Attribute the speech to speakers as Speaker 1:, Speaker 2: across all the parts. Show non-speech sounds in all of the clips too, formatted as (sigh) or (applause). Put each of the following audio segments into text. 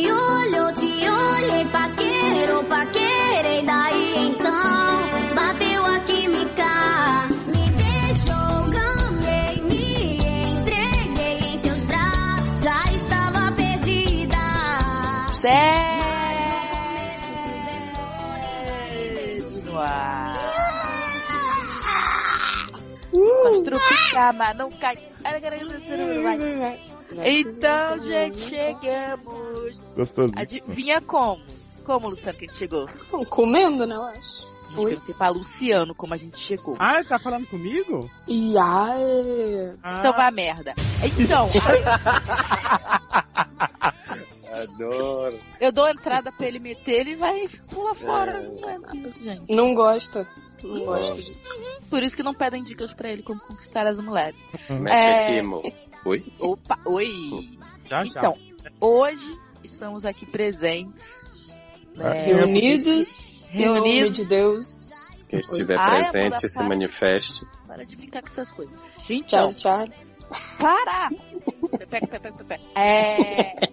Speaker 1: então,
Speaker 2: Trucutama, não cai. Então, gente, chegamos.
Speaker 3: Gostoso.
Speaker 2: Adivinha como? Como, Luciano, que a gente chegou?
Speaker 4: Bom, comendo, né, eu acho.
Speaker 2: A gente perguntei pra Luciano como a gente chegou.
Speaker 5: Ah, tá falando comigo?
Speaker 4: E é, aí...
Speaker 2: Então, vá merda. Então, (laughs)
Speaker 5: Ah.
Speaker 6: Adoro.
Speaker 2: eu dou a entrada pra ele meter, ele vai pula fora. Não é nada, gente.
Speaker 4: Não gosta. Não gosta disso.
Speaker 2: Por isso que não pedem dicas pra ele como conquistar as mulheres.
Speaker 6: Mete
Speaker 2: É.
Speaker 6: aqui, amor. Oi?
Speaker 2: Opa, oi.
Speaker 5: Já, já.
Speaker 2: Então, hoje estamos aqui presentes.
Speaker 3: É.
Speaker 2: né,
Speaker 4: É, Reunidos,
Speaker 2: Reunidos.
Speaker 4: Reunidos. Em nome de Deus.
Speaker 6: Quem
Speaker 2: Ai,
Speaker 6: estiver
Speaker 2: Ah, eu vou
Speaker 6: presente,
Speaker 2: dar
Speaker 6: se
Speaker 2: para-
Speaker 6: manifeste.
Speaker 2: Para de brincar com essas coisas. Gente,
Speaker 4: Tchau, tchau.
Speaker 2: para! Pepeca, pepeca, pepeca. É...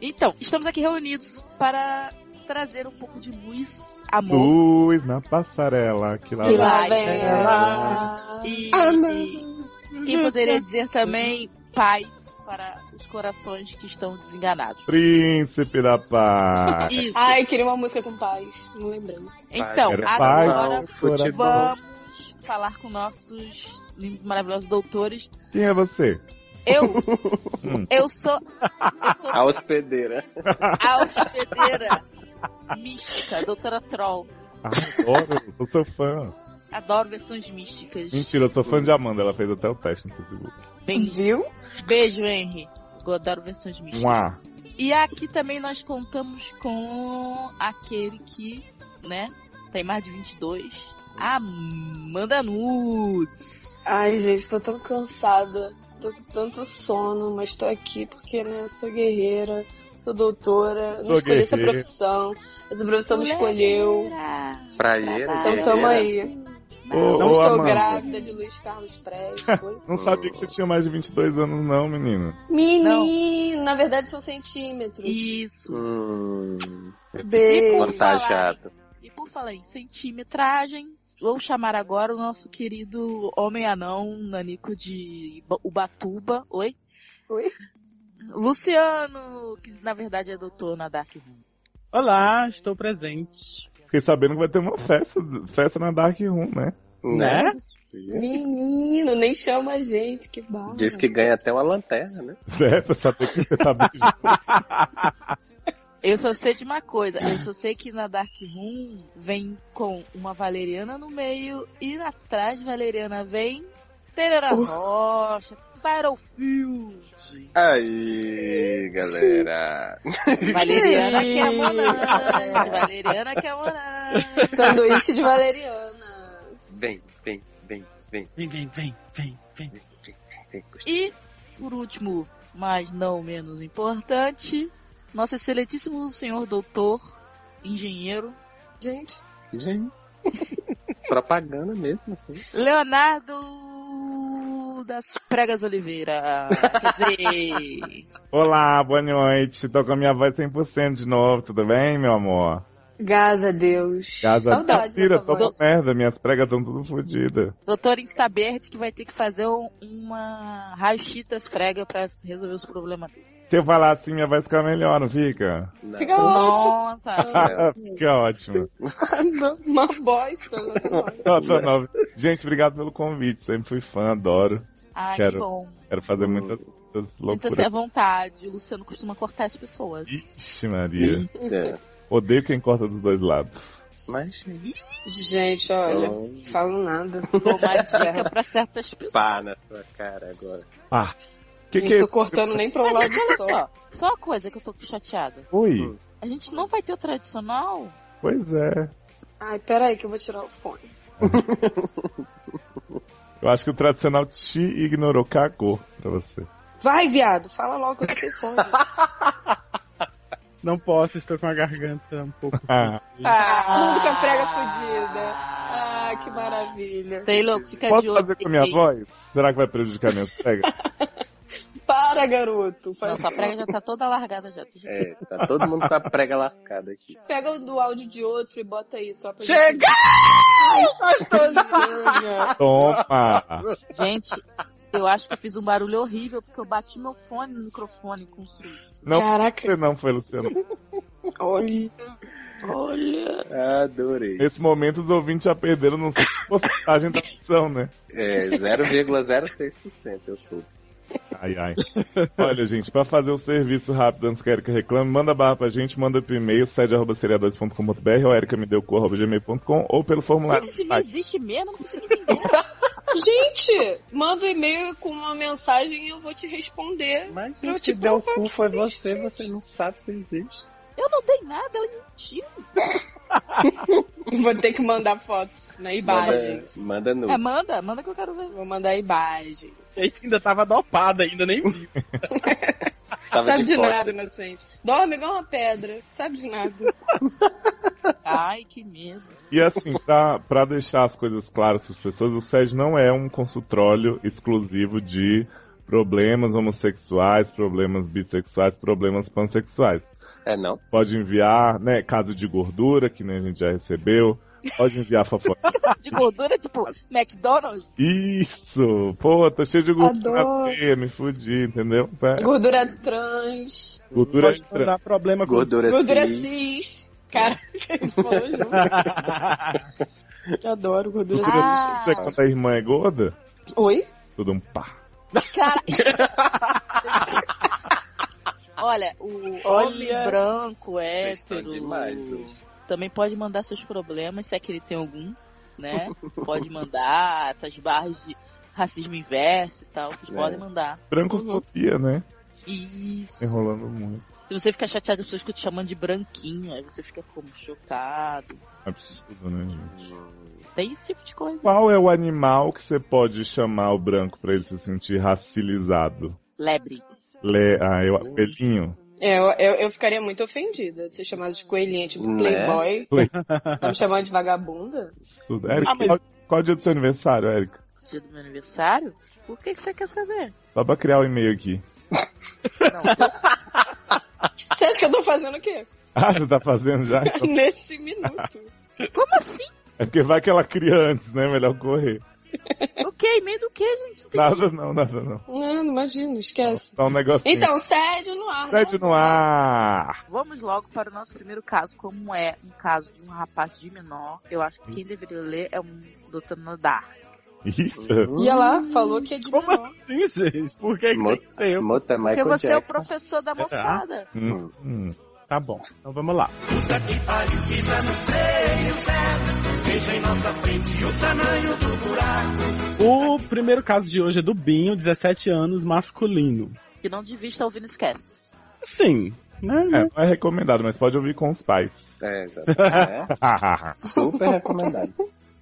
Speaker 2: Então, estamos aqui reunidos para trazer um pouco de luz, amor
Speaker 3: Luz na passarela, que lá
Speaker 2: Que
Speaker 4: Que
Speaker 3: vai.
Speaker 4: lá
Speaker 2: lá
Speaker 4: vem
Speaker 2: vem
Speaker 4: ela.
Speaker 2: e,
Speaker 4: Ah, não.
Speaker 2: e quem poderia dizer também paz para os corações que estão desenganados.
Speaker 3: Príncipe da paz.
Speaker 2: Isso.
Speaker 4: Ai, queria uma música com paz. Não lembrei.
Speaker 2: Então,
Speaker 3: Quero paz,
Speaker 2: agora
Speaker 3: coração.
Speaker 2: vamos falar com nossos lindos, maravilhosos doutores.
Speaker 3: Quem é você?
Speaker 2: Eu,
Speaker 3: Hum.
Speaker 2: eu sou, eu sou
Speaker 6: A hospedeira.
Speaker 2: a hospedeira mística, doutora Troll.
Speaker 3: Ah, adoro, eu sou seu fã.
Speaker 2: Adoro versões místicas.
Speaker 3: Mentira, eu sou fã de Amanda, ela fez até o teste no Facebook.
Speaker 2: Bem-
Speaker 4: Viu?
Speaker 2: beijo, Henry. Eu adoro versões místicas.
Speaker 3: Um A.
Speaker 2: E aqui também nós contamos com aquele que, né, tem mais de 22. Amanda Nudes.
Speaker 4: Ai, gente, tô tão cansada. Tô com tanto sono, mas tô aqui porque, né, sou guerreira, sou doutora, não
Speaker 3: Sou
Speaker 4: escolhi essa
Speaker 3: guerreira.
Speaker 4: profissão. Essa profissão me escolheu.
Speaker 6: Praieira.
Speaker 4: Então tamo
Speaker 6: guerreira.
Speaker 4: aí.
Speaker 3: Ô,
Speaker 4: Não
Speaker 3: ô,
Speaker 4: estou
Speaker 3: Amanda.
Speaker 4: grávida de Luiz Carlos Prestes. Oi?
Speaker 3: Não sabia que você tinha mais de 22 anos, não, menina.
Speaker 4: Menina, na verdade são centímetros.
Speaker 2: Isso.
Speaker 6: Hum,
Speaker 4: Beijo.
Speaker 2: Vamos falar.
Speaker 6: contagiado.
Speaker 2: E por falar em centimetragem, vou chamar agora o nosso querido homem anão, nanico de Iba- Ubatuba. Oi?
Speaker 4: Oi?
Speaker 2: Luciano, que na verdade é doutor na Dark Room.
Speaker 5: Olá, estou presente.
Speaker 3: Fiquei sabendo que vai ter uma festa, festa na Dark Room, né?
Speaker 5: Né?
Speaker 4: Menino, nem chama a gente, que barra.
Speaker 6: Né? Diz que ganha até uma lanterna, né?
Speaker 3: É, pra saber que você tá beijando.
Speaker 4: (laughs)
Speaker 2: Eu só sei de uma coisa, eu só sei que na Dark Room vem com uma valeriana no meio e atrás de valeriana vem Terera Rocha, Battlefield,
Speaker 6: Aí, galera.
Speaker 2: Valeriana que é monange, Valeriana que é monange.
Speaker 4: (laughs) Sanduíche de valeriana.
Speaker 6: Vem, vem, vem, vem,
Speaker 5: Vem, vem, vem, vem, vem.
Speaker 6: vem.
Speaker 2: E, por último, mas não menos importante, nosso excelentíssimo senhor doutor, engenheiro,
Speaker 4: Gente,
Speaker 6: Gente. (laughs) Propaganda mesmo, assim.
Speaker 2: Leonardo das Pregas Oliveira. Quer dizer... (laughs)
Speaker 3: Olá, boa noite. Tô com a minha voz 100% de novo, tudo bem, meu amor?
Speaker 4: graças a Deus.
Speaker 3: Casa tá
Speaker 4: Saudade
Speaker 3: Mentira,
Speaker 4: dessa
Speaker 3: tô com
Speaker 4: voz. (laughs)
Speaker 3: merda, minhas pregas estão tudo fodidas.
Speaker 2: Doutor Instabert que vai ter que fazer um- uma raio-x das pregas pra resolver os problemas dele.
Speaker 3: Se eu falar assim, minha voz fica melhor, não fica?
Speaker 6: Não.
Speaker 4: Fica ótimo.
Speaker 2: Nossa!
Speaker 6: é,
Speaker 3: fica ótimo.
Speaker 4: Uma bosta. né?
Speaker 3: Nota 9. Gente, obrigado pelo convite. Sempre fui fã, adoro.
Speaker 2: Ai, que
Speaker 3: Quero.
Speaker 2: bom.
Speaker 3: Quero fazer muitas, muitas
Speaker 2: Então se à
Speaker 3: loucuras.
Speaker 2: vontade. O Luciano costuma cortar as pessoas.
Speaker 3: Ixi, Maria.
Speaker 6: É.
Speaker 3: Odeio quem corta dos dois lados.
Speaker 6: Mas,
Speaker 4: Gente, olha, não falo nada.
Speaker 2: Dou uma dica pra certas pessoas.
Speaker 6: pá na sua cara agora.
Speaker 3: Que
Speaker 4: Gente,
Speaker 3: que é?
Speaker 4: tô cortando nem pra um
Speaker 2: Mas
Speaker 4: lado
Speaker 2: olha
Speaker 4: só.
Speaker 2: só, só uma coisa que eu tô chateada.
Speaker 3: é? Oi.
Speaker 2: A gente não vai ter o tradicional?
Speaker 3: Pois é.
Speaker 4: Ai, peraí que eu vou tirar o fone.
Speaker 3: Eu acho que o tradicional te ignorou, cagou pra você.
Speaker 4: Vai, viado, fala logo que eu sei fone.
Speaker 5: Não posso, estou com a garganta um (laughs) pouco.
Speaker 3: Ah,
Speaker 4: Tudo com a prega fodida. Ah, que maravilha.
Speaker 2: Taylor, fica de
Speaker 3: posso
Speaker 2: olho.
Speaker 3: fazer com a minha voz? Será que vai prejudicar minhas pregas?
Speaker 4: Para, garoto.
Speaker 2: Não,
Speaker 4: Faz-
Speaker 2: sua prega já tá toda largada já.
Speaker 6: É, tá todo mundo com a prega lascada aqui.
Speaker 4: Pega o do áudio de outro e bota aí só pra
Speaker 5: Chega!
Speaker 4: gostosinha.
Speaker 3: Toma!
Speaker 4: (laughs)
Speaker 2: Gente, eu acho que eu fiz um barulho horrível porque eu bati meu fone no microfone com o susto.
Speaker 3: Não
Speaker 4: Caraca,
Speaker 3: Você não foi, Luciano.
Speaker 4: olha. Olha.
Speaker 6: Adorei.
Speaker 3: Nesse momento os ouvintes já perderam não sei tá que porcentagem da ação, né?
Speaker 6: É, 0,06% eu sou.
Speaker 3: Ai, ai. Olha, gente, pra fazer o serviço rápido antes que a Erika reclame, manda barra pra gente, manda pro e-mail, sede.seriadores.com.br ou ericamedeucu.gmail.com ou pelo formulário.
Speaker 2: Esse não
Speaker 3: Ah,
Speaker 2: existe mesmo, eu não consegui entender.
Speaker 4: Gente, manda um e-mail com uma mensagem e eu vou te responder.
Speaker 6: Mas
Speaker 4: Eu
Speaker 6: gente,
Speaker 4: te
Speaker 6: se deu
Speaker 4: provo
Speaker 6: cu
Speaker 4: que
Speaker 6: foi
Speaker 4: existe, (laughs)
Speaker 6: você,
Speaker 4: gente.
Speaker 6: você não sabe se existe.
Speaker 2: Eu não dei nada, eu menti.
Speaker 4: Vou ter que mandar fotos, né?
Speaker 6: Manda,
Speaker 4: Imagens.
Speaker 6: manda nu.
Speaker 2: É, manda, manda que eu quero ver.
Speaker 4: Vou mandar imagens.
Speaker 5: Ele ainda tava dopada, ainda nem vi.
Speaker 6: Tava
Speaker 4: É, Sabe de,
Speaker 6: costas.
Speaker 4: nada, né? inocente. Dorme igual uma pedra. Sabe de nada.
Speaker 2: Ai, que medo.
Speaker 3: E assim, pra, pra deixar as coisas claras para as pessoas, o SED não é um consultório exclusivo de problemas homossexuais, problemas bissexuais, problemas pansexuais.
Speaker 6: É não?
Speaker 3: Pode enviar, né, caso de gordura, que nem a gente já recebeu. Pode enviar
Speaker 2: (laughs)
Speaker 3: fofoca.
Speaker 2: De gordura, tipo, McDonald's.
Speaker 3: Isso! Pô, tô cheio de gordura na
Speaker 4: Adoro.
Speaker 3: veia, me fudi, entendeu?
Speaker 4: (laughs)
Speaker 3: É,
Speaker 4: Gordura trans.
Speaker 3: Gordura
Speaker 5: Pode
Speaker 3: entra.
Speaker 5: dar problema com
Speaker 6: Gordura
Speaker 4: Gordura
Speaker 6: cis.
Speaker 4: cis. Cara, ele falou junto. (laughs) Eu adoro gordura cis.
Speaker 2: Ah.
Speaker 3: Você quando a irmã é gorda,
Speaker 4: Oi?
Speaker 3: tudo um pá.
Speaker 4: (laughs)
Speaker 2: Cara. Olha, o
Speaker 4: Olha.
Speaker 2: homem branco,
Speaker 6: Vocês estão
Speaker 2: hétero.
Speaker 6: demais
Speaker 2: (laughs)
Speaker 6: hoje.
Speaker 2: Também pode mandar seus problemas, se é que ele tem algum,
Speaker 6: (laughs)
Speaker 2: né? Pode mandar essas barras de racismo inverso e tal. Vocês
Speaker 6: É.
Speaker 2: podem mandar.
Speaker 3: Brancofobia,
Speaker 2: Uhum.
Speaker 3: né?
Speaker 2: Isso.
Speaker 3: Enrolando muito.
Speaker 2: Se você ficar chateado, as pessoas ficam te chamando de branquinho, aí você fica como chocado.
Speaker 3: Absurdo, né, gente?
Speaker 2: Tem esse tipo de coisa.
Speaker 3: Qual é o animal que você pode chamar o branco pra ele se sentir racilizado?
Speaker 2: Lebre.
Speaker 3: Le... Ah, eu... Pelinho?
Speaker 4: É, eu, eu, eu ficaria muito ofendida de ser chamada de coelhinha, tipo
Speaker 6: Né?
Speaker 4: playboy.
Speaker 3: Oi.
Speaker 4: Tá me chamando de vagabunda?
Speaker 3: Tudo. Érica,
Speaker 5: Ah, mas-
Speaker 3: qual, qual é o dia do seu aniversário, Érica?
Speaker 2: Dia do meu aniversário? Por que, que você quer
Speaker 6: (laughs)
Speaker 2: saber?
Speaker 3: Só pra criar o e-mail aqui. (laughs)
Speaker 4: Você acha que eu tô fazendo o quê?
Speaker 3: Ah, você tá fazendo já? Então-
Speaker 4: (laughs) Nesse minuto.
Speaker 2: Como assim?
Speaker 3: É porque vai que ela cria antes, né? Melhor correr.
Speaker 2: O que? Meio do que, gente? Não tem-
Speaker 3: Nada não, nada não.
Speaker 4: Não, não imagino, esquece.
Speaker 3: Só um negocinho.
Speaker 4: Então, sede no ar. né?
Speaker 3: Sede no ar!
Speaker 2: Vamos logo para o nosso primeiro caso. Como é um caso de um rapaz de menor, eu acho que quem deveria ler é um doutor Nodar.
Speaker 3: Ih,
Speaker 4: E ela falou que é de
Speaker 5: Como
Speaker 4: menor.
Speaker 5: assim, gente? Por que que
Speaker 6: Mo-
Speaker 5: tem que ter?
Speaker 6: Hum. Mota
Speaker 2: Porque
Speaker 6: Michael
Speaker 2: você é o
Speaker 6: Jackson. tá.
Speaker 2: professor da moçada.
Speaker 3: hum, hum.
Speaker 5: Tá bom, então vamos lá. O primeiro caso de hoje é do Binho, 17 anos, masculino.
Speaker 2: Que não devia estar ouvindo esquece.
Speaker 5: Sim, né?
Speaker 3: É, não é recomendado, mas pode ouvir com os pais. (laughs) Ah,
Speaker 6: É, exatamente. É super recomendado.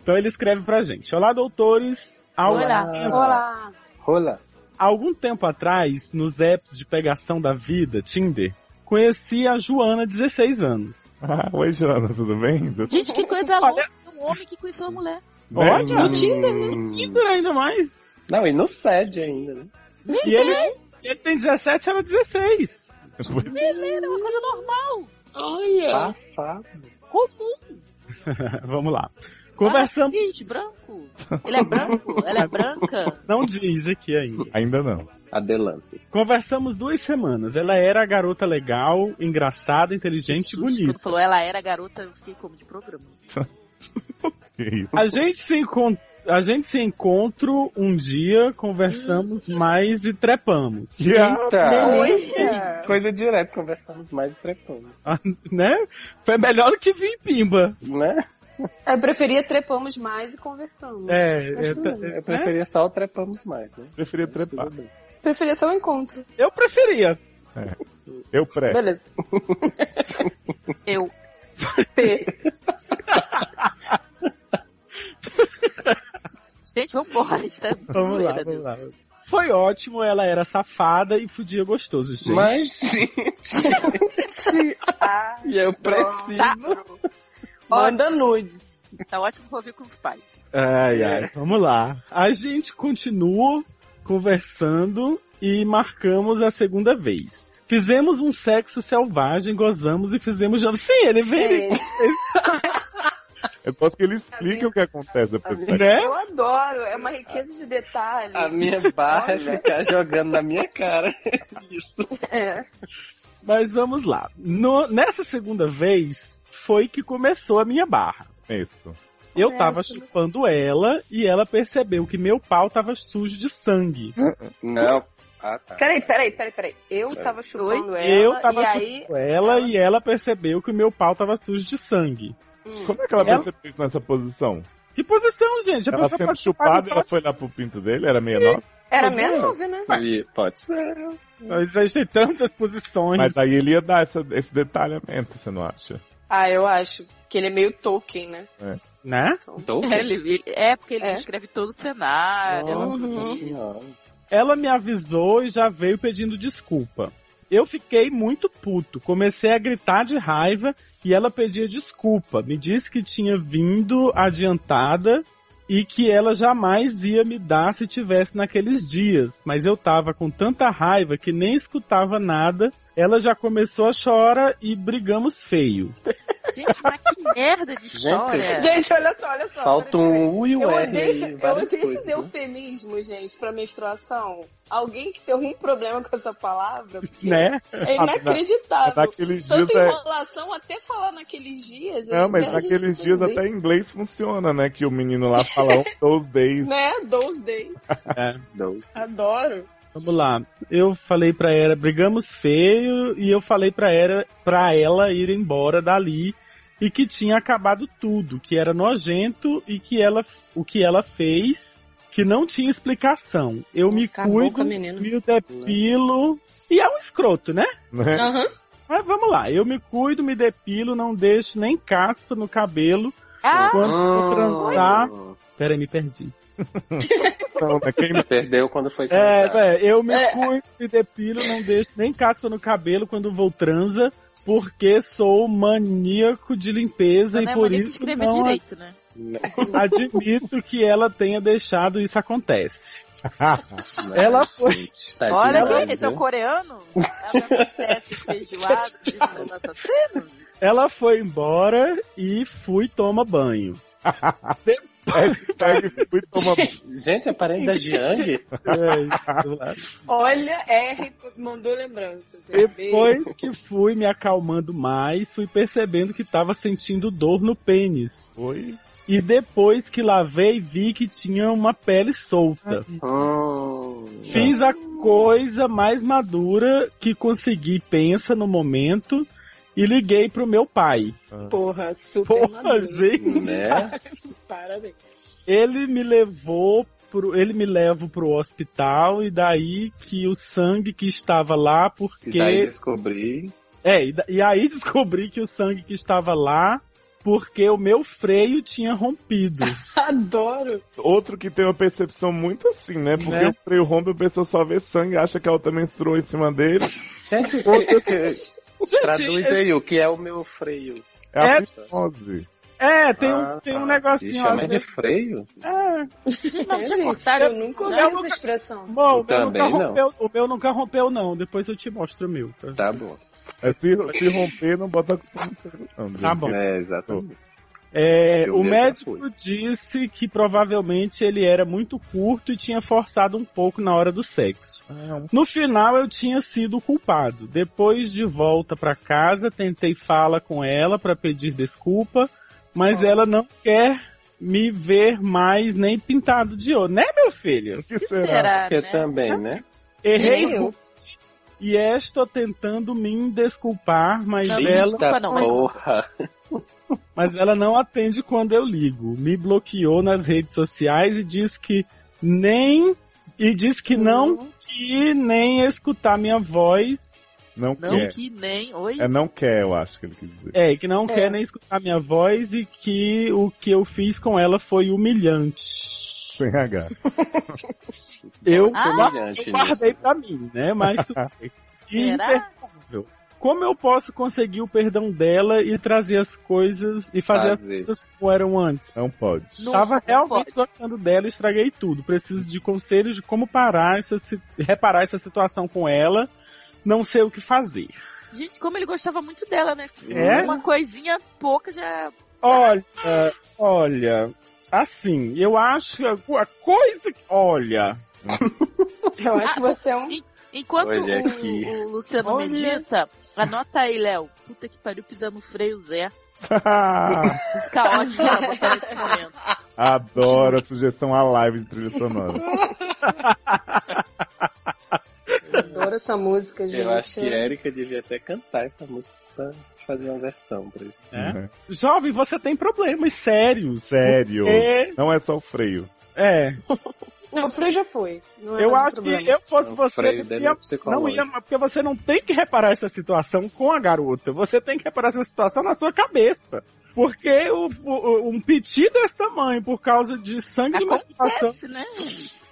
Speaker 5: Então ele escreve pra gente. Olá, doutores. Há algum
Speaker 2: Olá.
Speaker 4: (laughs)
Speaker 5: tempo-
Speaker 4: Olá.
Speaker 6: Rola.
Speaker 5: há algum tempo atrás, nos apps de pegação da vida, Tinder, conheci a Joana, 16 anos.
Speaker 3: Ah, Oi, Joana, tudo bem? Tudo
Speaker 2: Gente,
Speaker 5: (laughs)
Speaker 2: que coisa louca. Um homem que conheceu uma mulher.
Speaker 3: bem?
Speaker 5: Olha!
Speaker 4: No Tinder, né?
Speaker 6: Hum.
Speaker 5: Tinder ainda mais.
Speaker 6: Não, e no SED ainda, né?
Speaker 5: E ele, ele tem 17, ela 16.
Speaker 3: (laughs)
Speaker 2: Beleza, é uma coisa normal.
Speaker 4: Olha.
Speaker 6: Passado.
Speaker 2: Comum.
Speaker 5: Vamos lá. Conversamos.
Speaker 2: Ah, gente, branco. Ele é branco? Ela é branca?
Speaker 5: Não diz aqui ainda.
Speaker 3: Ainda não.
Speaker 6: Adelante.
Speaker 5: Conversamos duas semanas. Ela era a garota legal, engraçada, inteligente e
Speaker 2: Jesus,
Speaker 5: bonita.
Speaker 2: Quando falou ela era garota, eu fiquei como de programa.
Speaker 3: Que isso?
Speaker 5: (laughs) A gente se encon- A gente se encontra um dia, conversamos mais e trepamos. (laughs)
Speaker 3: Que a-
Speaker 4: Delícia.
Speaker 6: Coisa direto, conversamos mais e trepamos.
Speaker 5: Né? Foi melhor do que vir em Pimba.
Speaker 6: Né?
Speaker 4: Eu preferia trepamos mais e conversamos.
Speaker 5: É, é,
Speaker 4: Acho
Speaker 5: tá-
Speaker 4: lindo. né?
Speaker 5: é,
Speaker 6: Eu preferia só o trepamos mais, né?
Speaker 3: Preferia trepar.
Speaker 6: Tudo bem.
Speaker 4: Preferia só o (laughs) encontro.
Speaker 5: eu preferia.
Speaker 3: Eu pré.
Speaker 6: Beleza.
Speaker 2: Eu.
Speaker 4: É?
Speaker 2: Gente, vambora. A gente tá de
Speaker 5: Vamos lá,
Speaker 2: zoeira,
Speaker 5: vamos
Speaker 2: Deus.
Speaker 5: lá. Foi ótimo, ela era safada e fudia gostoso, gente.
Speaker 6: (laughs) Mas, gente,
Speaker 4: Ah,
Speaker 6: eu preciso.
Speaker 2: Tá,
Speaker 4: (laughs) Manda nudes.
Speaker 2: tá ótimo pra ouvir com os pais.
Speaker 5: Ai,
Speaker 3: É.
Speaker 5: ai, vamos lá. A gente continua conversando e marcamos a segunda vez. Fizemos um sexo selvagem, gozamos e fizemos... jam- Sim, ele vem... ele-
Speaker 4: É,
Speaker 3: Eu gosto que ele explique o que acontece depois.
Speaker 6: Amigo.
Speaker 3: do sexo.
Speaker 5: Né?
Speaker 4: eu adoro, é uma riqueza de detalhes.
Speaker 6: A minha barra é ficar jogando na minha cara. Isso.
Speaker 4: É.
Speaker 5: Mas vamos lá. No- nessa segunda vez, foi que começou a minha barra.
Speaker 3: Isso.
Speaker 5: Eu
Speaker 4: Começa,
Speaker 5: tava
Speaker 4: né?
Speaker 5: chupando ela e ela percebeu que meu pau tava sujo de sangue.
Speaker 6: Não. Ah, tá.
Speaker 7: Peraí, peraí, peraí, peraí. Eu tava chupando ela
Speaker 5: eu tava
Speaker 7: e aí...
Speaker 5: chupando ela e ela percebeu que meu pau tava sujo de sangue.
Speaker 4: hum,
Speaker 3: Como é que ela
Speaker 5: Ela-
Speaker 3: percebeu isso nessa posição?
Speaker 5: Que posição, gente? A
Speaker 3: ela
Speaker 5: pessoa
Speaker 3: sendo
Speaker 5: pode
Speaker 3: chupada,
Speaker 5: chupada
Speaker 3: ela foi lá pro pinto dele? Era 69?
Speaker 7: Era
Speaker 5: Tá
Speaker 7: mesmo?
Speaker 4: Nove, né?
Speaker 6: E Pode ser.
Speaker 5: Mas a gente tem tantas posições.
Speaker 3: Mas aí ele ia dar essa- esse detalhamento, você não acha?
Speaker 4: Ah, eu acho que ele é meio Tolkien, né?
Speaker 5: Né?
Speaker 6: Então,
Speaker 2: Ele, ele- é, porque ele
Speaker 4: É.
Speaker 2: descreve todo o cenário.
Speaker 6: nossa senhora.
Speaker 5: Ela me avisou e já veio pedindo desculpa. Eu fiquei muito puto, comecei a gritar de raiva e ela pedia desculpa. Me disse que tinha vindo adiantada e que ela jamais ia me dar se tivesse naqueles dias. Mas eu tava com tanta raiva que nem escutava nada. Ela já começou a chorar e brigamos feio.
Speaker 2: Gente, mas que merda de história.
Speaker 4: Gente, olha só, olha só.
Speaker 6: Falta
Speaker 4: peraí,
Speaker 6: um U e um
Speaker 4: Eu
Speaker 6: R.
Speaker 4: odeio,
Speaker 6: aí,
Speaker 4: eu
Speaker 6: várias
Speaker 4: odeio
Speaker 6: coisas,
Speaker 4: esse
Speaker 6: né?
Speaker 4: eufemismo, gente, pra menstruação. Alguém que tem algum problema com essa palavra, porque
Speaker 5: Né?
Speaker 4: é
Speaker 3: Ah,
Speaker 4: inacreditável.
Speaker 3: Naqueles dias
Speaker 4: Tanta
Speaker 3: é.
Speaker 4: enrolação até falar naqueles dias.
Speaker 3: Não, mas
Speaker 4: né, a gente
Speaker 3: naqueles
Speaker 4: não
Speaker 3: dias
Speaker 4: tem.
Speaker 3: até em inglês funciona, né? Que o menino lá fala um, (laughs) those days.
Speaker 4: Né? Those days.
Speaker 6: Dois.
Speaker 4: Adoro.
Speaker 5: Vamos lá. Eu falei pra ela, brigamos feio, e eu falei pra ela, pra ela ir embora dali e que tinha acabado tudo, que era nojento e que ela o que ela fez que não tinha explicação. Eu me cuido,
Speaker 4: menina.
Speaker 5: me depilo e é um escroto, né?
Speaker 4: (laughs)
Speaker 3: Né?
Speaker 4: Aham.
Speaker 5: Mas vamos lá, eu me cuido, me depilo, não deixo nem caspa no cabelo.
Speaker 2: Ah,
Speaker 5: Quando
Speaker 6: Ah,
Speaker 5: for transar. Peraí, me perdi.
Speaker 3: Então, né? (laughs) Quem
Speaker 6: Perdeu quando foi
Speaker 5: É,
Speaker 6: transar.
Speaker 2: tá.
Speaker 5: véi, eu me
Speaker 4: É.
Speaker 5: cuido, me depilo, não deixo nem casca no cabelo quando vou transa, porque sou maníaco de
Speaker 2: não
Speaker 5: limpeza e
Speaker 2: é
Speaker 5: por
Speaker 2: maneira que
Speaker 5: isso
Speaker 2: escrever
Speaker 5: não
Speaker 2: direito, né?
Speaker 5: (laughs) admito que ela tenha deixado isso acontece. Ela
Speaker 6: foi.
Speaker 2: Olha, que esse é o coreano? Ela é acontece feijoada, feijoada assassino?
Speaker 5: Ela foi embora e fui tomar banho.
Speaker 3: Hashtag fui tomar um banho.
Speaker 6: Gente, a parente
Speaker 4: (laughs)
Speaker 6: da Jiang
Speaker 2: (laughs)
Speaker 5: É,
Speaker 4: Olha, R mandou lembranças.
Speaker 5: Depois que fui me acalmando mais, fui percebendo que tava sentindo dor no pênis.
Speaker 3: Oi?
Speaker 5: E depois que lavei, vi que tinha uma pele solta.
Speaker 6: Oh.
Speaker 5: Fiz
Speaker 6: É.
Speaker 5: a coisa mais madura que consegui, pensa no momento, e liguei pro meu pai.
Speaker 4: Porra, super
Speaker 5: Porra,
Speaker 4: maduro.
Speaker 5: gente,
Speaker 2: Tá
Speaker 6: né?
Speaker 4: Parabéns.
Speaker 5: ele me levou pro, ele me leva pro hospital e daí que o sangue que estava lá,
Speaker 6: E
Speaker 5: porque
Speaker 6: daí descobri.
Speaker 5: é, e, da- e aí (laughs) descobri que o sangue que estava lá porque o meu freio tinha rompido.
Speaker 6: (laughs)
Speaker 4: Adoro.
Speaker 3: Outro que tem uma percepção muito assim, né? Porque
Speaker 5: Né?
Speaker 3: o freio rompe, a pessoa só vê sangue, acha que a outra menstruou em cima dele.
Speaker 6: Gente,
Speaker 2: (laughs)
Speaker 6: o que-
Speaker 5: Gente,
Speaker 6: traduz aí o que é o meu freio.
Speaker 3: É a
Speaker 5: É.
Speaker 3: fimose.
Speaker 5: é, tem um,
Speaker 6: Ah,
Speaker 5: tem um
Speaker 6: tá. E
Speaker 5: negocinho lá.
Speaker 6: chama de freio?
Speaker 5: É,
Speaker 2: Não, já
Speaker 4: Gente,
Speaker 2: cortaram.
Speaker 4: eu nunca ouvi
Speaker 2: Não,
Speaker 4: essa expressão.
Speaker 5: bom, o meu,
Speaker 6: Também
Speaker 5: nunca
Speaker 6: não.
Speaker 5: rompeu, o meu nunca rompeu, não. Depois eu te mostro o meu.
Speaker 6: Tá bom.
Speaker 3: É se, se romper, não bota. Não,
Speaker 5: Tá bom.
Speaker 6: É, exatamente.
Speaker 5: É,
Speaker 6: Eu
Speaker 5: o
Speaker 6: mesmo
Speaker 5: médico
Speaker 6: já
Speaker 5: disse que provavelmente ele era muito curto e tinha forçado um pouco na hora do sexo.
Speaker 4: É, um
Speaker 5: No final eu tinha sido o culpado. Depois de volta pra casa, tentei falar com ela pra pedir desculpa, mas
Speaker 4: Ah.
Speaker 5: ela não quer me ver mais nem pintado de ouro, né, meu filho?
Speaker 3: O que
Speaker 2: que
Speaker 3: será?
Speaker 2: será,
Speaker 6: Porque
Speaker 2: né?
Speaker 5: tá-
Speaker 6: também, né?
Speaker 5: Errei um
Speaker 4: Nem eu.
Speaker 5: e é, estou tentando me desculpar, mas
Speaker 2: Não,
Speaker 5: ela
Speaker 2: desculpa não, mas-
Speaker 6: porra.
Speaker 5: Mas ela não atende quando eu ligo. Me bloqueou nas redes sociais e diz que nem. E diz que não que nem escutar minha voz.
Speaker 3: Não,
Speaker 2: Não
Speaker 3: quer.
Speaker 2: que nem... Oi?
Speaker 3: É não quer, eu acho que ele quis dizer.
Speaker 5: É, que não
Speaker 4: É.
Speaker 5: quer nem escutar minha voz e que o que eu fiz com ela foi humilhante.
Speaker 3: Sem H.
Speaker 5: Eu
Speaker 2: Ah,
Speaker 6: Humilhante nisso.
Speaker 5: guardei pra mim, né? Mas tudo bem. E
Speaker 2: Será?
Speaker 5: imperdoável. Como eu posso conseguir o perdão dela e trazer as coisas e fazer,
Speaker 6: Fazer.
Speaker 5: as coisas como eram antes?
Speaker 3: Não pode.
Speaker 2: Não,
Speaker 5: Tava
Speaker 2: não pode.
Speaker 5: realmente gostando dela, e estraguei tudo. Preciso de conselhos de como parar essa, si- reparar essa situação com ela. Não sei o que fazer.
Speaker 2: Gente, como ele gostava muito dela, né?
Speaker 5: É?
Speaker 2: Uma coisinha pouca já...
Speaker 5: Olha, olha, assim, eu acho que a coisa que. Olha,
Speaker 4: Eu acho que você é um.
Speaker 2: Enquanto
Speaker 6: Olha
Speaker 2: o,
Speaker 6: aqui.
Speaker 2: o Luciano
Speaker 5: Olha.
Speaker 2: medita, anota aí, Léo. Puta que pariu, pisando no freio, Zé. Os caóticos ela botou nesse momento.
Speaker 3: (laughs) Adoro a sugestão à live de trilha sonora.
Speaker 4: Adoro essa música, gente.
Speaker 6: Eu acho que Erika devia até cantar essa música pra fazer uma versão pra isso.
Speaker 5: É? Jovem, você tem problemas sérios.
Speaker 3: Né? Sério.
Speaker 5: É,
Speaker 3: Não é só o freio.
Speaker 5: é.
Speaker 4: Não, o Freio já foi. Não é
Speaker 5: eu
Speaker 4: mais um
Speaker 5: acho que
Speaker 4: problema.
Speaker 5: eu fosse
Speaker 6: O
Speaker 5: você,
Speaker 6: freio
Speaker 5: eu
Speaker 6: dele
Speaker 5: ia
Speaker 6: é
Speaker 5: Não
Speaker 6: psicológico.
Speaker 5: ia, mas porque você não tem que reparar essa situação com a garota. Você tem que reparar essa situação na sua cabeça. Porque o, o- um piti desse tamanho, por causa de sangue de menstruação.
Speaker 2: Acontece, né?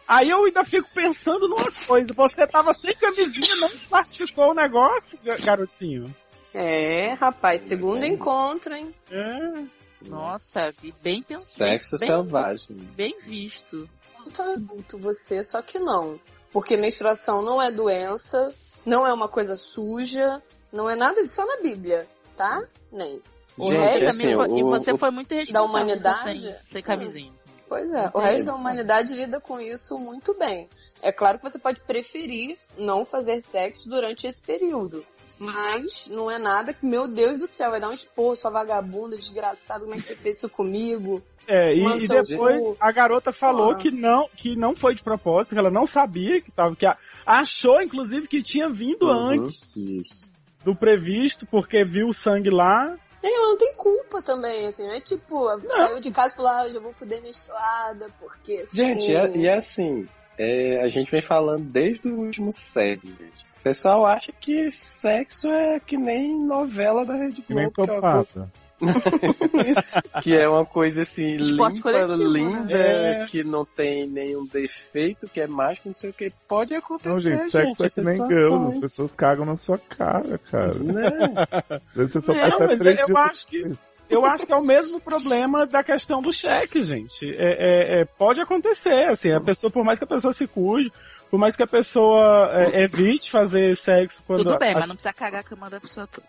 Speaker 5: Aí eu ainda fico pensando numa coisa. Você tava sem camisinha, não plastificou o negócio, ga- garotinho.
Speaker 4: É, rapaz, segundo encontro, hein?
Speaker 5: É.
Speaker 2: Nossa, vi bem pensado.
Speaker 6: né? Sexo
Speaker 2: Bem-
Speaker 6: selvagem.
Speaker 2: Bem visto.
Speaker 4: Muito adulto você, só que não. Porque menstruação não é doença, não é uma coisa suja, não é nada disso, só na Bíblia, tá? Nem. O
Speaker 6: Gente,
Speaker 4: resto
Speaker 2: Você
Speaker 4: é
Speaker 6: assim,
Speaker 2: também foi-
Speaker 6: o,
Speaker 2: e você
Speaker 6: o-
Speaker 2: foi muito irresponsável
Speaker 4: Da humanidade?
Speaker 2: sem, sem camisinha.
Speaker 4: Pois é, o resto da humanidade lida com isso muito bem. É claro que você pode preferir não fazer sexo durante esse período. Mas não é nada que, meu Deus do céu, vai dar um expor, sua vagabunda, desgraçado, como é que você fez isso comigo?
Speaker 5: É, e,
Speaker 4: Uma
Speaker 5: e
Speaker 4: só
Speaker 5: depois
Speaker 4: de-
Speaker 5: a garota falou
Speaker 4: Ah.
Speaker 5: que não que não foi de propósito, que ela não sabia que tava que a- achou inclusive que tinha vindo
Speaker 6: Uhum,
Speaker 5: antes
Speaker 6: Isso.
Speaker 5: do previsto porque viu o sangue lá.
Speaker 4: E ela não tem culpa também, assim, não é tipo, saiu de casa e falou, ah, eu já vou foder menstruada, porque.
Speaker 6: Gente,
Speaker 4: assim,
Speaker 6: e, e assim, é, a gente vem falando desde o último série, gente. O pessoal acha que sexo é que nem novela da Rede
Speaker 3: Que nem
Speaker 6: Globo, que, é, uma coisa-
Speaker 3: topata.
Speaker 6: que é uma coisa
Speaker 2: (laughs)
Speaker 6: assim,
Speaker 2: Esporte
Speaker 6: limpa,
Speaker 2: coletivo, né?
Speaker 6: linda,
Speaker 5: É.
Speaker 6: que não tem nenhum defeito, que é mágico, não sei o que. Pode acontecer,
Speaker 3: Não, gente,
Speaker 6: gente,
Speaker 3: sexo é que
Speaker 6: essas
Speaker 3: nem cão. As
Speaker 6: situações.
Speaker 3: pessoas cagam na sua cara, cara. (laughs)
Speaker 6: Né?
Speaker 3: Você só
Speaker 5: Não,
Speaker 3: passa
Speaker 5: mas
Speaker 3: três
Speaker 5: eu
Speaker 3: dias
Speaker 5: acho que eu acho que é o mesmo problema da questão do cheque, gente. É, é- é- pode acontecer, assim, a pessoa por mais que a pessoa se cuide, por mais que a pessoa é, evite fazer sexo quando
Speaker 2: Tudo bem,
Speaker 5: a-
Speaker 2: mas não precisa cagar a cama da pessoa toda.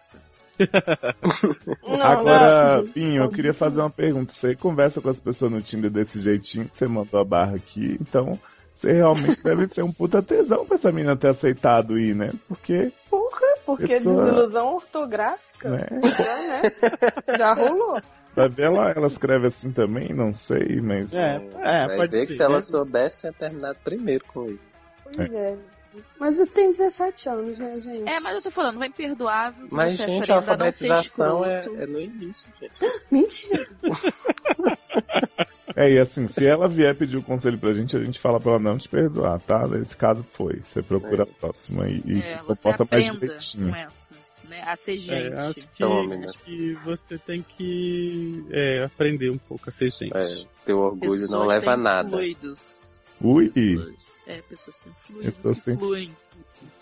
Speaker 4: Não,
Speaker 5: né?
Speaker 3: Agora,
Speaker 4: não.
Speaker 3: Pinho, eu queria fazer uma pergunta. Você conversa com as pessoas no Tinder desse jeitinho que você mandou a barra aqui, então você realmente deve ser um puta tesão pra essa menina ter aceitado ir, né? Porque,
Speaker 4: Porra, porque é
Speaker 3: Pessoa-
Speaker 4: desilusão ortográfica,
Speaker 3: né?
Speaker 4: já, né? Já rolou.
Speaker 3: Vai ver ela, ela escreve assim também, não sei, mas.
Speaker 5: É, é,
Speaker 6: Vai
Speaker 5: pode
Speaker 6: ver
Speaker 5: ser.
Speaker 6: que se ela
Speaker 5: né?
Speaker 6: soubesse, tinha terminado primeiro com ele.
Speaker 4: Pois é. Mas eu tenho 17 anos, né, gente?
Speaker 2: É, mas eu tô falando, vai imperdoável. que
Speaker 6: Mas,
Speaker 2: você é
Speaker 6: gente,
Speaker 2: prenda,
Speaker 6: a
Speaker 2: não ser
Speaker 6: alfabetização é,
Speaker 2: escroto.
Speaker 6: é no início, gente.
Speaker 4: Mentira.
Speaker 3: É, e assim, se ela vier pedir o conselho pra gente, a gente fala pra ela não te perdoar, tá? Nesse caso foi. Você procura a próxima e, e
Speaker 2: É,
Speaker 3: se
Speaker 2: você
Speaker 3: comporta mais
Speaker 2: aprenda
Speaker 3: direitinho.
Speaker 2: com essa, né? A ser gente.
Speaker 5: É, acho que,
Speaker 6: Então, amiga.
Speaker 5: acho que você tem que é, aprender um pouco a ser gente.
Speaker 6: É, teu orgulho
Speaker 2: Pessoas
Speaker 6: não leva a
Speaker 2: sem
Speaker 6: nada.
Speaker 2: Fluidos.
Speaker 3: Ui!
Speaker 2: É, pessoas sem fluidos
Speaker 3: Pessoas
Speaker 2: que
Speaker 3: sem-
Speaker 2: fluem.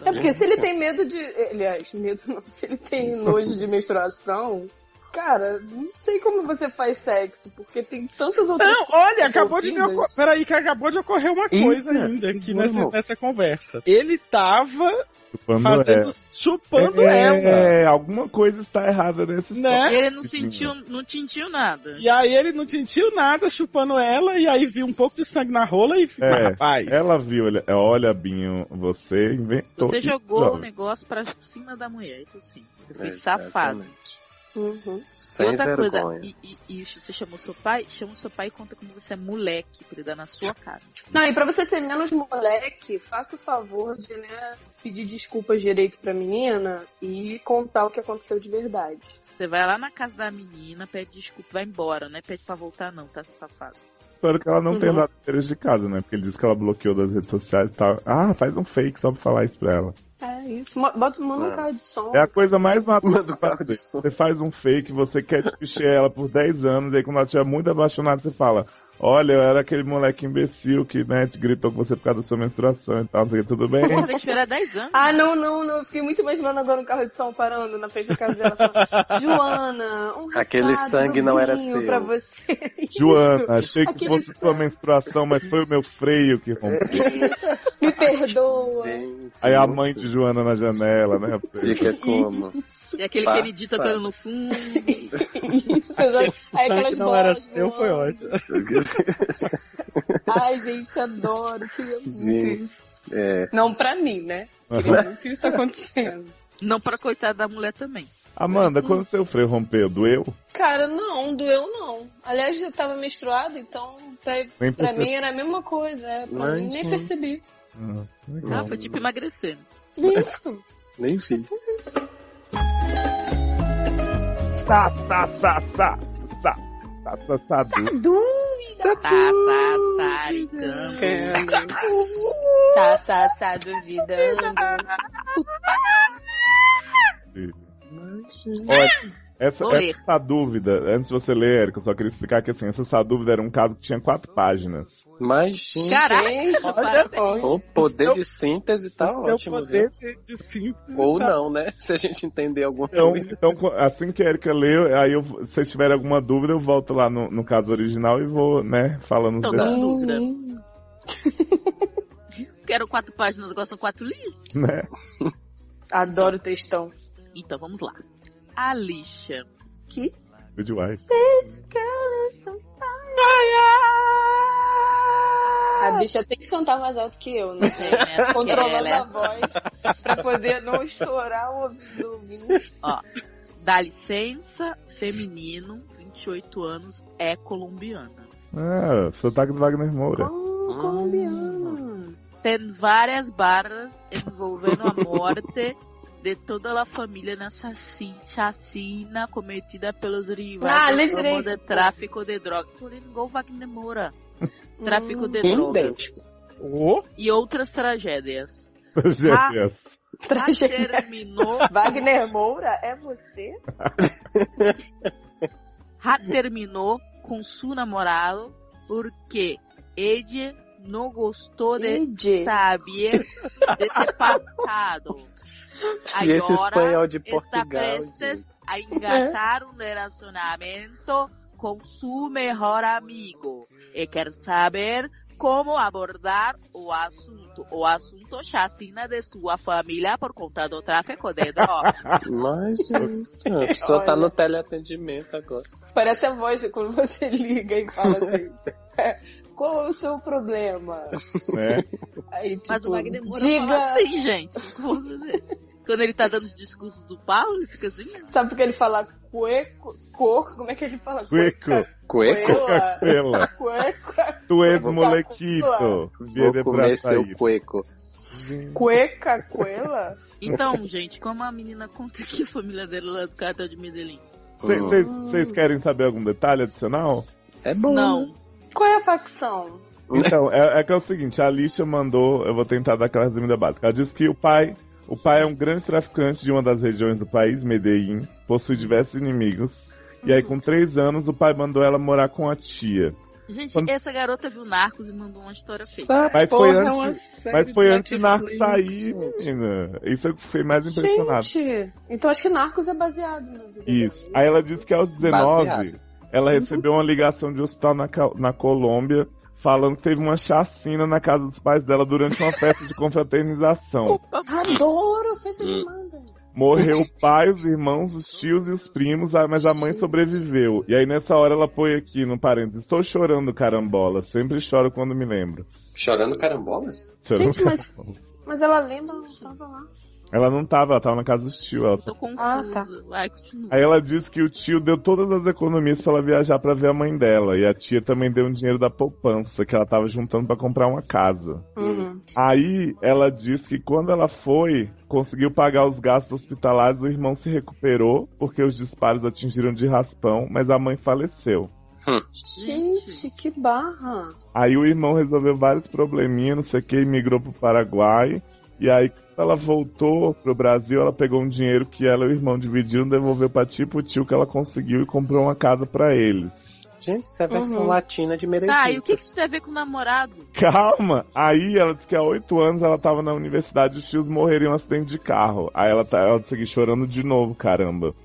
Speaker 4: É porque se ele tem medo de. Aliás, medo não. Se ele tem nojo de menstruação, cara, não sei como você faz sexo, porque tem tantas outras
Speaker 5: Não, olha, acabou de me
Speaker 4: Ouvidas.
Speaker 5: ocorrer. Peraí, que acabou de ocorrer uma
Speaker 6: Eita,
Speaker 5: coisa ainda aqui
Speaker 6: segura,
Speaker 5: nessa,
Speaker 6: irmão.
Speaker 5: nessa conversa. Ele tava
Speaker 3: Chupando
Speaker 5: fazendo,
Speaker 3: ela.
Speaker 5: chupando ela.
Speaker 3: é, alguma coisa está errada nesse
Speaker 5: Né?
Speaker 2: E ele não sentiu, não tintiu nada.
Speaker 5: E aí ele não sentiu nada chupando ela, e aí viu um pouco de sangue na rola e ficou,
Speaker 3: É,
Speaker 5: rapaz.
Speaker 3: Ela viu, olha, olha, Binho, você inventou.
Speaker 2: Você
Speaker 3: isso,
Speaker 2: jogou né? o
Speaker 3: jovem.
Speaker 2: negócio pra cima da mulher, isso sim. Você foi
Speaker 6: É,
Speaker 2: safado.
Speaker 6: exatamente.
Speaker 4: Uhum.
Speaker 6: Sem
Speaker 2: Outra
Speaker 6: vergonha.
Speaker 2: coisa, e, e, e você chamou seu pai? Chama o seu pai e conta como você é moleque pra ele dar na sua cara.
Speaker 4: Não, e pra você ser menos moleque, faça o favor de, né, pedir desculpas direito pra menina e contar o que aconteceu de verdade.
Speaker 2: Você vai lá na casa da menina, pede desculpa, vai embora, né? Pede pra voltar não, tá, seu
Speaker 6: (laughs)
Speaker 2: safado?
Speaker 3: Espero que ela não tenha
Speaker 4: Uhum.
Speaker 3: dado endereço de casa, né? Porque ele disse que ela bloqueou das redes sociais e tal. Ah, faz um fake só pra falar isso pra ela.
Speaker 4: É isso. Ma- Bota, manda um
Speaker 6: É.
Speaker 4: carro de som.
Speaker 3: É a coisa mais madura.
Speaker 6: Manda o carro de som.
Speaker 3: Você faz um fake, você quer despistar ela por 10 anos, e aí quando ela estiver muito apaixonada, você fala: Olha, eu era aquele moleque imbecil que, né, te gritou com você por causa da sua menstruação e tal, não sei o que, tudo bem?
Speaker 2: Você tem que esperar 10
Speaker 6: (laughs)
Speaker 2: anos.
Speaker 4: Ah, não, não, não. Eu Fiquei muito imaginando agora um carro de som parando na frente da casa dela.
Speaker 6: (laughs)
Speaker 4: falando, Joana, um
Speaker 6: Aquele
Speaker 4: recado
Speaker 6: sangue
Speaker 4: do
Speaker 6: não era
Speaker 4: vinho
Speaker 6: seu."
Speaker 4: pra você.
Speaker 3: Joana, achei que
Speaker 4: Aquele
Speaker 3: fosse sua menstruação, mas foi o meu freio que rompeu.
Speaker 4: Me perdoa.
Speaker 6: (laughs) Gente,
Speaker 3: Aí a mãe de Joana na janela, né?
Speaker 6: Fica é como?
Speaker 2: E aquele
Speaker 6: Passa.
Speaker 2: Kennedy tocando no fundo.
Speaker 4: Isso, exato. Aí
Speaker 5: sangue
Speaker 4: aquelas
Speaker 5: não era
Speaker 4: bolas
Speaker 5: seu, foi
Speaker 4: voando.
Speaker 5: ótimo.
Speaker 4: né? Ai, gente, adoro. Queria muito
Speaker 6: Gente.
Speaker 4: isso.
Speaker 6: É,
Speaker 4: Não pra mim, né? Queria muito isso acontecendo.
Speaker 2: Não pra coitada da mulher também.
Speaker 3: Amanda, quando seu freio rompeu, doeu?
Speaker 4: Cara, não, doeu não. Aliás, eu tava menstruada, então pra,
Speaker 3: Nem
Speaker 4: pra
Speaker 3: percebi.
Speaker 4: mim era a mesma coisa. é, pra
Speaker 6: Mas,
Speaker 4: mim, nem
Speaker 6: hum.
Speaker 4: percebi.
Speaker 3: Ah,
Speaker 2: Ah,
Speaker 3: legal.
Speaker 2: foi tipo emagrecer.
Speaker 4: Isso.
Speaker 6: Nem vi.
Speaker 3: Tá, tá, tá, tá, tá, tá, tá, tá, tá.
Speaker 2: Tá, tá, tá, então.
Speaker 7: Tá, tá, tá, duvidando.
Speaker 3: Olha, essa,
Speaker 2: Vou ler.
Speaker 3: essa dúvida, antes de você ler, Erika, eu só queria explicar que assim, essa dúvida era um caso que tinha quatro páginas.
Speaker 6: Mas sim.
Speaker 2: Caraca, parabéns.
Speaker 6: O poder de síntese tá
Speaker 5: Seu
Speaker 6: ótimo,
Speaker 5: poder
Speaker 6: viu?
Speaker 5: de, de síntese.
Speaker 6: Ou
Speaker 5: tá-
Speaker 6: não, né? (laughs) Se a gente entender alguma
Speaker 3: Então,
Speaker 6: coisa.
Speaker 3: então co- assim que a Erika lê, aí eu, se vocês tiverem alguma dúvida, eu volto lá no, no caso original e vou, né, falando
Speaker 2: Então,
Speaker 3: os
Speaker 4: tá.
Speaker 3: detalhes,
Speaker 2: dá dúvida. Quero quatro páginas, agora são quatro livros.
Speaker 3: né?
Speaker 4: Adoro textão.
Speaker 2: Então vamos lá. Alicia.
Speaker 4: Kiss.
Speaker 3: Goodwife.
Speaker 4: A bicha tem que cantar mais alto que eu,
Speaker 2: (laughs)
Speaker 4: né?
Speaker 2: É, né?
Speaker 4: Controlando
Speaker 2: Ela-
Speaker 4: a voz pra poder não estourar o ouvido do ouvinte.
Speaker 2: Dá licença, feminino, 28 anos, é colombiana.
Speaker 3: Ah, sotaque do Wagner Moura.
Speaker 4: (laughs) Ah, colombiano.
Speaker 2: Tem várias barras envolvendo a morte de toda a família nessa assi- chacina cometida pelos rivais
Speaker 4: Ah,
Speaker 2: do
Speaker 4: lê
Speaker 2: ramo
Speaker 4: direito,
Speaker 2: de tráfico de drogas. Por igual Wagner Moura.
Speaker 4: hum.
Speaker 2: Tráfico de drogas.
Speaker 6: Idêntico.
Speaker 5: Ô,
Speaker 2: E outras tragédias.
Speaker 3: Gêmeas.
Speaker 2: Mas
Speaker 6: (laughs)
Speaker 2: terminou
Speaker 7: Wagner Moura, é você?
Speaker 2: já terminou com seu namorado porque ele não gostou de
Speaker 4: DJ.
Speaker 2: saber
Speaker 6: (laughs)
Speaker 2: desse passado.
Speaker 6: E esse
Speaker 2: Agora
Speaker 6: espanhol de
Speaker 2: está
Speaker 6: Portugal.
Speaker 2: prestes a engatar um relacionamento com seu melhor amigo e quer saber como abordar o assunto. O assunto chacina de sua família por conta do tráfico de
Speaker 6: (laughs)
Speaker 2: drogas.
Speaker 6: gente. Mas, gente, a pessoa tá no teleatendimento agora.
Speaker 4: Parece a voz quando você (laughs) liga e
Speaker 3: (laughs)
Speaker 4: fala assim. Qual é o seu problema?
Speaker 3: Né?
Speaker 4: Aí, tipo,
Speaker 2: Mas o Wagner Moura fala
Speaker 4: diga.
Speaker 2: assim, gente. Quando ele tá dando os discursos do Paulo, ele fica assim.
Speaker 4: Sabe porque ele fala cueco? Coco? Como é que ele fala?
Speaker 3: Cueco,
Speaker 6: Cueco?
Speaker 4: Coela?
Speaker 3: pela.
Speaker 4: Cueca,
Speaker 3: Tu és
Speaker 6: Vou-
Speaker 3: molequito. Viene
Speaker 6: Vou
Speaker 3: pra
Speaker 6: comer
Speaker 3: sair.
Speaker 6: seu cueco.
Speaker 4: cueca, cuela?
Speaker 3: (laughs)
Speaker 2: Então, gente, como a menina conta que a família dela é lá do cartel de Medellín?
Speaker 6: Hum.
Speaker 3: Vocês querem saber algum detalhe adicional?
Speaker 6: É bom.
Speaker 2: Não.
Speaker 4: Qual é a facção?
Speaker 3: Então, é, é que é o seguinte, a Alicia mandou, eu vou tentar dar aquela resumida básica. Ela disse que o pai, o pai é um grande traficante de uma das regiões do país, Medellín, possui diversos inimigos. E aí, com três anos, o pai mandou ela morar com a tia.
Speaker 2: Gente,
Speaker 3: Quando-
Speaker 2: essa garota viu Narcos e mandou uma história feia.
Speaker 6: Essa
Speaker 3: Mas foi
Speaker 6: porra
Speaker 3: antes-
Speaker 6: é uma série
Speaker 3: Mas foi
Speaker 6: do
Speaker 3: antes de Narcos
Speaker 6: Netflix.
Speaker 3: sair, menina. Isso é o que fiquei mais impressionado.
Speaker 4: Gente, então acho que Narcos é baseado na vida
Speaker 3: Isso.
Speaker 4: dela.
Speaker 3: Aí ela disse que aos 19,
Speaker 6: Baseado.
Speaker 3: ela recebeu uma ligação de hospital na, Ca- na Colômbia, falando que teve uma chacina na casa dos pais dela durante uma festa de confraternização.
Speaker 4: Adoro festa
Speaker 6: Hum.
Speaker 4: animada.
Speaker 3: Então. Morreu o pai, os irmãos, os tios e os primos, ah, mas a mãe sobreviveu. E aí nessa hora ela põe aqui no parênteses, estou chorando carambola, sempre choro quando me lembro.
Speaker 6: Chorando carambolas?
Speaker 3: Chorando
Speaker 4: Gente, mas-
Speaker 3: (laughs) carambola.
Speaker 4: Mas ela lembra, ela não tava lá.
Speaker 3: Ela não tava, ela tava na casa dos tios. ela só-
Speaker 2: Tô confusa.
Speaker 4: Ah, tá.
Speaker 2: Vai, continua.
Speaker 3: Aí ela disse que o tio deu todas as economias pra ela viajar pra ver a mãe dela. E a tia também deu um dinheiro da poupança que ela tava juntando pra comprar uma casa.
Speaker 4: Uhum.
Speaker 3: Aí ela disse que quando ela foi, conseguiu pagar os gastos hospitalares, o irmão se recuperou, porque os disparos atingiram de raspão, mas a mãe faleceu.
Speaker 4: Gente, que barra.
Speaker 3: Aí o irmão resolveu vários probleminhas, não sei o que, e migrou pro Paraguai. E aí, quando ela voltou pro Brasil, ela pegou um dinheiro que ela e o irmão dividiram, devolveu pra tia e pro tio que ela conseguiu e comprou uma casa pra eles. (laughs)
Speaker 6: Gente, isso é a versão
Speaker 4: Uhum.
Speaker 6: latina de Meredith.
Speaker 2: Tá, e o que, que isso tem a ver com o namorado?
Speaker 3: Calma! Aí ela disse que há oito anos ela tava na universidade e os tios morreram em um acidente de carro. Aí ela, tá, ela disse aqui, chorando de novo, caramba.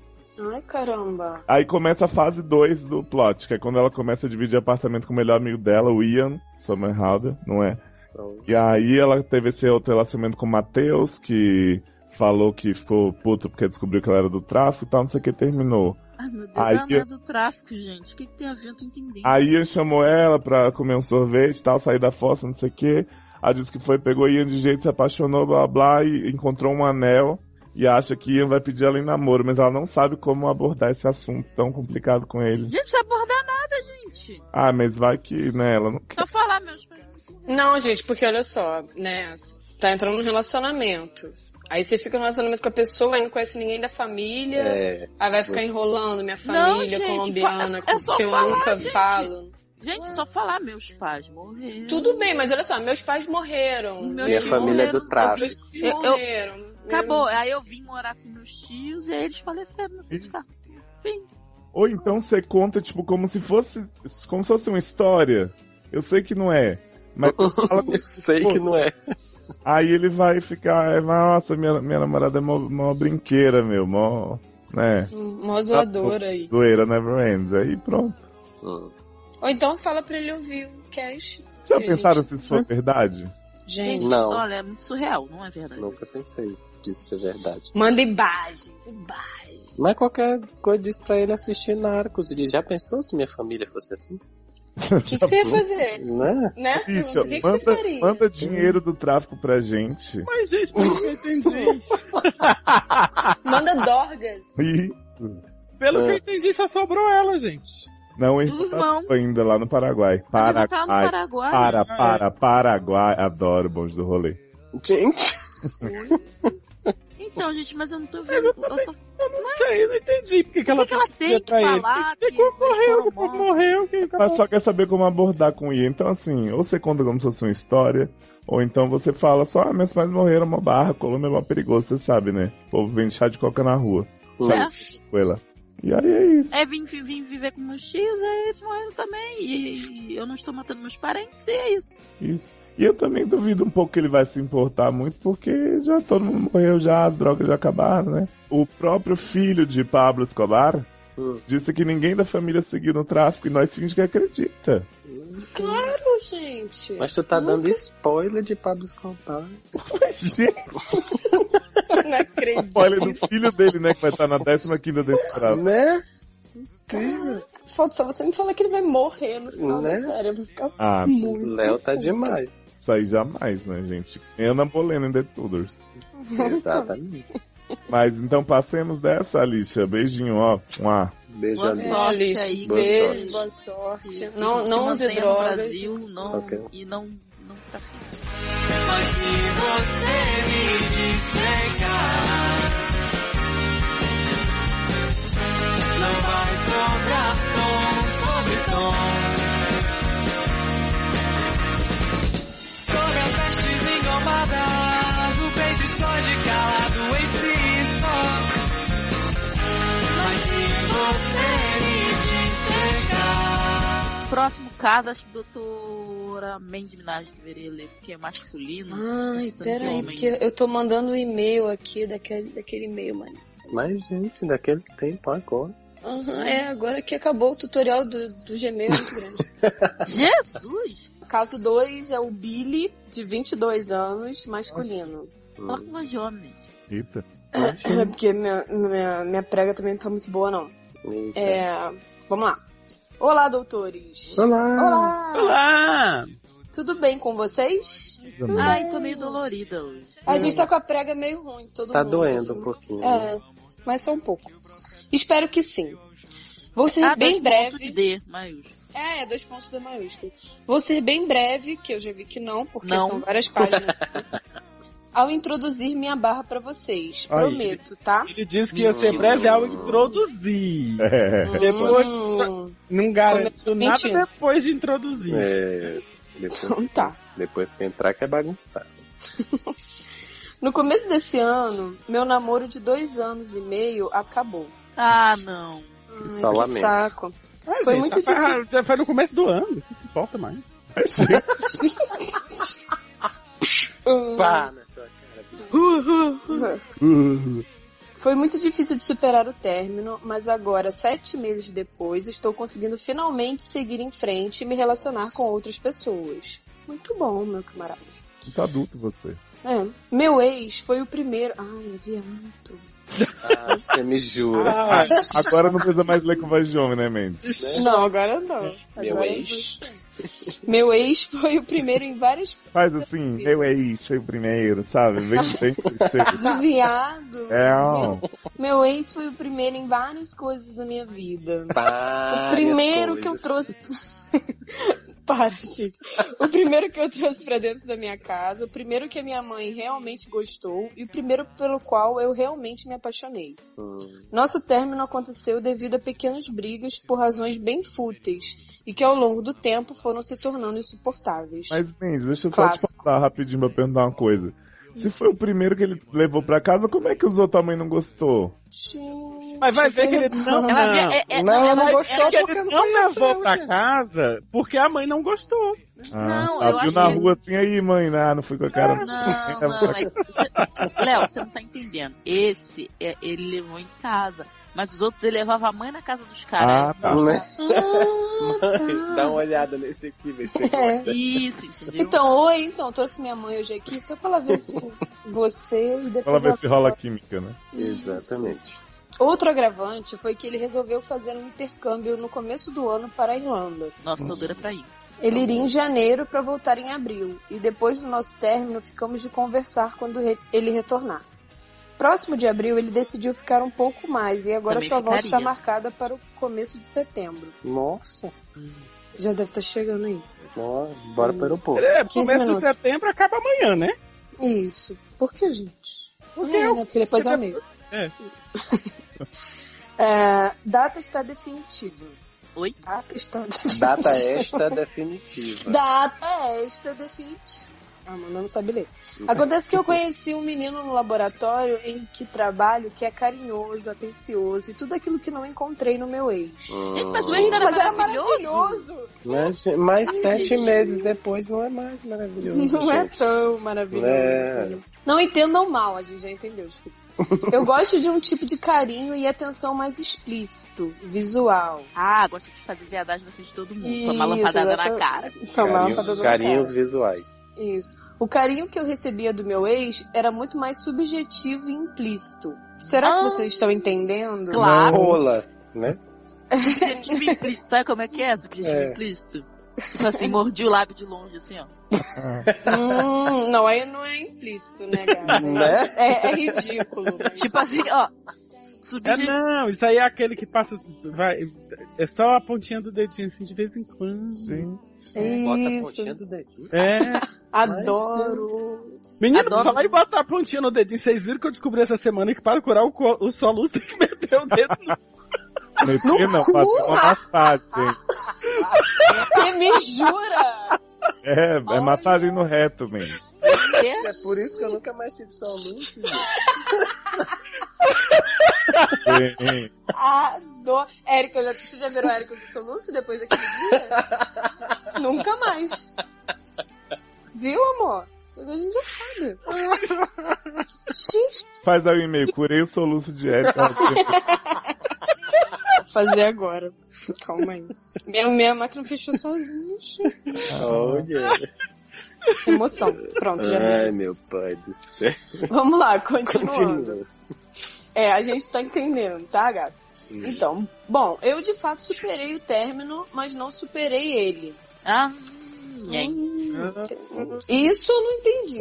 Speaker 4: Ai, caramba.
Speaker 3: Aí começa a fase 2 do plot, que é quando ela começa a dividir apartamento com o melhor amigo dela, o Ian, se eu não errado, não é?
Speaker 6: Então,
Speaker 3: E aí ela teve esse outro relacionamento com o Matheus, que falou que ficou puto porque descobriu que ela era do tráfico e tal, não sei o que, terminou.
Speaker 2: Ai, meu Deus,
Speaker 3: Ai,
Speaker 2: ela não
Speaker 3: eu- Ah.
Speaker 2: é do tráfico, gente. O que, que tem a ver? Eu não tô entendendo.
Speaker 3: Aí Ian chamou ela pra comer um sorvete e tal, sair da fossa, não sei o que. Ela disse que foi, pegou Ian de jeito, se apaixonou, blá blá, e encontrou um anel. e acha que Ian vai pedir ela em namoro, mas ela não sabe como abordar esse assunto tão complicado com ele.
Speaker 2: Gente, não precisa abordar nada, gente.
Speaker 3: Ah, mas vai que, né, ela não
Speaker 2: Só falar meus
Speaker 4: Não, gente, porque olha só, né? Tá entrando num relacionamento. Aí você fica no relacionamento com a pessoa, aí não conhece ninguém da família.
Speaker 6: É,
Speaker 4: Aí vai ficar enrolando minha família
Speaker 2: gente,
Speaker 4: colombiana,
Speaker 2: fa- é só
Speaker 4: que eu
Speaker 2: falar,
Speaker 4: nunca
Speaker 2: gente.
Speaker 4: falo.
Speaker 2: Gente, só falar meus pais morreram.
Speaker 4: Tudo bem, mas olha só, meus pais morreram.
Speaker 2: Meus
Speaker 6: Minha
Speaker 2: irmãos
Speaker 6: família é do
Speaker 2: morreram,
Speaker 6: tráfico.
Speaker 4: Meus pais
Speaker 2: Eu- eu-
Speaker 4: morreram.
Speaker 2: Acabou. Aí eu vim morar com meus tios e aí eles faleceram no hospital. Fim.
Speaker 3: Ou então você conta, tipo, como se fosse. Como se fosse uma história. Eu sei que não é. Mas você
Speaker 6: (laughs)
Speaker 3: fala com-
Speaker 6: Eu sei que não é.
Speaker 3: aí ele vai ficar. é, Nossa, minha, minha namorada é mó, mó brinqueira, meu, mó. né?
Speaker 4: Mó zoadora aí.
Speaker 3: Doeira never ends. Aí pronto.
Speaker 4: Ou então fala pra ele ouvir o cast.
Speaker 3: Já
Speaker 4: Gente.
Speaker 3: pensaram se isso for verdade?
Speaker 4: Gente,
Speaker 6: Não.
Speaker 2: Olha, é muito surreal, não é verdade?
Speaker 6: Nunca pensei disso ser verdade.
Speaker 4: manda imagens. imagens.
Speaker 6: Mas qualquer coisa disso pra ele assistir Narcos. Ele já pensou se minha família fosse assim?
Speaker 4: O que, que você ia fazer?
Speaker 6: Né?
Speaker 4: Né? Pergunta,
Speaker 3: Bicha,
Speaker 4: o que, que você
Speaker 3: manda,
Speaker 4: faria?
Speaker 3: manda dinheiro do tráfico pra gente.
Speaker 5: Mas, gente, pelo que eu entendi.
Speaker 4: Manda dorgas.
Speaker 3: E
Speaker 5: Pelo que eu
Speaker 6: É.
Speaker 5: entendi, só sobrou ela, gente.
Speaker 3: não em
Speaker 2: Do irmão.
Speaker 3: ainda lá no Paraguai.
Speaker 2: Mas ele tá no Paraguai.
Speaker 3: Paraguai. Para, para, Paraguai. Adoro bons do rolê.
Speaker 6: Gente,
Speaker 2: Então, gente, mas eu não tô vendo. Eu só...
Speaker 5: Não sei, eu não entendi. Por que, que
Speaker 2: O
Speaker 5: ela
Speaker 2: que, que ela
Speaker 5: dizia
Speaker 2: tem que
Speaker 5: pra ele?
Speaker 2: falar?
Speaker 5: Se
Speaker 2: que eles
Speaker 5: morreu,
Speaker 2: foram
Speaker 5: que o povo
Speaker 2: mortos?
Speaker 5: morreu, que tá
Speaker 3: Mas Ah, só quer saber como abordar com o Ian. Então, assim, ou você conta como se fosse uma história, ou então você fala só, ah, meus pais morreram, uma barra, Colômbia é mó perigoso, você sabe, né? O povo vende chá de coca na rua. Foi lá. E aí é isso.
Speaker 2: É, vim, vim, vim viver com meus tios, aí eles morreram também. E, e eu não estou matando meus parentes, e é isso.
Speaker 3: isso. E eu também duvido um pouco que ele vai se importar muito, porque já todo mundo morreu, já as drogas já acabaram, né? O próprio filho de Pablo Escobar
Speaker 6: Hum.
Speaker 3: disse que ninguém da família seguiu no tráfico e nós finge que acredita.
Speaker 4: Claro, gente.
Speaker 6: Mas tu tá dando spoiler de Pablo Escobar.
Speaker 3: Gente,
Speaker 4: Não acredito.
Speaker 3: olha, do filho dele, né, que vai estar na 15ª temporada.
Speaker 6: Né?
Speaker 4: Falta só você me falar que ele vai morrer no final
Speaker 6: Né?
Speaker 4: da série. Eu vou ficar
Speaker 3: Ah,
Speaker 4: muito.
Speaker 6: Léo tá demais.
Speaker 3: isso aí jamais, né, gente? É Ana Bolena em The Tudors.
Speaker 6: Exatamente.
Speaker 3: Mas então passemos dessa, Alicia. Beijinho, ó. Mua.
Speaker 6: Beijo,
Speaker 2: Boa
Speaker 6: amigo.
Speaker 2: sorte
Speaker 4: Alice,
Speaker 2: aí,
Speaker 6: boa
Speaker 2: beijo.
Speaker 6: sorte.
Speaker 4: Boa sorte.
Speaker 2: Que
Speaker 4: Não,
Speaker 2: se
Speaker 4: não use
Speaker 2: mantenha no
Speaker 4: drogas.
Speaker 2: Brasil, não,
Speaker 6: Ok.
Speaker 2: e não, não assim. trafique.
Speaker 8: Mas se você me despegar, não vai sobrar tom sobre tom. Sobre as vestes engombadas, o peito explode calado em si só. Mas se você me despegar,
Speaker 2: Próximo caso, acho que doutora Mandy Minaj deveria ler, porque é masculino. tá
Speaker 4: Ai,
Speaker 2: São
Speaker 4: peraí,
Speaker 2: homens.
Speaker 4: porque eu tô mandando um e-mail aqui daquele, daquele e-mail, mano.
Speaker 6: Mas, gente, daquele tempo agora.
Speaker 4: Aham, é, agora que acabou o tutorial do, do Gmail é muito grande.
Speaker 2: Jesus!
Speaker 4: (laughs) Caso 2 é o Billy, de 22 anos, masculino.
Speaker 2: Fala com voz de homem.
Speaker 3: Eita.
Speaker 4: É porque minha, minha, minha prega também não tá muito boa, não.
Speaker 6: Eita.
Speaker 4: É, vamos lá. Olá, doutores.
Speaker 6: Olá!
Speaker 4: Olá!
Speaker 5: Olá!
Speaker 4: Tudo bem com vocês?
Speaker 2: Ai, tô meio dolorida hoje.
Speaker 4: A gente tá com a prega meio ruim, todo
Speaker 6: Tá
Speaker 4: mundo.
Speaker 6: doendo
Speaker 4: assim.
Speaker 6: um pouquinho. né?
Speaker 4: É, mas só um pouco. Espero que sim. Vou ser
Speaker 2: Ah,
Speaker 4: bem
Speaker 2: dois pontos
Speaker 4: breve.
Speaker 2: D, maiúsculo.
Speaker 4: É, é dois pontos do maiúsculo. Vou ser bem breve, que eu já vi que não, porque
Speaker 2: Não.
Speaker 4: são
Speaker 2: (laughs)
Speaker 4: várias páginas. Ao introduzir minha barra pra vocês,
Speaker 5: Aí.
Speaker 4: prometo, tá?
Speaker 5: Ele disse que ia ser breve ao introduzir.
Speaker 3: É.
Speaker 5: Depois-
Speaker 4: Hum,
Speaker 5: Não garanto
Speaker 4: Começou
Speaker 5: nada
Speaker 4: mentindo.
Speaker 5: depois de introduzir.
Speaker 6: É,
Speaker 4: então
Speaker 6: depois,
Speaker 4: tá.
Speaker 6: depois que entrar que é bagunçado.
Speaker 4: No começo desse ano, meu namoro de dois anos e meio acabou.
Speaker 2: Ah, não.
Speaker 4: Ai,
Speaker 6: Só
Speaker 4: que
Speaker 6: lamento.
Speaker 4: saco.
Speaker 5: Ai,
Speaker 4: Foi
Speaker 5: gente,
Speaker 4: muito
Speaker 5: já Já foi no começo do ano, que se importa mais.
Speaker 4: Hum.
Speaker 6: Pá nessa cara.
Speaker 4: Foi muito difícil de superar o término, mas agora, sete meses depois, estou conseguindo finalmente seguir em frente e me relacionar com outras pessoas. Muito bom, meu camarada.
Speaker 3: Muito adulto você.
Speaker 4: É. Meu ex foi o primeiro. Ai, viado.
Speaker 6: Ah, você me jura.
Speaker 3: Ah, agora não precisa mais ler com voz de homem, né, Mandy?
Speaker 4: Não, agora não.
Speaker 6: Meu
Speaker 4: Agora
Speaker 6: ex.
Speaker 4: foi- Meu ex foi o primeiro em várias
Speaker 3: Faz assim, eu é isso, foi o primeiro, sabe?
Speaker 2: (laughs)
Speaker 3: Vem, vem, chega.
Speaker 4: Viado.
Speaker 3: É, ó.
Speaker 4: Meu ex foi o primeiro em várias coisas da minha vida. O
Speaker 6: Várias
Speaker 4: primeiro que eu
Speaker 6: Ah, coisas.
Speaker 4: trouxe. (laughs) Para, gente. O primeiro que eu trouxe pra dentro da minha casa, o primeiro que a minha mãe realmente gostou e o primeiro pelo qual eu realmente me apaixonei.
Speaker 6: Hum.
Speaker 4: Nosso término aconteceu devido a pequenas brigas por razões bem fúteis e que ao longo do tempo foram se tornando insuportáveis.
Speaker 3: Mas, Mendes, deixa eu só te
Speaker 4: Clássico.
Speaker 3: falar rapidinho pra perguntar uma coisa. Se foi o primeiro que ele levou pra casa, como é que os outros também não gostou?
Speaker 4: Gente,
Speaker 5: Mas vai ver que ele não.
Speaker 2: Ela
Speaker 5: não.
Speaker 2: vê- é- é-
Speaker 6: Não, ela não
Speaker 5: Vai
Speaker 6: gostou
Speaker 5: ver que
Speaker 6: porque
Speaker 5: ele
Speaker 6: não
Speaker 5: não levou
Speaker 6: conheceu,
Speaker 5: pra
Speaker 6: gente.
Speaker 5: casa porque a mãe não gostou.
Speaker 2: Não, eu
Speaker 3: tá, viu
Speaker 2: acho
Speaker 3: na
Speaker 2: que- é assim,
Speaker 3: rua assim, aí, mãe, ah, não fui com a cara.
Speaker 2: Não,
Speaker 3: (laughs)
Speaker 2: não, é que você- Léo, você não tá entendendo. Esse, é, ele levou em casa. Mas os outros, ele levava a mãe na casa dos
Speaker 3: Ah,
Speaker 2: caras.
Speaker 3: tá.
Speaker 6: Né? Mãe, (laughs) dá uma olhada nesse aqui, vê se
Speaker 4: (laughs)
Speaker 6: (laughs)
Speaker 4: É.
Speaker 2: Isso, entendeu?
Speaker 4: Então, oi, então, trouxe minha mãe hoje aqui só pra ela ver
Speaker 6: (laughs)
Speaker 4: se você e depois
Speaker 3: Fala ver
Speaker 4: ela
Speaker 3: se rola química, né?
Speaker 6: Exatamente.
Speaker 4: Outro agravante foi que ele resolveu fazer um intercâmbio no começo do ano para a Irlanda.
Speaker 2: Nossa, sou doida pra ir.
Speaker 4: Ele iria em janeiro para voltar em abril, e depois do nosso término ficamos de conversar quando re- ele retornasse. Próximo de abril, ele decidiu ficar um pouco mais, e agora
Speaker 2: Também
Speaker 4: sua volta
Speaker 2: ficaria.
Speaker 4: está marcada para o começo de setembro.
Speaker 6: Nossa.
Speaker 4: Já deve estar chegando aí.
Speaker 6: Ó, Bora pro aeroporto.
Speaker 5: É,
Speaker 4: 15
Speaker 5: começa em
Speaker 4: minutos.
Speaker 5: setembro, acaba amanhã, né?
Speaker 4: Isso. Por que, gente?
Speaker 5: Porque
Speaker 4: Ah,
Speaker 5: eu-
Speaker 4: né? Porque depois é o meio.
Speaker 5: É.
Speaker 4: (laughs) É, data está definitiva.
Speaker 2: Oi?
Speaker 4: Data está definitiva.
Speaker 6: (laughs) Data esta definitiva.
Speaker 4: Data esta definitiva. Ah, mano, é não sabe ler. Acontece que eu conheci um menino no laboratório em que trabalho que é carinhoso, atencioso e tudo aquilo que não encontrei no meu ex.
Speaker 6: Hum.
Speaker 2: Mas o ex era
Speaker 4: Ah. Mas era
Speaker 2: maravilhoso.
Speaker 4: maravilhoso!
Speaker 6: Mas, mas
Speaker 2: Ai,
Speaker 6: sete
Speaker 2: gente.
Speaker 6: meses depois não é mais maravilhoso.
Speaker 4: Não é
Speaker 6: gente.
Speaker 4: tão maravilhoso.
Speaker 6: É.
Speaker 4: assim. Não entendam mal, a gente já entendeu. desculpa. (laughs) Eu gosto de um tipo de carinho e atenção mais explícito, visual.
Speaker 2: Ah, gosta de fazer viadagem na frente de todo mundo. Tomar
Speaker 4: Isso,
Speaker 2: lampadada na
Speaker 4: exatamente.
Speaker 2: cara.
Speaker 4: Tomar
Speaker 6: Carinho-
Speaker 4: pra todo
Speaker 6: carinhos visuais.
Speaker 4: Isso. O carinho que eu recebia do meu ex era muito mais subjetivo e implícito. Será
Speaker 2: Ah.
Speaker 4: que vocês estão entendendo?
Speaker 2: Claro.
Speaker 6: Ah, Rola, né?
Speaker 2: Subjetivo implícito. Sabe como é que é? Subjetivo
Speaker 6: É.
Speaker 2: implícito. Tipo assim, mordi o lábio de longe, assim, ó.
Speaker 4: (laughs) Hum, não, aí não é implícito, né, Gabi?
Speaker 6: Né?
Speaker 4: É, é ridículo. mas-
Speaker 2: Tipo assim, ó.
Speaker 5: É,
Speaker 2: Subjetivo.
Speaker 4: né?
Speaker 5: não, isso aí é aquele que passa. Vai, é só a pontinha do dedinho assim de vez em quando.
Speaker 6: é, Bota a
Speaker 4: É Isso.
Speaker 6: pontinha do dedinho.
Speaker 2: (laughs)
Speaker 5: É.
Speaker 4: Adoro.
Speaker 5: Menino,
Speaker 2: Adoro.
Speaker 5: falar e botar a pontinha no dedinho. Vocês viram que eu descobri essa semana que para curar o, co- o soluço tem (laughs) que meter o dedo no
Speaker 3: Meter não,
Speaker 4: cu?
Speaker 3: fazer uma massagem.
Speaker 6: é.
Speaker 4: Você me jura?
Speaker 3: É, é
Speaker 4: Olha.
Speaker 3: massagem no reto, Mendes.
Speaker 6: É por isso que eu nunca mais tive São Luís.
Speaker 3: Sim.
Speaker 4: Adoro. Érica, já- você já virou Érica do Soluço depois daquele dia? Nunca mais. Viu, amor? Tudo a gente já sabe. (laughs) Gente,
Speaker 3: Faz aí o e-mail, curei o soluço de Érica.
Speaker 4: vou fazer agora. (laughs) Calma aí. Minha, minha máquina fechou sozinha. gente.
Speaker 6: Olha.
Speaker 4: Emoção. Pronto, já
Speaker 6: Ai,
Speaker 4: vi.
Speaker 6: meu pai do céu.
Speaker 4: Vamos lá, continuando.
Speaker 6: Continua.
Speaker 4: É, a gente tá entendendo, tá, gato? Então, bom, eu de fato superei o término, mas não superei ele.
Speaker 2: Ah, hum, hein.
Speaker 4: (laughs) Isso eu não entendi.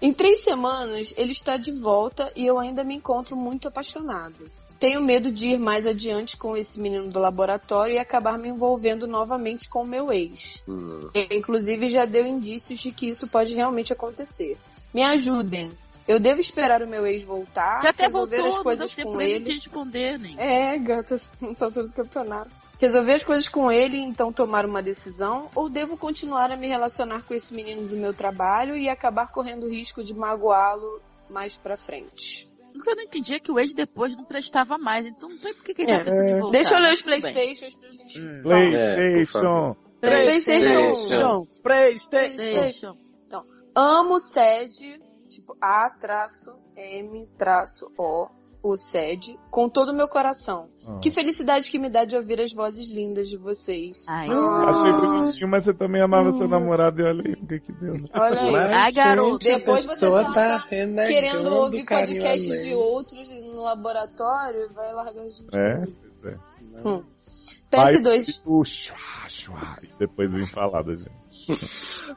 Speaker 4: Em três semanas, ele está de volta e eu ainda me encontro muito apaixonado. Tenho medo de ir mais adiante com esse menino do laboratório e acabar me envolvendo novamente com o meu ex.
Speaker 6: Hum.
Speaker 4: Ele, inclusive, já deu indícios de que isso pode realmente acontecer. Me ajudem. Eu devo esperar o meu ex voltar,
Speaker 2: Já até
Speaker 4: tá resolver
Speaker 2: voltou,
Speaker 4: as
Speaker 2: não
Speaker 4: coisas
Speaker 2: deu tempo
Speaker 4: com
Speaker 2: nem
Speaker 4: ele.
Speaker 2: de responder, nem.
Speaker 4: É, gata, (laughs) nessa altura do campeonato. Resolver as coisas com ele e então tomar uma decisão? Ou devo continuar a me relacionar com esse menino do meu trabalho e acabar correndo o risco de magoá-lo mais pra frente?
Speaker 2: O que eu não entendi é que o ex depois não prestava mais, então não sei por que que ele
Speaker 4: É.
Speaker 2: tá precisando de voltar.
Speaker 4: Deixa eu ler os
Speaker 2: Tudo bem.
Speaker 4: Playstations pra gente.
Speaker 6: É, por
Speaker 3: Playstation.
Speaker 6: favor.
Speaker 4: Playstation.
Speaker 6: Playstation.
Speaker 5: dedão. Preste.
Speaker 4: Playstation.
Speaker 2: Deixa.
Speaker 4: Amo sede, tipo A traço M traço O, o sede, com todo o meu coração.
Speaker 3: Ah.
Speaker 4: Que felicidade que me dá de ouvir as vozes lindas de vocês.
Speaker 2: Ai,
Speaker 4: Hum.
Speaker 3: Achei bonitinho, mas você também amava seu namorado e olha aí o que que deu. né?
Speaker 4: Olha aí.
Speaker 6: é
Speaker 2: Ai, garoto.
Speaker 4: Depois você
Speaker 6: pessoa
Speaker 4: tá
Speaker 6: renegando
Speaker 4: querendo ouvir
Speaker 6: carinho
Speaker 4: podcasts de
Speaker 6: além.
Speaker 4: outros e não no laboratório e vai largar a gente.
Speaker 3: É?
Speaker 4: Hum. PS2,
Speaker 3: O chua, chua, e depois vem falar da gente.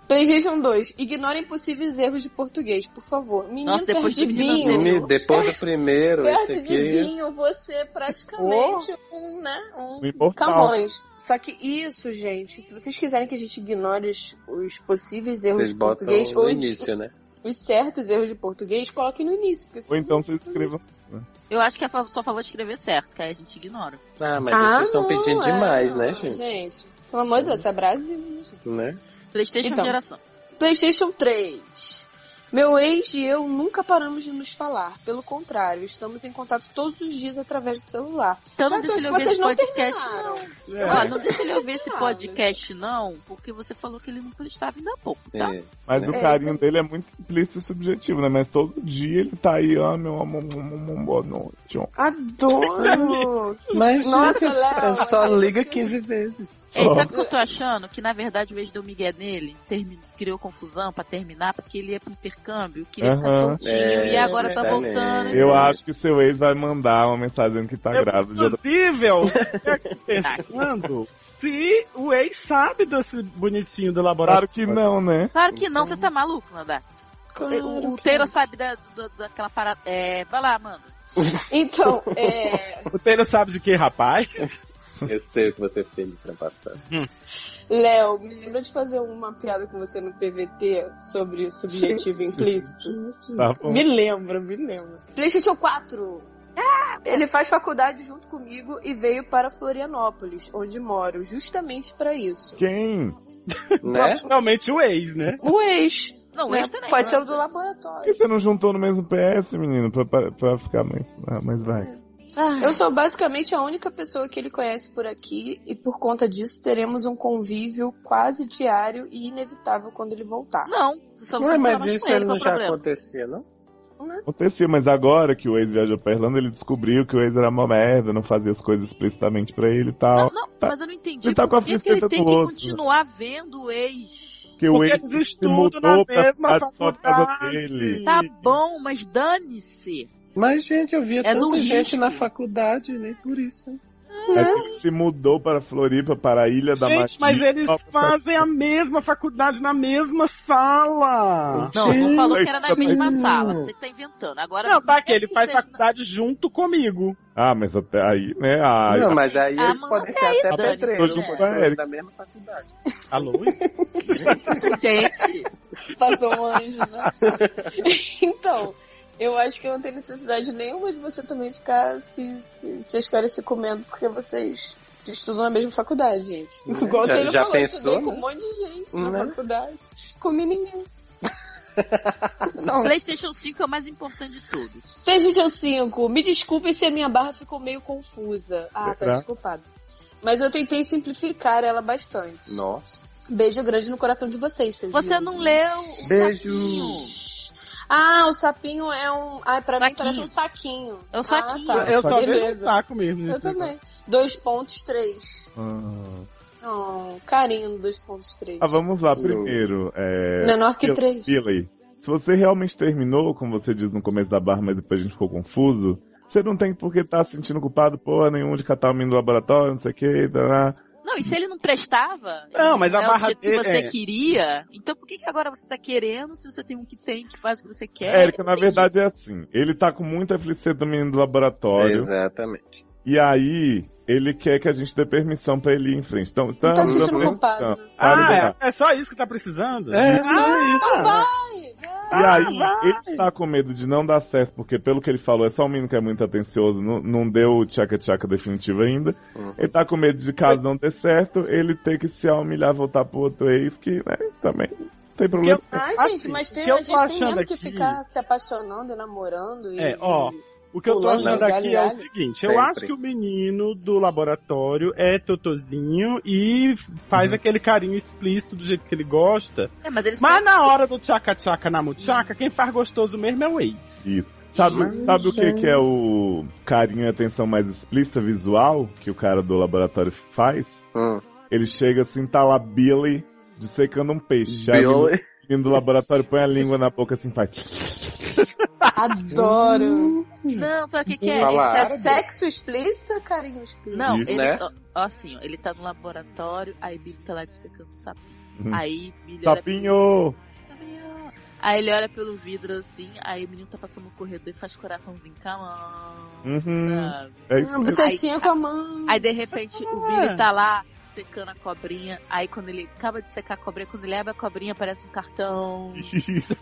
Speaker 4: PlayStation 2. Ignorem possíveis erros de português, por favor. Menino
Speaker 2: Nossa, depois
Speaker 4: perde
Speaker 2: de menino
Speaker 4: vinho.
Speaker 6: Menino, depois do primeiro,
Speaker 4: Perto
Speaker 6: esse
Speaker 4: de
Speaker 6: aqui.
Speaker 4: vinho, você é praticamente um, né? Um
Speaker 3: Um imortal.
Speaker 4: Camões. Só que isso, gente, se vocês quiserem que a gente ignore os, os possíveis erros
Speaker 6: Vocês
Speaker 4: de
Speaker 6: botam
Speaker 4: português ou
Speaker 6: no
Speaker 4: os,
Speaker 6: início, né?
Speaker 4: os certos erros de português, coloquem no início. Porque
Speaker 3: Ou
Speaker 4: senão-
Speaker 3: então vocês escrevam.
Speaker 2: Eu acho que é fa- só favor de escrever certo, que aí a gente ignora.
Speaker 6: Ah, mas
Speaker 4: Ah,
Speaker 6: vocês estão
Speaker 4: não,
Speaker 6: pedindo
Speaker 4: é,
Speaker 6: demais,
Speaker 4: não,
Speaker 6: né, gente?
Speaker 4: Gente, pelo amor de Deus, essa é Brasil. né, gente?
Speaker 6: Né?
Speaker 2: Playstation
Speaker 4: Então.
Speaker 2: geração.
Speaker 4: PlayStation 3. Meu ex e eu nunca paramos de nos falar. Pelo contrário, estamos em contato todos os dias através do celular.
Speaker 2: Então não
Speaker 4: Mas
Speaker 2: deixa
Speaker 4: acho
Speaker 2: ele
Speaker 4: que
Speaker 2: ouvir esse
Speaker 4: vocês não
Speaker 2: podcast não.
Speaker 4: Claro.
Speaker 2: Ó, não deixa ele ouvir esse
Speaker 4: Ah,
Speaker 2: podcast não, porque você falou que ele não estava ainda há pouco, tá?
Speaker 6: É.
Speaker 3: Mas
Speaker 6: É,
Speaker 3: o
Speaker 6: isso
Speaker 3: carinho dele é muito implícito e subjetivo, né? Mas todo dia ele tá aí, ó, meu amor, meu amor, boa noite. ó.
Speaker 4: Adoro!
Speaker 6: Mas
Speaker 4: Nossa,
Speaker 6: né,
Speaker 4: Léo,
Speaker 6: é só
Speaker 4: mas-
Speaker 6: liga 15 vezes.
Speaker 2: É, sabe o que eu tô achando? Que na verdade o ex deu migué nele, termi- criou confusão pra terminar, porque ele ia pro intercâmbio, queria ficar
Speaker 3: Aham.
Speaker 2: soltinho,
Speaker 6: É,
Speaker 2: e agora tá
Speaker 6: verdade.
Speaker 2: voltando.
Speaker 3: Eu acho que seu ex vai mandar uma mensagem dizendo que tá
Speaker 5: É
Speaker 3: grávida.
Speaker 5: possível.
Speaker 3: (laughs)
Speaker 5: Fica pensando se o ex sabe desse bonitinho do
Speaker 3: Claro
Speaker 5: laboratório.
Speaker 3: que não, né?
Speaker 2: Claro que não, você tá maluco, Nadá. É, o o Teiro sabe da, da- daquela parada. É, vai lá, mano.
Speaker 4: Então, é,
Speaker 3: Ah.
Speaker 5: O Taylor sabe de que, rapaz?
Speaker 6: Eu sei o que você fez no ano (laughs) passado.
Speaker 4: Léo, me lembra de fazer uma piada com você no PVT sobre o subjetivo implícito?
Speaker 3: Tá bom.
Speaker 4: Me lembra, me lembra. PlayStation 4. Ah, Ele faz faculdade junto comigo e veio para Florianópolis, onde moro, justamente para isso.
Speaker 3: Quem?
Speaker 6: Né?
Speaker 5: Finalmente é o ex, né?
Speaker 4: O ex.
Speaker 2: Não,
Speaker 4: né?
Speaker 2: o ex também.
Speaker 4: Pode
Speaker 2: né?
Speaker 4: ser o do
Speaker 3: Por que
Speaker 4: laboratório.
Speaker 3: você não juntou no mesmo PS, menino? Pra, pra, pra ficar mais. Ah, mas vai.
Speaker 2: Ah,
Speaker 4: Eu sou basicamente a única pessoa que ele conhece por aqui e por conta disso teremos um convívio quase diário e inevitável quando ele voltar.
Speaker 2: Não, só você
Speaker 6: Ué,
Speaker 2: falar
Speaker 6: mas
Speaker 2: mais
Speaker 6: isso
Speaker 2: com ele,
Speaker 6: ele
Speaker 2: qual
Speaker 6: não
Speaker 2: o
Speaker 6: já
Speaker 2: problema?
Speaker 6: acontecia, não?
Speaker 3: Acontecia, mas agora que o ex viajou pra Irlanda, ele descobriu que o ex era uma merda, não fazia as coisas explicitamente pra ele e tal.
Speaker 2: Não, não,
Speaker 3: Tá.
Speaker 2: mas eu não entendi.
Speaker 3: Ele tá com a
Speaker 2: por que, que
Speaker 3: fliceta
Speaker 2: ele tem
Speaker 3: do
Speaker 2: que
Speaker 3: outro.
Speaker 2: continuar vendo o ex?
Speaker 3: Porque o
Speaker 5: Porque
Speaker 3: ex
Speaker 5: eles
Speaker 3: se
Speaker 5: estudam
Speaker 3: mudou
Speaker 5: na
Speaker 3: pra
Speaker 5: mesma
Speaker 3: cidade só por causa
Speaker 5: faculdade.
Speaker 3: dele.
Speaker 2: Tá bom, mas dane-se.
Speaker 6: Mas, gente, eu via
Speaker 2: É
Speaker 6: tanta
Speaker 2: logístico.
Speaker 6: gente na faculdade, nem por isso.
Speaker 3: Mas É ele se mudou para Floripa, para a Ilha da Magia.
Speaker 5: Gente, mas eles
Speaker 3: só pra-
Speaker 5: fazem a mesma faculdade na mesma sala.
Speaker 2: Não, não falou que era na
Speaker 3: Gente,
Speaker 2: mesma
Speaker 6: mas-
Speaker 2: sala. Você que tá inventando. Agora. é
Speaker 5: Não, tá que ele
Speaker 2: que
Speaker 5: faz
Speaker 2: seja-
Speaker 5: faculdade junto comigo.
Speaker 3: Ah, mas até aí, né? A...
Speaker 6: não, mas aí
Speaker 2: Ah,
Speaker 6: eles
Speaker 2: mano,
Speaker 6: podem ser até
Speaker 2: dane-se,
Speaker 6: pedreiros,
Speaker 3: né?
Speaker 6: porque são da mesma faculdade.
Speaker 5: Alô?
Speaker 2: Gente,
Speaker 4: Passou um anjo, né? (laughs) então, eu acho que não tem necessidade nenhuma de você também ficar se, se, vocês querem se comendo porque vocês estudam na mesma faculdade, gente. Igual o
Speaker 6: Já-
Speaker 4: Taylor
Speaker 6: já
Speaker 4: falou, eu
Speaker 6: pensou,
Speaker 4: estudei com
Speaker 6: né?
Speaker 4: um monte de gente
Speaker 6: Né?
Speaker 4: na faculdade. Comi ninguém.
Speaker 2: PlayStation 5 é o mais importante de tudo.
Speaker 4: PlayStation 5, me desculpem se a minha barra ficou meio confusa. Ah, tá
Speaker 5: É.
Speaker 3: Tá.
Speaker 4: desculpado. Mas eu tentei simplificar ela bastante.
Speaker 6: Nossa.
Speaker 4: Beijo grande no coração de vocês, seus
Speaker 2: Você
Speaker 4: lindos.
Speaker 2: não leu o
Speaker 6: Beijo.
Speaker 2: saquinho.
Speaker 4: Ah, o sapinho é um. Ah, pra mim
Speaker 2: Saquinho.
Speaker 4: parece um saquinho.
Speaker 2: É o
Speaker 4: Ah,
Speaker 2: saquinho.
Speaker 4: tá.
Speaker 5: Eu só vejo o
Speaker 4: Beleza.
Speaker 5: saco mesmo. né? nesse
Speaker 4: Eu
Speaker 5: negócio.
Speaker 4: também. 2.3.
Speaker 3: Ah.
Speaker 4: Oh, carinho no 2.3.
Speaker 3: Ah, vamos lá, primeiro. É...
Speaker 4: Menor que
Speaker 3: Pil-
Speaker 4: 3.
Speaker 3: Pillay, se você realmente terminou, como você diz no começo da barra, mas depois a gente ficou confuso, você não tem por que estar se sentindo culpado, porra, nenhum de catar o menino do laboratório, não sei o tá, que, tará.
Speaker 2: Não, e se ele não prestava?
Speaker 5: Não, mas a
Speaker 2: é
Speaker 5: barra
Speaker 2: o jeito que
Speaker 5: dele-
Speaker 2: você
Speaker 5: é.
Speaker 2: queria. Então por que, que agora você tá querendo se você tem um que tem, que faz o que você quer?
Speaker 3: Érica, na verdade é assim, ele tá com muita felicidade do menino do laboratório,
Speaker 6: Exatamente.
Speaker 3: e aí ele quer que a gente dê permissão pra ele ir em frente. Então, então tá,
Speaker 4: tá
Speaker 3: eu
Speaker 4: se
Speaker 3: dou
Speaker 4: sentindo
Speaker 3: permissão.
Speaker 4: culpado, né?
Speaker 3: Para de
Speaker 5: Ah,
Speaker 3: dar.
Speaker 5: é, é só isso que tá precisando?
Speaker 4: Ah,
Speaker 5: Ah,
Speaker 6: É, só isso.
Speaker 3: E aí, ele tá com medo de não dar certo, porque pelo que ele falou, é só um menino que é muito atencioso, não, não deu o tchaca-tchaca definitivo ainda.
Speaker 6: Uhum.
Speaker 3: Ele tá com medo de caso não dê certo, ele ter que se humilhar voltar pro outro ex, que, né, também não tem problema.
Speaker 4: Ai,
Speaker 5: Assim,
Speaker 4: gente, mas
Speaker 5: o
Speaker 4: tem,
Speaker 5: que eu
Speaker 4: a
Speaker 5: tô
Speaker 4: gente tem mesmo
Speaker 5: achando
Speaker 4: que
Speaker 5: aqui-
Speaker 4: ficar se apaixonando e namorando. E...
Speaker 5: É, ó. O que eu tô
Speaker 4: Pulando
Speaker 5: achando
Speaker 4: galho,
Speaker 5: aqui é o
Speaker 4: galho.
Speaker 5: seguinte, eu
Speaker 6: Sempre.
Speaker 5: acho que o menino do laboratório é totozinho e faz aquele carinho explícito do jeito que ele gosta.
Speaker 2: É, mas ele
Speaker 5: Mas na hora do tchaca-tchaca na muchaca, quem faz gostoso mesmo é o ex.
Speaker 3: Sabe, sabe o que, que é o carinho e atenção mais explícita, visual, que o cara do laboratório faz?
Speaker 6: Hum.
Speaker 3: Ele chega assim, tá lá Billy, dissecando um peixe. Aí o
Speaker 6: Bill-
Speaker 3: menino do laboratório põe a língua na boca assim, faz...
Speaker 4: (laughs)
Speaker 5: Hum,
Speaker 4: Adoro.
Speaker 2: Não, sabe o que, que é?
Speaker 6: Fala
Speaker 4: É
Speaker 6: árabe.
Speaker 4: sexo explícito ou é carinho explícito?
Speaker 2: Não,
Speaker 3: Isso,
Speaker 2: ele,
Speaker 6: né?
Speaker 2: ó, ó, assim, ó, ele tá no laboratório, aí Billy tá lá destacando o sapinho.
Speaker 3: Hum.
Speaker 2: Aí Billy olha,
Speaker 3: Sapinho!
Speaker 2: aí ele olha pelo vidro assim, aí o menino tá passando no corredor e faz coraçãozinho com a mão.
Speaker 3: Uhum.
Speaker 2: sabe?
Speaker 3: É
Speaker 4: Uma
Speaker 3: isso.
Speaker 4: bucetinha com a mão.
Speaker 2: Aí de repente o Billy tá lá secando a cobrinha, aí quando ele acaba de secar a cobrinha, quando ele abre a cobrinha aparece um cartão.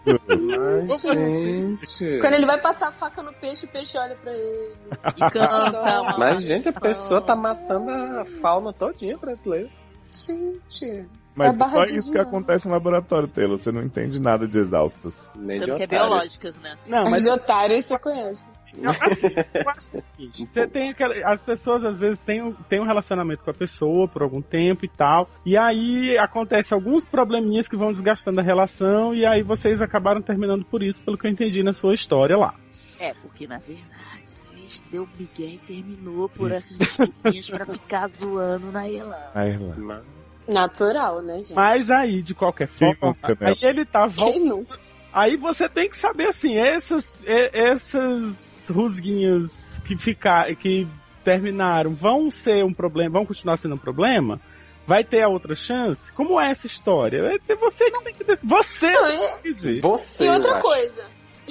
Speaker 6: Mas,
Speaker 4: Quando
Speaker 6: gente...
Speaker 4: ele vai passar a faca no peixe, o peixe olha pra ele.
Speaker 2: E canta,
Speaker 4: Adoro.
Speaker 2: mano.
Speaker 6: Mas, gente, a pessoa tá matando a fauna todinha brasileira.
Speaker 4: Gente.
Speaker 3: Mas
Speaker 4: É a barra
Speaker 3: só
Speaker 4: de
Speaker 3: isso que
Speaker 4: zoar.
Speaker 3: acontece no laboratório, Telo. Você não entende nada de exaustos.
Speaker 6: Nem
Speaker 2: Sendo
Speaker 6: de
Speaker 2: que é
Speaker 6: otários.
Speaker 2: biológicas, né?
Speaker 5: Não, mas
Speaker 4: Mas de otário você conhece.
Speaker 5: Não, assim, eu acho o seguinte, você tem aquela, as pessoas às vezes têm, um- têm um relacionamento com a pessoa por algum tempo e tal, e aí acontece alguns probleminhas que vão desgastando a relação, e aí vocês acabaram terminando por isso, pelo que eu entendi na sua história lá.
Speaker 2: É, porque na verdade, vocês deu Miguel e terminou por essas desculpinhas pra ficar zoando na Irlanda.
Speaker 3: Ai, lá.
Speaker 6: Mas-
Speaker 4: Natural, né, gente?
Speaker 5: Mas aí, de qualquer
Speaker 3: Quem
Speaker 5: forma,
Speaker 3: nunca, né?
Speaker 5: aí ele tá voltando.
Speaker 4: Quem nunca?
Speaker 5: Aí você tem que saber assim, essas, e- essas rusguinhas que ficar, que terminaram, vão ser um problema, vão continuar sendo um problema? Vai ter a outra chance? Como é essa história? É ter- você que tem que decidir. Você
Speaker 4: Não,
Speaker 5: tem
Speaker 4: e,
Speaker 5: que decidir.
Speaker 6: Você,
Speaker 4: e
Speaker 6: eu
Speaker 4: outra
Speaker 6: acho.
Speaker 4: coisa.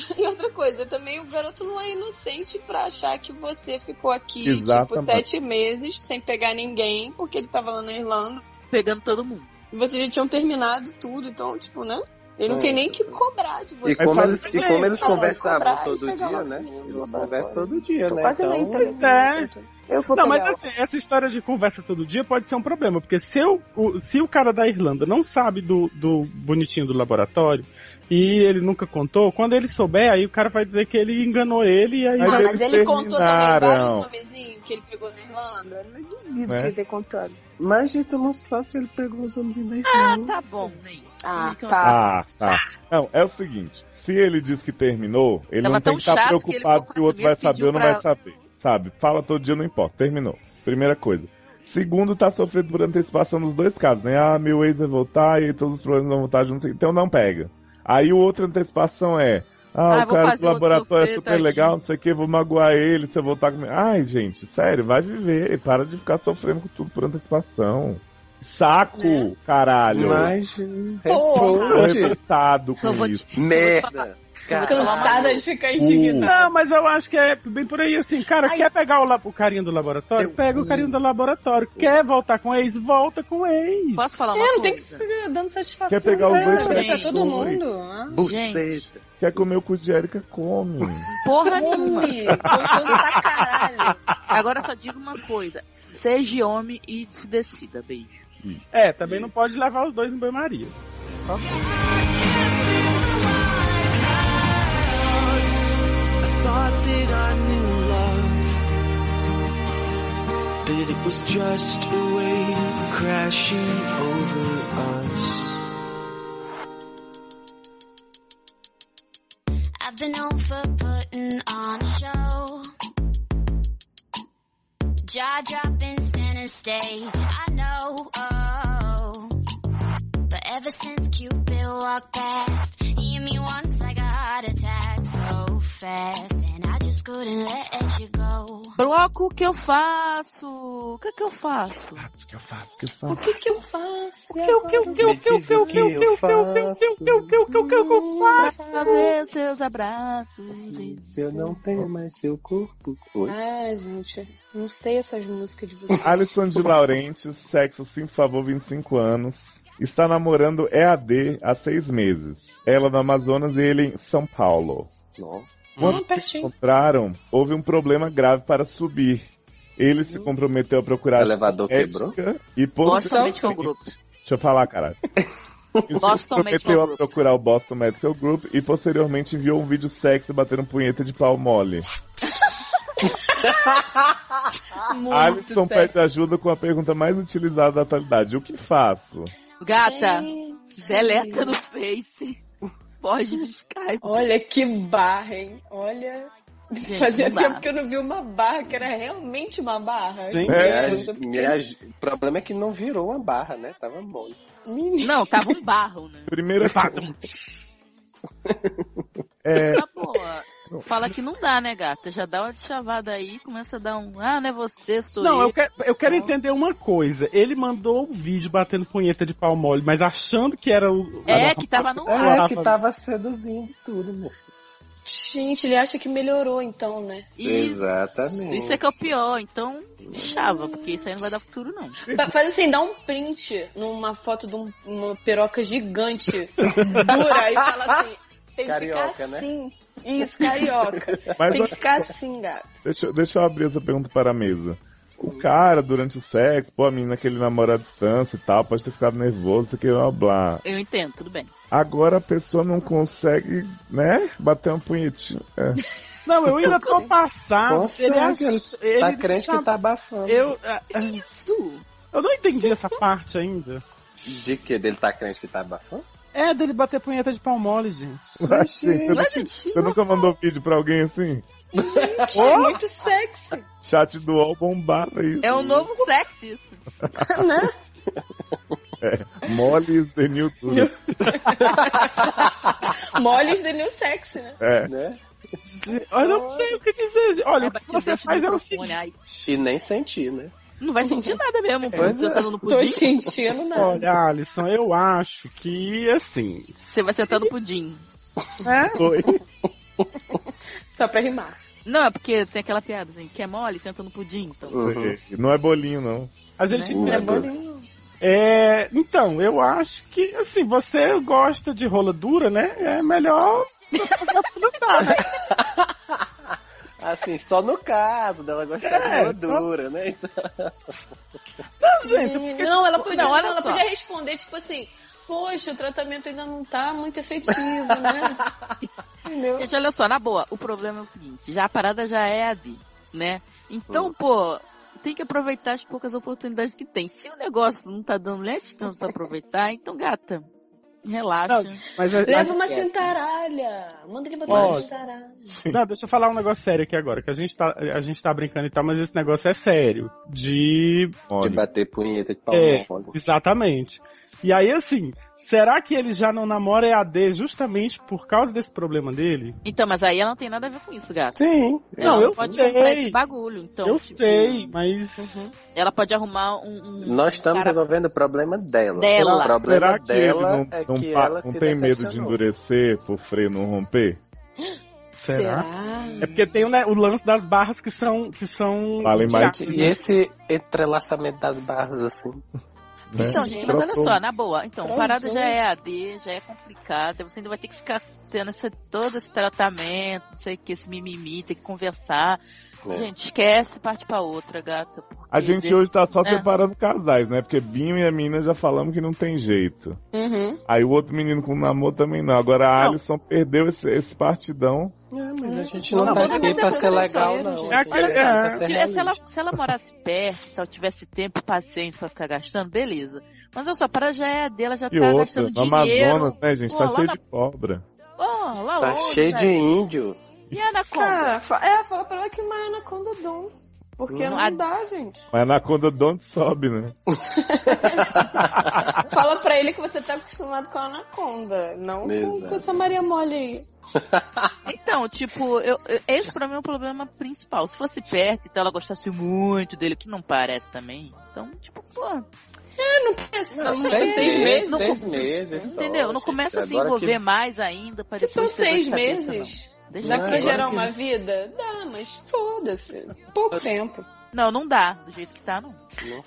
Speaker 4: (laughs) E outra coisa, também o garoto não é inocente pra achar que você ficou aqui, tipo,
Speaker 3: Exatamente.
Speaker 4: sete meses sem pegar ninguém, porque ele tava lá na Irlanda.
Speaker 2: Pegando todo mundo.
Speaker 4: E vocês já tinham terminado tudo, então, tipo, né? Ele não
Speaker 6: É.
Speaker 4: tem nem que cobrar de você.
Speaker 6: E como
Speaker 3: Mas
Speaker 6: eles,
Speaker 5: faz
Speaker 6: e como
Speaker 5: isso,
Speaker 6: eles
Speaker 4: tá bom,
Speaker 6: conversavam
Speaker 4: comprar e
Speaker 6: todo
Speaker 4: pegar
Speaker 6: dia,
Speaker 4: lá assim,
Speaker 6: né?
Speaker 4: no cinema,
Speaker 6: Eles
Speaker 4: no
Speaker 6: conversam todo dia,
Speaker 4: Tô
Speaker 6: né?
Speaker 4: quase
Speaker 6: Então,
Speaker 4: nem
Speaker 5: pois é.
Speaker 4: Eu vou
Speaker 5: Não, mas
Speaker 4: pegar
Speaker 5: assim, essa história de conversa todo dia pode ser um problema, porque se, eu, o, se o cara da Irlanda não sabe do, do bonitinho do laboratório e ele nunca contou, quando ele souber, aí o cara vai dizer que ele enganou ele e aí.
Speaker 3: Mas
Speaker 4: Não,
Speaker 3: eles
Speaker 4: mas ele contou também vários
Speaker 3: terminaram.
Speaker 4: nomezinhos que ele pegou na Irlanda. Eu Não duvido
Speaker 3: Né?
Speaker 4: que ele tenha contado.
Speaker 6: Mas, gente, eu não sabe se ele pegou os homens em ah,
Speaker 2: Tá bom, nem.
Speaker 4: Ah,
Speaker 2: Então,
Speaker 4: tá.
Speaker 3: Ah, tá. Não, é o seguinte. Se ele diz que terminou, ele
Speaker 2: Tava
Speaker 3: não tem
Speaker 2: tão
Speaker 3: que estar
Speaker 2: chato que ele
Speaker 3: preocupado
Speaker 2: ficou
Speaker 3: se o outro vai
Speaker 2: quatro meses,
Speaker 3: saber ou não
Speaker 2: pediu
Speaker 3: vai saber. Sabe? Fala todo dia, não importa. Terminou. Primeira coisa. Segundo, tá sofrendo por antecipação nos dois casos, né? Ah, meu ex vai voltar e todos os problemas vão voltar juntos. Então não pega. Aí o outro antecipação é. Ah,
Speaker 2: Ah,
Speaker 3: o
Speaker 2: vou
Speaker 3: cara do
Speaker 2: fazer outro
Speaker 3: laboratório é
Speaker 2: sofrer,
Speaker 3: super
Speaker 2: tadinho.
Speaker 3: legal, não sei o que, vou magoar ele se eu voltar comigo. Ai, gente, sério, vai viver. Para de ficar sofrendo com tudo por antecipação. Saco, caralho.
Speaker 6: Mas, gente,
Speaker 3: Tô
Speaker 6: responde.
Speaker 3: revoltado
Speaker 2: Eu
Speaker 3: com
Speaker 2: vou te-
Speaker 3: isso.
Speaker 6: Merda.
Speaker 4: tá. Cansada de
Speaker 3: Uh.
Speaker 4: ficar indignada.
Speaker 5: Não, mas eu acho que é bem por aí assim, cara, quer pegar o, la- o carinho do laboratório?
Speaker 6: Eu-
Speaker 5: Pega o carinho do laboratório. Quer voltar com o ex? Volta com o ex.
Speaker 2: Posso falar uma
Speaker 4: É, não tem que
Speaker 2: coisa?
Speaker 4: ficar dando satisfação.
Speaker 3: Quer pegar os
Speaker 4: né?
Speaker 3: dois
Speaker 4: Pra
Speaker 2: também.
Speaker 4: todo mundo. ah.
Speaker 6: Buceta.
Speaker 3: Quer comer o cu de Erika?
Speaker 2: (laughs)
Speaker 3: Come. Ah,
Speaker 2: Porra nenhuma.
Speaker 3: (laughs)
Speaker 4: Come, gostoso pra caralho.
Speaker 2: Agora só digo uma coisa. Seja homem e se decida, beijo.
Speaker 5: É, também não pode levar os dois em banho-maria.
Speaker 8: thought that I knew love, that it was just a wave crashing over us.
Speaker 1: I've been known for putting on a show. Jaw dropping center stage, I know. Oh. But ever since Cupid walked past, he hit me once like a heart attack so fast. And I just couldn't let you go.
Speaker 2: Bloco, o que eu faço? O que é que eu faço?
Speaker 3: O que eu faço? O que eu
Speaker 4: O
Speaker 3: faço?
Speaker 4: que que eu faço?
Speaker 6: Me diz o que eu faço
Speaker 2: Pra saber os seus abraços.
Speaker 6: se eu não tenho mais seu corpo. Oi.
Speaker 4: Ah, gente, não sei essas músicas de vocês.
Speaker 3: Alisson de Laurentiis, sexo sim, por favor, 25 anos. Está namorando EAD há seis meses. Ela no Amazonas e ele é em São Paulo.
Speaker 6: Não.
Speaker 4: Hum, pertinho.
Speaker 3: Encontraram, houve um problema grave para subir. Ele se comprometeu a
Speaker 6: O
Speaker 3: procurar
Speaker 8: é
Speaker 6: elevador
Speaker 8: Tipo,
Speaker 3: É.
Speaker 6: quebrou?
Speaker 3: ética e
Speaker 2: Boston
Speaker 3: posteriormente-
Speaker 2: Medical Group.
Speaker 3: Deixa eu falar,
Speaker 2: (laughs)
Speaker 3: caralho. Ele se
Speaker 2: Boston
Speaker 3: comprometeu
Speaker 2: Medical
Speaker 3: a
Speaker 2: Group.
Speaker 3: procurar o Boston Medical Group e posteriormente enviou um vídeo sexy batendo punheta de pau
Speaker 2: (laughs)
Speaker 3: mole.
Speaker 4: Muito
Speaker 3: Alisson
Speaker 4: sério.
Speaker 3: pede ajuda com a pergunta mais utilizada da atualidade. O que faço?
Speaker 2: Gata,
Speaker 4: Gente.
Speaker 2: deleta no Face. (laughs) Pode no Skype.
Speaker 4: Olha que barra, hein? Olha.
Speaker 2: Gente,
Speaker 4: Fazia
Speaker 2: não dá.
Speaker 4: tempo que eu não vi uma barra que era realmente uma barra.
Speaker 5: Sim.
Speaker 6: Me
Speaker 3: É.
Speaker 6: aj- me aj- O problema é que não virou uma barra, né? Tava mole.
Speaker 4: Menina,
Speaker 2: Não, tava
Speaker 5: tipo,
Speaker 2: um barro, né?
Speaker 3: Primeira. É,
Speaker 2: Tá boa. Fala que não dá, né, gata? Já dá uma chavada aí, começa a dar um. Ah, não é você, sou
Speaker 5: Não,
Speaker 2: eu.
Speaker 5: eu quero, eu quero entender uma coisa. Ele mandou um vídeo batendo punheta de pau mole, mas achando que era o.
Speaker 2: É, que tava no ar.
Speaker 6: É,
Speaker 5: Rafa.
Speaker 6: que tava seduzindo tudo, meu.
Speaker 4: Gente, ele acha que melhorou então, né?
Speaker 2: Isso,
Speaker 6: Exatamente.
Speaker 2: isso é que é o pior. Então, chava, porque isso aí não vai dar futuro, não.
Speaker 4: Fa- Faz assim, dá um print numa foto de um- uma piroca
Speaker 5: (laughs)
Speaker 4: gigante, dura, e fala assim. Tem que
Speaker 6: Carioca,
Speaker 4: ficar
Speaker 6: né?
Speaker 4: assim. Isso,
Speaker 5: (laughs)
Speaker 4: carioca.
Speaker 3: Mas
Speaker 4: Tem que ficar assim, gato.
Speaker 3: Deixa, eu- deixa eu abrir essa pergunta para a mesa. O cara, durante o sexo, pô, a menina que ele namora à distância e tal, pode ter ficado nervoso, sei que blá blá.
Speaker 2: Eu entendo, tudo bem.
Speaker 3: Agora a pessoa não consegue, né, bater uma punhetinha.
Speaker 5: Não, eu ainda tô passado.
Speaker 6: Consegue,
Speaker 5: ele ach... ele
Speaker 6: Tá crente que
Speaker 5: sabe-
Speaker 6: tá abafando.
Speaker 5: Eu, ah, ah,
Speaker 2: Isso!
Speaker 5: eu não entendi essa parte ainda.
Speaker 6: De que? Dele tá crente que tá abafando?
Speaker 5: É, dele bater punheta de pau mole, gente.
Speaker 3: Assim, você, nunca- você nunca mandou vídeo pra alguém assim?
Speaker 4: Gente, É muito sexy,
Speaker 3: Chat do UOL bombava isso.
Speaker 2: É o novo sexo, isso.
Speaker 4: né?
Speaker 3: Mole e senil tudo.
Speaker 4: Moles de new sexy, né?
Speaker 3: É.
Speaker 6: Né?
Speaker 5: Eu não sei o que dizer. gente. Olha, o que você faz é o seguinte.
Speaker 2: Ai,
Speaker 6: E nem senti, né?
Speaker 2: não vai sentir nada mesmo, pô.
Speaker 6: Pois
Speaker 2: Você tá
Speaker 6: é.
Speaker 2: sentando no
Speaker 4: Tô
Speaker 2: pudim,
Speaker 4: te enchendo, né?
Speaker 5: Olha, Alisson, eu acho que, assim,
Speaker 2: você vai sentar no pudim.
Speaker 3: Oi.
Speaker 4: Só pra rimar.
Speaker 2: Não, é porque tem aquela piada assim, que é mole, senta no pudim, então.
Speaker 6: Uhum.
Speaker 3: Não é bolinho, não.
Speaker 5: a gente...
Speaker 6: Né?
Speaker 4: É
Speaker 6: Uhum.
Speaker 4: bolinho.
Speaker 5: É, então, eu acho que, assim, você gosta de rola dura, né? É melhor...
Speaker 6: Assim, só no caso dela gostar
Speaker 5: É,
Speaker 6: de gordura, né? Então,
Speaker 5: Gente,
Speaker 4: Hum, Não, ela podia,
Speaker 5: tá
Speaker 2: Não, olha
Speaker 4: ela
Speaker 2: só.
Speaker 4: podia responder, tipo assim, poxa, o tratamento ainda não tá muito efetivo, né?
Speaker 5: (laughs)
Speaker 4: Entendeu?
Speaker 2: Gente, olha só, na boa, o problema é o seguinte, já a parada já é a de, né? Então,
Speaker 5: Hum.
Speaker 2: pô, tem que aproveitar as poucas oportunidades que tem. Se o negócio não tá dando nem esse tanto pra aproveitar, (laughs) então, gata, relaxa.
Speaker 5: Não, mas, é. a-
Speaker 4: Leva uma cintaralha. Manda ele botar
Speaker 5: Ó.
Speaker 4: uma cintaralha.
Speaker 5: Não, deixa eu falar um negócio sério aqui agora, que a gente tá, a gente tá brincando e tal, mas esse negócio é sério. De.
Speaker 6: de
Speaker 3: Mole.
Speaker 6: bater punheta de pau
Speaker 5: É.
Speaker 6: mole.
Speaker 5: Exatamente. E aí, assim, será que ele já não namora EAD justamente por causa desse problema dele?
Speaker 2: Então, mas aí ela não tem nada a ver com isso, gata.
Speaker 6: Sim.
Speaker 2: Ela
Speaker 5: eu
Speaker 2: pode
Speaker 5: sei.
Speaker 2: comprar esse bagulho, então.
Speaker 5: eu
Speaker 2: tipo,
Speaker 5: sei, mas.
Speaker 6: Uhum.
Speaker 2: Ela pode arrumar um. um
Speaker 6: Nós estamos
Speaker 2: cara-
Speaker 6: resolvendo o problema dela.
Speaker 2: Dela.
Speaker 6: O problema
Speaker 3: Será que ele
Speaker 6: dela
Speaker 3: não,
Speaker 6: é
Speaker 3: não
Speaker 6: que
Speaker 3: pa-
Speaker 6: ela
Speaker 3: não
Speaker 6: se
Speaker 3: tem medo de
Speaker 6: decepcionou.
Speaker 3: endurecer pro freio não romper?
Speaker 5: Será? É porque tem o, né, o lance das barras que são. Que são
Speaker 3: Fala em mais-
Speaker 5: diárias,
Speaker 6: E
Speaker 5: né?
Speaker 6: esse entrelaçamento das barras, assim.
Speaker 3: Né?
Speaker 2: Então, gente, mas olha só, na boa. Então,
Speaker 4: Transou.
Speaker 2: parada já é AD, já é complicada. Você ainda vai ter que ficar tendo esse, todo esse tratamento, não sei o que, esse mimimi, tem que conversar.
Speaker 6: É.
Speaker 2: Gente, esquece, parte pra outra, gata. porque
Speaker 3: A gente
Speaker 2: desse-
Speaker 3: hoje tá só
Speaker 2: É.
Speaker 3: separando casais, né? Porque Binho e a mina já falamos que não tem jeito.
Speaker 4: Uhum.
Speaker 3: Aí o outro menino com namoro também não. Agora a
Speaker 5: Não.
Speaker 3: Alisson perdeu esse, esse partidão.
Speaker 6: É, mas a gente não,
Speaker 4: Não,
Speaker 6: tá
Speaker 4: todo
Speaker 6: aqui
Speaker 4: mundo
Speaker 6: pra
Speaker 4: é
Speaker 6: ser legal,
Speaker 4: brasileiro,
Speaker 6: não.
Speaker 4: gente.
Speaker 6: A gente tá
Speaker 5: Olha,
Speaker 6: aqui pra ser
Speaker 5: é.
Speaker 2: Se, se ela,
Speaker 6: realista.
Speaker 2: se ela morasse perto, se ela tivesse tempo e paciência pra ficar gastando, beleza. Mas olha só, a parada já é AD, ela já
Speaker 3: E
Speaker 2: tá
Speaker 3: outra,
Speaker 2: gastando
Speaker 3: no
Speaker 2: dinheiro.
Speaker 3: Amazonas, né, gente?
Speaker 2: Pô,
Speaker 3: tá
Speaker 2: lá
Speaker 3: cheio
Speaker 2: na-
Speaker 3: de cobra.
Speaker 2: Ó, lá
Speaker 6: Tá
Speaker 2: longe,
Speaker 6: cheio de
Speaker 2: velho.
Speaker 6: índio.
Speaker 2: E a Anaconda?
Speaker 4: Cara, fa- é, fala pra ela que uma é anaconda dom. Porque
Speaker 2: Hum.
Speaker 4: não dá, gente.
Speaker 3: Mas a Anaconda de onde sobe, né?
Speaker 4: (laughs) Fala pra ele que você tá acostumado com a anaconda. Não com,
Speaker 6: Exato.
Speaker 4: com essa Maria Mole aí.
Speaker 2: Então, tipo, eu, eu- esse pra mim é o problema principal. Se fosse perto, então ela gostasse muito dele, que não parece também. Então, tipo, pô,
Speaker 4: Não,
Speaker 6: Tá Seis
Speaker 4: tem seis meses.
Speaker 2: não-
Speaker 6: Seis meses. só,
Speaker 2: entendeu? não
Speaker 6: gente.
Speaker 2: começa a se
Speaker 6: Agora
Speaker 2: envolver
Speaker 6: (laughs)
Speaker 2: mais ainda pra
Speaker 4: Que
Speaker 2: depois
Speaker 4: são
Speaker 2: ter dor de
Speaker 4: seis
Speaker 2: cabeça,
Speaker 4: meses.
Speaker 2: não. Deixa
Speaker 4: Dá
Speaker 2: eu-
Speaker 4: pra
Speaker 6: agora
Speaker 4: gerar
Speaker 6: que-
Speaker 4: uma vida? Dá, mas foda-se. Pouco tempo.
Speaker 2: Não, não dá, do jeito que tá, não.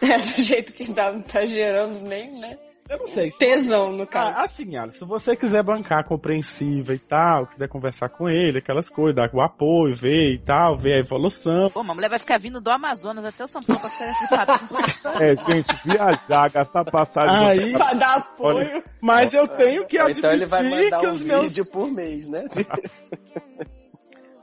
Speaker 4: É do jeito que dá, não tá gerando nem, né?
Speaker 5: Eu não sei.
Speaker 4: Tesão, no caso.
Speaker 5: Ah, assim, Alice, se você quiser bancar compreensiva e tal, quiser conversar com ele, aquelas coisas, dar o apoio, ver e tal, ver a evolução.
Speaker 2: Pô, uma mulher vai ficar vindo do Amazonas até o São Paulo pra ficar esse papinho.
Speaker 3: É, gente, viajar, gastar passagem.
Speaker 5: Aí,
Speaker 4: pra dar apoio.
Speaker 5: mas eu tenho que
Speaker 6: Ou
Speaker 5: admitir
Speaker 6: Então ele vai mandar
Speaker 5: que
Speaker 6: um
Speaker 5: os meus
Speaker 6: vídeo por mês, né?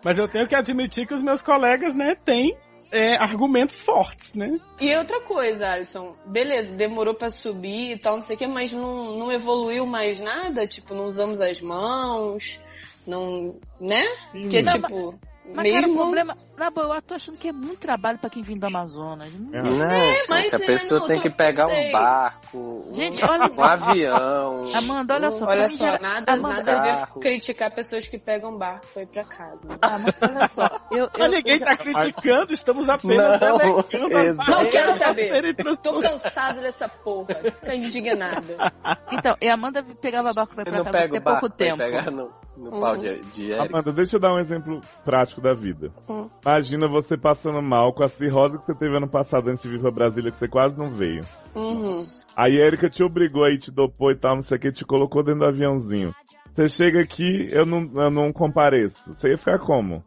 Speaker 5: Mas eu tenho que admitir que os meus colegas, né, têm é, argumentos fortes, né?
Speaker 4: E outra coisa, Alisson, beleza, demorou pra subir e tal, não sei o que, mas não, não evoluiu mais
Speaker 2: Hum.
Speaker 4: nada? Tipo, não usamos as mãos, não. né? Porque, tipo,
Speaker 2: Mas, cara, o problema. é Na boa, eu tô achando que é muito trabalho pra quem vem do Amazonas. Não-
Speaker 3: É.
Speaker 6: Não,
Speaker 4: mas
Speaker 6: gente, a
Speaker 4: eu
Speaker 6: pessoa
Speaker 4: não
Speaker 6: tem
Speaker 4: tô-
Speaker 6: que pegar
Speaker 4: sei.
Speaker 6: um barco, um,
Speaker 2: Gente, olha
Speaker 6: um
Speaker 2: só.
Speaker 6: (laughs) avião. Um,
Speaker 2: Amanda, olha só. pra
Speaker 4: Olha
Speaker 2: mim
Speaker 4: só,
Speaker 2: já-
Speaker 4: nada,
Speaker 2: Amanda-
Speaker 4: nada a ver
Speaker 6: Carro.
Speaker 4: criticar pessoas que pegam barco foi pra casa.
Speaker 2: Amanda, olha só. Eu, eu,
Speaker 5: Mas ninguém tá criticando, estamos apenas
Speaker 6: Não, (laughs)
Speaker 5: alegando as
Speaker 6: exato.
Speaker 4: Não quero
Speaker 5: barreiras a
Speaker 4: saber.
Speaker 5: serem trans-
Speaker 4: Tô cansada dessa porra. Fica indignada.
Speaker 2: Então, e a Amanda pegava barco pra ir
Speaker 6: Você
Speaker 2: pra
Speaker 6: não
Speaker 2: casa
Speaker 6: pega
Speaker 2: até
Speaker 6: o barco
Speaker 2: pouco
Speaker 6: pra
Speaker 2: tempo.
Speaker 6: pegar no, no pau de, de Eric.
Speaker 3: Amanda, deixa eu dar um exemplo prático da vida.
Speaker 4: Hum.
Speaker 3: Imagina você passando mal com a cirrose que você teve ano passado antes de vir pra Brasília, que você quase não veio.
Speaker 4: Uhum.
Speaker 3: Aí a Erika te obrigou aí, te dopou e tal, não sei o que, te colocou dentro do aviãozinho. Você chega aqui, eu não, eu não compareço. Você ia ficar como?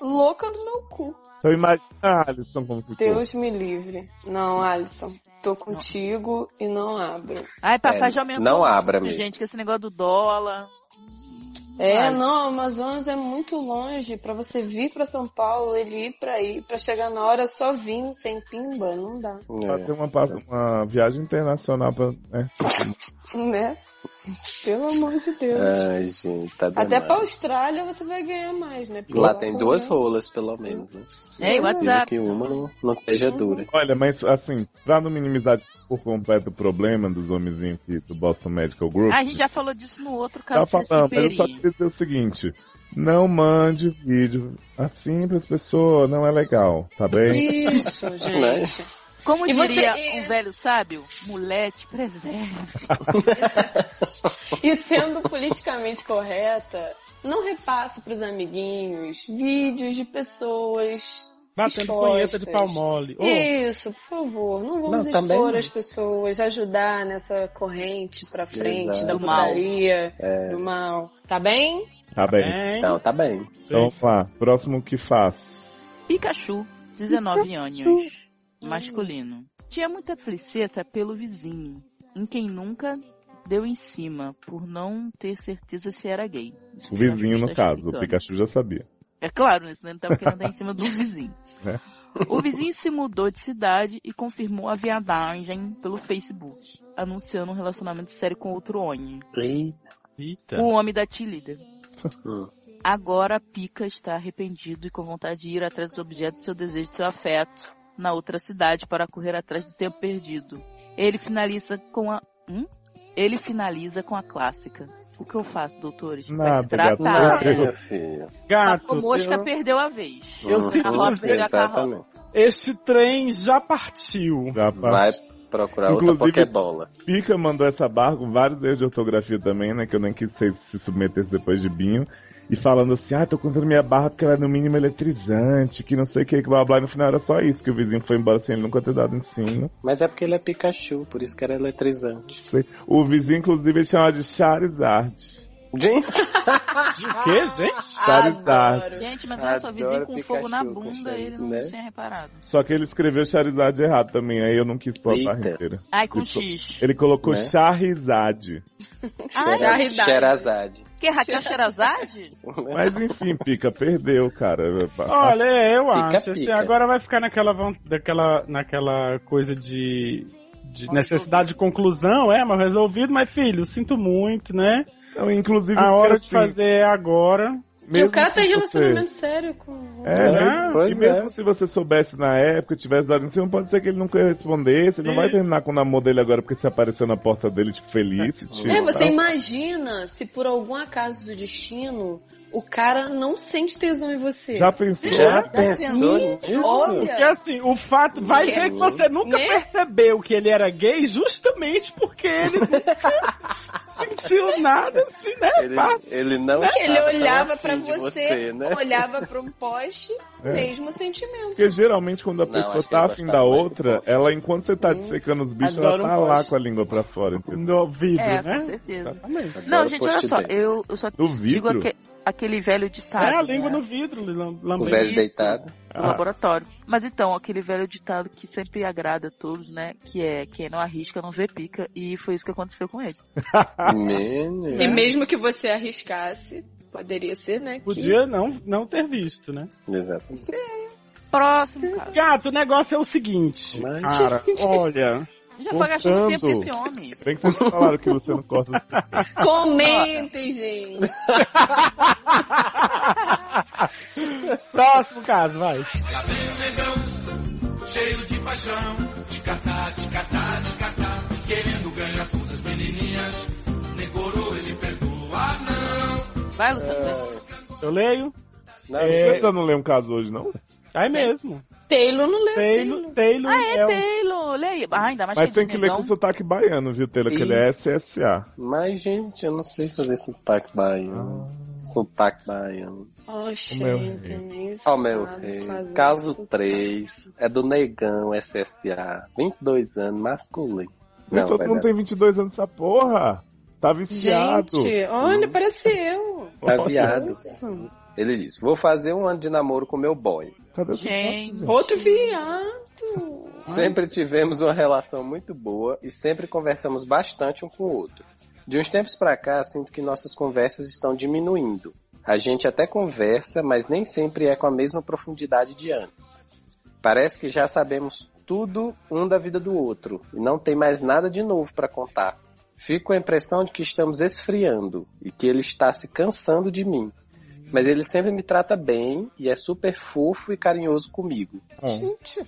Speaker 4: Louca do meu cu.
Speaker 3: Então imagina, Alisson, como ficou.
Speaker 4: Deus me livre. Não, Alisson. Tô contigo e não abro.
Speaker 2: Ai, passagem
Speaker 6: É,
Speaker 2: aumentou.
Speaker 6: não
Speaker 2: muito,
Speaker 6: abra mesmo.
Speaker 2: Gente, que esse negócio do dólar.
Speaker 4: É,
Speaker 2: Ai.
Speaker 4: não, Amazonas é muito longe. Pra você vir pra São Paulo, ele ir pra aí, pra chegar na hora só vindo, sem pimba, não dá. (laughs)
Speaker 6: é.
Speaker 3: Fazer uma, pa- uma viagem internacional pra. né?
Speaker 4: Né? Pelo amor de Deus.
Speaker 6: Ai, gente, tá
Speaker 4: Até
Speaker 6: demais.
Speaker 4: pra Austrália você vai ganhar mais, né? Porque
Speaker 6: Lá tem duas
Speaker 4: também-
Speaker 6: rolas, pelo menos. Né?
Speaker 2: É, e
Speaker 6: Preciso
Speaker 2: WhatsApp.
Speaker 6: que uma não, não seja dura.
Speaker 3: Olha, mas assim, pra não minimizar por completo o problema dos homenzinhos aqui do Boston Medical Group.
Speaker 2: Ah, a gente já falou disso no outro
Speaker 3: tá
Speaker 2: caso. do
Speaker 3: falando, mas eu
Speaker 2: Ceci
Speaker 3: só
Speaker 2: Perim.
Speaker 3: queria dizer o seguinte. Não mande vídeo assim pras pessoas, não é legal, tá bem?
Speaker 6: (laughs)
Speaker 4: Isso,
Speaker 6: Né?
Speaker 4: gente.
Speaker 2: Como
Speaker 4: E
Speaker 2: diria
Speaker 6: é-
Speaker 4: você-
Speaker 2: um velho sábio, mulete preserve.
Speaker 4: E sendo politicamente correta, não repasse pros amiguinhos vídeos de pessoas.
Speaker 5: Batendo
Speaker 4: Expostas.
Speaker 5: punheta de pau mole. Ô,
Speaker 4: Isso, por favor, não vamos
Speaker 6: Não,
Speaker 4: expor
Speaker 6: também não.
Speaker 4: as pessoas, ajudar nessa corrente pra frente
Speaker 6: Exato.
Speaker 4: da
Speaker 2: Do mal.
Speaker 4: putaria, do mal. Tá bem?
Speaker 3: Tá bem.
Speaker 5: hein?
Speaker 6: Então, tá bem.
Speaker 3: Então vamos lá, próximo que faço.
Speaker 2: Pikachu, 19 anos, masculino. Tinha muita fliceta pelo vizinho, em quem nunca deu em cima, por não ter certeza se era gay. Isso
Speaker 3: O
Speaker 2: Pikachu
Speaker 3: vizinho, no
Speaker 2: está
Speaker 3: caso, o
Speaker 2: Tá explicando.
Speaker 3: Pikachu já sabia.
Speaker 2: É claro, né? Senão ele tava querendo dar em cima do vizinho.
Speaker 3: É.
Speaker 2: O vizinho se mudou de cidade e confirmou a viadagem pelo Facebook, anunciando um relacionamento sério com outro homem.
Speaker 3: É.
Speaker 5: Eita.
Speaker 2: O homem da
Speaker 3: (laughs)
Speaker 2: T-Líder.
Speaker 6: Hum.
Speaker 2: Agora Pica está arrependido e com vontade de ir atrás dos objetos do seu desejo e seu afeto na outra cidade para correr atrás do tempo perdido. Ele finaliza com a. Hum? Ele finaliza com a clássica. O que eu faço, doutores? Vai se
Speaker 3: Nada, gato.
Speaker 2: tratar.
Speaker 3: Não,
Speaker 6: Minha filha.
Speaker 5: Gato,
Speaker 2: A
Speaker 6: tá
Speaker 2: mosca
Speaker 5: eu-
Speaker 2: perdeu a vez.
Speaker 5: Eu
Speaker 6: Uhum,
Speaker 5: sinto
Speaker 2: A roça
Speaker 5: dizer,
Speaker 2: perdeu a carroça.
Speaker 6: Exatamente.
Speaker 5: este trem já partiu.
Speaker 3: Já
Speaker 6: Vai procurar outra
Speaker 3: Inclusive-
Speaker 6: Pokébola.
Speaker 3: Pica mandou essa barra com vários erros de ortografia também, né? Que eu nem quis se, se submetesse depois de Binho. E falando assim, ah, tô contando minha barra porque ela é no mínimo eletrizante, que não sei o que, que blá blá. E no final era só isso, que o vizinho foi embora sem ele nunca ter dado ensino.
Speaker 6: Mas é porque ele é Pikachu, por isso que era eletrizante.
Speaker 3: O vizinho, inclusive, ele chamava de Charizard.
Speaker 6: Gente,
Speaker 5: De
Speaker 6: (laughs)
Speaker 5: quê, gente?
Speaker 3: Charizard.
Speaker 2: Gente, mas olha só,
Speaker 6: Adoro
Speaker 2: vizinho com fogo na
Speaker 6: Pikachu,
Speaker 2: bunda,
Speaker 6: consegue,
Speaker 2: ele não
Speaker 6: né?
Speaker 2: tinha reparado.
Speaker 3: Só que ele escreveu Charizard errado também, aí eu não quis pôr a barra
Speaker 6: Eita.
Speaker 3: inteira.
Speaker 2: Ai, com
Speaker 3: Ele co-
Speaker 2: X.
Speaker 3: Ele colocou
Speaker 6: Né?
Speaker 3: Charizard.
Speaker 2: Ai,
Speaker 4: Charidade.
Speaker 6: Xerazade.
Speaker 2: que é Raquel Xerazade?
Speaker 3: Mas enfim, Pica, perdeu, cara.
Speaker 5: Olha, é, eu
Speaker 6: Pica,
Speaker 5: acho. assim,
Speaker 6: pica.
Speaker 5: agora vai ficar naquela, von- daquela, naquela coisa de, de necessidade de conclusão, é, mas resolvido, mas filho, sinto muito, né?
Speaker 3: Então, inclusive,
Speaker 5: A hora de
Speaker 3: assim,
Speaker 5: fazer é agora.
Speaker 4: E o cara tá assim,
Speaker 3: mesmo
Speaker 4: tem
Speaker 3: se você-
Speaker 4: relacionamento sério com.
Speaker 3: É,
Speaker 5: né?
Speaker 3: mesmo-
Speaker 6: Pois
Speaker 3: e mesmo
Speaker 6: é.
Speaker 3: se você soubesse na época, tivesse dado em cima, pode ser que ele nunca respondesse, ele não vai
Speaker 5: Isso.
Speaker 3: terminar com o namoro dele agora porque você apareceu na porta dele, tipo, feliz. Tipo,
Speaker 4: É, você
Speaker 3: tá?
Speaker 4: imagina se por algum acaso do destino o cara não sente tesão em você.
Speaker 3: Já pensou?
Speaker 6: Já
Speaker 4: É.
Speaker 6: pensou nisso?
Speaker 5: Porque assim, o fato. Vai
Speaker 4: Porque-
Speaker 5: ver que você nunca
Speaker 4: Né?
Speaker 5: percebeu que ele era gay justamente porque ele nunca sentiu nada assim, né?
Speaker 6: Ele,
Speaker 5: Passa.
Speaker 6: ele não
Speaker 4: Porque ele
Speaker 6: tava tão
Speaker 4: olhava
Speaker 6: afim
Speaker 4: pra
Speaker 6: de
Speaker 4: você,
Speaker 6: né?
Speaker 4: olhava pra um poste,
Speaker 3: É.
Speaker 4: mesmo sentimento.
Speaker 3: Porque geralmente quando a
Speaker 6: Não,
Speaker 3: pessoa
Speaker 6: acho que
Speaker 3: tá
Speaker 6: ele
Speaker 3: afim
Speaker 6: gostava
Speaker 3: da
Speaker 6: mais do
Speaker 3: outra,
Speaker 6: poste.
Speaker 3: ela, enquanto você tá
Speaker 4: Hum,
Speaker 3: dissecando os bichos, ela
Speaker 4: adoro
Speaker 3: tá
Speaker 4: um
Speaker 3: lá
Speaker 4: poste.
Speaker 3: com a língua pra fora. entendeu?
Speaker 5: No vidro,
Speaker 2: É, com
Speaker 5: né?
Speaker 2: certeza.
Speaker 5: Exatamente.
Speaker 2: Não,
Speaker 6: Adoro
Speaker 2: gente, olha
Speaker 6: post
Speaker 2: só,
Speaker 6: dance.
Speaker 2: eu, eu só
Speaker 3: No
Speaker 2: digo
Speaker 3: vidro?
Speaker 2: aque- aquele velho ditado.
Speaker 5: É a língua
Speaker 2: né,
Speaker 5: no vidro, lam-
Speaker 6: O
Speaker 5: lambendo.
Speaker 6: velho deitado.
Speaker 2: do
Speaker 3: Ah.
Speaker 2: laboratório. Mas então, aquele velho ditado que sempre agrada a todos, né? Que é quem não arrisca não vê pica. E foi isso que aconteceu com ele.
Speaker 6: Menino.
Speaker 4: E mesmo que você arriscasse, poderia ser, né? que-
Speaker 5: Podia não, não ter visto, né?
Speaker 6: Exato.
Speaker 2: Próximo, cara.
Speaker 5: Gato, o negócio é o seguinte.
Speaker 6: Mas-
Speaker 5: Cara, olha.
Speaker 2: Já foi gastando tempo
Speaker 3: Portanto.
Speaker 2: esse homem.
Speaker 3: Bem que vocês falaram que você
Speaker 4: (laughs)
Speaker 3: não corta.
Speaker 4: Comentem, gente!
Speaker 5: Próximo caso, vai.
Speaker 8: Cabelo negão, cheio de paixão, ticatá, ticatá, ticatá, querendo ganhar todas as menininhas, nem coroa ele perdoa, não.
Speaker 2: Vai, Luciano.
Speaker 5: Eu leio.
Speaker 6: Não,
Speaker 5: É.
Speaker 3: Você não lê um caso hoje, não?
Speaker 5: Aí mesmo.
Speaker 4: Taylor não leu
Speaker 5: Taylor, Taylor
Speaker 2: Ah, é,
Speaker 5: é o...
Speaker 2: Taylor. Lê aí. Ah, ainda mais
Speaker 3: Mas
Speaker 2: é
Speaker 3: tem que ler
Speaker 2: negão.
Speaker 3: com sotaque baiano, viu, Taylor? Que ele é SSA.
Speaker 6: Mas, gente, eu não sei fazer sotaque baiano. Sotaque baiano.
Speaker 4: Oxe,
Speaker 3: O meu
Speaker 4: gente,
Speaker 3: rei.
Speaker 4: nem
Speaker 6: Ó, meu
Speaker 4: sabe
Speaker 6: rei.
Speaker 4: fazer
Speaker 6: Caso
Speaker 4: isso. tá?
Speaker 6: 3. É do Negão SSA. 22 anos, masculino.
Speaker 3: Não, todo
Speaker 6: vai
Speaker 3: mundo
Speaker 6: dar-
Speaker 3: tem 22 anos essa porra. Tá viciado.
Speaker 4: Gente, olha, parece eu.
Speaker 6: Tá
Speaker 3: Nossa,
Speaker 6: viado.
Speaker 4: Nossa.
Speaker 6: Ele diz: Vou fazer um ano de namoro com meu boy.
Speaker 3: Cadê o
Speaker 2: Gente.
Speaker 3: sotaque,
Speaker 4: Outro viado.
Speaker 6: Sempre tivemos uma relação muito boa e sempre conversamos bastante um com o outro. De uns tempos pra cá, sinto que nossas conversas estão diminuindo. A gente até conversa, mas nem sempre é com a mesma profundidade de antes. Parece que já sabemos tudo um da vida do outro e não tem mais nada de novo pra contar. Fico com a impressão de que estamos esfriando e que ele está se cansando de mim. Mas ele sempre me trata bem e é super fofo e carinhoso comigo.
Speaker 4: Gente,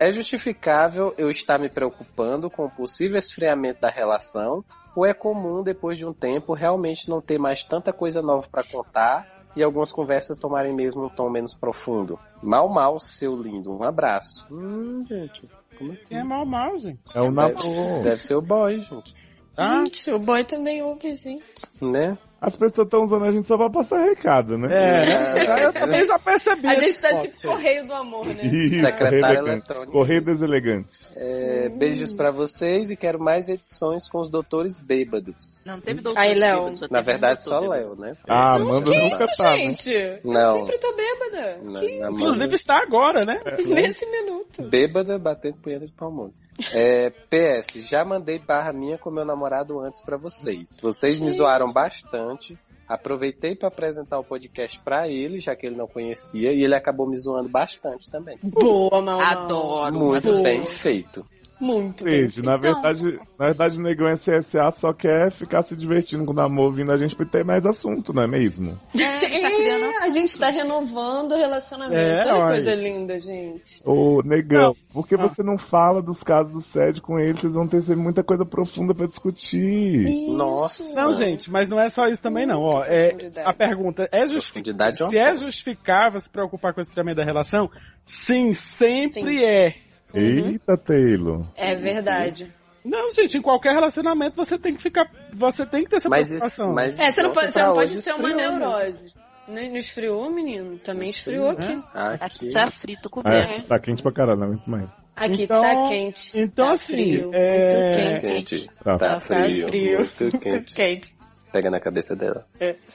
Speaker 6: É justificável eu estar me preocupando com o possível esfriamento da relação, ou é comum depois de um tempo realmente não ter mais tanta coisa nova pra contar e algumas conversas tomarem mesmo um tom menos profundo? Mal, mal, seu lindo, um abraço. Hum, gente, como assim?
Speaker 5: É mal, mal, gente.
Speaker 3: É o
Speaker 6: Deve,
Speaker 3: namoro.
Speaker 6: deve ser o boy, gente,
Speaker 5: Ah.
Speaker 4: gente, o boy também ouve, gente.
Speaker 6: né?
Speaker 3: As pessoas estão usando a gente só pra passar recado, né?
Speaker 6: (laughs)
Speaker 5: É, eu, eu também já percebi.
Speaker 4: A gente
Speaker 5: esse
Speaker 4: tá
Speaker 5: ponto.
Speaker 4: tipo correio do amor, né?
Speaker 3: (laughs) Isso,
Speaker 6: Secretária
Speaker 3: elegante.
Speaker 6: eletrônica.
Speaker 3: Correio deselegante.
Speaker 6: É, beijos pra vocês e quero mais edições com os doutores bêbados.
Speaker 2: Não teve doutor.
Speaker 4: Aí, Léo.
Speaker 2: bêbado,
Speaker 6: Na
Speaker 2: teve um
Speaker 6: verdade,
Speaker 2: doutor
Speaker 6: só
Speaker 2: bêbado.
Speaker 6: Léo, né?
Speaker 3: Ah, Amanda
Speaker 4: que
Speaker 3: nunca
Speaker 4: isso,
Speaker 3: tá, né?
Speaker 4: gente? Eu
Speaker 6: Não.
Speaker 4: sempre tô bêbada.
Speaker 6: Na-
Speaker 4: Que
Speaker 6: na
Speaker 5: Inclusive está agora, né?
Speaker 4: isso? Nesse minuto.
Speaker 6: Bêbada batendo punheta de palmona. É, PS, já mandei barra minha com meu namorado antes pra vocês. Vocês me zoaram bastante. Aproveitei pra apresentar o podcast pra ele, já que ele não conhecia, e ele acabou me zoando bastante também.
Speaker 5: Uhum.
Speaker 4: Boa, mal.
Speaker 2: Adoro.
Speaker 6: Muito
Speaker 2: adoro.
Speaker 6: bem feito.
Speaker 4: Muito.
Speaker 3: Ou seja,
Speaker 2: Então.
Speaker 3: na verdade, na verdade, o negão SSA só quer ficar se divertindo com o namoro vindo a gente pra ter mais assunto, não é mesmo?
Speaker 2: É, tá criando
Speaker 4: É, a gente tá renovando o
Speaker 5: É,
Speaker 4: relacionamento. Olha
Speaker 5: olha.
Speaker 4: que coisa linda, gente.
Speaker 3: Ô, negão,
Speaker 5: Não.
Speaker 3: por que
Speaker 5: Ah.
Speaker 3: você não fala dos casos do SED com ele? Vocês vão ter sempre muita coisa profunda pra
Speaker 2: Uhum.
Speaker 3: discutir.
Speaker 4: Isso.
Speaker 6: Nossa.
Speaker 5: Não, gente, mas não é só isso também, não. Ó, é, a pergunta é justificável.
Speaker 6: Profundidade é uma
Speaker 5: Se é
Speaker 6: coisa.
Speaker 5: justificável se preocupar com esse também da relação, sim, sempre é.
Speaker 3: Eita, Taylor.
Speaker 4: É verdade.
Speaker 5: Não, gente, em qualquer relacionamento você tem que ficar. Você tem que ter essa
Speaker 6: Mas isso.
Speaker 5: preocupação.
Speaker 6: Mas
Speaker 4: É, você não
Speaker 6: isso
Speaker 4: pode, você
Speaker 6: pra
Speaker 4: não pode
Speaker 6: hoje
Speaker 4: ser uma
Speaker 6: esfriou, né?
Speaker 4: neurose. Não, não esfriou, menino? Também esfriou aqui.
Speaker 6: Aqui.
Speaker 2: Aqui tá frito com o pé.
Speaker 3: É, tá quente pra caralho, não aguento mais.
Speaker 4: Aqui
Speaker 5: Então-
Speaker 4: tá quente.
Speaker 5: então,
Speaker 4: tá
Speaker 5: assim,
Speaker 4: frio,
Speaker 5: é-
Speaker 4: muito
Speaker 6: Tá
Speaker 4: quente.
Speaker 6: quente.
Speaker 3: Tá.
Speaker 6: Tá
Speaker 4: Tá
Speaker 6: frio.
Speaker 4: frio.
Speaker 6: Muito quente.
Speaker 4: (laughs) Quente.
Speaker 2: (laughs)
Speaker 6: Pega na cabeça dela.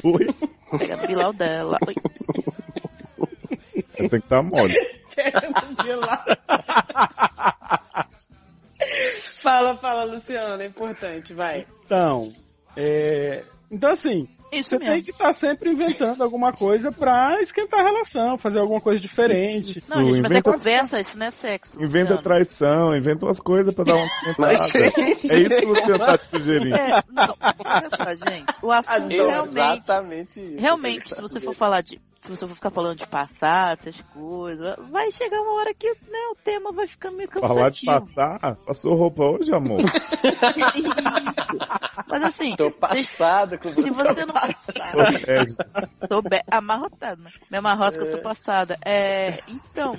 Speaker 3: Ui,
Speaker 2: Pega a bilau dela. Oi.
Speaker 3: tem que estar mole.
Speaker 4: Fala, fala, Luciano, é importante, vai.
Speaker 5: Então, é, então assim,
Speaker 2: É Isso
Speaker 5: você
Speaker 2: mesmo.
Speaker 5: tem que estar sempre inventando alguma coisa pra esquentar a relação, fazer alguma coisa diferente.
Speaker 2: Não, gente, mas
Speaker 3: Inventa-
Speaker 2: é conversa, isso não é sexo.
Speaker 3: Inventa
Speaker 2: Luciano.
Speaker 3: traição, inventa umas coisas pra dar uma
Speaker 6: Mas,
Speaker 3: esquentada. É isso que você tá te sugerindo.
Speaker 2: É, não, olha só, gente. O assunto realmente.
Speaker 6: Exatamente isso.
Speaker 2: Realmente, se você for falar de. Se você for ficar falando de passado, essas coisas, vai chegar uma hora que né, o tema vai ficando meio
Speaker 3: Falar de
Speaker 2: cansativo.
Speaker 3: passar, passou roupa hoje, amor?
Speaker 2: (laughs) Mas assim,
Speaker 6: Tô
Speaker 2: se,
Speaker 6: passado com
Speaker 2: se você não.
Speaker 5: (laughs)
Speaker 3: É,
Speaker 2: Tô be... amarrotada, né? Me amarrota que eu tô passada. É, então.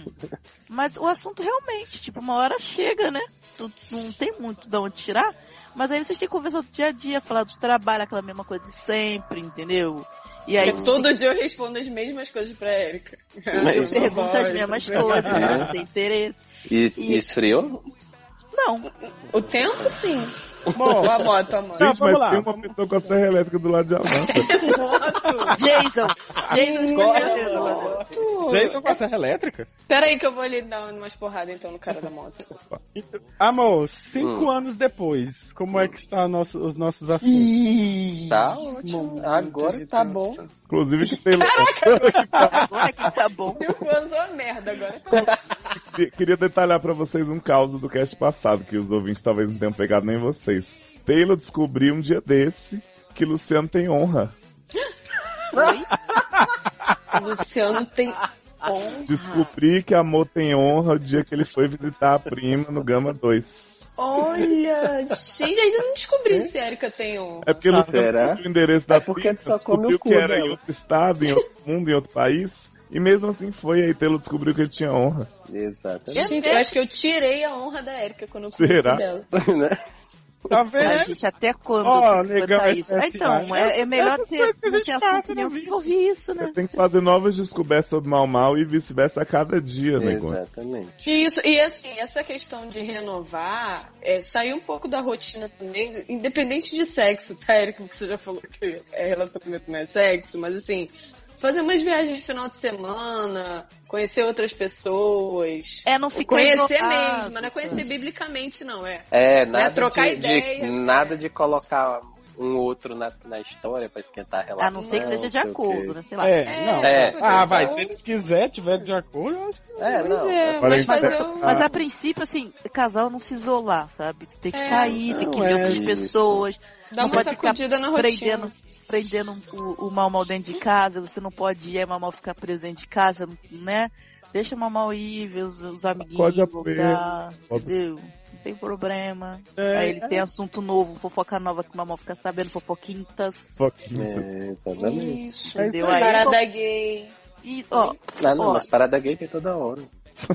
Speaker 2: Mas o assunto realmente, tipo, uma hora chega, né? Tu, não tem muito de onde tirar. Mas aí vocês têm que conversar do dia a dia, falar do trabalho, aquela mesma coisa de sempre, entendeu? E aí
Speaker 4: Porque É todo dia eu respondo as mesmas coisas pra Erika.
Speaker 2: eu pergunto as mesmas coisas,
Speaker 4: assim,
Speaker 6: É.
Speaker 4: né?
Speaker 2: você tem interesse.
Speaker 6: E,
Speaker 2: e
Speaker 6: esfriou?
Speaker 2: Não,
Speaker 4: O tempo, sim.
Speaker 5: Bom,
Speaker 4: Ou a moto, a moto.
Speaker 3: Gente,
Speaker 5: vamos
Speaker 3: mas
Speaker 5: lá.
Speaker 3: tem uma pessoa com a serra elétrica do lado de Amanda.
Speaker 4: moto.
Speaker 2: Jason, Jason escondeu do lado.
Speaker 4: moto.
Speaker 5: Jason com a serra elétrica?
Speaker 4: Pera aí que eu vou lhe dar umas porradas então no cara da moto.
Speaker 5: Amor, cinco
Speaker 6: Hum.
Speaker 5: anos depois, como é que está o nosso- os nossos assuntos?
Speaker 4: Ih,
Speaker 6: Tá ótimo. Agora tá bom.
Speaker 3: Inclusive, que Taylor,
Speaker 2: Agora que tá bom.
Speaker 4: eu uso a merda agora.
Speaker 3: que- queria detalhar pra vocês um caos do cast passado, que os ouvintes talvez não tenham pegado nem vocês. Taylor descobriu um dia desse que Luciano tem honra.
Speaker 2: Oi?
Speaker 4: Luciano tem honra.
Speaker 3: Descobri que amor tem honra o dia que ele foi visitar a prima no Gama 2.
Speaker 4: Olha, gente, ainda não descobri se a Erika tem honra.
Speaker 3: É porque
Speaker 6: Ah,
Speaker 2: Tá.
Speaker 3: Luciano
Speaker 6: será?
Speaker 3: descobriu o endereço da
Speaker 6: É porque
Speaker 3: prima,
Speaker 6: tu só come o
Speaker 3: descobriu
Speaker 6: cu
Speaker 3: que era
Speaker 6: dela.
Speaker 3: em outro estado, em outro (laughs) mundo, em outro país. E mesmo assim foi, aí Telo descobriu que ele tinha honra.
Speaker 6: Exatamente.
Speaker 4: Gente, eu acho que eu tirei a honra da Érica quando eu fui
Speaker 3: Será?
Speaker 4: dela.
Speaker 6: (laughs) Né?
Speaker 5: Tá vendo?
Speaker 2: Ai, gente, até quando
Speaker 5: Ó,
Speaker 2: tem que
Speaker 5: legal
Speaker 2: botar
Speaker 5: esse
Speaker 2: isso? Ah, Então,
Speaker 5: SSI.
Speaker 2: é, é melhor
Speaker 5: Essas
Speaker 2: você
Speaker 5: coisas que a
Speaker 2: não
Speaker 5: gente
Speaker 2: ter
Speaker 5: passa
Speaker 2: assunto
Speaker 5: na
Speaker 2: nenhum
Speaker 5: vida.
Speaker 2: que ouvir isso, né?
Speaker 3: Você tem que fazer novas descobertas sobre mal mal e vice-versa a cada dia, né, negócio.
Speaker 6: Exatamente.
Speaker 4: E Isso, e assim, essa questão de renovar, é, sair um pouco da rotina também, independente de sexo, tá, Erika? Porque você já falou que é relacionamento não é sexo, mas assim, fazer umas viagens de final de semana, conhecer outras pessoas.
Speaker 2: É, não ficar
Speaker 4: Conhecer
Speaker 2: isolado,
Speaker 4: mesmo, não é conhecer biblicamente, não, é.
Speaker 6: É, nada
Speaker 4: Trocar
Speaker 6: de, de-
Speaker 4: ideia, né?
Speaker 6: nada de colocar um outro na, na história pra esquentar a relação.
Speaker 2: A não ser que seja de
Speaker 6: sei o
Speaker 2: acordo,
Speaker 6: quê.
Speaker 2: né? Sei lá.
Speaker 5: É, não.
Speaker 6: É.
Speaker 5: Ah, vai, se eles quiserem, tiver de acordo, eu acho que
Speaker 6: É, não. É,
Speaker 4: mas
Speaker 3: Parece-
Speaker 4: fazer um-
Speaker 2: Mas a princípio, assim, casal não se isolar, sabe? Tem que
Speaker 4: É,
Speaker 2: sair, tem que
Speaker 6: não
Speaker 2: ver
Speaker 6: é
Speaker 2: outras
Speaker 6: isso.
Speaker 2: pessoas,
Speaker 4: Dá
Speaker 2: não
Speaker 4: uma
Speaker 2: pode ficar
Speaker 4: sacudida na rotina.
Speaker 2: prendendo, prendendo o, o mal mal dentro de casa, você não pode ir, aí o mal mal ficar preso dentro de casa, né? Deixa o mal mal ir, ver os, os amiguinhos,
Speaker 3: Acorde a
Speaker 2: voltar,
Speaker 3: pena.
Speaker 2: entendeu? Não tem problema.
Speaker 5: é.
Speaker 2: aí ele tem assunto novo, fofoca nova que o mal mal fica sabendo, fofoquintas.
Speaker 3: Foquinha.
Speaker 6: É, exatamente.
Speaker 4: Isso.
Speaker 5: É
Speaker 2: Entendeu?
Speaker 5: isso aí.
Speaker 2: Aí,
Speaker 4: Parada gay.
Speaker 2: e, ó,
Speaker 6: Ah, não,
Speaker 2: Ó.
Speaker 6: mas parada gay tem toda hora.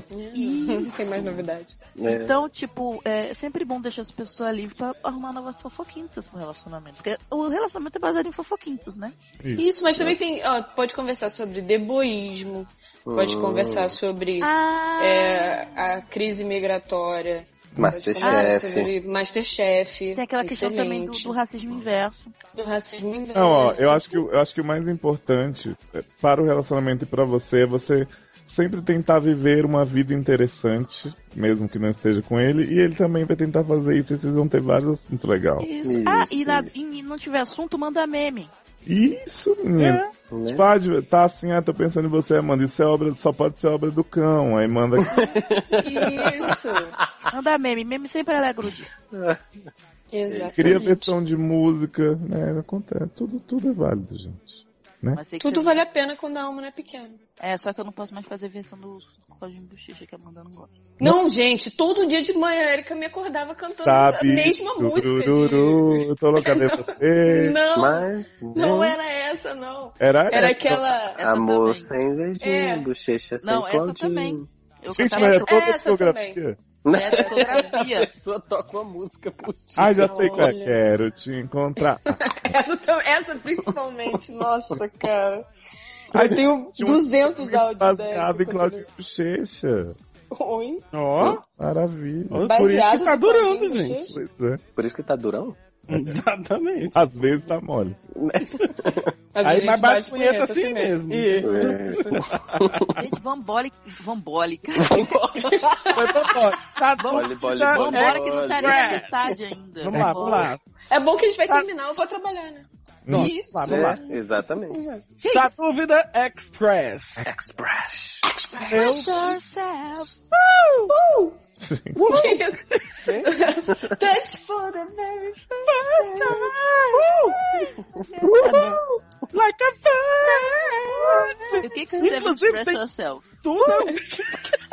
Speaker 4: Não tem mais novidade.
Speaker 6: É.
Speaker 2: Então, tipo, é sempre bom deixar as pessoas livres pra arrumar novas fofoquintas pro relacionamento. Porque o relacionamento é baseado em fofoquintos, né?
Speaker 4: Isso, mas também tem. ó, pode conversar sobre deboísmo, pode
Speaker 6: Hum,
Speaker 4: conversar sobre
Speaker 2: Ah!
Speaker 4: é, a crise migratória, pode conversar
Speaker 6: Masterchef. né?
Speaker 4: sobre Masterchef.
Speaker 2: Tem aquela questão também do,
Speaker 4: excelente,
Speaker 2: do racismo inverso.
Speaker 4: do racismo inverso.
Speaker 3: Não, ó, eu acho que o- eu acho que o mais importante é, para o relacionamento e para você é você sempre tentar viver uma vida interessante, mesmo que não esteja com ele, e ele também vai tentar fazer isso, e vocês vão ter vários assuntos legais.
Speaker 2: Isso.
Speaker 6: Isso,
Speaker 2: ah, e, na-
Speaker 6: isso.
Speaker 2: e não tiver assunto, manda meme.
Speaker 3: Isso, menino.
Speaker 6: né?
Speaker 3: Pode, tá assim, ah, tô pensando em você, Amanda, isso é obra, só pode ser obra do cão, aí
Speaker 4: (laughs)
Speaker 3: manda
Speaker 2: (laughs)
Speaker 4: Isso!
Speaker 2: Manda meme. Meme sempre é alegra o dia.
Speaker 4: Exatamente.
Speaker 3: Cria versão de música, né? Acontece. Tudo, tudo é válido, gente.
Speaker 2: Mas sei que
Speaker 4: Tudo
Speaker 2: você-
Speaker 4: vale a pena quando a alma não é pequena.
Speaker 2: É, só que eu não posso mais fazer versão do Código de Bochecha que a Amanda não gosta.
Speaker 4: Não, gente, todo dia de manhã a Erika me acordava cantando
Speaker 3: Sabe?
Speaker 4: a mesma música. De...
Speaker 3: turururu, tô louca de você.
Speaker 4: Não,
Speaker 6: Mas,
Speaker 4: não é
Speaker 6: né,
Speaker 4: era essa, não.
Speaker 3: Era,
Speaker 4: Era aquela. (laughs)
Speaker 2: Essa
Speaker 6: amor
Speaker 2: também.
Speaker 6: sem beijinho,
Speaker 4: É.
Speaker 6: bochecha sem
Speaker 2: Não, essa
Speaker 6: caldinho.
Speaker 2: também. Eu
Speaker 3: Gente,
Speaker 2: cantava
Speaker 3: mas é
Speaker 2: essa-
Speaker 3: toda a
Speaker 4: Essa também.
Speaker 3: discografia.
Speaker 2: é essa fotografia.
Speaker 6: pessoa toca uma música por dia.
Speaker 3: Ah, já sei qual é.
Speaker 4: Tipo, Olha.
Speaker 3: Quero te
Speaker 4: (laughs)
Speaker 3: encontrar.
Speaker 4: Essa, tam- essa principalmente, nossa, cara.
Speaker 3: Ai,
Speaker 4: Eu tenho
Speaker 3: tinha um
Speaker 4: 200 áudios
Speaker 3: Baseado em Claudio
Speaker 4: dela.
Speaker 3: Bochecha.
Speaker 4: Oi?
Speaker 5: Ó,
Speaker 3: Maravilha.
Speaker 5: ó, por isso que
Speaker 4: Baseado
Speaker 5: tá
Speaker 4: no
Speaker 5: durando,
Speaker 4: Claudinho
Speaker 5: gente.
Speaker 3: Pois é.
Speaker 6: Por isso que tá durão?
Speaker 5: (laughs) Exatamente.
Speaker 3: Às vezes tá mole.
Speaker 5: Aí, mas bate punheta assim mesmo.
Speaker 6: É,
Speaker 2: Gente, vambole, vambole,
Speaker 3: (laughs)
Speaker 2: cara.
Speaker 5: Foi popó. Tá bom.
Speaker 6: Olha, olha,
Speaker 5: tá-
Speaker 6: olha,
Speaker 2: Vambora que não
Speaker 6: olha.
Speaker 2: estaria na metade ainda.
Speaker 5: Vamos lá, vamos lá.
Speaker 4: É bom que a gente vai terminar, eu vou trabalhar, né?
Speaker 5: Pronto,
Speaker 4: Isso.
Speaker 5: Vamos lá, vamos lá.
Speaker 6: É, exatamente.
Speaker 5: Sua dúvida express.
Speaker 6: Express.
Speaker 4: Que (laughs) isso? Touch for the very first
Speaker 5: Like a fan.
Speaker 2: E o que, que você deve
Speaker 5: Inclusive,
Speaker 2: express
Speaker 5: tem
Speaker 2: yourself?
Speaker 5: tudo.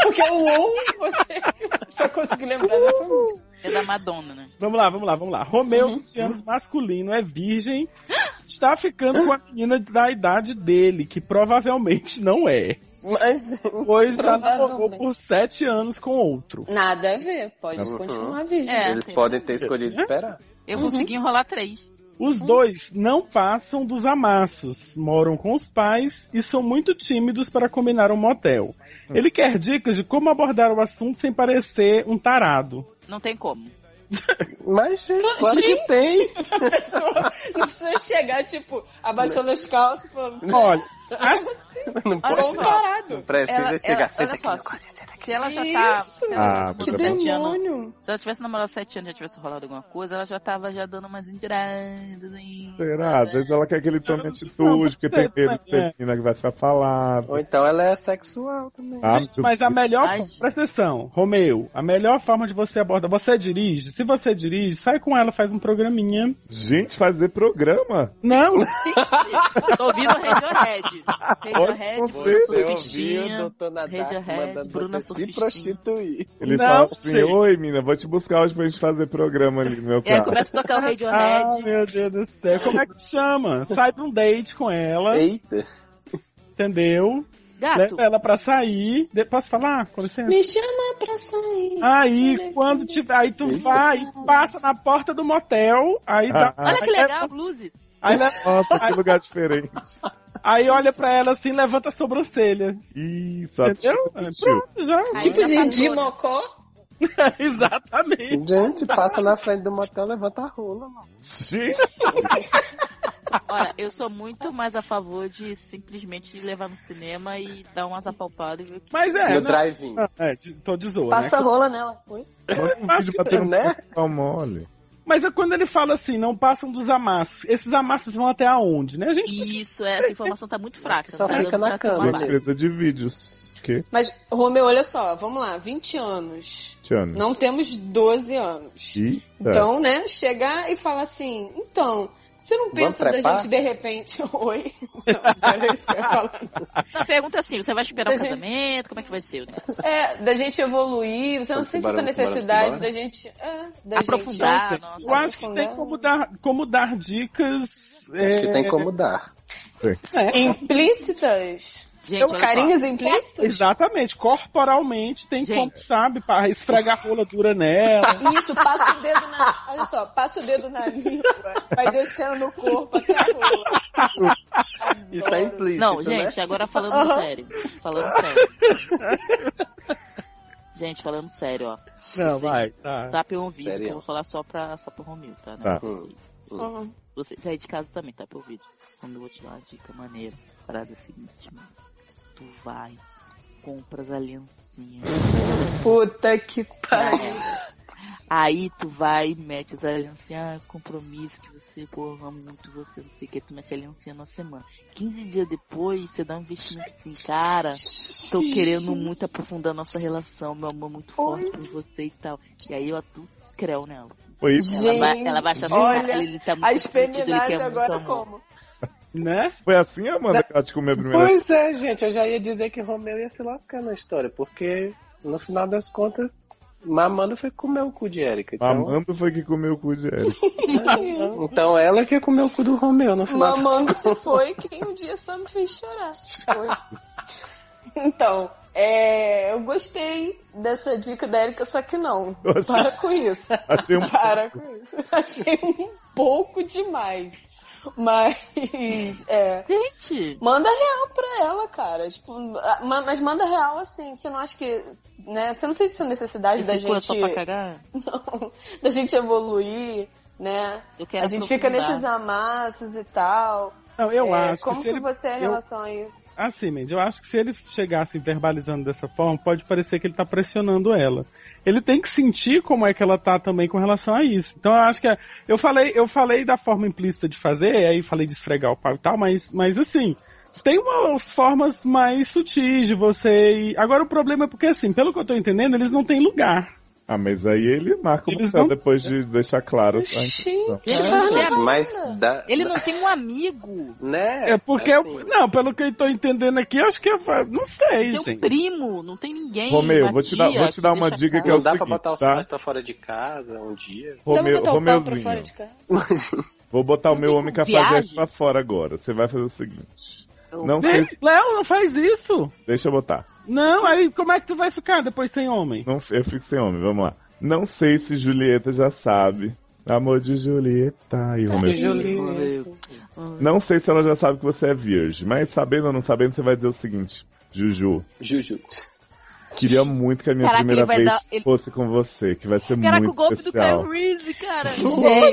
Speaker 4: Porque o ou você (laughs) só conseguiu lembrar dessa música.
Speaker 2: É da Madonna, né?
Speaker 5: Vamos lá, vamos lá, vamos lá. Romeu, 20 anos, masculino, é virgem, está ficando com a menina da idade dele, que provavelmente não é. Pois ela namorou por 7 anos com outro.
Speaker 4: Nada a ver, pode
Speaker 6: Uhum.
Speaker 4: continuar virgem.
Speaker 2: É,
Speaker 6: Eles
Speaker 2: sim.
Speaker 6: podem ter escolhido esperar.
Speaker 4: Uhum.
Speaker 2: Eu consegui enrolar três.
Speaker 5: Os dois não passam dos amassos, moram com os pais e são muito tímidos para combinar um motel. Ele quer dicas de como abordar o assunto sem parecer um tarado.
Speaker 2: Não tem como.
Speaker 6: Mas, gente, claro
Speaker 4: gente.
Speaker 6: que tem.
Speaker 4: Não precisa chegar, tipo, abaixando as calças
Speaker 5: (laughs)
Speaker 4: e falando,
Speaker 5: Olha, assim,
Speaker 6: Não
Speaker 2: Olha
Speaker 6: pode.
Speaker 2: só.
Speaker 4: parado.
Speaker 6: Precisa
Speaker 2: Ela-
Speaker 6: chegar.
Speaker 2: ela-
Speaker 3: é
Speaker 2: assim.
Speaker 6: Senta
Speaker 2: olha
Speaker 6: aqui
Speaker 2: só,
Speaker 6: no quarto, senta aqui.
Speaker 2: se ela já tá.
Speaker 4: Isso.
Speaker 2: Se
Speaker 3: Ah,
Speaker 2: ela,
Speaker 3: porque
Speaker 4: Que
Speaker 3: eu tava-
Speaker 2: sete
Speaker 6: né?
Speaker 2: anos,
Speaker 4: demônio!
Speaker 2: se ela tivesse namorado sete anos e já tivesse rolado alguma coisa, ela já tava já dando umas indiretas. hein?
Speaker 3: Será? Às vezes ela quer que ele tome
Speaker 4: tá
Speaker 5: Não, pode
Speaker 3: atitude, porque tem
Speaker 5: ser
Speaker 3: medo de
Speaker 4: É.
Speaker 5: também,
Speaker 3: ser menina que vai ficar falada.
Speaker 6: Ou então ela é sexual também.
Speaker 3: Ah,
Speaker 5: Gente, mas a melhor.
Speaker 2: Ai,
Speaker 5: forma- Presta atenção, Romeu. A melhor forma de você abordar. Você dirige? Se você dirige, sai com ela, faz um programinha.
Speaker 3: Gente, fazer programa?
Speaker 5: Não!
Speaker 2: Tô ouvindo
Speaker 5: (laughs)
Speaker 2: Radiohead. Radiohead,
Speaker 3: Olha,
Speaker 2: Bruna
Speaker 3: você
Speaker 5: né?
Speaker 6: o
Speaker 2: Surfistinha.
Speaker 6: doutor Nadark
Speaker 2: Radiohead,
Speaker 6: mandando
Speaker 2: Bruna
Speaker 6: você se
Speaker 2: Surfistinha.
Speaker 6: prostituir.
Speaker 3: Ele
Speaker 5: Não
Speaker 3: fala assim,
Speaker 5: sei.
Speaker 3: oi, mina, vou te buscar hoje pra gente fazer programa ali no meu
Speaker 2: (laughs) E aí
Speaker 3: carro.
Speaker 5: (laughs)
Speaker 2: começa a tocar o
Speaker 5: Ah,
Speaker 2: Radiohead.
Speaker 5: meu Deus do céu. Como é que chama? Sai pra um date com ela,
Speaker 6: Eita.
Speaker 5: entendeu?
Speaker 2: Gato,
Speaker 5: Leva ela pra sair. De... Posso falar? Com
Speaker 6: É.
Speaker 5: licença?
Speaker 4: Me chama pra sair.
Speaker 5: Aí, quando tiver. Aí tu vai e passa na porta do motel. Aí dá.
Speaker 6: Ah,
Speaker 2: olha que legal, bluses.
Speaker 5: Aí, le-
Speaker 3: Nossa, que lugar diferente.
Speaker 5: aí olha pra ela assim, levanta a sobrancelha.
Speaker 3: Ih,
Speaker 6: Tá
Speaker 3: só
Speaker 5: Entendeu?
Speaker 6: tipo
Speaker 5: É
Speaker 3: tio.
Speaker 5: Pronto, já.
Speaker 2: Aí
Speaker 4: Tipo
Speaker 2: já passou,
Speaker 4: de, de
Speaker 2: né?
Speaker 4: mocó.
Speaker 5: (laughs) Exatamente.
Speaker 2: (laughs)
Speaker 6: Gente, passa na frente do motel, levanta a rola, mano.
Speaker 3: Gente,
Speaker 5: (laughs)
Speaker 2: Olha, eu sou muito mais a favor de simplesmente levar no cinema e dar umas apalpadas e ver o que.
Speaker 5: Mas é,
Speaker 6: no
Speaker 5: né?
Speaker 6: drive-in.
Speaker 5: Ah, é, de- tô de zoa, né?
Speaker 4: Passa rola nela. Oi?
Speaker 3: manda um vídeo
Speaker 5: é,
Speaker 3: batendo
Speaker 6: Né?
Speaker 3: pau mole.
Speaker 5: Mas é quando ele fala assim, não passam dos amassos. Esses amassos vão até aonde, né? A gente
Speaker 2: Isso, é, essa informação tá muito fraca.
Speaker 6: Só
Speaker 2: tá
Speaker 6: fica
Speaker 2: dando
Speaker 6: na
Speaker 2: pra
Speaker 6: cama,
Speaker 2: tomar
Speaker 6: né?
Speaker 2: mais.
Speaker 3: Empresa de vídeos. Que?
Speaker 4: Mas, Romeu, olha só, vamos lá, 20 anos.
Speaker 3: Tiana?
Speaker 4: Não temos 12 anos.
Speaker 6: é.
Speaker 3: Eita.
Speaker 4: Então, né, chegar e falar assim, então, você não
Speaker 6: Vamos
Speaker 4: pensa da
Speaker 6: trepar?
Speaker 4: gente de repente, (laughs) oi? Não, era isso que eu ia falar.
Speaker 6: (laughs)
Speaker 2: Não, pergunta assim, você vai esperar o
Speaker 4: Gente.
Speaker 2: casamento? Como é que vai ser? né?
Speaker 4: É, da gente evoluir, você não
Speaker 6: Vamos
Speaker 4: sente
Speaker 6: embora,
Speaker 4: essa
Speaker 6: vamos embora,
Speaker 4: necessidade
Speaker 6: vamos
Speaker 4: da gente... É, da
Speaker 2: Aprofundar, nossa.
Speaker 5: Eu acho que tem como dar, como dar dicas.
Speaker 6: Acho
Speaker 5: é,
Speaker 6: que tem como dar.
Speaker 4: Gente... Implícitas.
Speaker 2: Gente,
Speaker 5: um
Speaker 4: Eu,
Speaker 2: olha só.
Speaker 4: carinhos implícitos.
Speaker 5: Exatamente, corporalmente tem
Speaker 2: Gente.
Speaker 5: como, sabe, para esfregar a rola
Speaker 4: (laughs)
Speaker 5: dura nela.
Speaker 4: Isso, passa o dedo na. Olha só, passa o dedo na língua, vai descendo no corpo até a rola.
Speaker 6: Isso é implícito,
Speaker 2: Não,
Speaker 6: né?
Speaker 2: gente, agora falando
Speaker 4: Aham.
Speaker 2: sério. Falando sério. gente, falando sério, ó.
Speaker 5: Não, vai, tá.
Speaker 2: Tá pra eu ouvir,
Speaker 6: Sério.
Speaker 2: que eu vou falar só pra, só pro Romil, tá? Né?
Speaker 3: Tá.
Speaker 6: Hum.
Speaker 4: Uhum.
Speaker 2: Vocês aí de casa também, tá pro vídeo. Quando eu vou te dar uma dica maneira, a parada é a seguinte, mano. Tu vai, compras a lencinha.
Speaker 4: Puta que pariu.
Speaker 2: Aí tu vai e mete as aliancinhas, ah, compromisso que você, pô, eu amo muito você, não sei o que, tu mete a aliancinha na semana. 15 dias depois, você dá um investimento assim, cara, tô querendo muito aprofundar nossa relação, meu amor muito forte por você e tal. E aí, ó, tu creu nela.
Speaker 3: Foi isso.
Speaker 2: Ela,
Speaker 4: Gente,
Speaker 2: vai, ela baixa a
Speaker 4: olha,
Speaker 2: cara, ele tá muito
Speaker 4: As
Speaker 2: sentido, ele
Speaker 4: feminazes
Speaker 2: quer
Speaker 4: agora
Speaker 2: muito amor.
Speaker 4: como?
Speaker 5: Né?
Speaker 3: Foi assim, Amanda, que ela te comeu a primeira
Speaker 6: Pois é, gente, eu já ia dizer que Romeu ia se lascar na história, porque no final das contas, Mamando foi comer o cu de Erika. Então,
Speaker 3: Amanda foi que comeu o cu de Eric.
Speaker 2: (laughs)
Speaker 6: então ela que ia comer o cu do Romeu no final.
Speaker 4: Mamando se foi (laughs) quem um dia só me fez chorar. Foi. Então, é, eu gostei dessa dica da Erika, só que não.
Speaker 3: Eu achei-
Speaker 4: Para com isso.
Speaker 3: Achei um
Speaker 4: Para com isso. (laughs) Achei um pouco demais. Mas, é.
Speaker 2: Gente,
Speaker 4: Manda real pra ela, cara. Tipo, a- ma- mas manda real assim. Você não acha que. Né? Você não sente essa necessidade da
Speaker 2: esse cu é só
Speaker 4: gente. (laughs)
Speaker 2: pra cagar?
Speaker 4: Não, da gente evoluir, né?
Speaker 2: Eu quero
Speaker 4: a gente fica
Speaker 2: aprofundar.
Speaker 4: nesses amassos e tal.
Speaker 5: Não, eu
Speaker 4: É,
Speaker 5: acho que
Speaker 4: Como
Speaker 5: se
Speaker 4: que
Speaker 5: ele.
Speaker 4: você é em
Speaker 5: eu-
Speaker 4: relação a isso?
Speaker 5: Assim, Mandy, eu acho que se ele chegasse verbalizando dessa forma, pode parecer que ele tá pressionando ela. Ele tem que sentir como é que ela tá também com relação a isso. Então eu acho que é- eu falei, eu falei da forma implícita de fazer, e aí falei de esfregar o pau e tal, mas, mas assim, tem umas formas mais sutis de você. ir- Agora o problema é porque assim, pelo que eu tô entendendo, eles não têm lugar.
Speaker 3: Ah, mas aí ele marca o
Speaker 5: Eles
Speaker 3: papel
Speaker 5: não-
Speaker 3: depois de deixar claro. tá?
Speaker 4: Gente,
Speaker 2: Ele
Speaker 6: Ah,
Speaker 2: não tem
Speaker 6: gente,
Speaker 2: a-
Speaker 6: mas dá,
Speaker 2: Ele não tem um amigo,
Speaker 6: né?
Speaker 5: É porque
Speaker 6: assim,
Speaker 5: eu, não, pelo que eu tô entendendo aqui, eu acho que eu fa- não sei,
Speaker 2: tem um
Speaker 5: gente.
Speaker 2: primo, não tem ninguém.
Speaker 3: Romeu,
Speaker 2: uma
Speaker 3: vou te dar-
Speaker 2: tia
Speaker 3: vou te dar
Speaker 2: que
Speaker 3: uma
Speaker 2: deixa
Speaker 3: dica que
Speaker 5: é
Speaker 2: claro.
Speaker 6: não
Speaker 3: o
Speaker 6: dá pra
Speaker 3: seguinte,
Speaker 6: botar os
Speaker 3: tá?
Speaker 6: pais pra fora de casa um dia.
Speaker 3: Romeu,
Speaker 4: Então botar o pau pra fora
Speaker 3: Romeuzinho,
Speaker 4: de cá?
Speaker 3: vou botar o
Speaker 2: Não
Speaker 3: meu
Speaker 2: tem
Speaker 3: homem
Speaker 2: como
Speaker 3: cafajeste
Speaker 2: viagem?
Speaker 3: pra fora agora. Você vai fazer o seguinte. Não sei
Speaker 5: Né?
Speaker 3: se...
Speaker 5: Léo, não faz isso!
Speaker 3: Deixa eu botar.
Speaker 5: Não, aí como é que tu vai ficar depois sem homem?
Speaker 3: Não, eu fico sem homem, vamos lá. Não sei se Julieta já sabe. Amor de Julieta e Romeu.
Speaker 2: Romeu.
Speaker 3: Não sei se ela já sabe que você é virgem, mas sabendo ou não sabendo, você vai dizer o seguinte: Juju,
Speaker 6: Juju.
Speaker 3: queria muito que a minha
Speaker 2: Caraca,
Speaker 3: primeira
Speaker 2: ele vai
Speaker 3: vez
Speaker 2: dar- ele-
Speaker 3: fosse com você, que vai ser
Speaker 2: Caraca, o
Speaker 3: muito
Speaker 2: golpe
Speaker 3: especial.
Speaker 2: do Kyle Reese, cara. é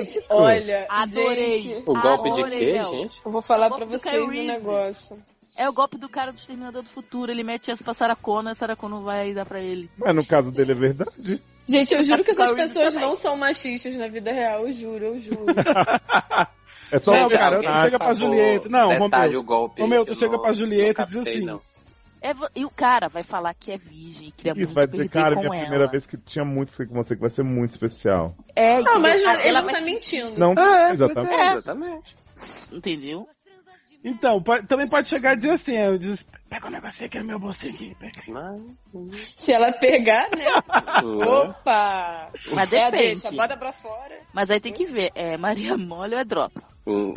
Speaker 4: Gente, olha.
Speaker 2: Adorei.
Speaker 4: gente,
Speaker 6: O golpe de
Speaker 4: Ah,
Speaker 2: Adorei,
Speaker 6: quê,
Speaker 2: Léo.
Speaker 6: gente?
Speaker 4: eu vou falar
Speaker 2: Golpe
Speaker 4: pra
Speaker 2: do
Speaker 4: vocês
Speaker 2: Kyle
Speaker 4: um
Speaker 2: Reese.
Speaker 4: negócio.
Speaker 2: É o golpe do cara do Exterminador do Futuro. Ele mete essa pra Saracona, a Saracona vai dar pra ele.
Speaker 3: Mas no caso dele é verdade.
Speaker 4: Gente, eu juro que essas pessoas não são machistas na vida real, eu juro, eu juro.
Speaker 3: É só
Speaker 5: Não,
Speaker 3: um cara.
Speaker 5: cara,
Speaker 6: Né, alguém,
Speaker 5: chega
Speaker 6: por
Speaker 5: pra
Speaker 6: favor,
Speaker 5: Julieta. Não,
Speaker 6: detalhe
Speaker 5: Romeu.
Speaker 6: o golpe.
Speaker 5: Romeu,
Speaker 6: aí,
Speaker 5: tu
Speaker 6: que eu
Speaker 5: chega
Speaker 6: não-
Speaker 5: pra Julieta
Speaker 6: não
Speaker 5: e diz
Speaker 6: captei,
Speaker 5: assim,
Speaker 6: não.
Speaker 2: É vo- e o cara vai falar que é virgem, que é
Speaker 3: Isso
Speaker 2: muito
Speaker 3: vai dizer, cara,
Speaker 2: com
Speaker 3: minha
Speaker 2: ela.
Speaker 3: primeira vez que tinha muito sexo com você, que vai ser muito especial.
Speaker 2: É,
Speaker 4: Não,
Speaker 2: e
Speaker 4: mas
Speaker 2: a-
Speaker 4: ele
Speaker 2: ela
Speaker 4: não
Speaker 2: vai
Speaker 4: tá
Speaker 2: se-
Speaker 4: mentindo.
Speaker 3: Não,
Speaker 6: Ah, é, pois
Speaker 3: exatamente.
Speaker 6: é, exatamente.
Speaker 2: Entendeu?
Speaker 5: Então, po- também pode chegar e dizer assim, é, diz, pega o negocinho aqui no meu bolsinho aqui. pega
Speaker 4: (laughs)
Speaker 5: aí."
Speaker 6: Mas,
Speaker 4: Se ela pegar, né?
Speaker 6: pô,
Speaker 4: Opa!
Speaker 2: Mas
Speaker 4: É,
Speaker 2: depende.
Speaker 4: deixa, bota pra
Speaker 3: (laughs)
Speaker 4: fora.
Speaker 2: Mas aí tem que ver, é Maria Mole ou é Drops?
Speaker 6: hum,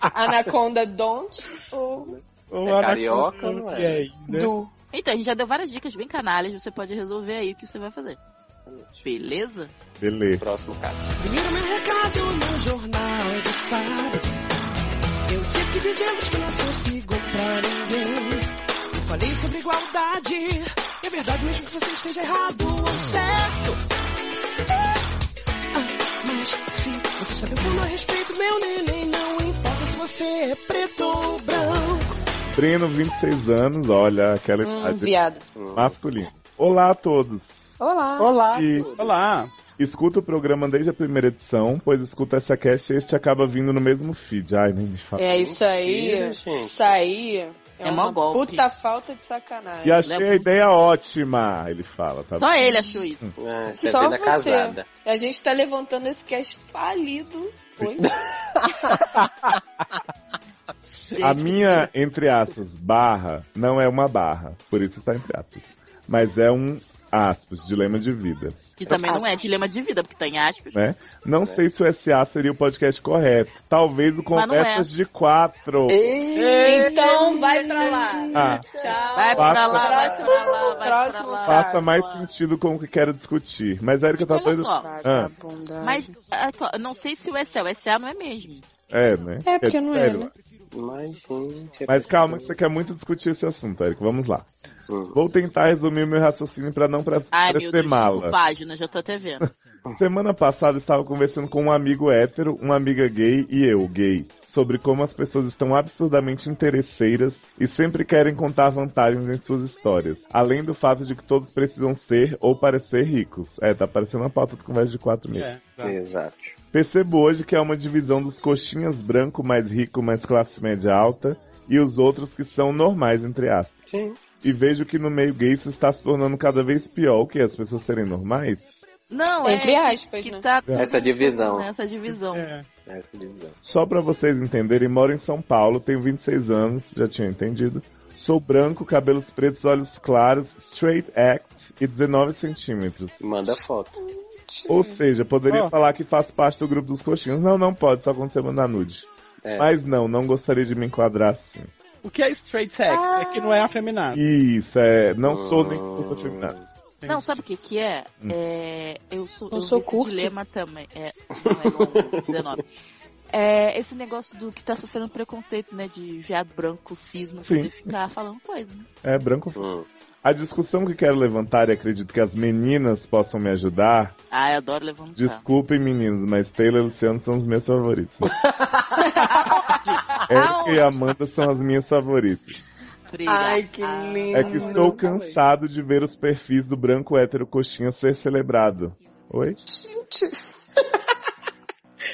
Speaker 4: Anaconda don't ou
Speaker 5: Ou
Speaker 6: É
Speaker 5: ela-
Speaker 6: carioca, não é?
Speaker 5: E aí, né?
Speaker 4: do.
Speaker 2: Então, a gente já deu várias dicas bem canalhas, você pode resolver aí o que você vai fazer. Beleza?
Speaker 3: Beleza.
Speaker 6: Próximo caso.
Speaker 8: Primeiro meu recado no jornal do sábado. Eu tive que dizer que não sou sigo pra ninguém. Eu falei sobre igualdade. É verdade mesmo que você esteja errado ou certo. Ah, mas se você está pensando a respeito, meu neném, não importa se você é preto ou branco.
Speaker 3: Breno, 26 anos, olha aquela
Speaker 4: Hum,
Speaker 3: idade
Speaker 4: viado.
Speaker 3: masculina. Olá a todos.
Speaker 4: Olá.
Speaker 6: Olá.
Speaker 3: E-
Speaker 6: tudo.
Speaker 5: Olá.
Speaker 3: Escuto o programa desde a primeira edição, pois escuto essa cast e este acaba vindo no mesmo feed. Ai, nem me fala.
Speaker 4: É isso aí.
Speaker 6: Mentira, né, gente.
Speaker 4: Isso aí. É,
Speaker 2: É
Speaker 4: uma
Speaker 2: mau golpe.
Speaker 4: puta falta de
Speaker 3: E
Speaker 4: sacanagem.
Speaker 3: achei a ideia ótima, ele fala, tá?
Speaker 2: é, né, Só ele achou isso.
Speaker 6: Ah, você é
Speaker 4: Só
Speaker 6: velha
Speaker 4: você.
Speaker 6: casada.
Speaker 4: A gente tá levantando esse cast falido.
Speaker 3: (laughs)
Speaker 4: Oi?
Speaker 3: A minha, entre aspas, barra, não é uma barra, por isso está entre aspas. Mas é um, aspas, dilema de vida,
Speaker 2: Que também não é dilema de vida, porque tá em aspas.
Speaker 3: né?
Speaker 2: É.
Speaker 3: Não sei se o SA seria o podcast correto. Talvez o
Speaker 2: Mas não é.
Speaker 3: Conversas de Quatro.
Speaker 4: então vai pra lá.
Speaker 3: Ah,
Speaker 4: Tchau.
Speaker 2: Vai pra lá, vai
Speaker 4: Próximo-
Speaker 2: pra lá, vai pra
Speaker 4: próximo
Speaker 2: lá.
Speaker 3: faça mais sentido com o que quero discutir. Mas a Erika tá
Speaker 2: Olha
Speaker 3: doida...
Speaker 2: Ah, só,
Speaker 3: Ah,
Speaker 4: Vagabundagem.
Speaker 2: mas ah, não sei se o SA, o SA não é mesmo.
Speaker 3: é, né?
Speaker 4: É, porque não é,
Speaker 3: sério.
Speaker 4: né?
Speaker 6: Mas, gente, é
Speaker 3: Mas calma, que
Speaker 6: preciso-
Speaker 3: você quer muito discutir esse assunto, Erika. Vamos lá.
Speaker 6: Hum.
Speaker 3: Vou tentar resumir meu raciocínio para não pra-
Speaker 2: Ai, meu
Speaker 3: parecer
Speaker 2: Deus,
Speaker 3: mala.
Speaker 2: cinco páginas, já tô até vendo.
Speaker 3: Semana passada estava conversando com um amigo hétero, uma amiga gay e eu, gay, sobre como as pessoas estão absurdamente interesseiras e sempre querem contar vantagens em suas histórias, além do fato de que todos precisam ser ou parecer ricos. É, tá parecendo uma pauta de conversa de quatro meses.
Speaker 5: É, tá.
Speaker 6: Hum, Exato.
Speaker 3: Percebo hoje que há uma divisão dos coxinhas branco mais rico, mais classe média alta, e os outros que são normais, entre aspas.
Speaker 6: Sim.
Speaker 3: E vejo que no meio gay isso está se tornando cada vez pior, o que as pessoas serem normais.
Speaker 2: (laughs) Não,
Speaker 4: Entre
Speaker 2: é
Speaker 4: aspas,
Speaker 2: que
Speaker 4: né?
Speaker 2: tá
Speaker 6: Essa divisão.
Speaker 2: Essa divisão.
Speaker 5: É.
Speaker 6: Essa divisão.
Speaker 3: Só pra vocês entenderem, moro em São Paulo, tenho 26 anos, já tinha entendido. Sou branco, cabelos pretos, olhos claros, straight act e 19 centímetros.
Speaker 6: Manda foto.
Speaker 3: Ou seja, poderia
Speaker 5: Ó.
Speaker 3: falar que faço parte do grupo dos coxinhos. Não, não pode, só quando você mandar nude.
Speaker 6: É.
Speaker 3: Mas não, não gostaria de me enquadrar assim.
Speaker 5: O que é straight sex? É que não é afeminado.
Speaker 3: Isso, é. Não sou nem
Speaker 6: Hum.
Speaker 3: curto afeminado.
Speaker 2: Não, sabe o que que é?
Speaker 3: Hum.
Speaker 2: É, eu sou,
Speaker 4: Eu
Speaker 2: eu
Speaker 4: sou
Speaker 2: vi esse
Speaker 4: curto.
Speaker 2: dilema também. É, não é longo, (laughs) 19. É, esse negócio do que tá sofrendo preconceito, né? De viado branco, cis, não
Speaker 3: Sim.
Speaker 2: poder ficar falando coisa. né?
Speaker 3: É branco.
Speaker 6: Hum.
Speaker 3: A discussão que quero levantar e acredito que as meninas possam me ajudar.
Speaker 2: Ah, eu adoro levantar.
Speaker 3: Desculpem, meninos, mas Taylor e Luciano são os meus favoritos. Erika e Amanda são as minhas favoritas.
Speaker 2: Obrigada.
Speaker 4: Ai, que
Speaker 2: Ah.
Speaker 4: lindo.
Speaker 3: É que estou cansado de ver os perfis do branco hétero coxinha ser celebrado. Oi?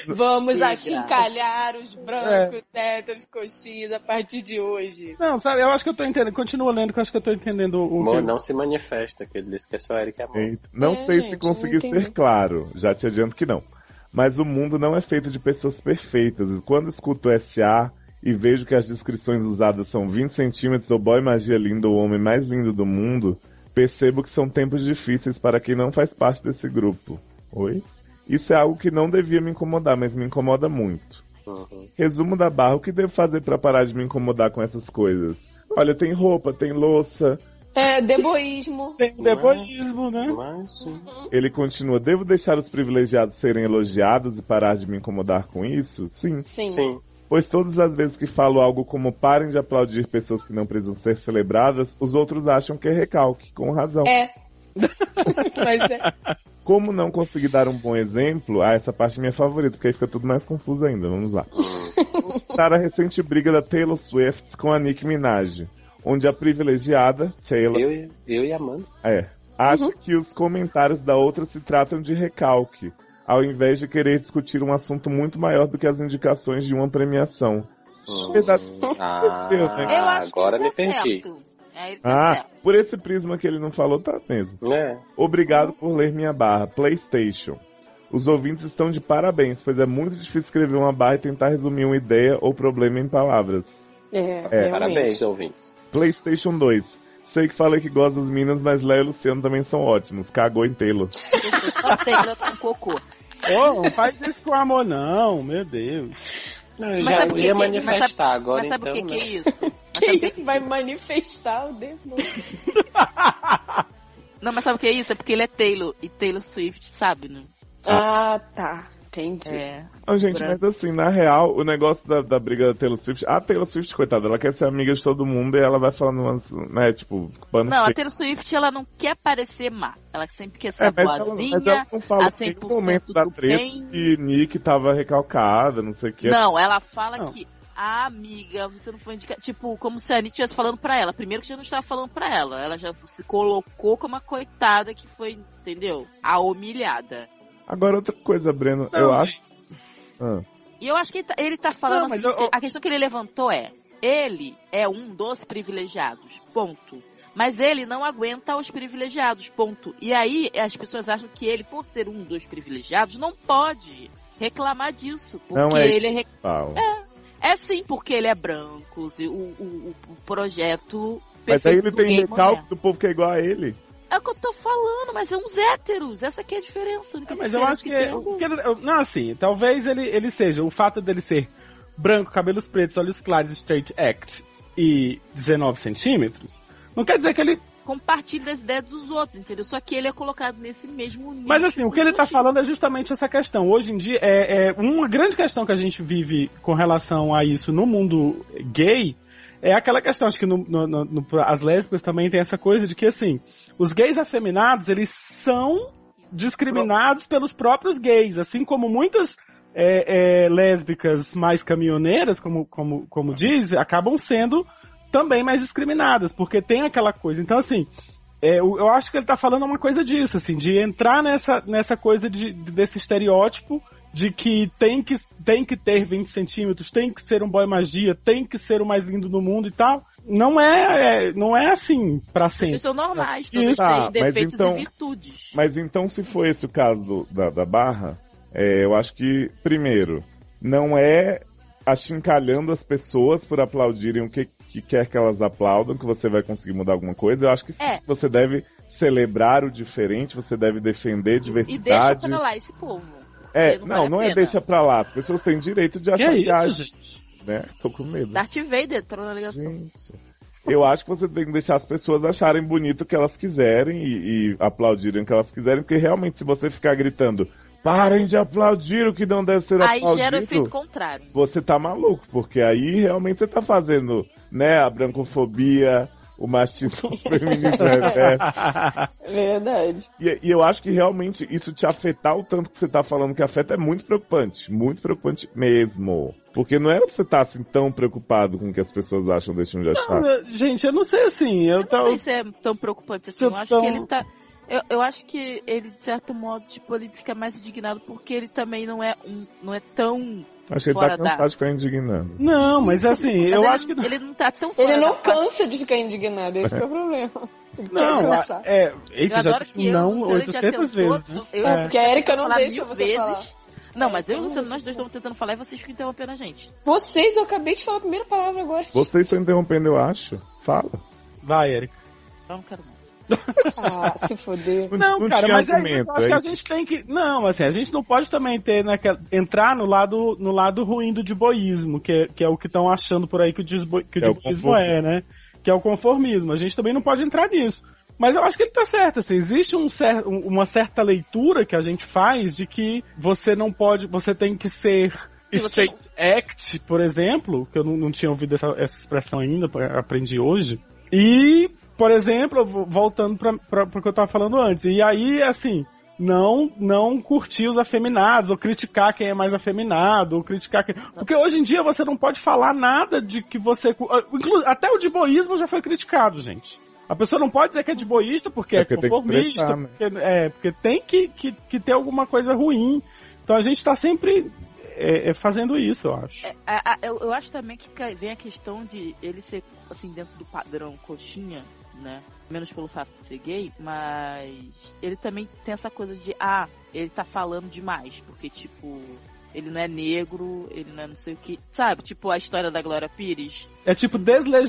Speaker 4: Vamos
Speaker 2: Que
Speaker 4: achincalhar os brancos,
Speaker 3: É.
Speaker 4: héteros, coxinhas a partir de hoje.
Speaker 5: Não, sabe, eu acho que eu tô entendendo. Continua lendo que eu acho que eu tô entendendo o
Speaker 6: Amor
Speaker 5: que...
Speaker 6: não se manifesta, que ele disse que é só Eric Amor.
Speaker 3: Eita, Não
Speaker 4: É,
Speaker 3: sei
Speaker 4: gente,
Speaker 3: se
Speaker 4: não
Speaker 3: consegui
Speaker 4: entendi.
Speaker 3: ser claro, já te adianto que não. Mas o mundo não é feito de pessoas perfeitas. E quando escuto o SA e vejo que as descrições usadas são 20 centímetros ou boy magia linda ou homem mais lindo do mundo, percebo que são tempos difíceis para quem não faz parte desse grupo. Oi? Isso é algo que não devia me incomodar, mas me incomoda muito.
Speaker 6: Uhum.
Speaker 3: Resumo da barra, o que devo fazer para parar de me incomodar com essas coisas? Olha, tem roupa, tem louça,
Speaker 4: É, deboísmo.
Speaker 5: Tem
Speaker 6: é?
Speaker 5: um deboísmo, né?
Speaker 6: Mas, sim.
Speaker 3: Ele continua: Devo deixar os privilegiados serem elogiados e parar de me incomodar com isso? Sim.
Speaker 4: Sim.
Speaker 6: sim.
Speaker 3: Pois todas as vezes que falo algo como parem de aplaudir pessoas que não precisam ser celebradas, os outros acham que é recalque, com razão.
Speaker 4: É, (laughs) Mas é.
Speaker 3: Como não consegui dar um bom exemplo, ah, essa parte é minha favorita, porque aí fica tudo mais confuso ainda. Vamos lá. Para a recente briga da Taylor Swift com a Nicki Minaj, onde a privilegiada, Taylor,
Speaker 6: Eu, e- eu e a Amanda.
Speaker 3: é, acha
Speaker 2: Uhum.
Speaker 3: que os comentários da outra se tratam de recalque, ao invés de querer discutir um assunto muito maior do que as indicações de uma premiação. Verdade.
Speaker 6: Ah,
Speaker 3: Seu, né?
Speaker 2: Eu acho
Speaker 6: agora
Speaker 2: que
Speaker 6: me
Speaker 2: ele tá
Speaker 6: perdi.
Speaker 2: certo. Aí ele tá
Speaker 3: Ah,
Speaker 2: certo.
Speaker 3: por esse prisma que ele não falou, tá mesmo.
Speaker 6: É.
Speaker 3: Obrigado por ler minha barra. PlayStation. Os ouvintes estão de parabéns, pois é muito difícil escrever uma barra e tentar resumir uma ideia ou problema em palavras.
Speaker 4: É, realmente.
Speaker 6: Parabéns, ouvintes.
Speaker 3: PlayStation 2. Sei que falei que gosto das meninas, mas Léo e Luciano também são ótimos. Cagou em tê-lo.
Speaker 2: Eu só sei que eu tô com cocô.
Speaker 5: Ô, não faz isso com amor, não, meu Deus.
Speaker 6: Não, eu
Speaker 2: Mas
Speaker 6: já
Speaker 2: sabe por
Speaker 6: ia
Speaker 2: que- mas
Speaker 6: manifestar agora,
Speaker 2: Mas sabe
Speaker 6: então.
Speaker 2: o que, que
Speaker 6: né?
Speaker 2: é isso? Mas
Speaker 4: Que
Speaker 2: sabe o que
Speaker 4: isso vai manifestar o demônio.
Speaker 2: Não, mas sabe o que é isso? É porque ele é Taylor e Taylor Swift, sabe, né?
Speaker 4: Ah, tá. Entendi.
Speaker 2: É.
Speaker 3: Não, gente,
Speaker 2: Branco.
Speaker 3: mas assim, na real, o negócio da, da briga da Taylor Swift. A Taylor Swift, coitada, ela quer ser amiga de todo mundo e ela vai falando umas. né, tipo, pano
Speaker 2: Não, a
Speaker 3: feio.
Speaker 2: Taylor Swift, ela não quer parecer má. Ela sempre quer ser
Speaker 3: É, mas, ela, mas
Speaker 2: boazinha.
Speaker 3: ela não fala
Speaker 2: a
Speaker 3: em nenhum
Speaker 2: 100%
Speaker 3: momento da
Speaker 2: do
Speaker 3: treta
Speaker 2: bem.
Speaker 3: que Nick tava recalcada, não sei o que. é-
Speaker 2: Não, ela fala
Speaker 5: Não.
Speaker 2: que, ah, amiga, você não foi indicada. Tipo, como se a Anitta estivesse falando pra ela. Primeiro que já não estava falando pra ela. Ela já se colocou como a coitada que foi, entendeu? A humilhada.
Speaker 3: Agora, outra coisa, Breno,
Speaker 5: Não,
Speaker 3: eu
Speaker 5: gente.
Speaker 3: acho. Ah,
Speaker 2: E eu acho que ele tá, ele tá falando
Speaker 5: Não, mas
Speaker 2: assim,
Speaker 5: eu- eu-
Speaker 2: a questão que ele levantou é, ele é um dos privilegiados, ponto. Mas ele não aguenta os privilegiados, ponto. E aí as pessoas acham que ele, por ser um dos privilegiados, não pode reclamar disso, porque
Speaker 3: Não é
Speaker 2: ele é re-
Speaker 3: fala.
Speaker 2: é sim, porque ele é branco, se- o, o, o- o projeto
Speaker 3: mas aí
Speaker 2: perfeito
Speaker 3: ele
Speaker 2: do
Speaker 3: tem
Speaker 2: gay
Speaker 3: recalque
Speaker 2: mulher.
Speaker 3: do povo que é igual a ele.
Speaker 2: É o que eu tô falando, mas são uns héteros, essa que é a diferença. a única
Speaker 5: É, mas eu
Speaker 2: diferença
Speaker 5: acho que.
Speaker 2: tem um
Speaker 5: é- que- não, assim, talvez ele, ele seja. O fato dele ser branco, cabelos pretos, olhos claros, straight act e 19 centímetros, não quer dizer que ele.
Speaker 2: compartilha das ideias dos outros, entendeu? Só que ele é colocado nesse mesmo nível.
Speaker 5: Mas assim, o que ele tá falando é justamente essa questão. Hoje em dia, é, é uma grande questão que a gente vive com relação a isso no mundo gay. É aquela questão, acho que no, no- no- no- as lésbicas também tem essa coisa de que, assim, os gays afeminados, eles são discriminados pelos próprios gays, assim como muitas é, é, lésbicas mais caminhoneiras, como, como, como diz, acabam sendo também mais discriminadas, porque tem aquela coisa. Então, assim, é, eu, eu acho que ele tá falando uma coisa disso, assim, de entrar nessa, nessa coisa de, desse estereótipo de que tem, que tem que ter 20 centímetros, tem que ser um boy magia, tem que ser o mais lindo do mundo e tal. Não é, é- não é assim pra sempre.
Speaker 2: Vocês são é normais, todos
Speaker 3: Tá,
Speaker 2: têm
Speaker 3: mas
Speaker 2: defeitos
Speaker 3: então-
Speaker 2: e virtudes.
Speaker 3: Mas então, se for esse o caso do- da, da barra, é, eu acho que, primeiro, não é achincalhando as pessoas por aplaudirem o que, que quer que elas aplaudam, que você vai conseguir mudar alguma coisa. Eu acho que sim,
Speaker 2: É.
Speaker 3: você deve celebrar o diferente, você deve defender diversidade.
Speaker 2: E deixa pra lá esse povo.
Speaker 3: É,
Speaker 2: não
Speaker 3: não, não,
Speaker 2: vale a pena.
Speaker 3: é deixa pra lá. As pessoas têm direito de
Speaker 5: Que
Speaker 3: achar
Speaker 5: é
Speaker 3: que,
Speaker 5: isso,
Speaker 3: age,
Speaker 5: gente?
Speaker 3: né? Tô com medo.
Speaker 2: Darth Vader entrou na ligação.
Speaker 3: Gente. Eu acho que você tem que deixar as pessoas acharem bonito o que elas quiserem e, e aplaudirem o que elas quiserem, porque realmente se você ficar gritando, parem de aplaudir o que não deve ser
Speaker 2: Aí gera o efeito
Speaker 3: aplaudido,
Speaker 2: contrário.
Speaker 3: você tá maluco, porque aí realmente você tá fazendo, né, a brancofobia,
Speaker 2: (laughs)
Speaker 3: o machismo feminino reverso.
Speaker 4: É Verdade.
Speaker 3: E, e eu acho que realmente isso te afetar o tanto que você tá falando que afeta é muito preocupante. Muito preocupante mesmo. Porque não era pra você estar assim tão preocupado com o que as pessoas acham deixam de achar.
Speaker 5: Ah, gente, eu não sei assim. Eu,
Speaker 2: Não
Speaker 5: tal-
Speaker 2: sei se é tão preocupante assim.
Speaker 5: Se eu
Speaker 2: Eu acho
Speaker 5: tão-
Speaker 2: que ele tá. Eu, eu acho que ele, de certo modo, tipo, ele fica mais indignado porque ele também não é um. não é tão.
Speaker 3: Acho que ele
Speaker 2: Fora
Speaker 3: tá cansado de ficar indignando.
Speaker 5: Não, mas assim,
Speaker 2: Mas
Speaker 5: eu
Speaker 2: ele,
Speaker 5: acho que.
Speaker 2: ele não tá tão fora
Speaker 4: Ele não
Speaker 2: da faixa.
Speaker 4: cansa de ficar indignado, esse que é o problema. Ele quer
Speaker 5: Não,
Speaker 4: conversar.
Speaker 5: a- é. Eita,
Speaker 2: Eu
Speaker 5: já
Speaker 2: adoro
Speaker 5: disse
Speaker 2: que eu,
Speaker 5: não
Speaker 2: Luciano, a gente já
Speaker 5: 800
Speaker 2: tentou,
Speaker 5: vezes. né?
Speaker 2: eu-
Speaker 5: É.
Speaker 4: Porque a Erika não
Speaker 2: falar
Speaker 4: deixa
Speaker 2: mil
Speaker 4: você
Speaker 2: vezes.
Speaker 4: falar.
Speaker 2: Não, mas eu e o Luciano, nós dois estamos tentando falar e vocês ficam interrompendo a gente.
Speaker 4: Vocês, eu acabei de falar a primeira palavra agora.
Speaker 3: Vocês estão tá interrompendo, eu acho. Fala.
Speaker 5: Vai, Eric.
Speaker 2: Então, Eu não quero mais.
Speaker 4: Ah, se (laughs) foder.
Speaker 5: Não, cara,
Speaker 3: tinha
Speaker 5: mas é isso.
Speaker 3: argumento,
Speaker 5: eu Acho
Speaker 3: é
Speaker 5: que a
Speaker 3: isso.
Speaker 5: gente tem que. Não, assim, a gente não pode também ter naquela, entrar no lado, no lado ruim do diboísmo, que é, que é o que estão achando por aí que o, disbo, que o
Speaker 3: Que é o
Speaker 5: diboísmo é, né? Que é o conformismo. A gente também não pode entrar nisso. Mas eu acho que ele tá certo, assim, existe um cer um- uma certa leitura que a gente faz de que você não pode, você tem que ser
Speaker 2: Se você
Speaker 5: straight act, por exemplo, que eu não, não tinha ouvido essa, essa expressão ainda, aprendi hoje, e Por exemplo, voltando pra, pra, pro que eu tava falando antes. E aí, assim, não não curtir os afeminados, ou criticar quem é mais afeminado, ou criticar quem... Porque hoje em dia você não pode falar nada de que você... Ah, Inclu- Até o diboísmo já foi criticado, gente. A pessoa não pode dizer que é diboísta porque é,
Speaker 3: porque tem que
Speaker 5: conformista,
Speaker 3: prestar, né?
Speaker 5: porque, é, porque tem que, que, que ter alguma coisa ruim. Então a gente tá sempre é, é, fazendo isso, eu acho.
Speaker 2: É, A- a- eu, eu acho também que ca- vem a questão de ele ser, assim, dentro do padrão coxinha, né? Menos pelo fato de ser gay, mas ele também tem essa coisa de, ah, ele tá falando demais, porque, tipo, ele não é negro, ele não é não sei o que. Sabe, tipo a história da Glória Pires?
Speaker 5: É tipo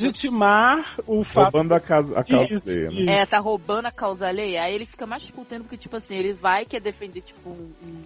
Speaker 5: deslegitimar o fato.
Speaker 3: Roubando a casa, a casa
Speaker 5: Isso,
Speaker 3: dele, né?
Speaker 5: isso.
Speaker 2: É, tá roubando a causa alheia. Aí ele fica mais disputando porque, tipo assim, ele vai quer defender, tipo, um, um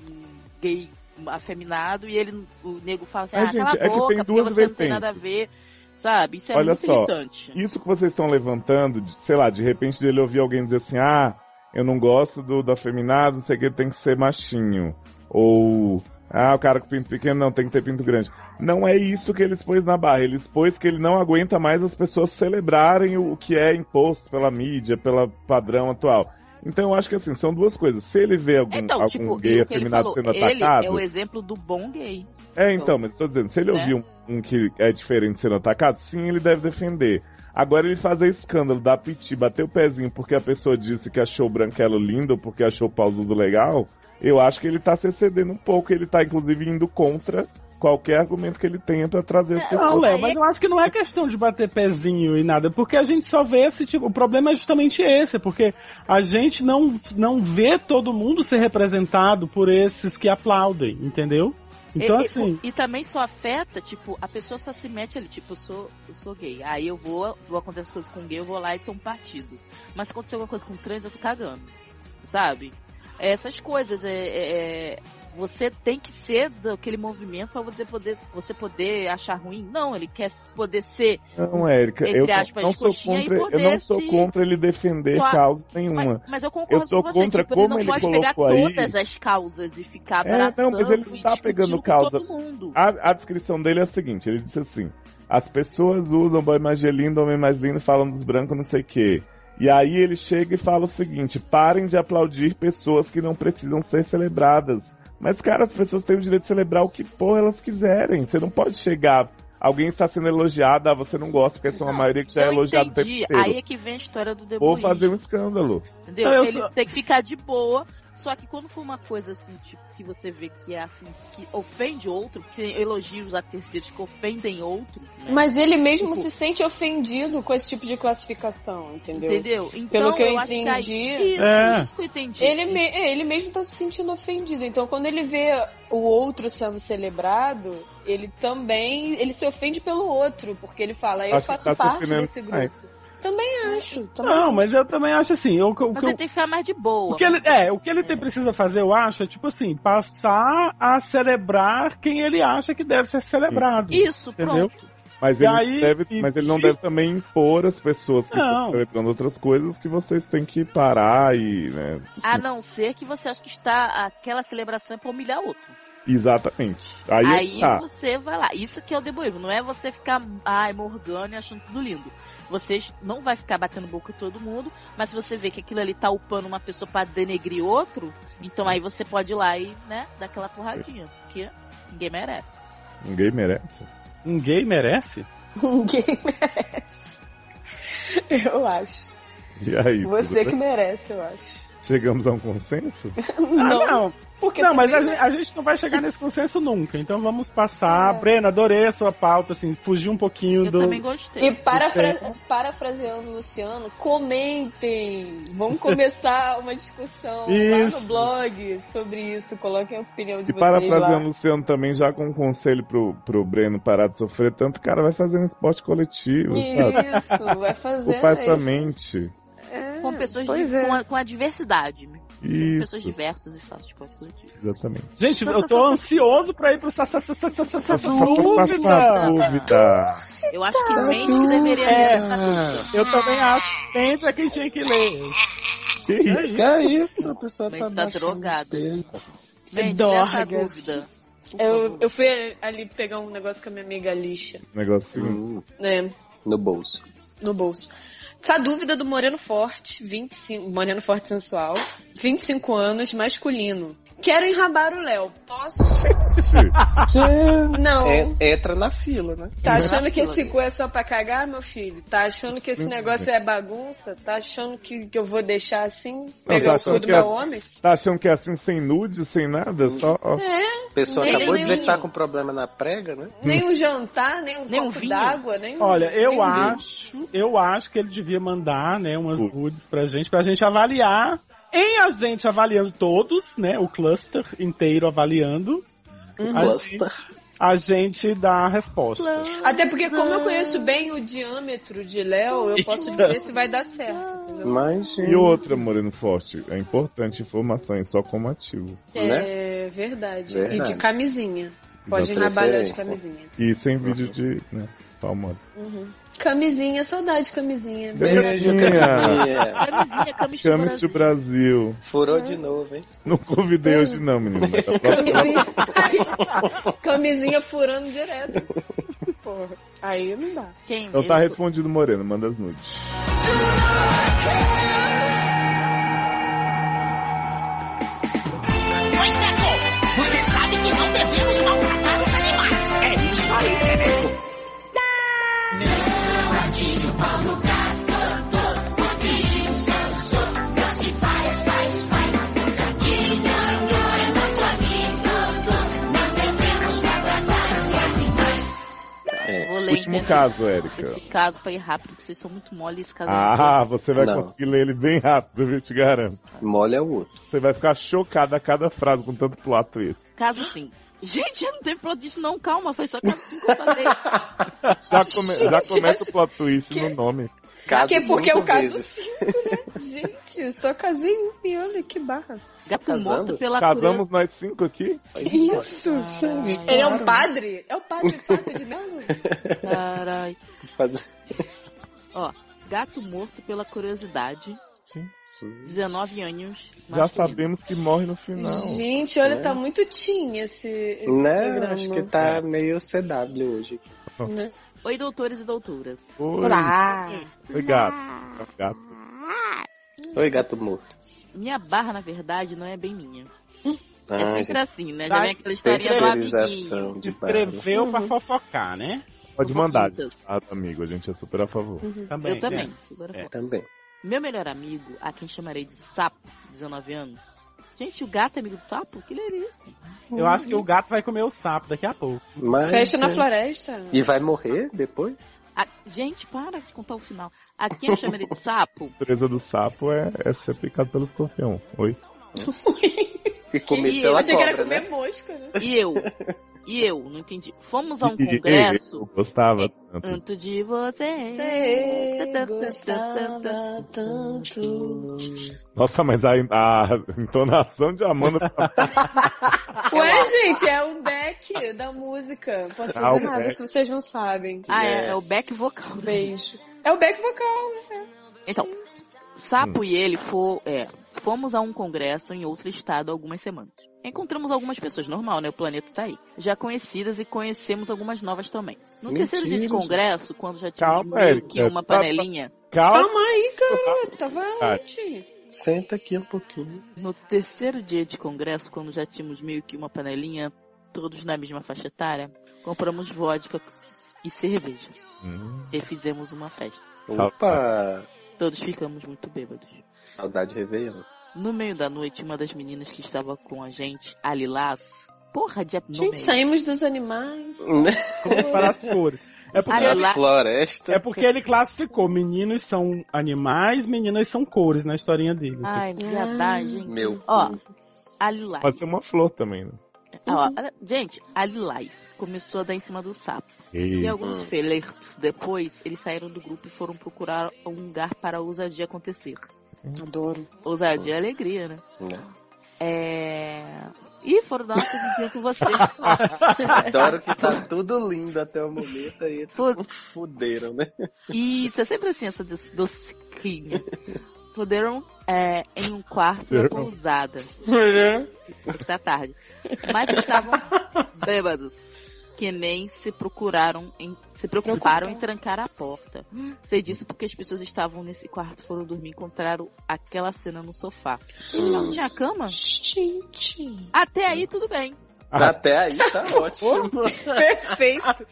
Speaker 2: gay afeminado e ele, o nego fala assim,
Speaker 3: Mas,
Speaker 2: ah,
Speaker 3: gente,
Speaker 2: cala
Speaker 3: é que
Speaker 2: a boca,
Speaker 3: tem
Speaker 2: porque
Speaker 3: duas
Speaker 2: você não tem nada a ver. Sabe? Isso é
Speaker 3: Olha
Speaker 2: muito
Speaker 3: só,
Speaker 2: irritante.
Speaker 3: Isso que vocês estão levantando, de- sei lá, de repente dele ouvir alguém dizer assim, ah, eu não gosto do, do afeminado, não sei o que, tem que ser machinho. Ou, ah, o cara com pinto pequeno não, tem que ter pinto grande. Não é isso que ele expôs na barra, ele expôs que ele não aguenta mais as pessoas celebrarem o, o que é imposto pela mídia, pelo padrão atual. Então eu acho que assim, são duas coisas. Se ele vê algum,
Speaker 2: Então,
Speaker 3: algum
Speaker 2: tipo, e
Speaker 3: gay
Speaker 2: o que ele
Speaker 3: afeminado
Speaker 2: falou,
Speaker 3: sendo
Speaker 2: ele
Speaker 3: atacado.
Speaker 2: é o exemplo do bom gay.
Speaker 3: É, então, mas tô dizendo, se ele
Speaker 2: Né?
Speaker 3: ouvir um, um que é diferente sendo atacado, sim, ele deve defender. Agora ele fazer escândalo, dar piti, bater o pezinho porque a pessoa disse que achou o branquelo lindo, porque achou o pausudo legal, eu acho que ele tá se excedendo um pouco, ele tá inclusive indo contra qualquer argumento que ele tenha pra trazer
Speaker 2: É,
Speaker 3: as
Speaker 5: Não,
Speaker 3: pessoas.
Speaker 5: Léo, mas eu acho que não é questão de bater pezinho e nada, porque a gente só vê esse tipo. O problema é justamente esse, porque a gente não, não vê todo mundo ser representado por esses que aplaudem, entendeu? Então,
Speaker 2: É, e, e-
Speaker 5: assim.
Speaker 2: E, também só afeta, tipo, a pessoa só se mete ali, tipo, eu sou, eu sou gay. Aí eu vou, vou acontecer coisas com gay, eu vou lá e tomo partido. Mas se acontecer alguma coisa com trans, eu tô cagando. Sabe? Essas coisas, é, é- é- você tem que ser daquele movimento pra você poder, você poder achar ruim. Não, ele quer poder ser.
Speaker 3: Não, Érica, eu
Speaker 2: Entre aspas,
Speaker 3: não sou
Speaker 2: coxinha e
Speaker 3: contra, eu não sou
Speaker 2: poder se-
Speaker 3: contra ele defender
Speaker 2: Claro,
Speaker 3: causa
Speaker 2: Mas,
Speaker 3: nenhuma.
Speaker 2: mas eu concordo
Speaker 3: Eu sou
Speaker 2: com você,
Speaker 3: contra
Speaker 2: tipo, ele
Speaker 3: como
Speaker 2: não
Speaker 3: ele
Speaker 2: pode pegar
Speaker 3: colocou aí.
Speaker 2: todas as causas e ficar
Speaker 3: É, não, mas ele
Speaker 2: abraçando
Speaker 3: não
Speaker 2: e
Speaker 3: tá
Speaker 2: discutindo
Speaker 3: pegando
Speaker 2: com
Speaker 3: causa.
Speaker 2: todo mundo.
Speaker 3: A, a descrição dele é a seguinte, ele disse assim, as pessoas usam boy mais lindo, homem mais lindo, falam dos brancos, não sei o quê. E aí ele chega e fala o seguinte, parem de aplaudir pessoas que não precisam ser celebradas. Mas, cara, as pessoas têm o direito de celebrar o que porra elas quiserem. Você não pode chegar, alguém está sendo elogiado, ah, você não gosta, porque são a
Speaker 2: Não,
Speaker 3: maioria que já é
Speaker 2: eu
Speaker 3: elogiado o tempo
Speaker 2: entendi.
Speaker 3: inteiro.
Speaker 2: Aí é que vem a história do
Speaker 3: Ou
Speaker 2: deboísmo.
Speaker 3: fazer um escândalo.
Speaker 2: Entendeu?
Speaker 5: Não, Então, eu
Speaker 2: ele
Speaker 5: só-
Speaker 2: tem que ficar de boa. Só que quando for uma coisa assim, tipo, que você vê que é assim, que ofende outro, porque tem elogios a terceiros que ofendem outro, né?
Speaker 4: Mas ele mesmo
Speaker 2: Tipo-
Speaker 4: se sente ofendido com esse tipo de classificação, entendeu?
Speaker 2: entendeu? Então,
Speaker 4: que eu
Speaker 2: acho que
Speaker 4: entendi-
Speaker 2: aí- Isso,
Speaker 5: É.
Speaker 2: isso que eu entendi.
Speaker 4: Ele, me- é, ele mesmo tá se sentindo ofendido. Então, quando ele vê o outro sendo celebrado, ele também ele se ofende pelo outro, porque ele fala, eu
Speaker 3: Acho que
Speaker 4: faço
Speaker 3: tá se
Speaker 4: parte
Speaker 3: ofendendo
Speaker 4: desse
Speaker 3: mais.
Speaker 4: grupo. Também acho. Também
Speaker 5: Não,
Speaker 4: acho.
Speaker 5: mas eu também acho assim. Eu, o
Speaker 2: Mas
Speaker 5: que eu-
Speaker 2: ele tem que ficar mais de boa.
Speaker 5: o que ele, é, o que ele tem- precisa fazer, eu acho, é tipo assim, passar a celebrar quem ele acha que deve ser celebrado.
Speaker 2: Isso,
Speaker 5: Entendeu?
Speaker 2: pronto.
Speaker 3: Mas
Speaker 5: E
Speaker 3: ele,
Speaker 5: aí,
Speaker 3: deve,
Speaker 5: e
Speaker 3: mas ele não
Speaker 5: se-
Speaker 3: deve também impor às pessoas que
Speaker 5: Não.
Speaker 3: estão celebrando outras coisas que vocês têm que parar e, né?
Speaker 2: A não ser que você acha que está aquela celebração é pra humilhar outro.
Speaker 3: Exatamente. Aí, é que
Speaker 2: Aí
Speaker 3: tá.
Speaker 2: você vai lá. Isso que é o deboísmo. Não é você ficar, ai, morgana e achando tudo lindo. Você não vai ficar batendo boca em todo mundo, mas se você vê que aquilo ali tá upando uma pessoa pra denegrir outro, então aí você pode ir lá e, né, dar aquela porradinha. Porque ninguém merece.
Speaker 3: Ninguém merece.
Speaker 5: Um gay merece?
Speaker 4: (laughs) Ninguém merece. Eu acho.
Speaker 3: E aí? tudo
Speaker 4: Você
Speaker 3: bem?
Speaker 4: que merece, eu acho.
Speaker 3: Chegamos a um
Speaker 4: (laughs)
Speaker 3: consenso?
Speaker 5: Ah,
Speaker 4: Não,
Speaker 5: não.
Speaker 4: porque
Speaker 5: não, mas a
Speaker 4: também-
Speaker 5: gente, a gente não vai chegar nesse consenso nunca. Então vamos passar.
Speaker 4: É.
Speaker 5: Brena, adorei a sua pauta, assim, fugir um pouquinho
Speaker 2: Eu
Speaker 5: do.
Speaker 2: também gostei.
Speaker 4: E parafra... parafraseando o Luciano, comentem! Vamos começar uma discussão lá
Speaker 5: Isso.
Speaker 4: no blog sobre isso. Coloquem a opinião de
Speaker 3: E
Speaker 4: vocês lá.
Speaker 3: parafraseando o Luciano também, já com um conselho pro, pro Breno parar de sofrer tanto, cara, vai fazendo esporte coletivo, sabe?
Speaker 4: Isso, é vai fazer
Speaker 3: Ocupar essa mente.
Speaker 2: Com pessoas
Speaker 4: pois
Speaker 2: de-
Speaker 4: é.
Speaker 2: com, a, com a diversidade. Pessoas
Speaker 3: Isso,
Speaker 2: diversas e fáceis de coletivo.
Speaker 3: exatamente.
Speaker 5: Gente, eu tô ansioso pra ir pro sa- sa- sa- sa- sa- sa- sa-
Speaker 3: Passa a
Speaker 5: dúvida.
Speaker 3: dúvida.
Speaker 2: Eu acho que Mendes que deveria ler essa dúvida.
Speaker 5: Eu também acho que Mendes é quem tinha que ler.
Speaker 3: Que isso?
Speaker 6: Que é isso? A pessoa
Speaker 2: Mas
Speaker 6: tá,
Speaker 2: tá
Speaker 6: baixando
Speaker 2: drogado.
Speaker 6: o espelho.
Speaker 2: Mendes, lê essa
Speaker 4: Dorgas.
Speaker 2: dúvida. por
Speaker 4: É, Eu,
Speaker 2: favor.
Speaker 4: eu fui ali pegar um negócio com a minha amiga Lixa,
Speaker 3: Negocinho.
Speaker 6: Hum,
Speaker 2: (laughs)
Speaker 4: né?
Speaker 6: no bolso.
Speaker 4: No bolso. Essa dúvida do Moreno Forte, 25, Moreno Forte sensual, 25 anos, masculino. Quero enrabar o Léo, posso?
Speaker 3: assim.
Speaker 4: Não.
Speaker 6: É, entra na fila, né?
Speaker 4: Tá achando que esse cu é só pra cagar, meu filho? Tá achando que esse negócio é bagunça? Tá achando que, que eu vou deixar assim? Pegar o cu
Speaker 3: tá achando
Speaker 4: do
Speaker 3: que
Speaker 4: meu
Speaker 3: é-
Speaker 4: homem?
Speaker 3: (laughs) Tá achando que é assim, sem nude, sem nada? Só, ó.
Speaker 4: É.
Speaker 6: A pessoa
Speaker 4: Nem-
Speaker 6: acabou de dizer
Speaker 4: nem-
Speaker 6: que tá com problema na prega, né?
Speaker 4: Nem um jantar, nem um
Speaker 9: Nem um
Speaker 4: copo
Speaker 9: vinho?
Speaker 4: d'água, nem um.
Speaker 5: Olha,
Speaker 4: nem
Speaker 5: eu
Speaker 4: um
Speaker 5: acho, eu acho que ele devia mandar, né, umas nudes pra gente, pra gente avaliar. Em a gente avaliando todos, né, o cluster inteiro avaliando,
Speaker 2: Uhum.
Speaker 4: vinho.
Speaker 5: a gente, a gente dá a resposta.
Speaker 4: Até porque, como eu conheço bem o diâmetro de Léo, eu posso dizer se vai dar certo, entendeu?
Speaker 6: Mas.
Speaker 3: E outra, Moreno Forte, é importante informações, só como ativo.
Speaker 4: É verdade.
Speaker 6: Verdade.
Speaker 4: E de camisinha. Pode
Speaker 6: De
Speaker 4: enrabar Léo de
Speaker 6: preferência.
Speaker 4: camisinha.
Speaker 3: E sem vídeo de. né? Palma.
Speaker 4: Uhum. Camisinha, saudade de camisinha.
Speaker 3: Beijo, camisinha.
Speaker 6: É,
Speaker 9: Camisinha, camis de
Speaker 3: Chames
Speaker 9: Brasil.
Speaker 3: do Brasil.
Speaker 6: furou de novo, hein?
Speaker 3: (laughs) Não convidei hoje,
Speaker 2: (laughs)
Speaker 3: não, menina. mas a próxima-
Speaker 4: Camisinha, Ai, camisinha furando direto. Porra. Aí não dá.
Speaker 2: Quem
Speaker 3: Então tá
Speaker 2: eu-
Speaker 3: respondido, Moreno, manda as nudes.
Speaker 1: Oi, Teco! Você sabe que não devemos maltratar os animais! É isso aí, Teco!
Speaker 6: É.
Speaker 2: Vou ler
Speaker 3: Último
Speaker 2: entendeu?
Speaker 3: caso, Érica.
Speaker 2: Esse caso pra ir rápido, porque vocês são muito mole esse caso. é muito-
Speaker 3: Ah, você vai
Speaker 6: Não.
Speaker 3: conseguir ler ele bem rápido, eu te garanto.
Speaker 6: Mole é o outro.
Speaker 3: Você vai ficar chocado a cada frase com tanto plato isso.
Speaker 2: Caso sim. (laughs) Gente, eu não tem plot twist não, calma, foi só caso sim que eu
Speaker 3: (laughs)
Speaker 2: falei.
Speaker 3: Já,
Speaker 2: Ah,
Speaker 3: come- já começa o plot twist no nome.
Speaker 6: Caso
Speaker 4: Porque- porque é o
Speaker 6: cinco
Speaker 4: caso
Speaker 6: vezes.
Speaker 4: 5, né? Gente, só casei um e olha que barra.
Speaker 2: Gato
Speaker 6: casando?
Speaker 2: morto pela
Speaker 3: tá Casamos nós cinco aqui?
Speaker 4: Que isso, gente? Ele é um padre? É o padre Fábio de Melo?
Speaker 2: curiosidade. Carai.
Speaker 6: Faz-
Speaker 2: Gato morto pela curiosidade.
Speaker 3: Gente,
Speaker 2: 19 anos.
Speaker 3: Já
Speaker 2: masculino.
Speaker 3: sabemos que morre no final.
Speaker 4: Gente, olha, tá muito teen esse, esse
Speaker 6: Né?
Speaker 4: programa.
Speaker 6: Acho tá que tá meio CW hoje.
Speaker 4: Né?
Speaker 2: Oi, doutores e doutoras.
Speaker 3: Oi,
Speaker 2: Ah.
Speaker 10: Olá!
Speaker 3: oi, gato. gato.
Speaker 6: Oi, gato morto.
Speaker 2: Minha barra, na verdade, não é bem minha. É
Speaker 6: Ah,
Speaker 4: tá
Speaker 2: sempre
Speaker 6: gente,
Speaker 2: assim, né? Já vem aquela historinha do amiguinho.
Speaker 6: terceirização de barba.
Speaker 5: Escreveu
Speaker 2: Uhum.
Speaker 5: pra fofocar, né?
Speaker 3: Pode mandar.
Speaker 2: Fofoquitas.
Speaker 3: Ah, amigo, a gente é super a favor.
Speaker 5: Também.
Speaker 2: Eu também. Agora
Speaker 5: É.
Speaker 2: foi.
Speaker 6: Também.
Speaker 2: Meu melhor amigo, a quem chamarei de sapo, 19 anos. Gente, o gato é amigo do sapo? Que leria isso?
Speaker 5: é. Eu acho que o gato vai comer o sapo daqui a pouco.
Speaker 6: Mas- é.
Speaker 4: Festa na floresta.
Speaker 6: E vai morrer depois?
Speaker 2: A- Gente, para de contar o final. A quem eu chamarei de sapo?
Speaker 3: A natureza do sapo é, é ser picado pelo escorpião. Oi.
Speaker 6: E comer
Speaker 2: eu
Speaker 6: pela
Speaker 4: Achei que era
Speaker 6: cobra,
Speaker 4: comer
Speaker 6: né?
Speaker 4: mosca, né?
Speaker 2: E eu? E eu? Não entendi. Fomos a um
Speaker 3: E- e- Eu
Speaker 2: congresso Hum.
Speaker 3: gostava tanto.
Speaker 2: antes de É, você.
Speaker 4: Você gostava tanto.
Speaker 3: Nossa, mas a, a entonação de Amanda tá
Speaker 4: Ué, gente, é o back da música. Posso fazer
Speaker 3: Ah, o
Speaker 4: nada
Speaker 3: back.
Speaker 4: se vocês não sabem.
Speaker 2: Ah, é, é o back vocal.
Speaker 4: Beijo. É o back vocal. né?
Speaker 2: Então, Sapo e ele fo- é, fomos a um congresso em outro estado há algumas semanas. Encontramos algumas pessoas, normal, né? O planeta tá aí. Já conhecidas e conhecemos algumas novas também. No
Speaker 6: Mentira,
Speaker 2: terceiro dia de
Speaker 6: gente.
Speaker 2: congresso, quando já tínhamos
Speaker 3: Calma,
Speaker 2: meio
Speaker 3: Érica.
Speaker 2: que uma
Speaker 3: Tá- tá-
Speaker 2: panelinha,
Speaker 3: calma.
Speaker 4: Calma aí, cara. Tava
Speaker 6: Ah.
Speaker 4: onde?
Speaker 6: Senta aqui um pouquinho.
Speaker 2: no terceiro dia de congresso, quando já tínhamos meio que uma panelinha, todos na mesma faixa etária, compramos vodka e cerveja
Speaker 3: Hum,
Speaker 2: e fizemos uma festa.
Speaker 6: Opa!
Speaker 2: Todos ficamos muito bêbados.
Speaker 6: Saudade de Réveillon.
Speaker 2: No meio da noite, uma das meninas que estava com a gente, a Lilás, porra de
Speaker 4: Gente,
Speaker 2: nome é
Speaker 4: saímos dos animais.
Speaker 5: Vamos para
Speaker 2: Uhum.
Speaker 5: as cores. É porque,
Speaker 2: Ah,
Speaker 6: Na
Speaker 2: lá-
Speaker 6: floresta.
Speaker 5: é porque ele classificou: meninos são animais, meninas são cores na historinha dele.
Speaker 2: Ai, viadagem.
Speaker 6: Meu.
Speaker 2: Ó, a Lilás.
Speaker 3: Pode ser uma flor também, né?
Speaker 2: Ah, ó, gente, a Lilás começou a dar em cima do sapo. E alguns
Speaker 6: Hum.
Speaker 2: felertos depois, eles saíram do grupo e foram procurar um lugar para a ousadia acontecer.
Speaker 4: Adoro.
Speaker 2: Ousadia é alegria, né?
Speaker 6: Né?
Speaker 2: É... E foram dar uma comidinha com você.
Speaker 6: Adoro que tá tudo lindo até o momento aí.
Speaker 2: Pô,
Speaker 6: Fuderam, né?
Speaker 2: Isso, é sempre assim, essa doce- dociquinha. Fuderam é, em um quarto da é
Speaker 3: Fuderam.
Speaker 2: pousada. da tarde. Mas estavam bêbados. que nem se procuraram em, se preocuparam em trancar a porta. Sei disso porque as pessoas estavam nesse quarto, foram dormir e encontraram aquela cena no sofá. Gente, mas não tinha cama?
Speaker 4: Gente.
Speaker 2: Até aí tudo bem.
Speaker 6: Até aí tá ótimo.
Speaker 4: Perfeito.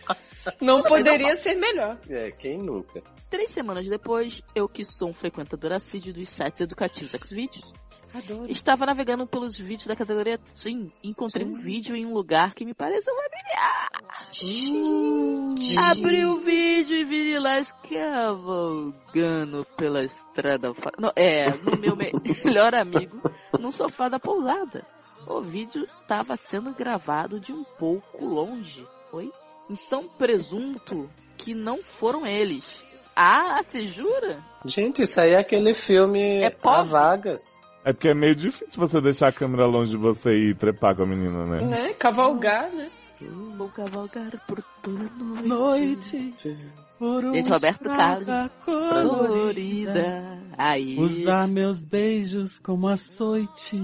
Speaker 4: Não poderia ser melhor.
Speaker 6: É, quem nunca?
Speaker 2: Três semanas depois, eu que sou um frequentador assíduo dos sites educativos Xvideos,
Speaker 4: Adoro.
Speaker 2: estava navegando pelos vídeos da categoria Sim, encontrei um vídeo em um lugar que me pareceu familiar.
Speaker 4: Gente.
Speaker 2: Abri o vídeo e vi lá escavalgando pela estrada. fa- Não, é, no meu me- (laughs) melhor amigo, no sofá da pousada. O vídeo estava sendo gravado de um pouco longe. Oi? Então presunto que não foram eles. Ah, se jura?
Speaker 6: Gente, isso aí é aquele filme
Speaker 2: É
Speaker 6: A
Speaker 2: pobre.
Speaker 6: Vagas.
Speaker 3: É porque é meio difícil você deixar a câmera longe de você e trepar com a menina, né?
Speaker 4: Né? Cavalgar, né?
Speaker 2: Eu vou cavalgar por toda noite.
Speaker 5: Noite por uma
Speaker 2: Gente, Roberto
Speaker 5: estrada
Speaker 2: Carlos.
Speaker 5: colorida.
Speaker 2: Colorida. Aí.
Speaker 5: Usar meus beijos como açoite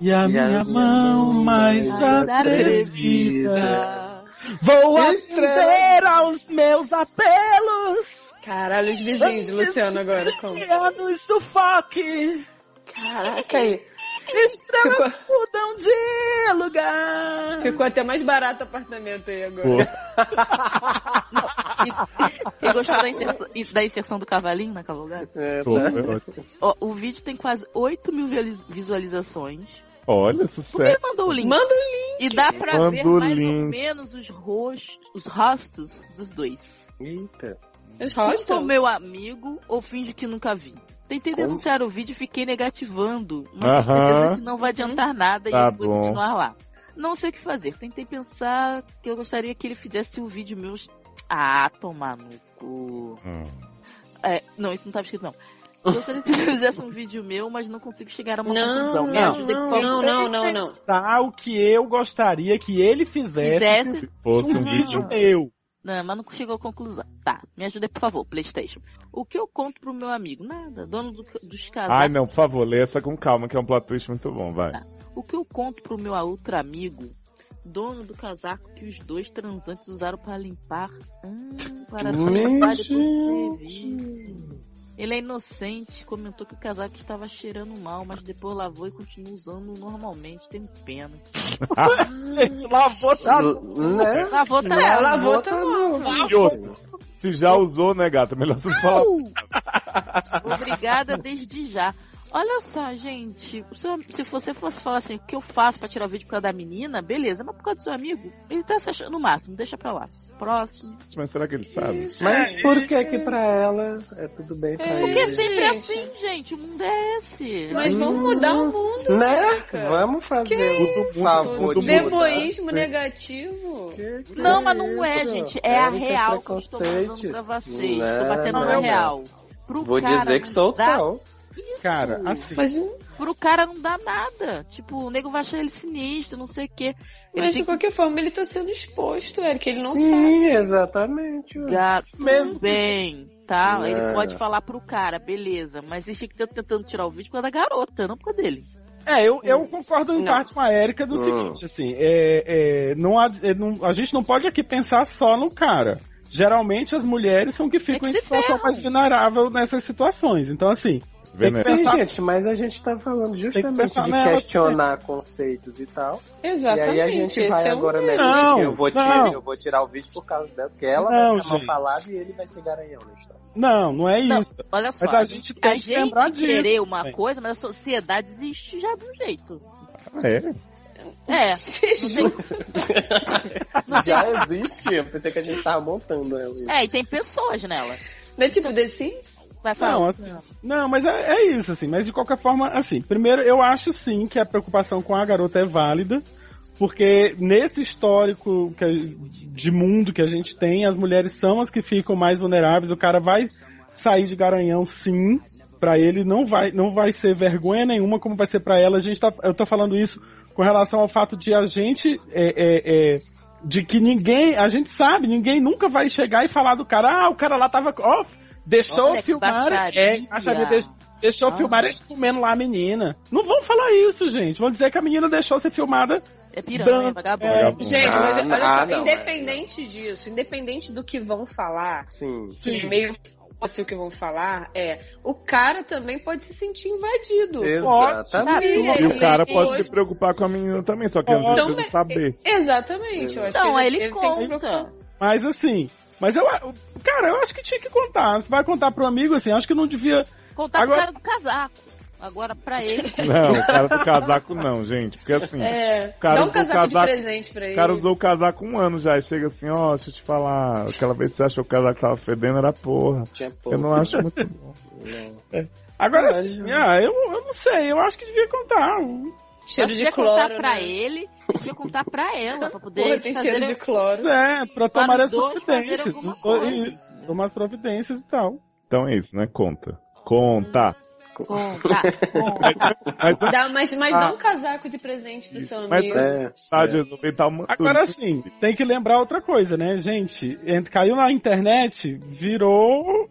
Speaker 5: e
Speaker 6: E
Speaker 5: a
Speaker 6: a
Speaker 5: minha
Speaker 6: minha
Speaker 5: mão
Speaker 6: mão
Speaker 5: mais
Speaker 6: mais
Speaker 5: atrevida.
Speaker 2: Ah.
Speaker 5: Vou atender aos meus apelos
Speaker 4: Caralho, os vizinhos de Luciano agora. Como?
Speaker 5: e a nos sufoque.
Speaker 4: Caraca aí.
Speaker 5: Estrelas
Speaker 6: é
Speaker 4: Ficou,
Speaker 5: mudam de lugar.
Speaker 4: ficou até mais barato o apartamento aí
Speaker 3: Pô,
Speaker 4: agora.
Speaker 2: (laughs) Eu gostou da inserção, da inserção do cavalinho na cavalgada?
Speaker 6: É,
Speaker 3: pô,
Speaker 6: tá.
Speaker 3: foi ótimo.
Speaker 2: Ó, o vídeo tem quase 8 mil visualiz- visualizações.
Speaker 3: Olha,
Speaker 2: Por que
Speaker 3: sucesso.
Speaker 2: ele mandou o link?
Speaker 4: Manda o
Speaker 2: E dá pra
Speaker 3: Manda
Speaker 2: ver
Speaker 3: o
Speaker 2: mais ou
Speaker 3: link.
Speaker 2: menos os rostos, os rostos dos dois.
Speaker 6: Eita.
Speaker 4: Os
Speaker 2: Ou
Speaker 4: hostels.
Speaker 2: sou meu amigo ou finge que nunca vi. Tá Tentei
Speaker 6: Como?
Speaker 2: denunciar o vídeo e fiquei negativando, mas tenho
Speaker 3: Aham.
Speaker 2: certeza que não vai adiantar nada
Speaker 3: Tá
Speaker 2: e ele vai
Speaker 3: bom.
Speaker 2: continuar lá. Não sei o que fazer. Tentei pensar que eu gostaria que ele fizesse um vídeo meu. Ah, tomar no cu.
Speaker 3: Hum.
Speaker 2: É, não, isso não tava escrito, não. Gostaria
Speaker 4: (laughs)
Speaker 2: que você fizesse um vídeo meu, mas não consigo chegar a uma
Speaker 4: Não,
Speaker 2: conclusão. Me
Speaker 4: não,
Speaker 2: ajuda, por
Speaker 4: não,
Speaker 2: favor.
Speaker 4: não, não, não.
Speaker 5: Tá o que eu gostaria que ele fizesse.
Speaker 2: Fizesse.
Speaker 3: Fosse
Speaker 5: Um
Speaker 3: um vídeo.
Speaker 5: vídeo meu.
Speaker 2: Não, mas não chegou à conclusão. Tá, me ajuda, por favor, Playstation. O que eu conto pro meu amigo? Nada. Dono do- dos
Speaker 3: Ai,
Speaker 2: casais.
Speaker 3: não, por favor, lê essa com calma, que é um plot twist muito bom, vai.
Speaker 2: o que eu conto pro meu outro amigo? Dono do casaco que os dois transantes usaram para limpar. Hum, para limpar depois do serviço. Ele é inocente, comentou que o casaco estava cheirando mal, mas depois lavou e continua usando normalmente. Tem pena.
Speaker 5: Gente, lavou tá
Speaker 6: Né?
Speaker 2: Lavou tá
Speaker 6: (laughs)
Speaker 4: É,
Speaker 2: ela.
Speaker 4: lavou tá
Speaker 5: Ah,
Speaker 3: E outra, se já usou, né, gata? Melhor você não falar.
Speaker 2: Obrigada desde já. Olha só, gente. Se, eu- se você fosse falar assim, o que eu faço pra tirar o vídeo por causa da menina, beleza, mas por causa do seu amigo, ele tá se achando o máximo, deixa pra lá. Próximo.
Speaker 3: Mas será que ele sabe?
Speaker 5: um
Speaker 2: É
Speaker 6: Mas por que que pra ela é tudo bem pra
Speaker 4: É,
Speaker 2: Porque é
Speaker 6: ele?
Speaker 2: sempre é
Speaker 4: gente.
Speaker 2: assim, gente. O mundo é esse.
Speaker 4: Mas vamos mudar o mundo,
Speaker 6: Hum. Né?
Speaker 4: cara.
Speaker 6: Vamos fazer um
Speaker 3: isso?
Speaker 6: favor de
Speaker 3: Todo mundo.
Speaker 6: mudar. É.
Speaker 4: Demoísmo negativo.
Speaker 6: Que que
Speaker 2: Não, mas não é,
Speaker 6: isso?
Speaker 2: gente. É a
Speaker 6: Né? Quero ter
Speaker 2: real que eu estou mandando
Speaker 6: preconceitos.
Speaker 2: pra vocês.
Speaker 6: Não,
Speaker 2: Estou batendo
Speaker 6: não,
Speaker 2: na
Speaker 6: não.
Speaker 2: real. Pro
Speaker 6: Vou
Speaker 2: cara
Speaker 6: dizer que
Speaker 2: não
Speaker 6: sou
Speaker 2: dá
Speaker 6: tal.
Speaker 2: Isso.
Speaker 5: Cara, assim.
Speaker 4: Mas
Speaker 2: Pro cara não dá nada. Tipo, o nego vai achar ele sinistro, não sei o quê. Ele
Speaker 4: Mas
Speaker 2: tem
Speaker 4: de qualquer forma ele tá sendo exposto, Eric. Ele não
Speaker 2: um
Speaker 4: sabe.
Speaker 6: Sim, exatamente.
Speaker 2: Gato,
Speaker 6: Mesmo.
Speaker 2: bem, tá?
Speaker 6: É.
Speaker 2: Ele pode falar pro cara, beleza, mas ele tinha que estar tentando tirar o vídeo por causa da garota, não por causa dele.
Speaker 5: É, eu, eu concordo em
Speaker 4: Não.
Speaker 5: parte com a Érica do
Speaker 6: Hum.
Speaker 5: seguinte, assim, é, é, não, há- é, não- a gente não pode aqui pensar só no cara. Geralmente as mulheres são que ficam
Speaker 2: É que
Speaker 5: em
Speaker 2: se
Speaker 5: situação
Speaker 2: ferram.
Speaker 5: mais vulnerável nessas situações. Então, assim,
Speaker 3: Veneno.
Speaker 6: Sim,
Speaker 5: pensar-
Speaker 6: gente, mas a gente tá falando justamente
Speaker 5: pensar
Speaker 6: de
Speaker 5: nela
Speaker 6: questionar conceitos e tal.
Speaker 4: Exatamente.
Speaker 6: E aí a gente
Speaker 4: esse
Speaker 6: vai
Speaker 4: é um
Speaker 6: agora nessa
Speaker 5: Não,
Speaker 6: de que eu vou,
Speaker 5: não.
Speaker 6: tirar, eu vou tirar o vídeo por causa dela, porque ela
Speaker 5: Não,
Speaker 6: vai ficar mal
Speaker 5: gente.
Speaker 6: falada e ele vai ser garanhão na história. (laughs)
Speaker 5: não, não é
Speaker 2: Não,
Speaker 5: isso.
Speaker 2: Olha só.
Speaker 5: Mas a gente tem
Speaker 2: a
Speaker 5: que
Speaker 2: gente
Speaker 5: lembrar disso.
Speaker 2: querer uma
Speaker 5: também.
Speaker 2: coisa, mas a sociedade existe já de um jeito.
Speaker 3: Ah, é?
Speaker 2: É.
Speaker 4: Vocês
Speaker 2: Não tem-
Speaker 6: Já existe, eu pensei que a gente tava montando né, ela.
Speaker 2: É, e tem pessoas nela.
Speaker 4: Não é tipo The Sims?
Speaker 2: Vai falar.
Speaker 5: Não, assim, não, mas é, é isso, assim. Mas de qualquer forma, assim, primeiro eu acho sim que a preocupação com a garota é válida, porque nesse histórico que a- de mundo que a gente tem, as mulheres são as que ficam mais vulneráveis, o cara vai sair de garanhão sim. Pra ele não vai, não vai ser vergonha nenhuma como vai ser pra ela. A gente tá, eu tô falando isso com relação ao fato de a gente é, é, é, de que ninguém, a gente sabe, ninguém nunca vai chegar e falar do cara, ah, o cara lá tava, ó, deixou
Speaker 2: Olha que
Speaker 5: filmar, é,
Speaker 2: baixaria.
Speaker 5: baixaria, deix- deixou
Speaker 2: Ah.
Speaker 5: filmar ele comendo lá a menina. Não vão falar isso, gente. Vão dizer que a menina deixou ser filmada
Speaker 2: É piranha,
Speaker 3: Dan-
Speaker 2: vagabundo.
Speaker 3: Vagabundo.
Speaker 4: Gente, mas
Speaker 6: Ah,
Speaker 4: olha só,
Speaker 6: ah, não,
Speaker 4: independente disso, independente do que vão falar,
Speaker 6: Sim.
Speaker 4: que é meio fosse o que vão falar, é, o cara também pode se sentir invadido.
Speaker 6: Exatamente.
Speaker 4: Sabe?
Speaker 3: E o cara
Speaker 4: Ele
Speaker 3: pode
Speaker 4: é, hoje-
Speaker 3: se preocupar com a menina também, só que ele
Speaker 5: Então,
Speaker 3: precisa saber.
Speaker 4: Exatamente, eu acho
Speaker 2: Então,
Speaker 4: que
Speaker 2: aí
Speaker 4: ele,
Speaker 2: ele,
Speaker 4: ele tem um que se preocupar.
Speaker 2: conta.
Speaker 5: Mas assim, mas eu, a- cara, eu acho que tinha que contar. Você vai contar pro amigo assim, acho que não devia.
Speaker 2: Contar
Speaker 5: Agora-
Speaker 2: pro cara do casaco. Agora,
Speaker 4: (laughs)
Speaker 2: pra ele,
Speaker 3: Não, o cara do casaco não, gente. Porque assim,
Speaker 4: É,
Speaker 3: cara
Speaker 4: dá um
Speaker 3: do
Speaker 4: casaco, de
Speaker 3: casaco-
Speaker 4: presente pra ele.
Speaker 3: o cara usou o casaco um ano já. E chega assim, ó, deixa eu te falar. Aquela vez que você achou que o casaco tava fedendo, era porra.
Speaker 6: Tinha
Speaker 3: Eu não
Speaker 6: pouco. né?
Speaker 3: acho muito bom.
Speaker 6: Não.
Speaker 5: Agora
Speaker 6: Caralho.
Speaker 5: sim, ah, eu, eu não sei, eu acho que devia contar.
Speaker 4: Cheiro
Speaker 2: Mas
Speaker 4: de
Speaker 2: devia
Speaker 4: cloro,
Speaker 2: contar pra
Speaker 4: né?
Speaker 2: ele, devia contar pra ela, pra poder
Speaker 4: Porra, tem
Speaker 2: fazer
Speaker 4: cheiro de cloro.
Speaker 5: Mas é, pra tomar as
Speaker 2: dois
Speaker 5: providências.
Speaker 2: fazerem
Speaker 5: os
Speaker 2: alguma
Speaker 5: dois- Tomar as providências e tal.
Speaker 3: Então é isso, né? Conta. Conta.
Speaker 2: contar.
Speaker 3: Mas a
Speaker 4: Dá, mas mas
Speaker 3: Ah.
Speaker 4: dá um casaco de presente pro seu
Speaker 3: Mas-
Speaker 4: amigo.
Speaker 6: É.
Speaker 3: vontade de resolver tá uma-
Speaker 5: Agora sim, tem que lembrar outra coisa, né, gente? Ent- Caiu na internet, virou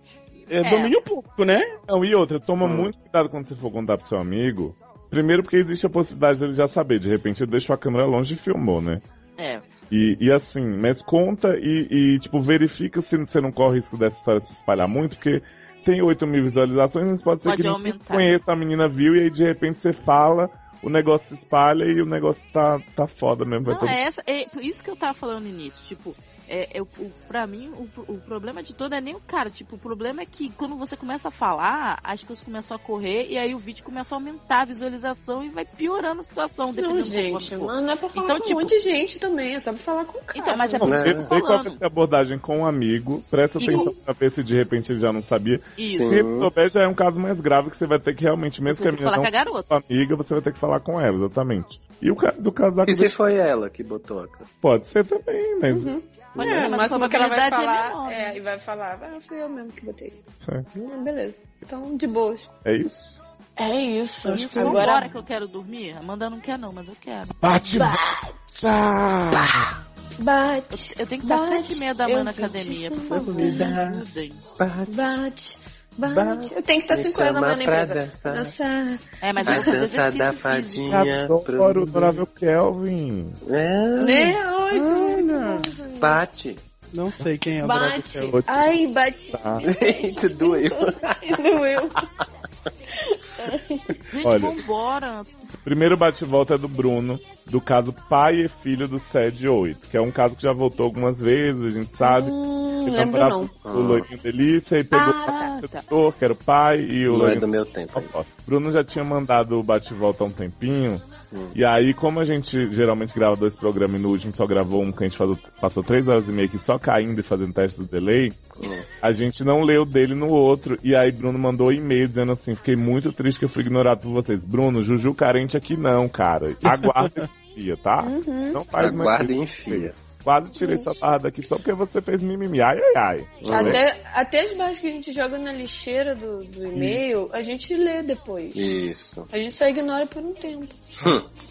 Speaker 5: é,
Speaker 2: É.
Speaker 5: domínio público, né?
Speaker 3: Não, e outra, toma
Speaker 6: Hum.
Speaker 3: muito cuidado quando você for contar pro seu amigo. Primeiro porque existe a possibilidade dele já saber. De repente ele deixou a câmera longe e filmou, né?
Speaker 2: É.
Speaker 3: E, e assim, mas conta e, e, tipo, verifica se você não corre risco dessa história se espalhar muito, porque tem 8 mil visualizações, mas pode ser
Speaker 2: Pode
Speaker 3: que ninguém
Speaker 2: aumentar.
Speaker 3: conheça, a menina viu, e aí de repente você fala, o negócio se espalha e o negócio tá, tá foda mesmo. (laughs) vai
Speaker 2: Não,
Speaker 3: todo
Speaker 2: é, essa, é por isso que eu tava falando no início. Tipo, é, é, o, o- pra mim, o, pro- o problema de todo é nem o cara. Tipo, o problema é que quando você começa a falar, as coisas começam a correr e aí o vídeo começa a aumentar a visualização e vai piorando a situação.
Speaker 4: Não,
Speaker 2: Dependendo do
Speaker 4: gente,
Speaker 2: como for.
Speaker 4: mas não é pra falar
Speaker 2: Então,
Speaker 4: com
Speaker 2: tipo-
Speaker 4: um monte de gente também, é só pra falar com o cara.
Speaker 2: Então, mas é
Speaker 3: Não,
Speaker 2: por isso que eu
Speaker 3: Vê
Speaker 2: tô
Speaker 3: vê qual vai
Speaker 2: falando.
Speaker 3: ser a abordagem com um amigo, presta
Speaker 4: Sim.
Speaker 3: atenção pra ver se de repente ele já não sabia.
Speaker 2: Isso.
Speaker 3: Se
Speaker 6: Sim.
Speaker 3: ele souber, já é um caso mais grave que você vai ter que realmente, mesmo
Speaker 2: Você
Speaker 3: que a
Speaker 2: tem que é falar
Speaker 3: menina não
Speaker 2: com a garota.
Speaker 3: sua amiga, você vai ter que falar com ela, exatamente. E o cara do casaco
Speaker 6: E se foi ela que botou a câmera?
Speaker 3: pode ser também, né?
Speaker 2: Uhum. Pode
Speaker 4: É,
Speaker 2: ser,
Speaker 4: o
Speaker 2: mas a
Speaker 4: máximo que ela vai
Speaker 2: probabilidade é
Speaker 4: falar
Speaker 2: menor.
Speaker 4: é,
Speaker 2: né?
Speaker 4: e vai falar, ah, foi eu mesmo que botei.
Speaker 3: Certo.
Speaker 4: Hum, beleza. Então, de boas.
Speaker 3: É isso.
Speaker 4: É isso.
Speaker 2: Isso, Vambora
Speaker 4: agora
Speaker 2: que eu quero dormir. Amanda não quer não, mas eu quero.
Speaker 3: Bate,
Speaker 4: bate,
Speaker 2: Eu tenho que estar
Speaker 4: Bate,
Speaker 2: sete e meia da manhã na
Speaker 4: eu vou te
Speaker 2: academia, por favor. Me
Speaker 6: convidar.
Speaker 2: ajudem.
Speaker 4: bate, bate.
Speaker 6: Bate.
Speaker 4: Eu tenho que estar
Speaker 6: Me
Speaker 4: 5 Tá horas da
Speaker 3: é
Speaker 6: chama
Speaker 4: manhã na
Speaker 6: pra
Speaker 4: empresa.
Speaker 6: dançar.
Speaker 3: né?
Speaker 4: Dançar.
Speaker 2: É, mas eu
Speaker 6: A
Speaker 2: vou fazer
Speaker 6: dança da
Speaker 2: exercício físico.
Speaker 6: fadinha.
Speaker 3: adoro o adorável Kelvin.
Speaker 6: É.
Speaker 4: Né? Ai,
Speaker 5: Olha.
Speaker 4: tudo.
Speaker 6: Bate. (laughs)
Speaker 5: Não sei quem é o Drago
Speaker 4: Bate.
Speaker 5: Céu.
Speaker 4: Ai, bate.
Speaker 3: Tá.
Speaker 6: Eita, doeu.
Speaker 4: Doeu.
Speaker 2: Gente,
Speaker 3: Olha.
Speaker 2: vambora.
Speaker 3: Primeiro bate-volta é do Bruno, do caso pai e filho do SED 8, que é um caso que já voltou algumas vezes, a gente sabe.
Speaker 4: Hum,
Speaker 3: Ele
Speaker 4: lembro
Speaker 3: namorava
Speaker 4: não.
Speaker 3: O loirinho delícia e pegou
Speaker 2: Uhum. Ah,
Speaker 3: o
Speaker 2: tá.
Speaker 3: sedutor, que era o pai, e o
Speaker 6: Não é
Speaker 3: loirinho
Speaker 6: do meu tempo. aí.
Speaker 3: Bruno já tinha mandado o bate-volta há um tempinho.
Speaker 6: Hum.
Speaker 3: E aí, como a gente geralmente grava dois programas e no último só gravou um que a gente faz- passou três horas e meia aqui só caindo e fazendo teste do delay,
Speaker 6: Hum.
Speaker 3: a gente não leu dele no outro. E aí, Bruno mandou um e-mail dizendo assim: Fiquei muito triste que eu fui ignorado por vocês. Bruno, Juju carente aqui não, cara.
Speaker 6: (laughs)
Speaker 3: Aguarda esse dia, tá?
Speaker 4: Uhum.
Speaker 3: Não faz mais.
Speaker 6: Aguarda e enfia.
Speaker 3: Quase tirei essa barra daqui só porque você fez mimimi. Ai, ai, ai.
Speaker 4: Até, até as barras que a gente joga na lixeira do, do e-mail, a gente lê depois.
Speaker 6: Isso.
Speaker 4: A gente só ignora por um tempo.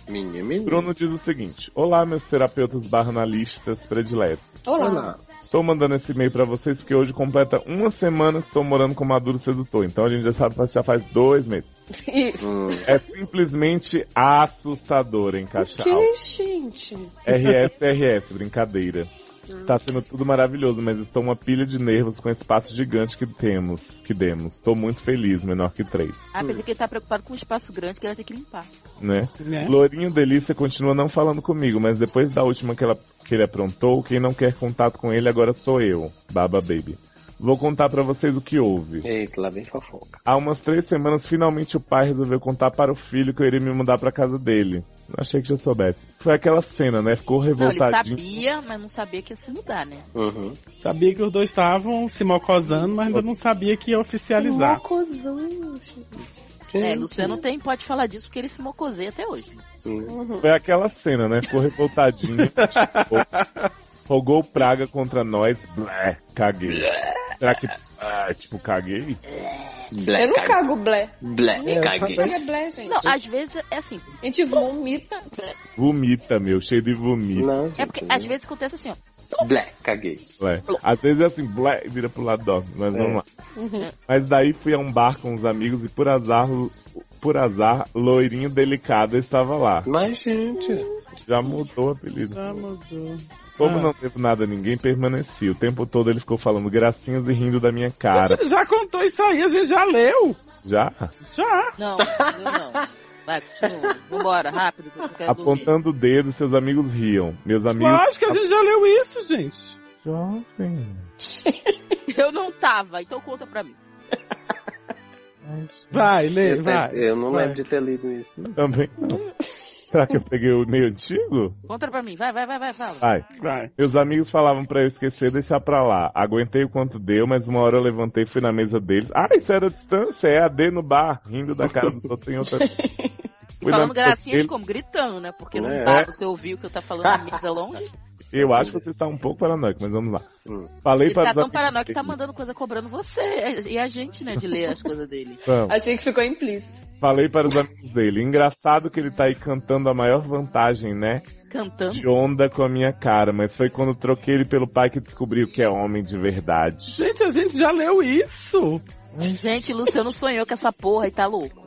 Speaker 6: Minha menina.
Speaker 3: Bruno diz o seguinte: Olá, meus terapeutas barra analistas prediletos.
Speaker 4: Olá.
Speaker 6: Olá.
Speaker 3: Estou mandando esse e-mail pra vocês porque hoje completa uma semana que estou morando com o Maduro Sedutor. Então a gente já sabe que já faz dois meses.
Speaker 4: Isso.
Speaker 6: Hum.
Speaker 3: É simplesmente assustador em caixa alta.
Speaker 4: Que, gente?
Speaker 3: RS, RS, brincadeira. Tá sendo tudo maravilhoso, mas estou uma pilha de nervos com esse espaço gigante que temos, que demos. Estou muito feliz, menor que três,
Speaker 2: Ah, pensei que ele tá preocupado com o espaço grande que ele vai ter que limpar.
Speaker 3: né?
Speaker 5: Né?
Speaker 3: Lourinho Delícia continua não falando comigo, mas depois da última que, ela, que ele aprontou, quem não quer contato com ele agora sou eu, Baba Baby. Vou contar pra vocês o que houve.
Speaker 6: Eita, lá vem fofoca.
Speaker 3: Há umas três semanas, finalmente o pai resolveu contar para o filho que eu iria me mudar para casa dele. Achei que já soubesse. Foi aquela cena, né? Ficou
Speaker 2: Não, ele
Speaker 3: revoltadinho.
Speaker 2: sabia, mas não sabia que ia se mudar, né?
Speaker 6: Uhum.
Speaker 5: Sabia que os dois estavam se mocosando, mas ainda não sabia que ia oficializar.
Speaker 4: Mocosão,
Speaker 2: É, Luciano tem, pode falar disso porque ele se mocosei até hoje.
Speaker 6: Hum.
Speaker 3: Foi aquela cena, né? Ficou revoltadinho. Tipo, Rogou praga contra nós. Blé, caguei. Será que. Ah, tipo, caguei?
Speaker 6: Blé,
Speaker 4: Eu não cago blé.
Speaker 6: Blé,
Speaker 4: Caguei. é blé, gente.
Speaker 2: Não, às vezes é assim.
Speaker 4: A gente vomita.
Speaker 3: Vomita, meu. Cheio de vomita.
Speaker 6: Não,
Speaker 2: É porque às vezes acontece assim, ó.
Speaker 6: Blé, caguei.
Speaker 3: Blé. Às vezes é assim, blé, e vira pro lado dorme. Mas
Speaker 6: É.
Speaker 3: vamos lá. Mas daí fui a um bar com os amigos e por azar, por azar, loirinho delicado estava lá.
Speaker 6: Mas, gente,
Speaker 3: Já mudou o apelido.
Speaker 5: Já mudou.
Speaker 3: Como
Speaker 5: Ah.
Speaker 3: não teve nada, ninguém permanecia. O tempo todo ele ficou falando gracinhas e rindo da minha cara.
Speaker 5: Gente, já contou isso aí, a gente já leu.
Speaker 2: (laughs)
Speaker 3: Já?
Speaker 5: Já.
Speaker 2: Não, eu não. Vai, continua. Vambora, rápido, que eu quero dormir.
Speaker 3: Apontando o dedo, seus amigos riam. Meus amigos.
Speaker 5: Lógico que a gente já leu isso, gente.
Speaker 3: Jovem.
Speaker 2: Eu não tava, então conta pra mim.
Speaker 5: Vai, lê,
Speaker 6: Eu, te-
Speaker 5: vai.
Speaker 6: eu não
Speaker 5: vai.
Speaker 6: lembro de ter lido isso. não.
Speaker 3: Também não. Será que eu peguei o meio antigo?
Speaker 2: Conta pra mim, vai, vai, vai, vai, fala.
Speaker 3: Vai.
Speaker 5: Vai.
Speaker 3: Meus amigos falavam pra eu esquecer, deixar pra lá. Aguentei o quanto deu, mas uma hora eu levantei, fui na mesa deles. Ah, isso era distância, é AD no bar, rindo da cara dos outros
Speaker 2: (laughs)
Speaker 3: em outra. Fui na
Speaker 2: Falando
Speaker 3: mesa
Speaker 2: gracinha de
Speaker 3: deles.
Speaker 2: como? Gritando, né? Porque não
Speaker 6: É.
Speaker 2: dá pra você ouvir o que eu tá falando na mesa longe.
Speaker 3: Eu acho que você está um pouco paranoico, mas vamos lá.
Speaker 6: Hum.
Speaker 3: Falei
Speaker 2: Ele
Speaker 3: para
Speaker 2: tá
Speaker 3: os
Speaker 2: tão
Speaker 3: amigos
Speaker 2: paranoico que tá
Speaker 3: deles.
Speaker 2: mandando coisa cobrando você. E a gente, né, de ler as coisas dele.
Speaker 3: Vamos.
Speaker 4: Achei que ficou implícito.
Speaker 3: Falei para os amigos dele. Engraçado que ele tá aí cantando a maior vantagem, né?
Speaker 2: Cantando.
Speaker 3: De onda com a minha cara, mas foi quando troquei ele pelo pai que descobriu que é homem de verdade.
Speaker 5: Gente, a gente já leu isso.
Speaker 2: Gente, Luciano sonhou com essa porra e tá louco.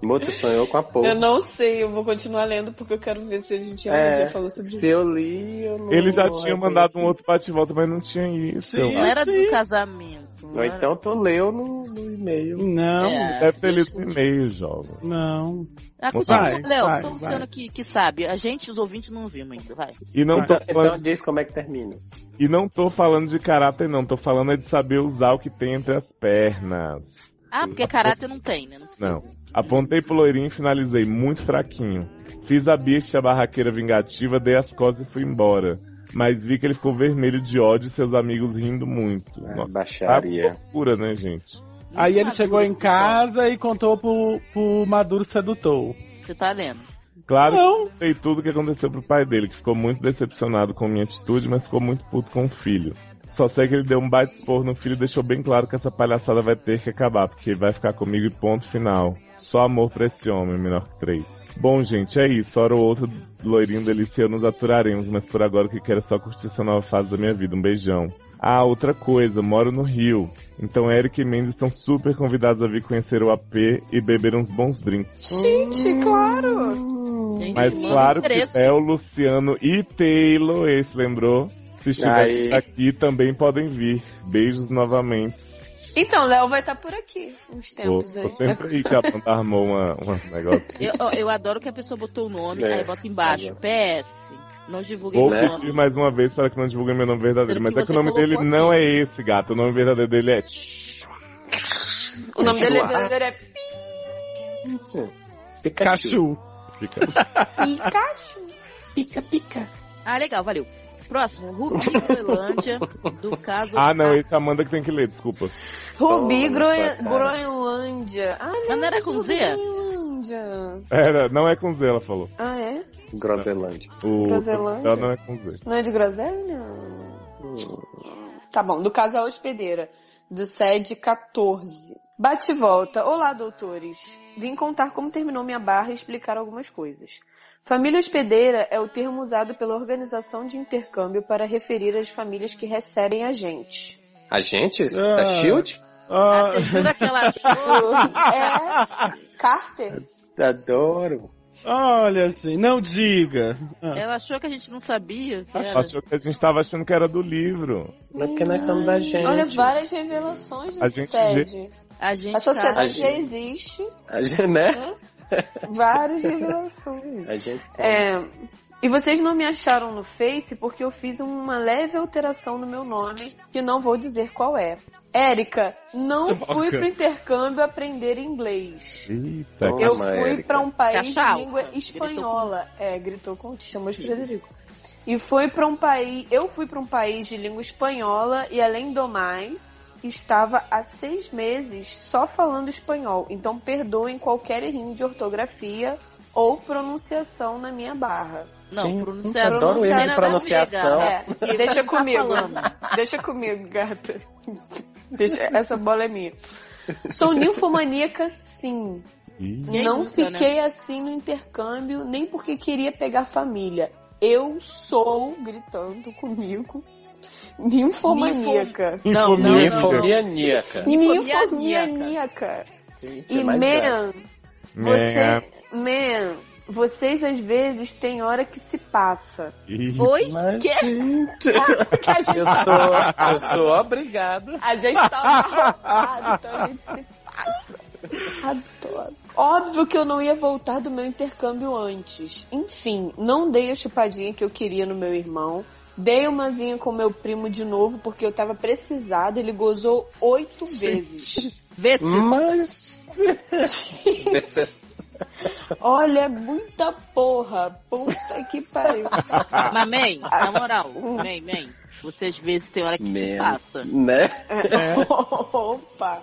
Speaker 6: Moto sonhou com a porra.
Speaker 4: Eu não sei, eu vou continuar lendo porque eu quero ver se a gente
Speaker 6: É.
Speaker 4: já falou sobre isso.
Speaker 6: Se eu li, eu não
Speaker 3: Ele já
Speaker 6: não
Speaker 3: tinha mandado
Speaker 6: reconheci.
Speaker 3: um outro bate-volta, mas não tinha isso. eu
Speaker 5: Sim.
Speaker 2: Não
Speaker 3: acho.
Speaker 2: era
Speaker 5: Sim.
Speaker 2: do casamento. não
Speaker 6: Ou
Speaker 2: era-
Speaker 6: então tu leu no, no e-mail.
Speaker 5: Não,
Speaker 2: É,
Speaker 3: Deve ter lido
Speaker 2: desculpa.
Speaker 3: no e-mail, jovem.
Speaker 5: não.
Speaker 2: Ah,
Speaker 3: Vai,
Speaker 2: continua, Léo,
Speaker 5: vai,
Speaker 2: só o
Speaker 5: vai.
Speaker 2: Luciano que, que sabe. A gente, os ouvintes, não vimos ainda, vai.
Speaker 3: E não, tô
Speaker 6: Então, então
Speaker 3: falando,
Speaker 6: diz como é que termina.
Speaker 3: e não tô falando de caráter, não. Tô falando é de saber usar o que tem entre as pernas.
Speaker 2: Ah, porque caráter não tem, né? Não precisa.
Speaker 3: Não. Apontei pro loirinho e finalizei, muito fraquinho. Fiz a bicha barraqueira vingativa, dei as costas e fui embora. Mas vi que ele ficou vermelho de ódio e seus amigos rindo muito.
Speaker 6: Ah,
Speaker 3: Nossa,
Speaker 6: baixaria.
Speaker 3: loucura, né, gente?
Speaker 2: Muito
Speaker 5: Aí ele
Speaker 2: maduro
Speaker 5: chegou em
Speaker 2: esse pessoal.
Speaker 5: casa e contou pro, pro Maduro sedutor.
Speaker 2: Você tá lendo.
Speaker 3: Claro
Speaker 5: Não.
Speaker 3: que eu sei tudo o que aconteceu pro pai dele, que ficou muito decepcionado com minha atitude, mas ficou muito puto com o filho. Só sei que ele deu um baita esporro no filho e deixou bem claro que essa palhaçada vai ter que acabar, porque vai ficar comigo e ponto final. Só amor pra esse homem, menor que três. Bom, gente, é isso. Hora ou outra, loirinho delícia, eu nos aturaremos, mas por agora o que quero é só curtir essa nova fase da minha vida. Um beijão. Ah, outra coisa, moro no Rio. Então Eric e Mendes estão super convidados a vir conhecer o AP e beber uns bons drinks.
Speaker 4: Gente, claro!
Speaker 2: Gente,
Speaker 3: Mas
Speaker 2: manda
Speaker 3: claro
Speaker 2: o
Speaker 3: que é.
Speaker 2: endereço.
Speaker 3: Léo, Luciano e Taylor, esse lembrou? Se estiverem
Speaker 6: Aí.
Speaker 3: aqui, também podem vir. Beijos novamente.
Speaker 4: Então, Léo vai estar por aqui uns
Speaker 3: Tô,
Speaker 4: tempos
Speaker 3: tô
Speaker 4: aí.
Speaker 3: sempre aí que a Panda armou uma, um negócio.
Speaker 2: Eu, ó, eu adoro que a pessoa botou o nome,
Speaker 6: É.
Speaker 2: aí bota embaixo. PS. Não divulguem
Speaker 3: (laughs) Vou
Speaker 2: o
Speaker 6: Né?
Speaker 2: nome.
Speaker 3: pedir mais uma vez para que não divulguem meu nome verdadeiro.
Speaker 2: Pelo
Speaker 3: Mas
Speaker 2: que
Speaker 3: é que o
Speaker 2: você
Speaker 3: nome dele
Speaker 2: colocou
Speaker 3: não é esse, gato. O nome verdadeiro dele é...
Speaker 4: O nome dele é
Speaker 6: Joá.
Speaker 4: verdadeiro é
Speaker 6: Pikachu.
Speaker 5: Cachu.
Speaker 3: Fica.
Speaker 2: Ah, legal, valeu. Próximo, Rubi Groenlândia, do caso.
Speaker 3: (laughs) Ah, não, esse é a Amanda que tem que ler, desculpa.
Speaker 4: Rubi
Speaker 6: Toma,
Speaker 4: Groen-
Speaker 6: sua cara.
Speaker 4: Groenlândia. Ah, não,
Speaker 2: Mas não era É com Z?
Speaker 4: Groenlândia.
Speaker 3: Era, não é com Z, ela falou.
Speaker 4: Ah, é?
Speaker 6: Groselândia.
Speaker 3: O
Speaker 4: Groselândia?
Speaker 3: ela não é com Z.
Speaker 4: Não é de Groselha? Tá bom, do caso a hospedeira, do SED 14. Bate e volta. Olá, doutores. Vim contar como terminou minha barra e explicar algumas coisas. Família hospedeira é o termo usado pela organização de intercâmbio para referir as famílias que recebem
Speaker 2: (laughs)
Speaker 4: a gente.
Speaker 6: A gente?
Speaker 5: Ah.
Speaker 6: Da Shield?
Speaker 5: Ah,
Speaker 2: Jura que ela achou?
Speaker 4: é Carter?
Speaker 6: Adoro.
Speaker 5: olha assim, não diga.
Speaker 2: Ela achou que a gente não sabia. que era.
Speaker 3: Achou que a gente tava achando que era do livro.
Speaker 6: Não é porque nós somos a gente.
Speaker 4: Olha, várias revelações
Speaker 3: A
Speaker 4: desse
Speaker 3: gente
Speaker 4: SED.
Speaker 2: A gente
Speaker 4: A
Speaker 2: tá-
Speaker 4: sociedade
Speaker 6: gente.
Speaker 4: já existe.
Speaker 6: A gente, né?
Speaker 4: Várias revelações.
Speaker 6: A gente sim.
Speaker 4: (laughs) É, e vocês não me acharam no Face porque eu fiz uma leve alteração no meu nome, que não vou dizer qual é. Érica,
Speaker 3: (laughs)
Speaker 4: não fui pro intercâmbio aprender inglês.
Speaker 3: Eita,
Speaker 6: Então,
Speaker 3: que
Speaker 4: Eu
Speaker 6: Calma,
Speaker 4: fui
Speaker 6: Érica.
Speaker 4: pra um país de
Speaker 2: Cachau.
Speaker 4: língua
Speaker 2: Gritou
Speaker 4: espanhola. É, gritou com te chamou de Frederico. E foi para um país, eu fui pra um país de língua espanhola e além do mais, estava há seis meses só falando espanhol. Então perdoem qualquer errinho de ortografia ou pronunciação na minha barra.
Speaker 2: Não,
Speaker 6: Sim,
Speaker 2: pronunciação.
Speaker 6: adoro
Speaker 2: não tem
Speaker 6: erro de
Speaker 2: nada a ver,
Speaker 6: pronunciação.
Speaker 2: gata.
Speaker 4: É, deixa comigo.
Speaker 2: falando.
Speaker 4: Deixa comigo, gata. Deixa- essa bola é minha. Sou ninfomaníaca, sim.
Speaker 3: Ih,
Speaker 2: Ninguém
Speaker 4: não
Speaker 2: nunca,
Speaker 4: fiquei assim no intercâmbio, nem porque queria pegar família. Eu sou, gritando comigo, ninfomaníaca.
Speaker 2: Não, não, não,
Speaker 3: Ninfomaníaca.
Speaker 2: não.
Speaker 6: Ninfomaníaca.
Speaker 2: Ninfomaníaca.
Speaker 4: Ninfomaníaca.
Speaker 6: Gente, é
Speaker 4: E
Speaker 6: mais grave.
Speaker 4: man,
Speaker 3: né?
Speaker 4: você, man, vocês às vezes têm hora que se passa.
Speaker 11: Oi?
Speaker 6: Mas,
Speaker 11: Quê?
Speaker 6: gente,
Speaker 4: Que a gente
Speaker 6: eu
Speaker 4: tá
Speaker 6: sou, eu sou obrigado.
Speaker 4: A gente
Speaker 3: (laughs)
Speaker 4: tá amarrotado, então a gente se passa. Adoro. Óbvio que eu não ia voltar do meu intercâmbio antes. Enfim, não dei a chupadinha que eu queria no meu irmão. Dei umazinha com meu primo de novo, porque eu tava precisado. Ele gozou oito vezes.
Speaker 11: Vê se
Speaker 3: Hum.
Speaker 6: (laughs) Mas.
Speaker 4: Olha, é muita porra. Puta que
Speaker 3: (laughs)
Speaker 4: pariu.
Speaker 2: Mas, man,
Speaker 6: Ah.
Speaker 2: na moral, man, man, você às vezes tem hora que se
Speaker 6: Mesmo.
Speaker 2: passa.
Speaker 6: né?
Speaker 3: É.
Speaker 4: Opa.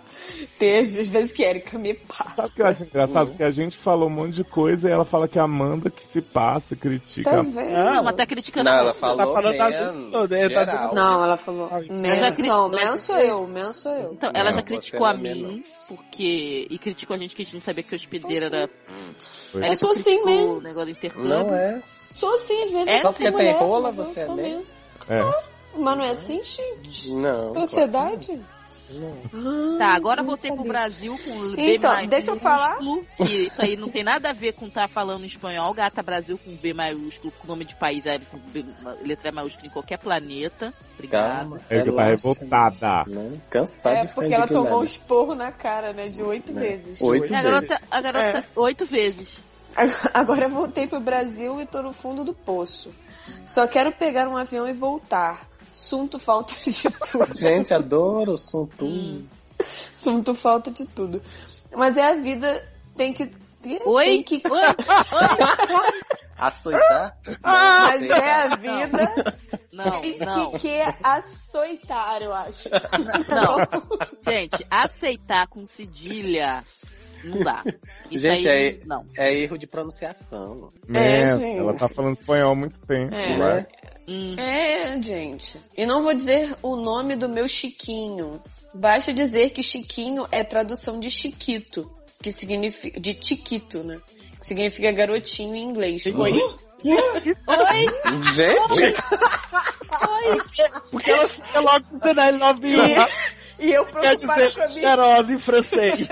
Speaker 4: Tem às vezes que a Erika me passa.
Speaker 3: Sabe o que eu acho engraçado? Que a gente falou um monte de coisa e ela fala que a Amanda que se passa, critica.
Speaker 4: Tá vendo?
Speaker 5: Ah,
Speaker 2: Não, mas tá criticando.
Speaker 6: Não, ela
Speaker 2: muito.
Speaker 6: falou.
Speaker 5: Tá falando das
Speaker 6: men,
Speaker 5: vezes todas, é, tá
Speaker 6: geral.
Speaker 5: dizendo-
Speaker 4: Não, ela falou.
Speaker 5: Ai,
Speaker 4: "Men".
Speaker 2: já acredito,
Speaker 4: Não,
Speaker 2: mas-
Speaker 4: menos sou eu, menos sou eu.
Speaker 2: Então, ela
Speaker 3: Não,
Speaker 2: já
Speaker 6: você
Speaker 2: criticou a
Speaker 6: não é
Speaker 2: mim,
Speaker 6: menor.
Speaker 2: porque. E criticou a gente que a gente não sabia que a hospedeira
Speaker 4: Nossa.
Speaker 2: era.
Speaker 6: É
Speaker 3: Foi.
Speaker 2: Ela
Speaker 4: Eu sou assim
Speaker 2: criticou
Speaker 4: mesmo.
Speaker 2: O negócio do intercâmbio.
Speaker 6: né? Não é?
Speaker 4: Sou sim, às vezes.
Speaker 2: É?
Speaker 4: eu sou
Speaker 6: Só porque
Speaker 4: mulher,
Speaker 6: tem rola,
Speaker 4: mas eu
Speaker 6: você é
Speaker 4: sou
Speaker 6: meio?
Speaker 4: mesmo.
Speaker 3: É.
Speaker 4: Mas não é assim, gente?
Speaker 6: Não.
Speaker 4: Sociedade? Ah.
Speaker 2: Tá, agora
Speaker 4: Não
Speaker 2: voltei pro
Speaker 4: sabia.
Speaker 2: Brasil com o B
Speaker 4: Então,
Speaker 2: maiúsculo,
Speaker 4: deixa eu falar.
Speaker 2: Que isso aí não tem nada a ver com tá falando espanhol. Gata Brasil com B maiúsculo, com nome de país é com B- letra maiúscula em qualquer planeta. Obrigado.
Speaker 6: Calma.
Speaker 3: É que tá
Speaker 6: relaxa,
Speaker 3: revoltada.
Speaker 6: Né? Cansado
Speaker 4: É,
Speaker 6: de ficar
Speaker 4: porque ela tomou um
Speaker 6: indignada.
Speaker 4: esporro na cara, né? De oito
Speaker 6: É.
Speaker 4: vezes.
Speaker 6: Oito
Speaker 2: A
Speaker 6: vezes.
Speaker 2: garota, a garota
Speaker 4: É.
Speaker 2: oito vezes.
Speaker 4: Agora eu voltei pro Brasil e tô no fundo do poço. Só quero pegar um avião e voltar. Sunto falta de tudo. (laughs)
Speaker 6: Gente, adoro o Suntu.
Speaker 2: Hum.
Speaker 4: Sunto falta de tudo. Mas é a vida, tem que.
Speaker 2: Oi?
Speaker 4: Tem que
Speaker 2: Oi?
Speaker 6: Açoitar?
Speaker 4: Mas
Speaker 6: Não,
Speaker 4: é a vida
Speaker 2: Não,
Speaker 4: tem
Speaker 2: não,
Speaker 4: que quer açoitar, eu acho.
Speaker 2: não. Gente, aceitar com cedilha não dá. Isso
Speaker 6: Gente,
Speaker 2: aí,
Speaker 6: aí-
Speaker 2: não.
Speaker 6: É erro de pronunciação.
Speaker 3: Merda,
Speaker 4: gente.
Speaker 3: ela tá falando espanhol há muito tempo.
Speaker 2: É.
Speaker 3: vai.
Speaker 6: Né?
Speaker 2: Hum,
Speaker 4: É, gente. E não vou dizer o nome do meu Chiquinho. Basta dizer que Chiquinho é tradução de Chiquito, que significa de Chiquito, né? Que significa garotinho em inglês. Oi? Oi?
Speaker 6: Gente,
Speaker 5: Porque ela fica logo dizendo I love you.
Speaker 4: E eu
Speaker 5: (laughs) Quer
Speaker 4: preocupada com a
Speaker 5: dizer,
Speaker 4: minha,
Speaker 5: cheirosa em francês.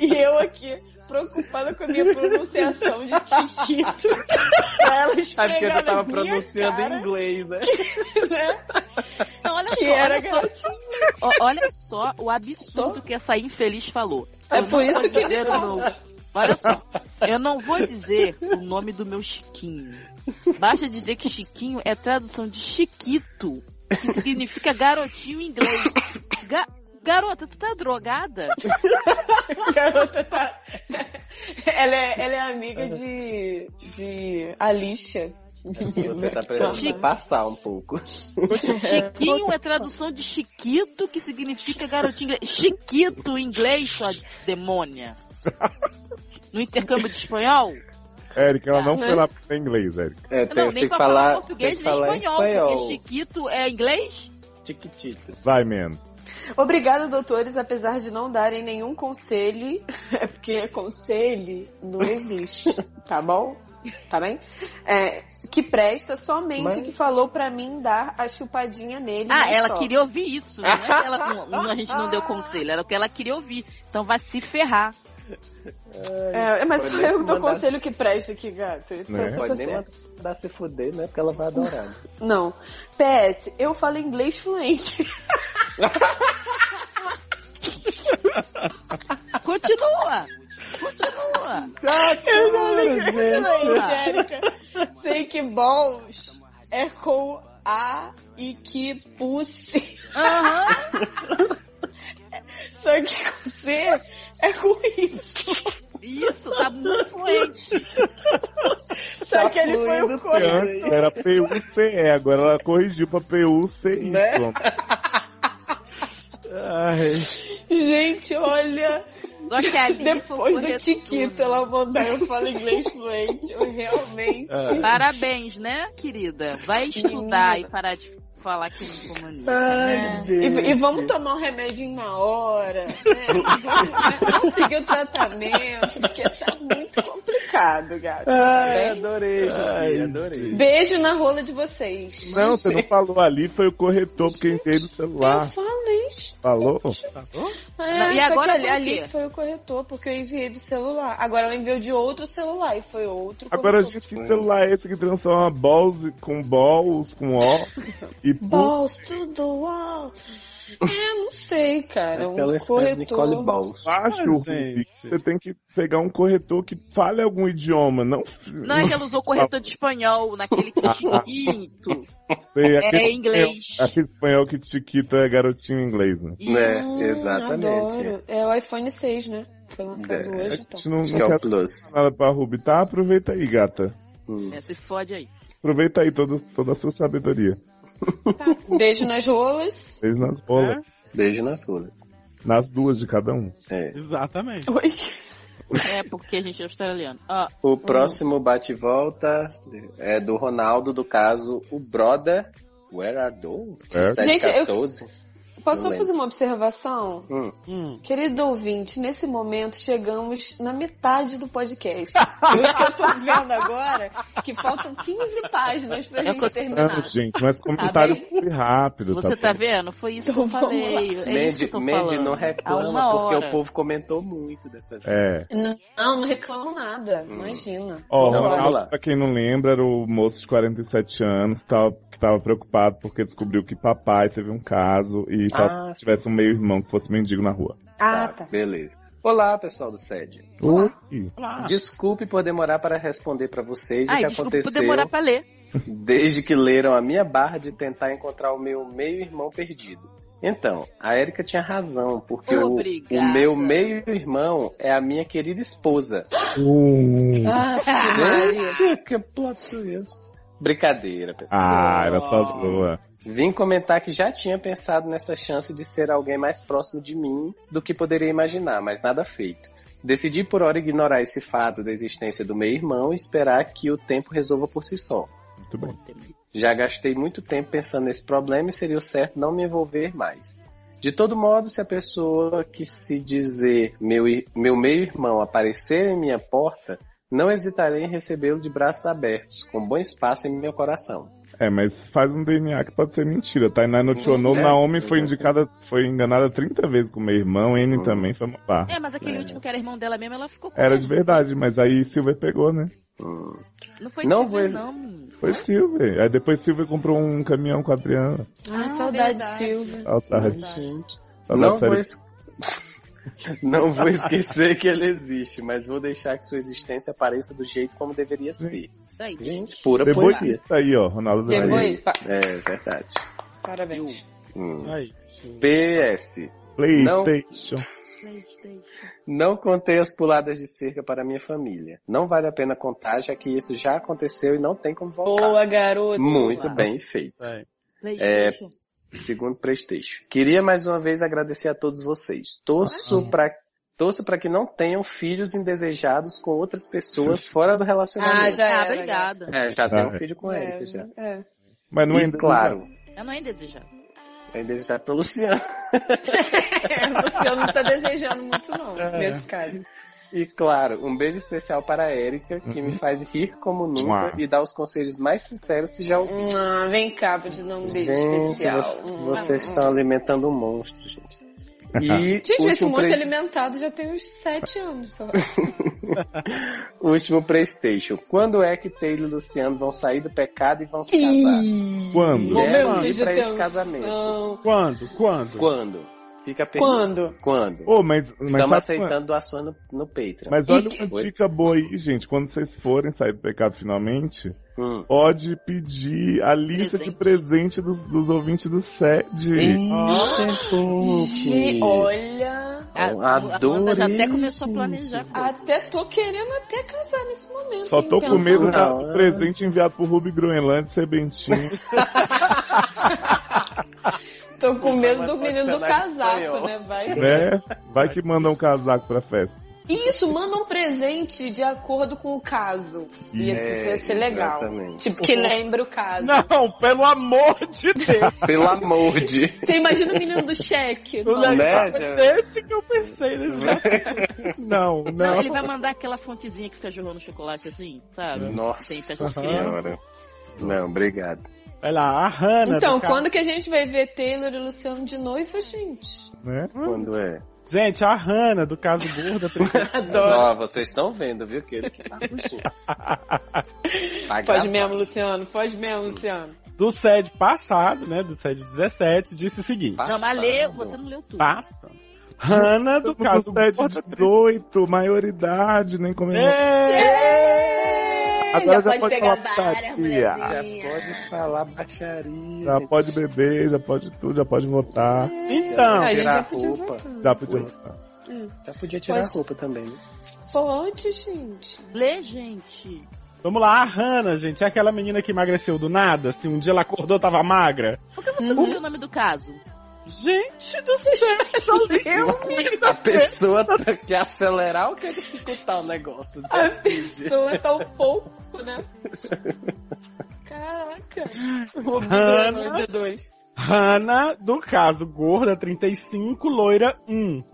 Speaker 4: e eu aqui preocupada com a minha pronunciação de Chiquito. pra ela
Speaker 6: é porque eu
Speaker 4: esfregar
Speaker 6: já tava
Speaker 4: na minha
Speaker 6: pronunciando
Speaker 4: cara,
Speaker 6: em inglês, né?
Speaker 4: né?
Speaker 2: Não, olha
Speaker 4: (laughs) Que
Speaker 2: só,
Speaker 4: era
Speaker 2: olha só,
Speaker 4: garotinho.
Speaker 2: o- olha só o absurdo que essa infeliz falou.
Speaker 4: É por isso que ele
Speaker 2: Eu não- Olha só, eu não vou dizer o nome do meu Chiquinho. Basta dizer que Chiquinho é tradução de Chiquito, que significa garotinho em inglês. Ga- garota, tu tá drogada?
Speaker 4: garota tá. Ela é, ela é amiga de. de. Alicia.
Speaker 6: Você tá precisando passar um pouco.
Speaker 2: Chiquinho é tradução de Chiquito, que significa garotinho em inglês. Chiquito em inglês, sua demônia. No intercâmbio de espanhol?
Speaker 3: Érica, ela não
Speaker 2: Tá,
Speaker 4: Ah, né?
Speaker 3: foi lá pra inglês, Érica.
Speaker 6: É,
Speaker 2: Não,
Speaker 6: tem,
Speaker 2: nem
Speaker 6: tem que
Speaker 2: pra falar
Speaker 6: falar, tem
Speaker 2: português,
Speaker 6: que
Speaker 2: nem
Speaker 6: falar em
Speaker 2: espanhol,
Speaker 6: espanhol.
Speaker 2: porque Chiquito é inglês?
Speaker 6: Chiquitita.
Speaker 3: Vai, man.
Speaker 4: Obrigada, doutores, apesar de não darem nenhum conselho. (laughs) É porque conselho não
Speaker 6: (laughs)
Speaker 4: existe, tá bom? Tá bem? É, que presta somente
Speaker 6: Mas-
Speaker 4: que falou pra mim dar a chupadinha nele.
Speaker 2: Ah,
Speaker 4: mas
Speaker 2: ela
Speaker 4: é só.
Speaker 2: queria ouvir isso. Não é que
Speaker 4: (laughs)
Speaker 2: ela, não- não, a gente não deu conselho, era o que ela queria ouvir. Então vai se ferrar.
Speaker 4: É, mas só
Speaker 6: Pode
Speaker 4: eu dou
Speaker 6: mandar-
Speaker 4: conselho que presta aqui, gato. Então,
Speaker 3: Né?
Speaker 4: tá
Speaker 6: Pode nem
Speaker 4: certo.
Speaker 6: mandar se fuder, né? Porque ela vai (laughs) adorar.
Speaker 4: Não. PS, eu falo inglês fluente.
Speaker 2: Continua! Continua!
Speaker 6: Ah,
Speaker 4: (laughs) Eu não ligo
Speaker 6: gente.
Speaker 4: Angélica. Sei que balls é com A e que pussy.
Speaker 2: Aham!
Speaker 4: Só que com C é com Y.
Speaker 2: Isso, tá muito fluente.
Speaker 4: Só que ele foi o
Speaker 3: Porque antes
Speaker 4: correto.
Speaker 3: era PUCE, agora ela corrigiu pra PUCY.
Speaker 6: Né?
Speaker 5: Ai,
Speaker 4: Gente, olha.
Speaker 2: Só que ali foi o
Speaker 4: Depois do
Speaker 2: correto
Speaker 4: Tiquito
Speaker 2: tudo.
Speaker 4: ela mandou eu falo inglês fluente. Eu realmente.
Speaker 2: Parabéns, né, querida? Vai estudar e parar de falar que não sou maníaca,
Speaker 6: Ah.
Speaker 2: né?
Speaker 4: E, e vamos tomar um remedinho na hora, né? Vamos, né? Vamos seguir o tratamento, porque tá muito complicado, gato.
Speaker 6: Ai, adorei,
Speaker 5: Ai,
Speaker 6: Ai, adorei.
Speaker 4: Beijo na rola de vocês.
Speaker 3: Não, você não falou ali, foi o corretor, porque eu entrei no
Speaker 4: Eu
Speaker 3: celular.
Speaker 4: falei.
Speaker 3: Falou?
Speaker 4: É,
Speaker 2: Não, e
Speaker 4: só
Speaker 2: agora
Speaker 4: que
Speaker 2: foi
Speaker 4: ali,
Speaker 2: o
Speaker 4: ali
Speaker 2: quê?
Speaker 4: foi o corretor, porque eu enviei do celular. Agora eu enviei de outro celular e foi outro
Speaker 3: Agora,
Speaker 4: corretor.
Speaker 3: gente, que celular é esse que transforma balls com balls, com O e pu?
Speaker 4: Balls to the wall. É, não sei, cara. Um
Speaker 6: Aquela espécie É de Nicole
Speaker 4: corretor.
Speaker 6: Balls.
Speaker 3: Eu acho,
Speaker 5: Ah,
Speaker 3: Rubi, que
Speaker 5: gente.
Speaker 3: você tem que pegar um corretor que fale algum idioma, não,
Speaker 2: Não é que ela usou corretor de espanhol naquele tiquito.
Speaker 3: sei.
Speaker 2: É inglês.
Speaker 3: Aquele espanhol que Chiquita é garotinho em inglês, né?
Speaker 6: Né,
Speaker 4: Hum,
Speaker 6: exatamente.
Speaker 4: Adoro. É o iPhone 6, né? Foi lançado
Speaker 6: É.
Speaker 3: A
Speaker 4: hoje, então.
Speaker 3: gente não, não
Speaker 2: um
Speaker 6: Que é
Speaker 3: quer
Speaker 6: o plus.
Speaker 3: nada pra Rubi, tá? Aproveita aí, gata.
Speaker 6: Hum.
Speaker 2: É, se fode aí.
Speaker 3: Aproveita aí todo, toda a sua sabedoria.
Speaker 4: Um Beijo nas rolas.
Speaker 3: Fez nas bolas.
Speaker 6: Beijo nas ruas.
Speaker 3: Nas duas de cada um.
Speaker 6: É.
Speaker 5: Exatamente.
Speaker 4: Oi.
Speaker 2: É porque a gente é australiano. Ó,
Speaker 6: O próximo bate-volta é do Ronaldo, do caso O Brother. Where are those?
Speaker 3: É.
Speaker 4: Gente, eu-
Speaker 6: 714.
Speaker 4: Posso
Speaker 6: Não
Speaker 4: só
Speaker 6: lembro.
Speaker 4: fazer uma observação?
Speaker 6: Hum.
Speaker 5: Hum.
Speaker 4: Querido ouvinte, nesse momento chegamos na metade do
Speaker 6: (laughs)
Speaker 4: podcast. Porque eu tô vendo agora que faltam 15 páginas pra
Speaker 2: Eu
Speaker 4: gente
Speaker 2: tô-
Speaker 3: Não,
Speaker 4: terminar.
Speaker 3: gente, mas comentário
Speaker 4: bem.
Speaker 3: foi rápido,
Speaker 2: Tá você tá
Speaker 3: tá?
Speaker 2: vendo? Foi isso que eu
Speaker 4: Então, vamos
Speaker 2: falei. É isso que eu
Speaker 6: Mandy,
Speaker 2: tô
Speaker 6: Mandy
Speaker 2: falando.
Speaker 6: não é
Speaker 2: Há
Speaker 6: reclama
Speaker 2: uma
Speaker 6: porque
Speaker 2: hora.
Speaker 6: o povo comentou muito dessa vez.
Speaker 3: É.
Speaker 4: Não, não reclamo nada.
Speaker 6: Hum.
Speaker 4: Imagina.
Speaker 3: Ó,
Speaker 6: Então, vamos
Speaker 3: Ronaldo,
Speaker 6: lá.
Speaker 3: pra quem não lembra, era o moço de 47 anos tava- que tava preocupado porque descobriu que papai teve um caso e
Speaker 6: Ah,
Speaker 3: tal- tivesse um meio-irmão que fosse mendigo na rua.
Speaker 4: Ah, tá.
Speaker 6: Beleza. Olá, pessoal do SED.
Speaker 3: Ui.
Speaker 5: Olá.
Speaker 6: Desculpe por demorar para responder para vocês o
Speaker 2: Ai,
Speaker 6: que
Speaker 2: desculpa por
Speaker 6: aconteceu
Speaker 2: demorar pra ler.
Speaker 6: desde que leram a minha barra de tentar encontrar o meu meio-irmão perdido. Então, a Erika tinha razão, porque o,
Speaker 2: Obrigada.
Speaker 6: o meu meio-irmão é a minha querida esposa.
Speaker 4: Ah, Maria.
Speaker 6: Gente, que plot isso. Brincadeira, pessoal.
Speaker 3: Ah, era só zoa.
Speaker 6: Vim comentar que já tinha pensado nessa chance de ser alguém mais próximo de mim do que poderia imaginar, mas nada feito. Decidi por hora ignorar esse fato da existência do meu irmão e esperar que o tempo resolva por si só.
Speaker 3: Muito bem.
Speaker 6: Já gastei muito tempo pensando nesse problema e seria o certo não me envolver mais. De todo modo, se a pessoa que se dizer meu, ir- meu meio-irmão aparecer em minha porta, não hesitarei em recebê-lo de braços abertos, com bom espaço em meu coração.
Speaker 3: É, mas faz um DNA que pode ser mentira, tá? E na Notionou,
Speaker 6: É.
Speaker 3: Naomi foi indicada, foi enganada 30 vezes com meu irmão, N
Speaker 6: Hum.
Speaker 3: também foi uma barra.
Speaker 2: É, mas aquele último que era irmão dela mesmo, ela ficou com
Speaker 3: Era
Speaker 2: ele.
Speaker 3: de verdade, mas aí Silver pegou, né?
Speaker 6: Hum.
Speaker 2: Não foi
Speaker 6: Não
Speaker 2: não,
Speaker 6: vou-
Speaker 2: não. menino.
Speaker 3: Foi Silver. Aí depois Silver comprou um caminhão com a Adriana. tá
Speaker 4: Ah, saudade,
Speaker 2: verdade.
Speaker 4: Silva.
Speaker 3: Saudade.
Speaker 6: Não
Speaker 3: Saudade
Speaker 6: vou,
Speaker 3: séria.
Speaker 6: es- (laughs) Não vou esquecer que ele existe, mas vou deixar que sua existência apareça do jeito como deveria ser.
Speaker 2: Daí.
Speaker 6: Gente, pura
Speaker 3: Depois
Speaker 6: poesia.
Speaker 3: disso aí, ó, Ronaldo da
Speaker 4: Pegou
Speaker 3: Bahia.
Speaker 4: aí? Pa-
Speaker 6: É verdade.
Speaker 4: Parabéns.
Speaker 6: Hum.
Speaker 5: Aí.
Speaker 6: PS. Não.
Speaker 3: Playstation.
Speaker 6: Não contei as puladas de cerca para minha família. Não vale a pena contar, já que isso já aconteceu e não tem como voltar.
Speaker 4: Boa, garoto.
Speaker 6: Muito bem feito.
Speaker 5: Isso aí.
Speaker 6: É, segundo Prestige. Queria mais uma vez agradecer a todos vocês. Torço
Speaker 3: Uhum.
Speaker 6: para torço para que não tenham filhos indesejados com outras pessoas fora do
Speaker 4: Ah,
Speaker 6: relacionamento.
Speaker 4: já
Speaker 2: Ah,
Speaker 4: era.
Speaker 2: obrigada.
Speaker 6: É, já tem
Speaker 3: Ah,
Speaker 6: um
Speaker 3: é.
Speaker 6: filho com a Erika já.
Speaker 4: É, é.
Speaker 3: Mas não é
Speaker 6: E claro,
Speaker 2: Eu não ia desejar.
Speaker 6: é indesejado pelo (laughs) Luciano.
Speaker 4: É, o Luciano não tá desejando muito, não,
Speaker 6: É.
Speaker 4: nesse caso.
Speaker 6: E claro, um beijo especial para a Erika, que
Speaker 3: Uhum.
Speaker 6: me faz rir como nunca
Speaker 3: Mua.
Speaker 6: e dá os conselhos mais sinceros que já ouvi.
Speaker 4: Ah, vem cá, vou te dar um beijo especial.
Speaker 6: você-
Speaker 4: Hum,
Speaker 6: vocês
Speaker 4: hum,
Speaker 6: estão alimentando um monstro, gente.
Speaker 3: (laughs)
Speaker 6: E
Speaker 4: Gente, esse
Speaker 6: último,
Speaker 4: monstro
Speaker 6: pre-
Speaker 4: alimentado já tem uns 7 anos, sei lá.
Speaker 6: último Playstation. Quando é que Taylor e Luciano vão sair do pecado e vão se casar?
Speaker 4: Ih,
Speaker 3: tá. Quando?
Speaker 6: Mulher
Speaker 4: Momento
Speaker 6: livre
Speaker 4: de
Speaker 6: pra esse
Speaker 4: tensão.
Speaker 6: casamento.
Speaker 5: Quando? Quando?
Speaker 6: Quando? Fica a pergunta.
Speaker 4: Quando?
Speaker 6: Quando?
Speaker 3: Ô, mas, mas, tá
Speaker 6: Estamos
Speaker 3: sabe uma-
Speaker 6: aceitando doações no, no Patreon.
Speaker 3: mas olha
Speaker 4: E
Speaker 3: uma
Speaker 6: Oi?
Speaker 3: dica boa aí, gente. Quando vocês forem sair do pecado finalmente,
Speaker 6: Hum.
Speaker 3: pode pedir a lista de presente dos, dos ouvintes do SED.
Speaker 4: Gente, olha.
Speaker 2: A,
Speaker 6: Eu
Speaker 2: a Amanda já até
Speaker 6: adorei,
Speaker 2: começou a
Speaker 6: gente.
Speaker 2: planejar.
Speaker 4: Até tô querendo até casar nesse momento.
Speaker 3: Só
Speaker 4: hein,
Speaker 3: tô com
Speaker 4: pensando.
Speaker 3: medo da-
Speaker 6: Não,
Speaker 3: do
Speaker 6: é.
Speaker 3: presente enviado pro Ruby Groenland ser Bentinho.
Speaker 4: Tô com medo
Speaker 6: Mas
Speaker 4: do
Speaker 6: pode
Speaker 3: tá
Speaker 4: menino do
Speaker 6: ser na
Speaker 4: casaco,
Speaker 6: espanhol.
Speaker 4: né? Vai.
Speaker 3: né? Vai que manda um casaco pra festa.
Speaker 4: Isso, manda um presente de acordo com o caso. E
Speaker 3: Isso.
Speaker 4: esse vai ser legal.
Speaker 6: Exatamente.
Speaker 4: Tipo, que lembra o caso.
Speaker 5: Não, pelo amor de Deus.
Speaker 6: Pelo
Speaker 4: (laughs)
Speaker 6: amor de...
Speaker 4: Você imagina o menino do cheque?
Speaker 5: O
Speaker 4: Não.
Speaker 5: legal
Speaker 6: Né,
Speaker 5: foi
Speaker 6: já-
Speaker 5: é esse que eu pensei
Speaker 4: né?
Speaker 5: nesse Não,
Speaker 2: Não,
Speaker 5: não.
Speaker 2: ele vai mandar aquela fontezinha que fica jorrando chocolate assim, sabe?
Speaker 6: Nossa
Speaker 2: Tem festa de
Speaker 6: senhora.
Speaker 2: criança.
Speaker 6: Não, obrigado.
Speaker 5: Vai É lá, a Hannah.
Speaker 4: Então,
Speaker 5: do ca-
Speaker 4: quando que a gente vai ver Taylor e Luciano de noiva, gente?
Speaker 3: Né?
Speaker 6: Quando é?
Speaker 5: Gente, a Hanna, do caso gorda, (laughs)
Speaker 6: Adoro. Ó, vocês estão vendo, viu, que ele que
Speaker 4: (laughs)
Speaker 6: tá puxando. Tá
Speaker 4: Pode
Speaker 6: gravado.
Speaker 4: mesmo, Luciano. Pode mesmo, Luciano.
Speaker 5: do SED passado, né? Do SED 17, disse o seguinte:
Speaker 2: Não,
Speaker 6: Passado.
Speaker 2: mas leu, você não leu tudo.
Speaker 5: Ah. passa. Hanna, do caso
Speaker 3: é de
Speaker 5: gorda,
Speaker 3: 18, maioridade, nem comemora.
Speaker 5: É,
Speaker 4: Ei,
Speaker 3: Agora já
Speaker 4: já pode
Speaker 3: pode
Speaker 4: pegar
Speaker 3: falar
Speaker 4: várias,
Speaker 3: putaria.
Speaker 6: Já
Speaker 4: mulherzinha.
Speaker 6: pode
Speaker 2: é.
Speaker 6: falar baixaria.
Speaker 3: Já
Speaker 6: É, gente.
Speaker 3: pode beber, já pode tudo, já pode votar.
Speaker 5: Então,
Speaker 4: a gente
Speaker 6: tirar
Speaker 4: já
Speaker 6: a
Speaker 4: podia
Speaker 6: roupa.
Speaker 3: Já podia
Speaker 6: Oi.
Speaker 3: votar.
Speaker 6: Já Tá podia tirar
Speaker 4: Pode.
Speaker 6: a roupa também, né?
Speaker 4: Fonte, gente.
Speaker 2: Lê, gente.
Speaker 5: vamos lá, a Hanna, gente, é aquela menina que emagreceu do nada, assim, um dia ela acordou, tava magra.
Speaker 2: Por que Então você não leu o nome do caso?
Speaker 5: Gente do céu,
Speaker 6: (laughs) A pessoa tá- quer acelerar ou quer dificultar o negócio?
Speaker 4: A pessoa tá um pouco, né? Caraca.
Speaker 5: Hannah.
Speaker 4: Robinho dia 2.
Speaker 5: Hanna, do caso gorda 35, loira 1,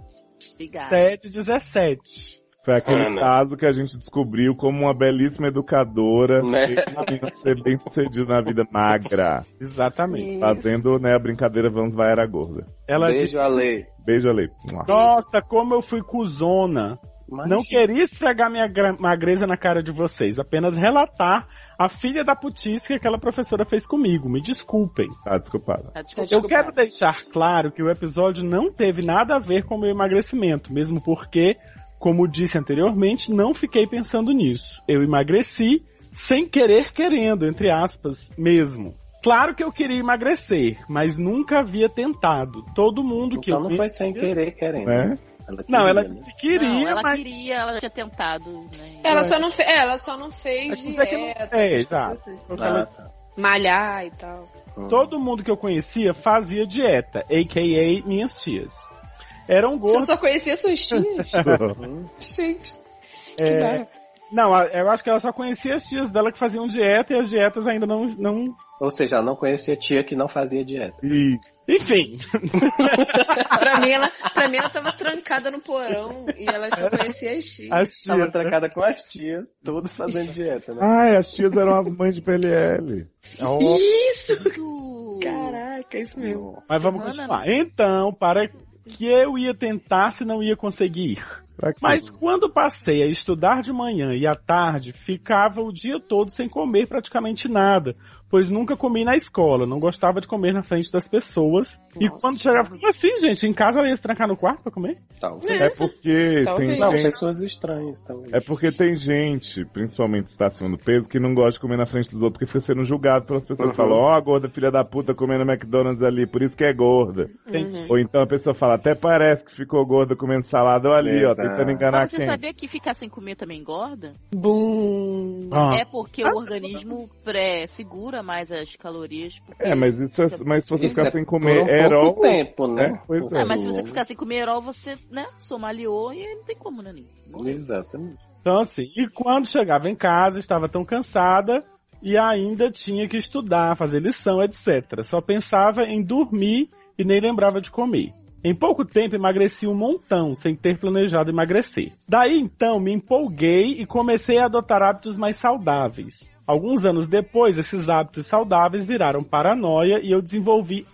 Speaker 2: Obrigada.
Speaker 5: 7, 17.
Speaker 3: Foi aquele
Speaker 6: Ana.
Speaker 3: caso que a gente descobriu como uma belíssima educadora
Speaker 6: Né?
Speaker 3: tem que ser bem sucedida na vida magra.
Speaker 5: Exatamente.
Speaker 3: Fazendo né, a brincadeira Vamos Vai Era Gorda.
Speaker 5: Ela
Speaker 6: Beijo,
Speaker 5: disse,
Speaker 6: Ale.
Speaker 3: Beijo, Ale.
Speaker 5: nossa, como eu fui cuzona. Não queria esfregar minha gra- magreza na cara de vocês, apenas relatar a filha da putice que aquela professora fez comigo. Me desculpem.
Speaker 3: Tá, desculpada.
Speaker 2: Tá, desculpa.
Speaker 5: Eu quero deixar claro que o episódio não teve nada a ver com o meu emagrecimento, mesmo porque, como disse anteriormente, não fiquei pensando nisso. Eu emagreci sem querer querendo, entre aspas, mesmo. Claro que eu queria emagrecer, mas nunca havia tentado. Todo mundo que
Speaker 6: Então
Speaker 5: eu
Speaker 6: não
Speaker 5: vi-
Speaker 6: foi sem querer, querendo. (laughs)
Speaker 3: Né?
Speaker 6: Ela
Speaker 5: Não,
Speaker 6: queria,
Speaker 5: ela
Speaker 6: né?
Speaker 5: disse que
Speaker 2: Não,
Speaker 5: queria,
Speaker 2: ela
Speaker 5: mas
Speaker 2: queria, ela tinha tentado, né?
Speaker 4: Ela só não fez, ela só não
Speaker 5: Mas
Speaker 4: fez
Speaker 5: isso é que não-
Speaker 4: dieta,
Speaker 5: é,
Speaker 4: essas
Speaker 5: exato.
Speaker 4: coisas assim.
Speaker 5: foi o que ela
Speaker 6: Ah, tá.
Speaker 4: malhar e tal.
Speaker 6: Hum.
Speaker 5: Todo mundo que eu conhecia fazia dieta, a.k.a. minhas tias. Eram
Speaker 4: Você
Speaker 5: gordas.
Speaker 4: só conhecia suas tias?
Speaker 6: Hum.
Speaker 4: gente, que
Speaker 5: é,
Speaker 4: dá.
Speaker 5: Não, a- eu acho que ela só conhecia as tias dela que faziam dieta e as dietas ainda não. não...
Speaker 6: Ou seja, ela não conhecia a tia que não fazia dieta.
Speaker 3: E
Speaker 5: Enfim,
Speaker 4: Pra mim, ela, pra mim, ela tava trancada no porão e ela só conhecia as tias.
Speaker 5: as
Speaker 6: Tava
Speaker 5: tias. né?
Speaker 6: trancada com as tias, todos fazendo dieta, né?
Speaker 3: Ai, as tias eram as mães de PLL.
Speaker 5: Oh,
Speaker 2: Isso!
Speaker 4: Caraca, é isso mesmo.
Speaker 5: mas vamos continuar. Então, para que eu ia tentar se não ia conseguir?
Speaker 3: Pra quê?
Speaker 5: Mas quando passei a estudar de manhã e à tarde, ficava o dia todo sem comer praticamente nada, pois nunca comi na escola, não gostava de comer na frente das pessoas. e quando chegava, como assim, gente? Em casa ela ia se trancar no quarto pra comer?
Speaker 6: Talvez.
Speaker 3: É porque tem
Speaker 4: Talvez.
Speaker 6: Não,
Speaker 3: gente.
Speaker 6: pessoas estranhas talvez.
Speaker 3: É porque tem gente, principalmente que está acima do peso, que não gosta de comer na frente dos outros, que fica sendo julgado pelas pessoas.
Speaker 6: Uhum.
Speaker 3: que Falam, ó, a gorda filha da puta comendo McDonald's ali, por isso que é gorda.
Speaker 5: Entendi.
Speaker 3: Ou então a pessoa fala, até parece que ficou gorda comendo salada, olha ali, ó,
Speaker 6: Exato.
Speaker 3: tentando enganar
Speaker 2: Mas você
Speaker 3: quem.
Speaker 2: sabia que ficar sem comer também engorda?
Speaker 4: Bum.
Speaker 5: Ah,
Speaker 2: É porque o organismo pré segura mais as calorias. porque-
Speaker 3: É, mas isso é, mas se você
Speaker 6: Isso
Speaker 3: ficar
Speaker 6: é
Speaker 3: sem
Speaker 6: Por
Speaker 3: comer
Speaker 6: um
Speaker 3: herol,
Speaker 6: pouco tempo, né?
Speaker 3: É, pois é.
Speaker 2: Ah, mas se você ficar sem comer herói, você, né, somaliou e não tem como, né, Ninho? Morreu.
Speaker 6: Exatamente.
Speaker 5: Então assim, e quando chegava em casa, estava tão cansada e ainda tinha que estudar, fazer lição, etc. Só pensava em dormir e nem lembrava de comer. Em pouco tempo emagreci um montão, sem ter planejado emagrecer. Daí então me empolguei e comecei a adotar hábitos mais saudáveis. Alguns anos depois, esses hábitos saudáveis viraram paranoia e eu desenvolvi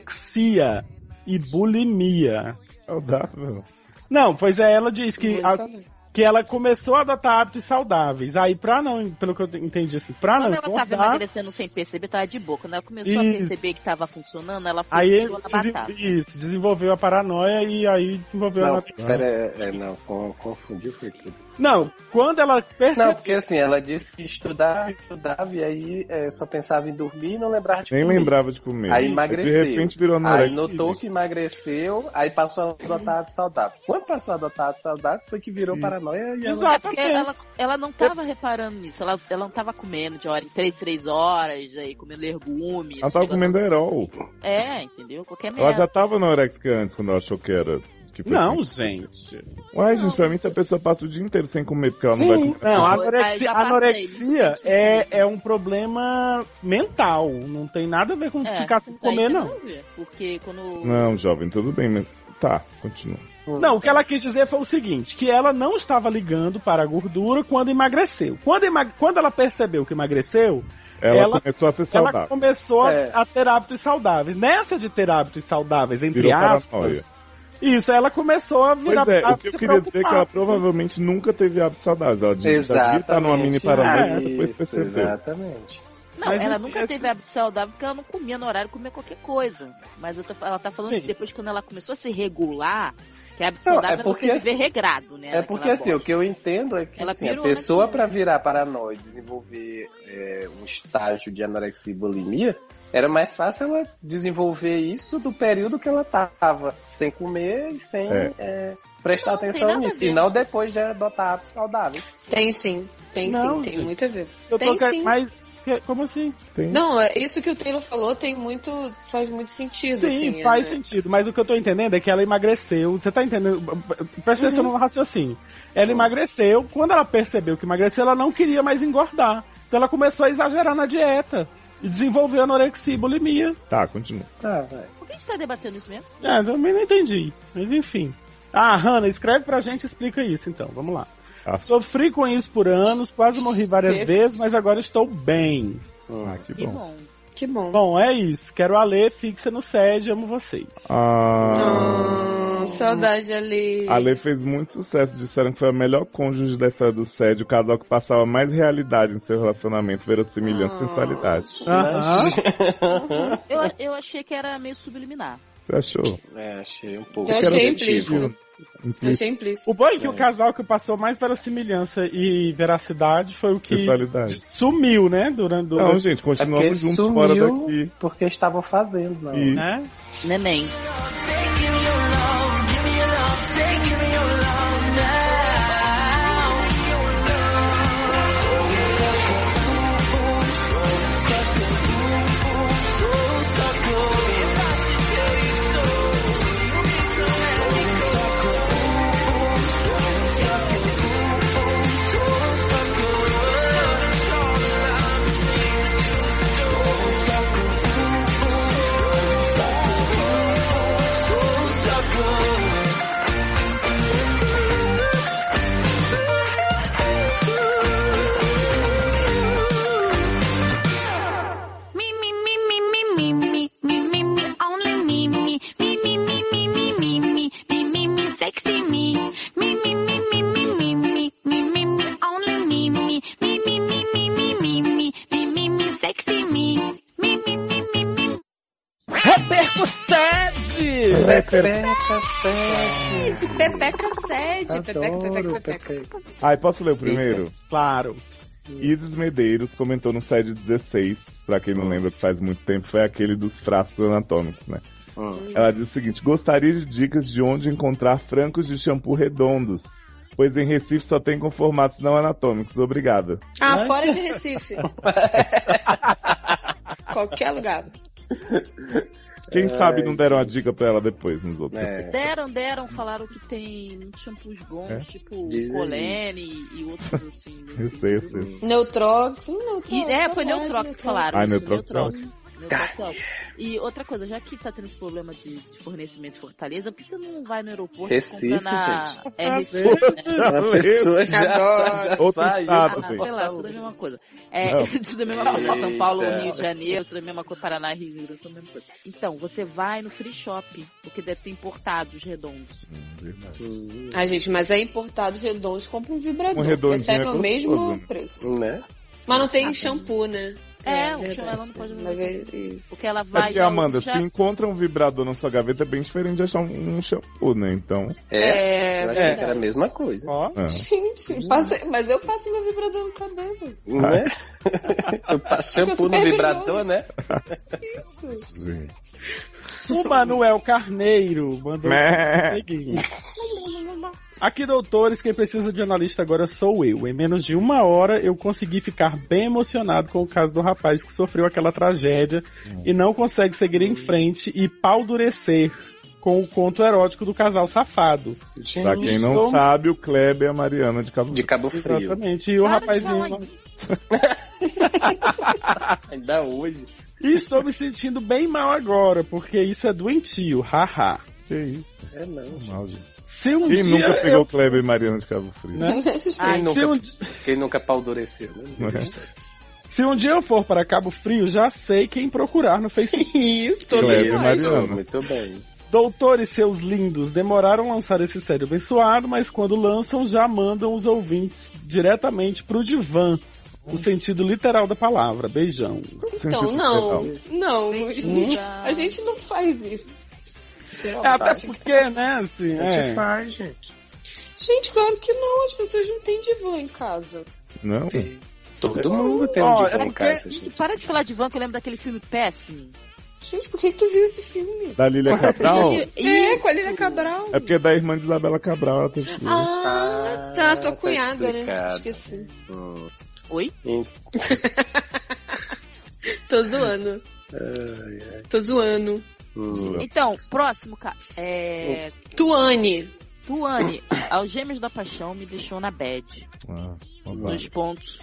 Speaker 5: anorexia e bulimia.
Speaker 3: saudável.
Speaker 5: Não, pois é, ela diz que a-
Speaker 4: Sabe?
Speaker 5: que ela começou a adotar hábitos saudáveis. Aí, pra não, pelo que eu entendi, assim, pra
Speaker 2: Quando
Speaker 5: não
Speaker 2: ela tava
Speaker 5: engordar,
Speaker 2: emagrecendo sem perceber, tava de boa. Quando ela começou a
Speaker 5: Isso.
Speaker 2: perceber que tava funcionando, ela foi
Speaker 5: aí
Speaker 2: e
Speaker 5: ele
Speaker 2: tirou na
Speaker 5: desen-
Speaker 2: batata.
Speaker 5: isso, desenvolveu a paranoia e aí desenvolveu a
Speaker 6: Não,
Speaker 5: anorexia.
Speaker 6: pera, é, é, não, con- confundiu foi tudo.
Speaker 5: Não, quando ela
Speaker 6: Não,
Speaker 5: percebeu.
Speaker 6: porque assim, ela disse que estudava, estudava, e aí é, só pensava em dormir e não lembrava de
Speaker 3: Nem né?
Speaker 6: comer.
Speaker 3: lembrava de comer.
Speaker 6: Aí
Speaker 3: De
Speaker 6: emagreceu.
Speaker 3: repente virou
Speaker 6: Aí
Speaker 3: anorexia.
Speaker 6: notou que emagreceu, aí passou a adotar hábito saudável. Quando passou a adotar hábito saudável, foi que virou paranoia e ela...
Speaker 2: É porque ela, ela não tava reparando nisso, ela, ela não tava comendo de hora em três, três horas, aí comendo legumes.
Speaker 3: Ela
Speaker 2: esses
Speaker 3: tava
Speaker 2: negócios.
Speaker 3: comendo herol.
Speaker 2: É, entendeu? Qualquer
Speaker 3: Ela já
Speaker 2: merda.
Speaker 3: tava anorexica antes, quando ela achou que era. que foi
Speaker 5: Não,
Speaker 3: assim.
Speaker 5: gente.
Speaker 3: Ué, gente, pra mim, se a pessoa passa o dia inteiro sem comer porque ela não vai comer.
Speaker 5: Não, a
Speaker 2: Foi, aí
Speaker 5: anorexia,
Speaker 2: já passei,
Speaker 5: anorexia
Speaker 2: muito tempo sem
Speaker 5: é,
Speaker 2: comer.
Speaker 5: é um problema mental. Não tem nada a ver com
Speaker 2: É,
Speaker 5: ficar sem
Speaker 2: isso daí
Speaker 5: comer,
Speaker 2: tem
Speaker 5: não.
Speaker 2: nada a ver, Porque quando.
Speaker 3: Não, jovem, tudo bem, mas. Tá, continua.
Speaker 5: Não, o que ela quis dizer foi o seguinte, que ela não estava ligando para a gordura quando emagreceu. Quando, ema- quando ela percebeu que emagreceu,
Speaker 3: Ela,
Speaker 5: Ela-
Speaker 3: começou a ser
Speaker 5: Ela
Speaker 3: saudável.
Speaker 5: começou a-
Speaker 6: É.
Speaker 5: a ter hábitos saudáveis. Nessa de ter hábitos saudáveis, entre
Speaker 3: Virou
Speaker 5: aspas,
Speaker 3: paranoia.
Speaker 5: Isso, ela começou a virar.
Speaker 3: Pois é,
Speaker 5: a
Speaker 3: o que eu
Speaker 5: se
Speaker 3: queria dizer é que
Speaker 5: preocupar.
Speaker 3: ela provavelmente nunca teve hábito saudável. Ela devia estar Tá numa mini paranoia e depois
Speaker 6: Ah, Isso,
Speaker 3: percebeu.
Speaker 6: Exatamente.
Speaker 2: Não,
Speaker 5: Mas
Speaker 2: ela
Speaker 5: enfim,
Speaker 2: nunca
Speaker 5: assim-
Speaker 2: teve hábito saudável porque ela não comia no horário, comia qualquer coisa. Mas eu tô- ela tá falando
Speaker 5: Sim.
Speaker 2: que depois quando ela começou a se regular, que hábito
Speaker 6: Não,
Speaker 2: saudável
Speaker 6: é
Speaker 2: é
Speaker 6: porque-
Speaker 2: você viver regrado, né?
Speaker 6: É
Speaker 2: Naquela
Speaker 6: porque assim, o
Speaker 2: bosta.
Speaker 6: que eu entendo é que
Speaker 2: Ela né,
Speaker 6: assim, a
Speaker 2: pirou
Speaker 6: pessoa
Speaker 2: naquilo.
Speaker 6: pra virar paranoia e desenvolver é, um estágio de anorexia e bulimia, era mais fácil ela desenvolver isso do período que ela tava sem comer e sem
Speaker 3: É.
Speaker 6: é, prestar
Speaker 2: Não, tem
Speaker 6: atenção
Speaker 2: nada a
Speaker 6: nisso.
Speaker 2: ver.
Speaker 6: E não depois de adotar hábitos saudáveis.
Speaker 4: Tem sim, tem
Speaker 5: Não,
Speaker 4: sim, tem
Speaker 5: gente.
Speaker 4: muito a ver.
Speaker 5: assim, Eu tô
Speaker 4: Tem
Speaker 5: ca-
Speaker 4: sim.
Speaker 5: Mas, que- como assim?
Speaker 3: Tem-
Speaker 4: Não, é isso que o Taylor falou tem muito. faz muito sentido.
Speaker 5: Sim,
Speaker 4: assim,
Speaker 5: faz
Speaker 4: é,
Speaker 5: sentido, mas o que eu tô entendendo é que ela emagreceu. Você tá entendendo? Presta atenção no raciocínio.
Speaker 3: Uhum.
Speaker 5: Ela emagreceu, quando ela percebeu que emagreceu, ela não queria mais engordar. Então ela começou a exagerar na dieta e desenvolveu anorexia e bulimia.
Speaker 3: Tá, continua.
Speaker 6: Tá, vai.
Speaker 2: Por que a gente tá debatendo isso mesmo?
Speaker 5: É, também não entendi, mas enfim. Ah, Hannah, escreve pra gente e explica isso então, vamos lá.
Speaker 3: Ah.
Speaker 5: Sofri com isso por anos, quase morri várias
Speaker 4: Que?
Speaker 5: vezes, mas agora estou bem.
Speaker 6: Hum.
Speaker 3: Ah, que
Speaker 2: Que
Speaker 3: bom.
Speaker 2: bom.
Speaker 4: Que bom.
Speaker 5: Bom, é isso. Quero a Lê, fixa no sede, amo vocês.
Speaker 3: Ah,
Speaker 4: Hum, saudade ali.
Speaker 3: a Lê fez muito sucesso. Disseram que foi a melhor cônjuge da história do SED. O casal que passava mais realidade em seu relacionamento, verossimilhança e
Speaker 4: Ah.
Speaker 3: sensualidade.
Speaker 5: Aham.
Speaker 2: Eu, eu achei que era meio subliminar.
Speaker 3: Você achou?
Speaker 6: É, achei um pouco.
Speaker 4: Eu achei
Speaker 6: repetitivo.
Speaker 4: implícito. Eu achei implícito.
Speaker 5: O bom é que
Speaker 6: É.
Speaker 5: o casal que passou mais verossimilhança e veracidade foi o que
Speaker 3: Sensualidade.
Speaker 5: sumiu, né?
Speaker 3: Não,
Speaker 5: Durante, durante
Speaker 3: gente,
Speaker 6: É porque
Speaker 3: continuamos juntos
Speaker 6: sumiu
Speaker 3: fora daqui.
Speaker 6: porque estavam fazendo, não.
Speaker 3: E
Speaker 5: né?
Speaker 2: Neném.
Speaker 1: Me, me, me, me, me, me, me, me, me, me, only me, me, me, me, me, me, me, me, me, me, me, me, sexy me. Me, me, me, me, me, me, me, me, me, me, only me, me, me, me, me, me, me, me, me, me, me, me, sexy me. Me, me, me, me, me.
Speaker 5: Repercussede!
Speaker 6: Pepeca, sete.
Speaker 4: Pepeca sede. Pepeca,
Speaker 6: Adoro
Speaker 4: pepeca, pepeca.
Speaker 3: Ai, posso ler o primeiro?
Speaker 5: Claro.
Speaker 3: Isis Medeiros comentou no SED 16, pra quem não lembra que faz muito tempo, foi aquele dos frascos anatômicos, né?
Speaker 6: Hum.
Speaker 3: Ela diz o seguinte: gostaria de dicas de onde encontrar francos de shampoo redondos, pois em Recife só tem com formatos não anatômicos. Obrigada.
Speaker 4: Ah, fora de Recife. Qualquer lugar.
Speaker 3: Quem
Speaker 6: Ai,
Speaker 3: sabe não deram a dica pra ela depois nos outros.
Speaker 6: É.
Speaker 2: Deram, deram, falaram que tem shampoos bons,
Speaker 3: É?
Speaker 2: tipo
Speaker 6: Dizem
Speaker 2: Colene e outros assim.
Speaker 3: Eu
Speaker 2: desse-
Speaker 3: sei, eu sei.
Speaker 4: Neutrox. hum, Neutrox.
Speaker 2: E, é, foi
Speaker 4: verdade,
Speaker 2: Neutrox que
Speaker 4: então.
Speaker 2: falaram.
Speaker 3: Ah,
Speaker 2: isso,
Speaker 3: Neutrox.
Speaker 2: Neutrox. Neutrox. E outra coisa, já que tá tendo esse problema de, de fornecimento em Fortaleza, por que você não vai no aeroporto e
Speaker 6: Recife,
Speaker 2: compra na... É,
Speaker 5: Tá Ah,
Speaker 2: Recife, né?
Speaker 3: (laughs)
Speaker 6: A pessoa já, já
Speaker 3: Outro
Speaker 6: saiu.
Speaker 2: Ah,
Speaker 3: estado,
Speaker 2: sei lá, tudo a mesma coisa. É,
Speaker 3: tá
Speaker 2: (laughs)
Speaker 3: Não.
Speaker 2: tudo a mesma coisa. São Paulo,
Speaker 6: Eita.
Speaker 2: Rio de Janeiro, tudo a mesma coisa. Paraná, Rio de Janeiro, tudo a mesma coisa. Então, você vai no free shop, porque deve ter importados redondos.
Speaker 4: Ah, gente, mas é importado redondos, compra um
Speaker 3: Um
Speaker 4: vibrador.
Speaker 3: redondinho
Speaker 4: recebe
Speaker 3: é
Speaker 4: o
Speaker 3: gostoso,
Speaker 4: mesmo
Speaker 3: né?
Speaker 4: preço.
Speaker 6: Né?
Speaker 4: Mas não tem shampoo, né?
Speaker 2: Ah, É, o
Speaker 4: verdade.
Speaker 2: shampoo ela não pode usar.
Speaker 4: Mas é isso.
Speaker 2: Porque ela
Speaker 3: É
Speaker 2: vai.
Speaker 3: porque,
Speaker 2: já-
Speaker 3: Amanda,
Speaker 2: já-
Speaker 3: se encontra um vibrador na sua gaveta, é bem diferente de achar um um shampoo, né? Então.
Speaker 6: É,
Speaker 4: É,
Speaker 6: eu achei que era a
Speaker 4: verdade.
Speaker 6: mesma coisa.
Speaker 5: (laughs) Ó.
Speaker 3: ah.
Speaker 4: Gente, passa- mas eu passo meu vibrador no cabelo.
Speaker 6: Né? o né? (laughs) shampoo no
Speaker 4: super
Speaker 6: vibrador, né?
Speaker 4: Isso.
Speaker 5: O Manuel Carneiro mandou
Speaker 3: Mé.
Speaker 5: o seguinte. Aqui, doutores, quem precisa de analista agora sou eu. Em menos de uma hora, eu consegui ficar bem emocionado com o caso do rapaz que sofreu aquela tragédia e não consegue seguir em frente e paldurecer com o conto erótico do casal safado.
Speaker 3: Pra quem não
Speaker 5: Estou-
Speaker 3: sabe, o Kleber é a Mariana de Cabo
Speaker 6: De Cabo Frio.
Speaker 5: Exatamente. E o
Speaker 2: Para de
Speaker 5: rapazinho... né?
Speaker 2: falar isso.
Speaker 6: Ainda hoje.
Speaker 5: E estou me sentindo bem mal agora, porque isso é doentio, haha.
Speaker 3: Que isso,
Speaker 6: É não.
Speaker 3: mal, gente.
Speaker 5: Se um
Speaker 3: Quem
Speaker 5: dia
Speaker 3: nunca
Speaker 5: eu-
Speaker 3: pegou Kleber e Mariana de Cabo Frio?
Speaker 5: Né?
Speaker 2: Ai,
Speaker 6: Quem
Speaker 5: se, um,
Speaker 6: nunca, quem nunca paldureceu, né?
Speaker 5: se um dia eu for
Speaker 6: (laughs)
Speaker 5: para Cabo Frio, já sei quem procurar no Facebook.
Speaker 4: (laughs) Isso, todo
Speaker 3: Kleber
Speaker 4: demais.
Speaker 3: Mariana.
Speaker 6: Muito bem.
Speaker 5: Doutores, seus lindos, demoraram a lançar esse sério abençoado, mas quando lançam já mandam os ouvintes diretamente pro divã. O sentido literal da palavra. Beijão.
Speaker 4: Então,
Speaker 3: Sentido
Speaker 4: não.
Speaker 3: literal.
Speaker 4: Não, a gente, a gente não faz isso.
Speaker 5: É, até porque, né, assim,
Speaker 6: A gente
Speaker 5: é.
Speaker 6: faz, gente.
Speaker 4: Gente, claro que não. As pessoas não têm divã em casa.
Speaker 3: Não?
Speaker 6: Todo mundo tem um
Speaker 5: Ó,
Speaker 6: divã
Speaker 5: é
Speaker 6: em
Speaker 5: porque-
Speaker 6: casa,
Speaker 2: Gente,
Speaker 6: gente.
Speaker 2: para de falar de van que eu lembro daquele filme péssimo.
Speaker 4: Gente, por que que tu viu esse filme?
Speaker 3: Da Lília Cabral?
Speaker 2: Ih,
Speaker 4: (laughs) É, com a Lina Cabral.
Speaker 3: É porque é da irmã de Isabela Cabral. Ela teve...
Speaker 4: Ah, tá, tua
Speaker 6: tá
Speaker 4: cunhada, né?
Speaker 6: explicado.
Speaker 4: Esqueci.
Speaker 6: Hum.
Speaker 2: Oi?
Speaker 4: (laughs) Tô zoando.
Speaker 6: Ai, ai.
Speaker 4: Tô zoando.
Speaker 6: Hum.
Speaker 2: Então, próximo caso. É.
Speaker 4: Tuane.
Speaker 2: Tuane, Algêmeos da Paixão me deixou na bad.
Speaker 3: Ah, babado.
Speaker 2: Dois pontos.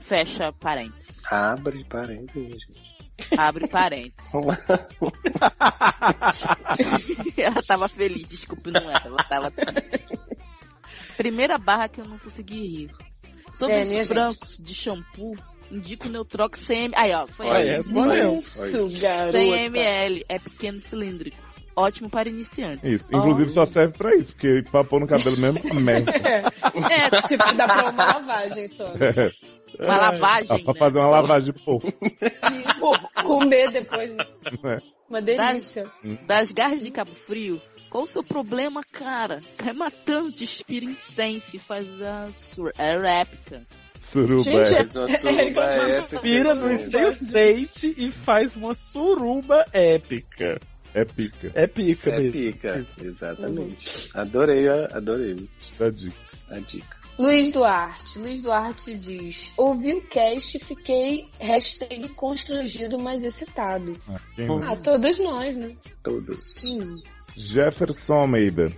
Speaker 2: Fecha parênteses.
Speaker 6: Abre parênteses, gente.
Speaker 2: Abre parênteses. (laughs) Ela tava feliz, desculpa, não era. Ela tava triste. Primeira barra que eu não consegui rir. Sobre
Speaker 4: É, minha
Speaker 2: os francos de shampoo, indico o Neutrox CM. Aí, ó, foi
Speaker 5: Olha,
Speaker 2: aí.
Speaker 5: respondeu.
Speaker 4: Isso, garota.
Speaker 2: 100 ml, é pequeno cilíndrico. Ótimo para iniciantes.
Speaker 3: Isso. Inclusive só serve pra isso, porque pra pôr no cabelo mesmo é
Speaker 4: (laughs)
Speaker 3: uma merda.
Speaker 2: É,
Speaker 4: Tipo, dá pra uma lavagem só. né? É,
Speaker 2: uma
Speaker 3: Dá
Speaker 2: lavagem,
Speaker 3: É, pra
Speaker 2: né?
Speaker 3: fazer uma lavagem de povo.
Speaker 4: Pô, comer depois. né?
Speaker 3: É.
Speaker 4: Uma delícia.
Speaker 2: Das garras de Cabo Frio, qual o seu problema, cara? Cai matando, te inspira incense, faz a sua é réplica.
Speaker 3: Suruba.
Speaker 4: Gente,
Speaker 3: é.
Speaker 6: Fez uma suruba épica,
Speaker 5: Pira no
Speaker 6: gente.
Speaker 5: incenseite e faz uma suruba épica.
Speaker 3: É pica.
Speaker 5: É pica
Speaker 6: É
Speaker 5: mesmo.
Speaker 6: pica, exatamente. Adorei, a- adorei
Speaker 3: Dá dica.
Speaker 6: a dica.
Speaker 4: Luiz Duarte. Luiz Duarte diz: Ouvi o cast e fiquei hashtag constrangido, mas excitado.
Speaker 3: Ah, quem não?
Speaker 4: Ah, todos nós, né?
Speaker 6: Todos.
Speaker 4: Sim.
Speaker 3: Jefferson Almeida.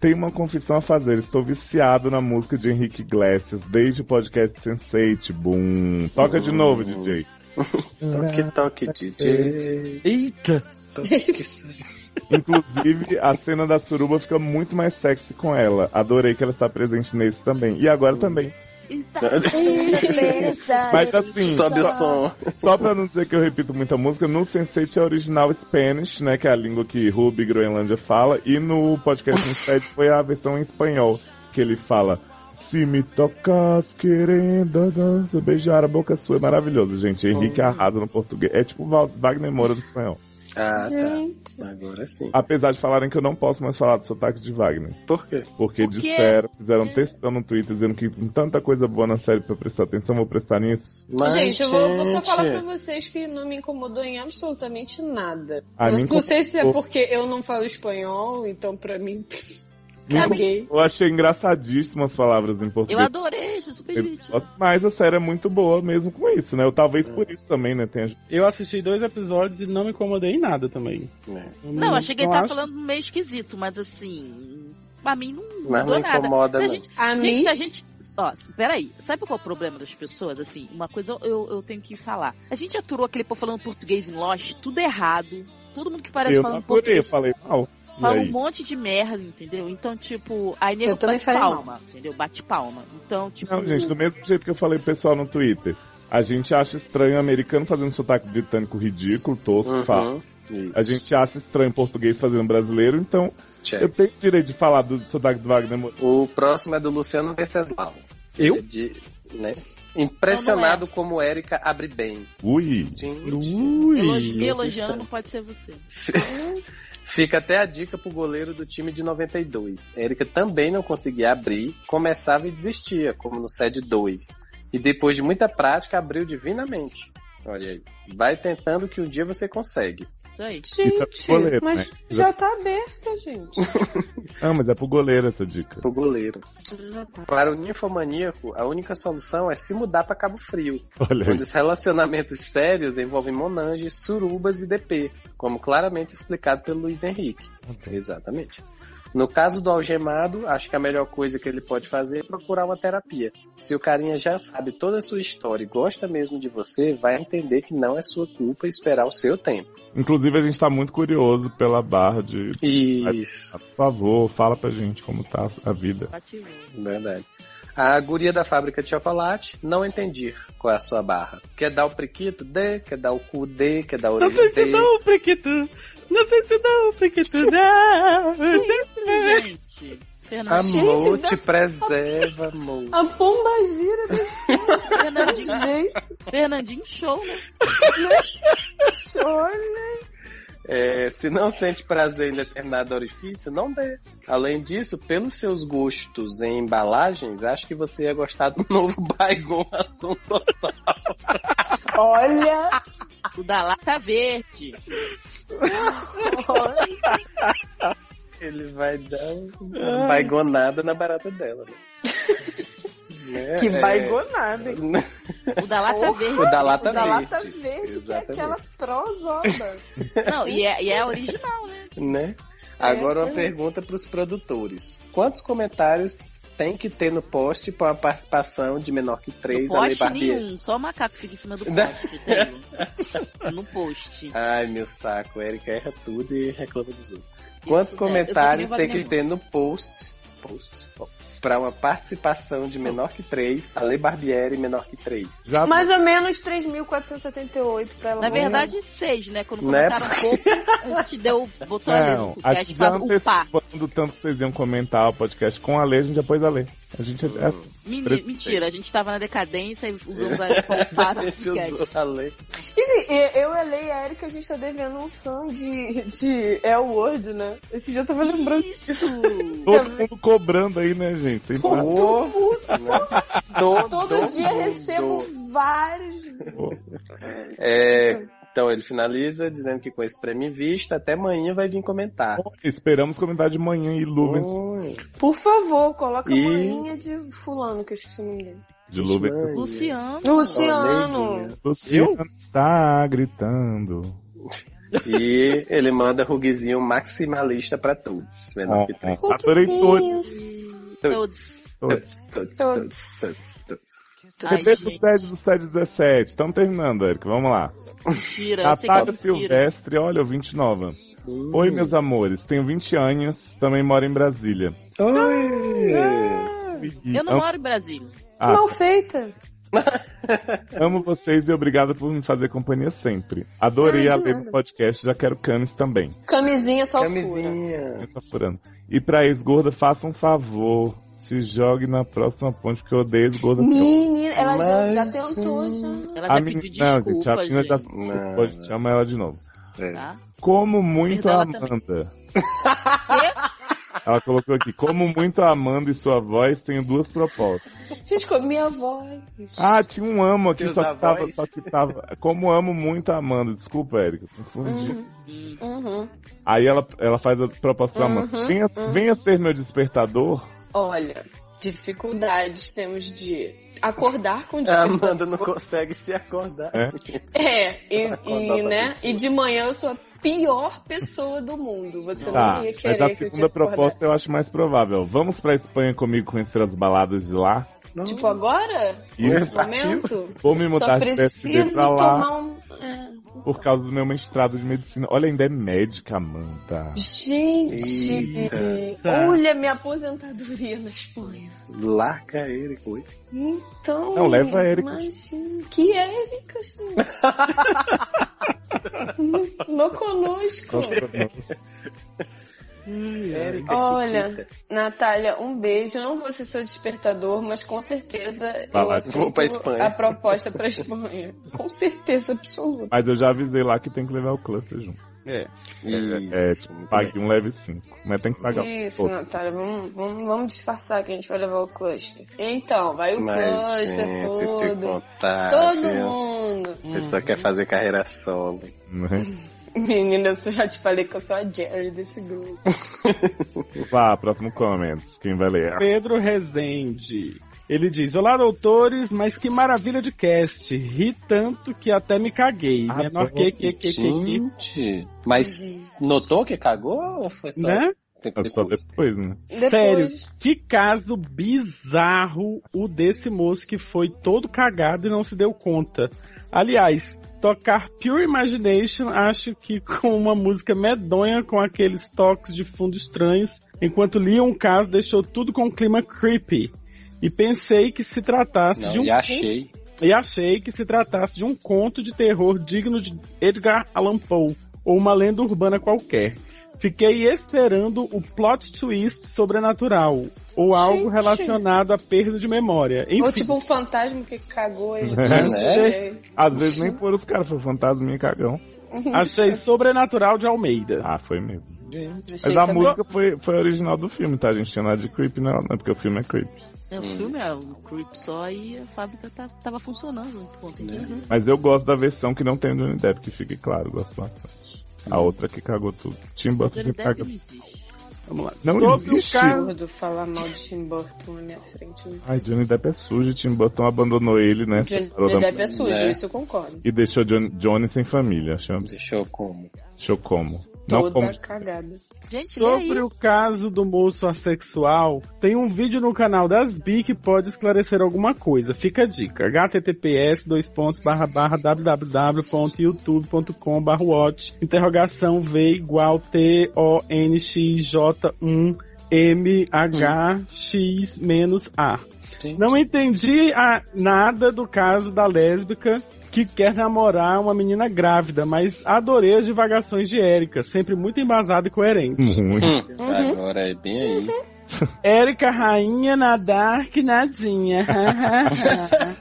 Speaker 3: Tenho uma confissão a fazer. Estou viciado na música de Henrique Iglesias desde o podcast Sense8. Boom. Toca de novo, DJ.
Speaker 6: Toque, toque, DJ.
Speaker 5: Eita!
Speaker 3: Inclusive, a cena da suruba fica muito mais sexy com ela. Adorei que ela está presente nesse também. E agora também. Mas assim,
Speaker 6: Sobe
Speaker 4: Tá.
Speaker 6: o som.
Speaker 3: só pra não dizer que eu repito muita música, no Sense8 é original Spanish, né? Que é a língua que Ruby e Groenlândia fala. E no podcast Sense8 foi a versão em espanhol, que ele fala... Se me tocas querendo dança, beijar a boca sua. É maravilhoso, gente. Henrique arrasa no português. É tipo Val- Wagner Moura do espanhol.
Speaker 6: Ah,
Speaker 4: Gente.
Speaker 6: tá. Agora sim.
Speaker 3: Apesar de falarem que eu não posso mais falar do sotaque de Wagner.
Speaker 6: Por quê?
Speaker 3: Porque
Speaker 2: Por quê?
Speaker 3: disseram, fizeram um textão no Twitter dizendo que tem tanta coisa boa na série pra eu prestar atenção, vou prestar nisso.
Speaker 6: Mas,
Speaker 4: gente, eu vou, vou só
Speaker 6: gente,
Speaker 4: falar pra vocês que não me incomodou em absolutamente nada.
Speaker 3: A
Speaker 4: eu
Speaker 3: mim
Speaker 4: não sei se é
Speaker 3: incomodou.
Speaker 4: porque eu não falo espanhol, então pra mim.
Speaker 3: Me
Speaker 4: Caguei.
Speaker 3: Eu achei engraçadíssimas as palavras em
Speaker 2: Eu
Speaker 3: português.
Speaker 2: adorei, achei super divertido.
Speaker 3: Mas a série é muito boa mesmo com isso, né? Eu talvez por isso também, né? Tenha...
Speaker 5: Eu assisti dois episódios e não me incomodei em nada também.
Speaker 6: né?
Speaker 5: Eu
Speaker 2: Não, achei que ele tava
Speaker 5: acho-
Speaker 2: falando meio esquisito, mas assim. Pra mim não
Speaker 6: Mas
Speaker 2: mudou
Speaker 6: não
Speaker 2: nada.
Speaker 6: incomoda,
Speaker 2: Se a
Speaker 6: não.
Speaker 2: gente,
Speaker 4: A
Speaker 2: gente,
Speaker 4: mim.
Speaker 2: se a gente. Ó, peraí, sabe qual é o problema das pessoas? Assim, uma coisa eu, eu tenho que falar. A gente aturou aquele povo falando português em Lost, tudo errado. Todo mundo que parece
Speaker 3: Eu não
Speaker 2: falando
Speaker 3: adorei,
Speaker 2: português
Speaker 3: falei mal. E
Speaker 2: um fala um
Speaker 3: aí?
Speaker 2: monte de merda, entendeu? Então, tipo, aí nego
Speaker 4: Eu também
Speaker 2: bate
Speaker 4: falei mal.
Speaker 2: palma, entendeu? Bate palma. Então, tipo.
Speaker 3: Não, gente, do mesmo jeito que eu falei pro pessoal no Twitter. A gente acha estranho o americano fazendo sotaque britânico ridículo, tosco,
Speaker 6: Uhum.
Speaker 3: fala.
Speaker 6: Isso.
Speaker 3: A gente acha estranho português fazendo brasileiro, então
Speaker 6: Check.
Speaker 3: eu tenho o direito de falar do sotaque do Wagner Moura.
Speaker 6: O próximo é do Luciano Venceslau.
Speaker 5: Eu?
Speaker 6: É de- né? Impressionado
Speaker 4: é.
Speaker 6: como Érica abre bem.
Speaker 3: Ui!
Speaker 6: Gente,
Speaker 5: é
Speaker 3: Ui!
Speaker 2: elogi- me
Speaker 6: isso
Speaker 2: elogiando
Speaker 6: está-
Speaker 2: não pode ser você.
Speaker 6: Fica até a dica pro goleiro do time de 92. Érica também não conseguia abrir, começava e desistia, como no sede 2. E depois de muita prática, abriu divinamente. Olha aí. Vai tentando que um dia você consegue.
Speaker 2: Isso aí.
Speaker 3: Isso é pro goleiro,
Speaker 4: mas
Speaker 3: né?
Speaker 4: já tá aberta, gente.
Speaker 3: Ah, mas é pro goleiro essa dica. (laughs)
Speaker 6: Pro goleiro.
Speaker 4: Já tá.
Speaker 6: Para o ninfomaníaco, a única solução é se mudar para Cabo Frio.
Speaker 3: (laughs) Olha aí.
Speaker 6: onde os relacionamentos sérios envolvem monanges, surubas e DP, como claramente explicado pelo Luiz Henrique. Exatamente. No caso do algemado, acho que a melhor coisa que ele pode fazer é procurar uma terapia. Se o carinha já sabe toda a sua história e gosta mesmo de você, vai entender que não é sua culpa esperar o seu tempo.
Speaker 3: Inclusive, a gente tá muito curioso pela barra de.
Speaker 6: Isso.
Speaker 3: Por favor, fala pra gente como tá a vida.
Speaker 2: Ativou.
Speaker 6: Verdade. A guria da fábrica de chocolate, não entendi qual é a sua barra. Quer dar o priquito? Dê. Quer dar o cu? Dê. Quer dar a
Speaker 5: Não
Speaker 6: orelha?
Speaker 5: sei se
Speaker 6: Dê.
Speaker 5: não, Priquito. Não sei se não, porque tu não.
Speaker 2: Que isso, gente? Fernandinho,
Speaker 6: Amor, tipo,
Speaker 4: Gente,
Speaker 6: te preserva, amor.
Speaker 4: A pomba gira desse
Speaker 2: Fernandinho,
Speaker 4: jeito.
Speaker 2: Fernandinho show, né?
Speaker 4: Olha.
Speaker 6: É, se não sente prazer em determinado orifício, não dê. Além disso, pelos seus gostos em embalagens, acho que você ia gostar do (laughs) novo Baigon Assunto Total.
Speaker 4: Olha.
Speaker 2: O da lata verde.
Speaker 4: olha.
Speaker 6: Ele vai dar uma baigonada na barata dela. Né? Né?
Speaker 4: Que
Speaker 6: É,
Speaker 4: baigonada, hein?
Speaker 2: O da lata verde.
Speaker 6: (laughs) O da lata
Speaker 4: O da
Speaker 6: verde.
Speaker 4: lata verde, que é
Speaker 6: Exatamente.
Speaker 4: aquela
Speaker 6: (laughs)
Speaker 4: trozoba.
Speaker 2: Não, e é, e é original.
Speaker 6: né? Agora uma pergunta para os produtores. Quantos comentários tem que ter no post para uma participação de menor que três
Speaker 2: Não
Speaker 6: Ale
Speaker 2: poste
Speaker 6: Barbieri?
Speaker 2: nenhum. Só o macaco fica em cima do
Speaker 6: (laughs) Não.
Speaker 2: poste. entendeu? no post.
Speaker 6: Ai, meu saco. Erika erra tudo e reclama dos outros.
Speaker 4: é,
Speaker 2: Isso,
Speaker 6: Quantos
Speaker 2: né?
Speaker 6: comentários
Speaker 2: Eu sou
Speaker 6: tem
Speaker 2: nem
Speaker 6: que ter no post? Post. Para uma participação de menor que três, Ale Barbieri menor que três.
Speaker 3: Já
Speaker 4: Mais ou menos 3.478 pra ela.
Speaker 2: Na verdade, seis, né? Quando
Speaker 6: Né?
Speaker 2: comentaram pouco, a gente deu, botou a
Speaker 3: Não,
Speaker 2: letra, que a gente faz o pá.
Speaker 3: antecipando tanto que vocês iam comentar o podcast com a lei, a gente já pôs a lei. A gente é-
Speaker 2: Meni-
Speaker 3: Prefeito.
Speaker 2: Mentira, a gente tava na decadência e usamos a como
Speaker 4: Ah,
Speaker 2: pá.
Speaker 4: tá,
Speaker 6: A gente usou a Ale.
Speaker 4: E, gente, e- eu, a Lei e a Erika, a gente tá devendo um som de, de L Word, né? Esse dia eu tava lembrando disso.
Speaker 3: todo mundo cobrando aí, né, gente? Tem pra-
Speaker 6: Todo mundo. Todo,
Speaker 4: Todo dia
Speaker 6: mundo.
Speaker 4: recebo vários.
Speaker 6: É, então ele finaliza dizendo que com esse prêmio em vista, até amanhã vai vir comentar.
Speaker 3: Esperamos comentar de manhã e Lubens.
Speaker 6: Oi,
Speaker 4: Por favor, coloca
Speaker 6: E-
Speaker 4: a maninha de fulano, que eu esqueci o nome dele.
Speaker 3: de Lubens.
Speaker 6: mãe.
Speaker 2: Luciano.
Speaker 4: Luciano.
Speaker 3: Luciano está gritando.
Speaker 6: E ele manda ruguezinho maximalista pra todos. Menor que três.
Speaker 3: Ó, Adorei todos.
Speaker 2: Todos.
Speaker 3: todos.
Speaker 6: Todos, todos, todos, todos.
Speaker 2: Ai,
Speaker 3: Cadê do
Speaker 2: gente,
Speaker 3: 7 do 7 17? Estamos terminando, Eric. Vamos lá.
Speaker 2: mentira. Eu sei que
Speaker 3: Natália
Speaker 2: é mentira.
Speaker 3: Silvestre, olha, eu 29. Oi,
Speaker 6: Hum.
Speaker 3: meus amores. Tenho 20 anos. Também moro em Brasília. Então,
Speaker 6: Oi!
Speaker 3: E
Speaker 2: Eu não
Speaker 3: amo,
Speaker 2: moro em Brasília.
Speaker 3: Ah.
Speaker 4: Mal feita.
Speaker 3: amo vocês e obrigado por me fazer companhia sempre. Adorei
Speaker 4: Ah, de
Speaker 3: a ler
Speaker 4: nada.
Speaker 3: no podcast. Já quero camis também.
Speaker 4: Camisinha só fura.
Speaker 6: Camisinha.
Speaker 3: Eu tô furando. E pra ex-gorda, faça um favor. Se jogue na próxima ponte, porque eu odeio ex-gorda.
Speaker 4: Menina, ela já,
Speaker 6: Mas-
Speaker 4: já tentou, já.
Speaker 2: Ela
Speaker 3: A
Speaker 2: já
Speaker 3: menina,
Speaker 2: pediu
Speaker 3: não,
Speaker 2: tá desculpa,
Speaker 3: gente, a menina já se
Speaker 6: Não,
Speaker 3: desculpou, a gente ama ela de novo.
Speaker 6: É.
Speaker 2: tá?
Speaker 3: Como muito
Speaker 2: Perdão,
Speaker 3: a
Speaker 2: ela também.
Speaker 3: Amanda. Ela colocou aqui, como muito a Amanda e sua voz, tenho duas propostas.
Speaker 4: Gente, com a minha voz.
Speaker 3: Ah, tinha um amo aqui,
Speaker 6: Teus
Speaker 3: só que, tava,
Speaker 6: avós.
Speaker 3: só que tava. Como amo muito a Amanda, desculpa, Érica, confundi.
Speaker 2: Hum,
Speaker 4: Uhum.
Speaker 3: Aí ela, ela faz a proposta pra Amanda.
Speaker 4: Uhum,
Speaker 3: Venha,
Speaker 4: uhum.
Speaker 3: venha ser meu despertador.
Speaker 4: Olha, dificuldades temos de acordar com
Speaker 6: A
Speaker 4: despertador.
Speaker 6: Amanda não consegue se acordar.
Speaker 3: É?
Speaker 6: gente.
Speaker 4: É, e,
Speaker 6: Acordar
Speaker 4: e,
Speaker 6: pra
Speaker 4: né? E de manhã eu sou a pior pessoa do mundo. Você
Speaker 3: Tá,
Speaker 4: não ia
Speaker 3: mas
Speaker 4: querer
Speaker 3: a
Speaker 4: que eu te
Speaker 3: segunda proposta eu
Speaker 4: acordasse.
Speaker 3: acho mais provável. Vamos pra Espanha comigo conhecer as baladas de lá.
Speaker 5: é um
Speaker 4: Tipo, agora?
Speaker 3: Isso.
Speaker 4: Nesse momento?
Speaker 3: Vou me
Speaker 4: Só
Speaker 3: mudar de PSD
Speaker 4: preciso
Speaker 3: pra lá
Speaker 4: tomar um. é.
Speaker 3: por causa do meu mestrado de medicina. Olha, ainda é médica, Amanda.
Speaker 4: Gente!
Speaker 5: Eita.
Speaker 4: Olha minha aposentadoria na Espanha.
Speaker 6: Larga ele,
Speaker 3: É,
Speaker 6: coi.
Speaker 4: Então.
Speaker 3: Não, leva a Érica.
Speaker 4: Imagina. Que é, Érica, (laughs) gente? não conosco.
Speaker 6: Érica
Speaker 4: Olha.
Speaker 6: Chiquita.
Speaker 4: Natália, um beijo. Não vou ser seu despertador, mas com certeza
Speaker 3: Vai
Speaker 4: eu
Speaker 3: lá,
Speaker 4: aceito
Speaker 6: vou pra Espanha.
Speaker 4: a proposta pra Espanha. com certeza absoluta.
Speaker 3: Mas eu já avisei lá que tem que levar o cluster junto. É,
Speaker 6: Isso, muito
Speaker 3: Pague
Speaker 6: bem.
Speaker 3: um leve 5. Mas tem que pagar o
Speaker 4: Isso,
Speaker 3: pô.
Speaker 4: Natália, vamos, vamos, vamos disfarçar que a gente vai levar o cluster. Então, vai o
Speaker 6: Mas,
Speaker 4: cluster
Speaker 6: gente, te
Speaker 4: é todo.
Speaker 6: contar,
Speaker 4: Todo
Speaker 6: viu?
Speaker 4: mundo.
Speaker 6: A pessoa
Speaker 3: é
Speaker 6: quer fazer carreira solo.
Speaker 3: né?
Speaker 4: Menina, eu já te falei que eu sou a Jerry desse grupo.
Speaker 3: Vá, próximo comments. Quem vai ler?
Speaker 5: Pedro Rezende. Ele diz: Olá, doutores, mas que maravilha de cast. Ri tanto que até me caguei.
Speaker 3: Ah,
Speaker 5: Menor
Speaker 3: bom.
Speaker 5: que, que, que, que, que.
Speaker 6: Gente, mas
Speaker 4: Uhum.
Speaker 6: notou que cagou ou foi só
Speaker 5: Né?
Speaker 6: tempo
Speaker 3: É Só
Speaker 6: depois?
Speaker 3: depois, né?
Speaker 5: Sério? Que caso bizarro o desse moço que foi todo cagado e não se deu conta. Aliás, tocar Pure Imagination acho que com uma música medonha com aqueles toques de fundo estranhos, enquanto lia um caso deixou tudo com um clima creepy. E pensei que se tratasse de
Speaker 6: Não,
Speaker 5: um
Speaker 6: e achei.
Speaker 5: e achei que se tratasse de um conto de terror digno de Edgar Allan Poe. ou uma lenda urbana qualquer. Fiquei esperando o plot twist sobrenatural, ou algo
Speaker 4: Gente.
Speaker 5: relacionado à perda de memória. Enfim,
Speaker 4: Ou tipo um fantasma que cagou ele.
Speaker 3: É,
Speaker 4: Não
Speaker 5: né?
Speaker 4: sei.
Speaker 3: Às vezes
Speaker 4: Uhum.
Speaker 3: nem foram os caras, foi fantasminha e cagão.
Speaker 5: achei sobrenatural de Almeida.
Speaker 3: Ah, foi mesmo. Mas
Speaker 4: Achei
Speaker 3: a
Speaker 4: também.
Speaker 3: música foi, foi original do filme, tá? A gente tinha nada de creep, não, né? Porque o filme é creep.
Speaker 12: É, o filme é o Creep só e a fábrica tá, tava funcionando ontem.
Speaker 3: Mas eu gosto da versão que não tem o Johnny Depp, que fique claro, eu gosto bastante. A outra que cagou tudo. Tim
Speaker 12: O
Speaker 3: Burton
Speaker 12: Johnny
Speaker 3: que
Speaker 12: Depp
Speaker 3: caga.
Speaker 12: não existe.
Speaker 5: Vamos lá.
Speaker 3: Não
Speaker 5: Sobre
Speaker 3: existe.
Speaker 5: o caso.
Speaker 4: Gordo falar mal de Tim Burton na minha frente.
Speaker 3: Ai, Johnny Depp é sujo, Tim Burton abandonou ele, né? Separou
Speaker 4: Johnny
Speaker 3: da-
Speaker 4: Depp é sujo,
Speaker 6: né?
Speaker 4: isso eu concordo.
Speaker 3: E deixou Johnny, Johnny sem família, achou,
Speaker 6: Deixou como?
Speaker 3: achou como.
Speaker 4: (laughs)
Speaker 3: Não como.
Speaker 4: Toda cagada.
Speaker 12: Gente,
Speaker 2: né,
Speaker 12: lê aí.
Speaker 5: Sobre o caso do moço assexual, tem um vídeo no canal das Bi que pode esclarecer alguma coisa. Fica a dica. https dois pontos, barra, barra, www.youtube.com barra watch interrogação V igual T O N X J 1 M H X menos A.
Speaker 6: Gente.
Speaker 5: Não entendi a- nada do caso da lésbica que quer namorar uma menina grávida, mas adorei as divagações de Érica, sempre muito embasada e coerente.
Speaker 3: Ruim.
Speaker 4: Uhum.
Speaker 6: Agora é bem aí.
Speaker 5: Érica Rainha na Dark Nadinha.
Speaker 4: Uhum.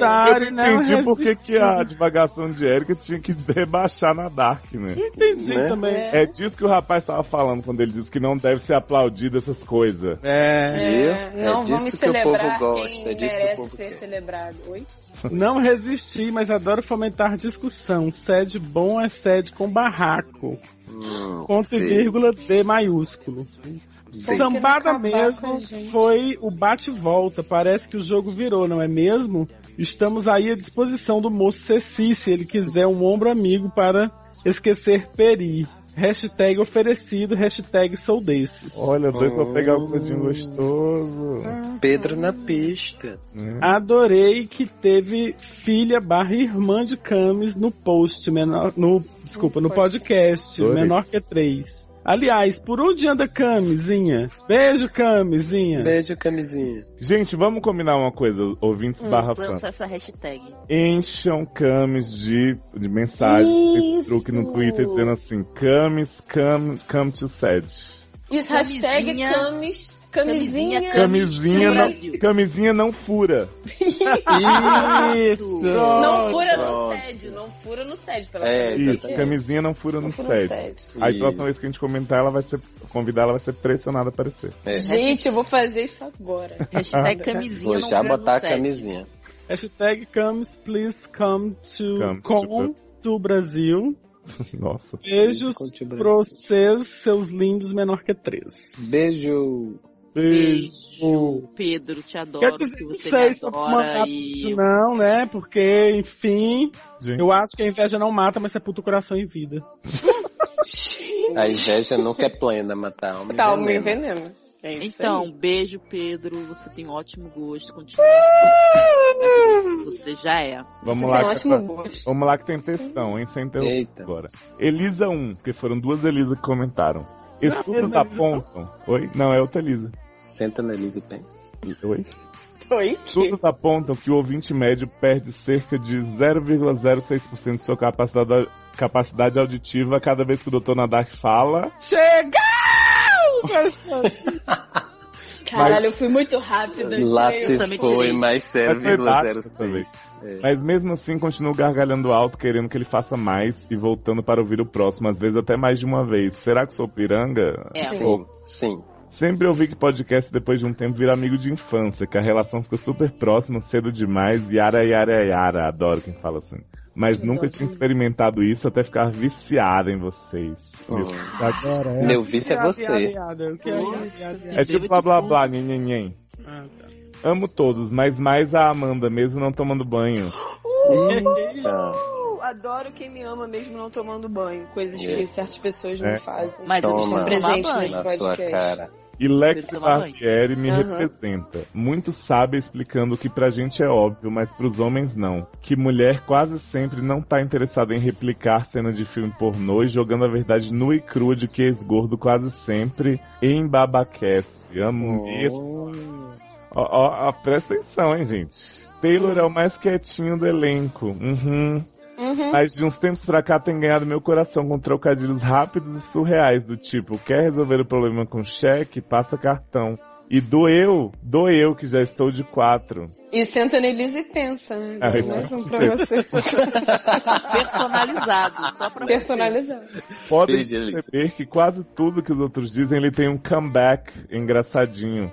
Speaker 6: Tá,
Speaker 5: Sorry, não
Speaker 3: Entendi por que
Speaker 5: resisti.
Speaker 3: que a divagação de Erika tinha que rebaixar na Dark, né?
Speaker 5: Entendi
Speaker 6: né?
Speaker 5: também.
Speaker 3: É disso que o rapaz tava falando quando ele disse que não deve ser aplaudido essas coisas.
Speaker 5: É,
Speaker 6: Viu?
Speaker 4: não
Speaker 6: é
Speaker 4: vamos
Speaker 6: disso que o povo
Speaker 4: celebrar
Speaker 6: gosta, é
Speaker 4: quem
Speaker 6: disso que o
Speaker 4: merece
Speaker 6: povo
Speaker 4: ser
Speaker 6: quer.
Speaker 4: celebrado. Oi?
Speaker 5: não resisti, mas adoro fomentar discussão. Sede bom é sede com barraco.
Speaker 6: Hum,
Speaker 5: Ponto e
Speaker 6: sei.
Speaker 5: vírgula D maiúsculo.
Speaker 6: Sei.
Speaker 4: Não
Speaker 5: Sambada
Speaker 4: acabar com
Speaker 5: mesmo
Speaker 4: a gente.
Speaker 5: foi o bate-volta. Parece que o jogo virou, não é mesmo? Estamos aí à disposição do moço Ceci, se ele quiser um ombro amigo para esquecer Peri. Hashtag oferecido, hashtag sou desses.
Speaker 3: Olha, dois pra
Speaker 6: Oh.
Speaker 3: pegar o cozinho gostoso.
Speaker 6: Pedro na pista.
Speaker 3: né?
Speaker 5: Adorei que teve filha barra irmã de Camis no post, menor, no, desculpa, no podcast,
Speaker 3: Adorei.
Speaker 5: menor que três. Aliás, por onde anda Camisinha? Beijo, Camisinha. (laughs)
Speaker 6: Beijo, camisinha.
Speaker 3: Gente, vamos combinar uma coisa, ouvintes
Speaker 2: Hum,
Speaker 3: barra fã.
Speaker 12: Lança essa hashtag.
Speaker 3: Encham camis de, de mensagem, esse truque no Twitter dizendo assim, camis, come, come to sad.
Speaker 4: Isso, hashtag
Speaker 12: Camisinha.
Speaker 4: camis, camisinha.
Speaker 12: Camisinha, cam-
Speaker 3: Camisinha
Speaker 4: to
Speaker 3: não,
Speaker 12: Brasil.
Speaker 3: camisinha não fura.
Speaker 6: Isso!
Speaker 4: Não fura no
Speaker 6: Pronto.
Speaker 4: sede, não fura no sede, pelo
Speaker 6: É,
Speaker 4: amor de Deus.
Speaker 3: Isso, camisinha não fura no
Speaker 4: Não fura no
Speaker 3: sad.
Speaker 4: sede.
Speaker 3: Aí próxima
Speaker 6: Isso.
Speaker 3: vez que a gente comentar, ela vai ser, convidar, ela vai ser pressionada a aparecer. (laughs)
Speaker 6: É,
Speaker 4: Gente, eu vou fazer isso agora.
Speaker 12: Hashtag camisinha.
Speaker 6: Vou
Speaker 12: não
Speaker 6: já
Speaker 12: grava
Speaker 6: botar a
Speaker 12: no set.
Speaker 6: camisinha.
Speaker 5: Hashtag comes, please come to,
Speaker 3: Come to
Speaker 5: com to Brasil.
Speaker 3: Nossa.
Speaker 5: Beijos
Speaker 6: Conte o
Speaker 5: pra vocês, seus lindos menor que três.
Speaker 6: Beijo.
Speaker 12: Beijo, Pedro, te adoro,
Speaker 5: Quer
Speaker 12: que
Speaker 5: dizer, não
Speaker 12: você
Speaker 5: sei
Speaker 12: me
Speaker 5: se eu vou
Speaker 12: adora
Speaker 5: mandar
Speaker 12: e
Speaker 5: isso não, né? Porque, enfim,
Speaker 3: Gente,
Speaker 5: eu acho que a inveja não mata, mas sepulta o coração
Speaker 3: (laughs)
Speaker 5: e vida.
Speaker 6: A inveja nunca é plena, mas tá uma
Speaker 4: Tá, me
Speaker 6: envenena.
Speaker 4: envenena. É isso
Speaker 12: Então, beijo, Pedro. Você tem ótimo gosto. Continua. assim. você já é.
Speaker 3: vamos
Speaker 4: aí.
Speaker 3: lá.
Speaker 4: Tem um ótimo
Speaker 3: Cata.
Speaker 4: gosto.
Speaker 3: Vamos lá que tem textão, hein? Sem interrupção
Speaker 6: Eita.
Speaker 3: agora. Elisa 1, porque foram duas Elisas que comentaram. Estudos
Speaker 5: mesma Elisa,
Speaker 3: apontam. Oi? Não, é outra Elisa.
Speaker 6: Senta na Elisa e pensa.
Speaker 3: Oi?
Speaker 4: Oi?
Speaker 3: Estudos apontam que o ouvinte médio perde cerca de 0,06% de sua capacidade, capacidade auditiva cada vez que o Dr. Nadak fala.
Speaker 5: Chega!
Speaker 4: Caralho, eu fui muito rápida.
Speaker 6: Lá
Speaker 4: tirei
Speaker 6: se
Speaker 4: o-
Speaker 12: também
Speaker 6: foi
Speaker 12: tirei.
Speaker 3: Mas
Speaker 6: mais
Speaker 3: foi
Speaker 6: 0,06. É.
Speaker 3: Mas mesmo assim, continua gargalhando alto, querendo que ele faça mais e voltando para ouvir o próximo, às vezes até mais de uma vez. Será que sou piranga?
Speaker 12: É.
Speaker 4: Sim.
Speaker 6: Sim. Sim.
Speaker 3: Sempre ouvi que podcast depois de um tempo vira amigo de infância, que a relação fica super próxima, cedo demais, yara yara yara, adoro quem fala assim. Mas nunca tinha experimentado isso até ficar viciada em vocês.
Speaker 6: Oh.
Speaker 3: Isso, Agora é.
Speaker 6: Meu vício é você.
Speaker 5: O que é
Speaker 12: Nossa.
Speaker 5: isso?
Speaker 3: É tipo blá blá blá, nhen, nhen, nhen.
Speaker 5: Ah, tá.
Speaker 3: Amo todos, mas mais a Amanda, mesmo não tomando banho. tá.
Speaker 5: (laughs)
Speaker 6: Ah,
Speaker 4: Uh, adoro quem me ama mesmo não tomando banho. Coisas que
Speaker 6: Yeah.
Speaker 4: certas pessoas
Speaker 3: É.
Speaker 4: não fazem.
Speaker 12: Mas eles
Speaker 6: Toma.
Speaker 12: estão
Speaker 4: Presente
Speaker 12: presentes nesse
Speaker 4: nesse
Speaker 6: Ah, na
Speaker 4: podcast.
Speaker 6: sua cara.
Speaker 3: E Lex
Speaker 12: Preciso tomar banho.
Speaker 3: Barbieri me
Speaker 4: Aham.
Speaker 3: representa. Muito sábia explicando o que pra gente é óbvio, mas pros homens não. Que mulher quase sempre não tá interessada em replicar cena de filme pornô e jogando a verdade nua e crua de que ex-gordo quase sempre embabaquece. Amo mesmo. Ó, ó, ó, presta atenção, hein, gente. Taylor é o mais quietinho do elenco. Uhum.
Speaker 4: Uhum.
Speaker 3: Mas de uns tempos pra cá tem ganhado meu coração com trocadilhos rápidos e surreais, do tipo, quer resolver o problema com cheque, passa cartão. E doeu, doeu que já estou de quatro.
Speaker 4: E senta na Elisa e pensa, né?
Speaker 3: Ah, isso
Speaker 4: Mais
Speaker 3: é
Speaker 4: um pra você.
Speaker 3: (laughs)
Speaker 2: Personalizado, só pra
Speaker 4: Personalizado.
Speaker 3: Podem
Speaker 6: Entendi, Elisa.
Speaker 3: perceber que quase tudo que os outros dizem, ele tem um comeback engraçadinho.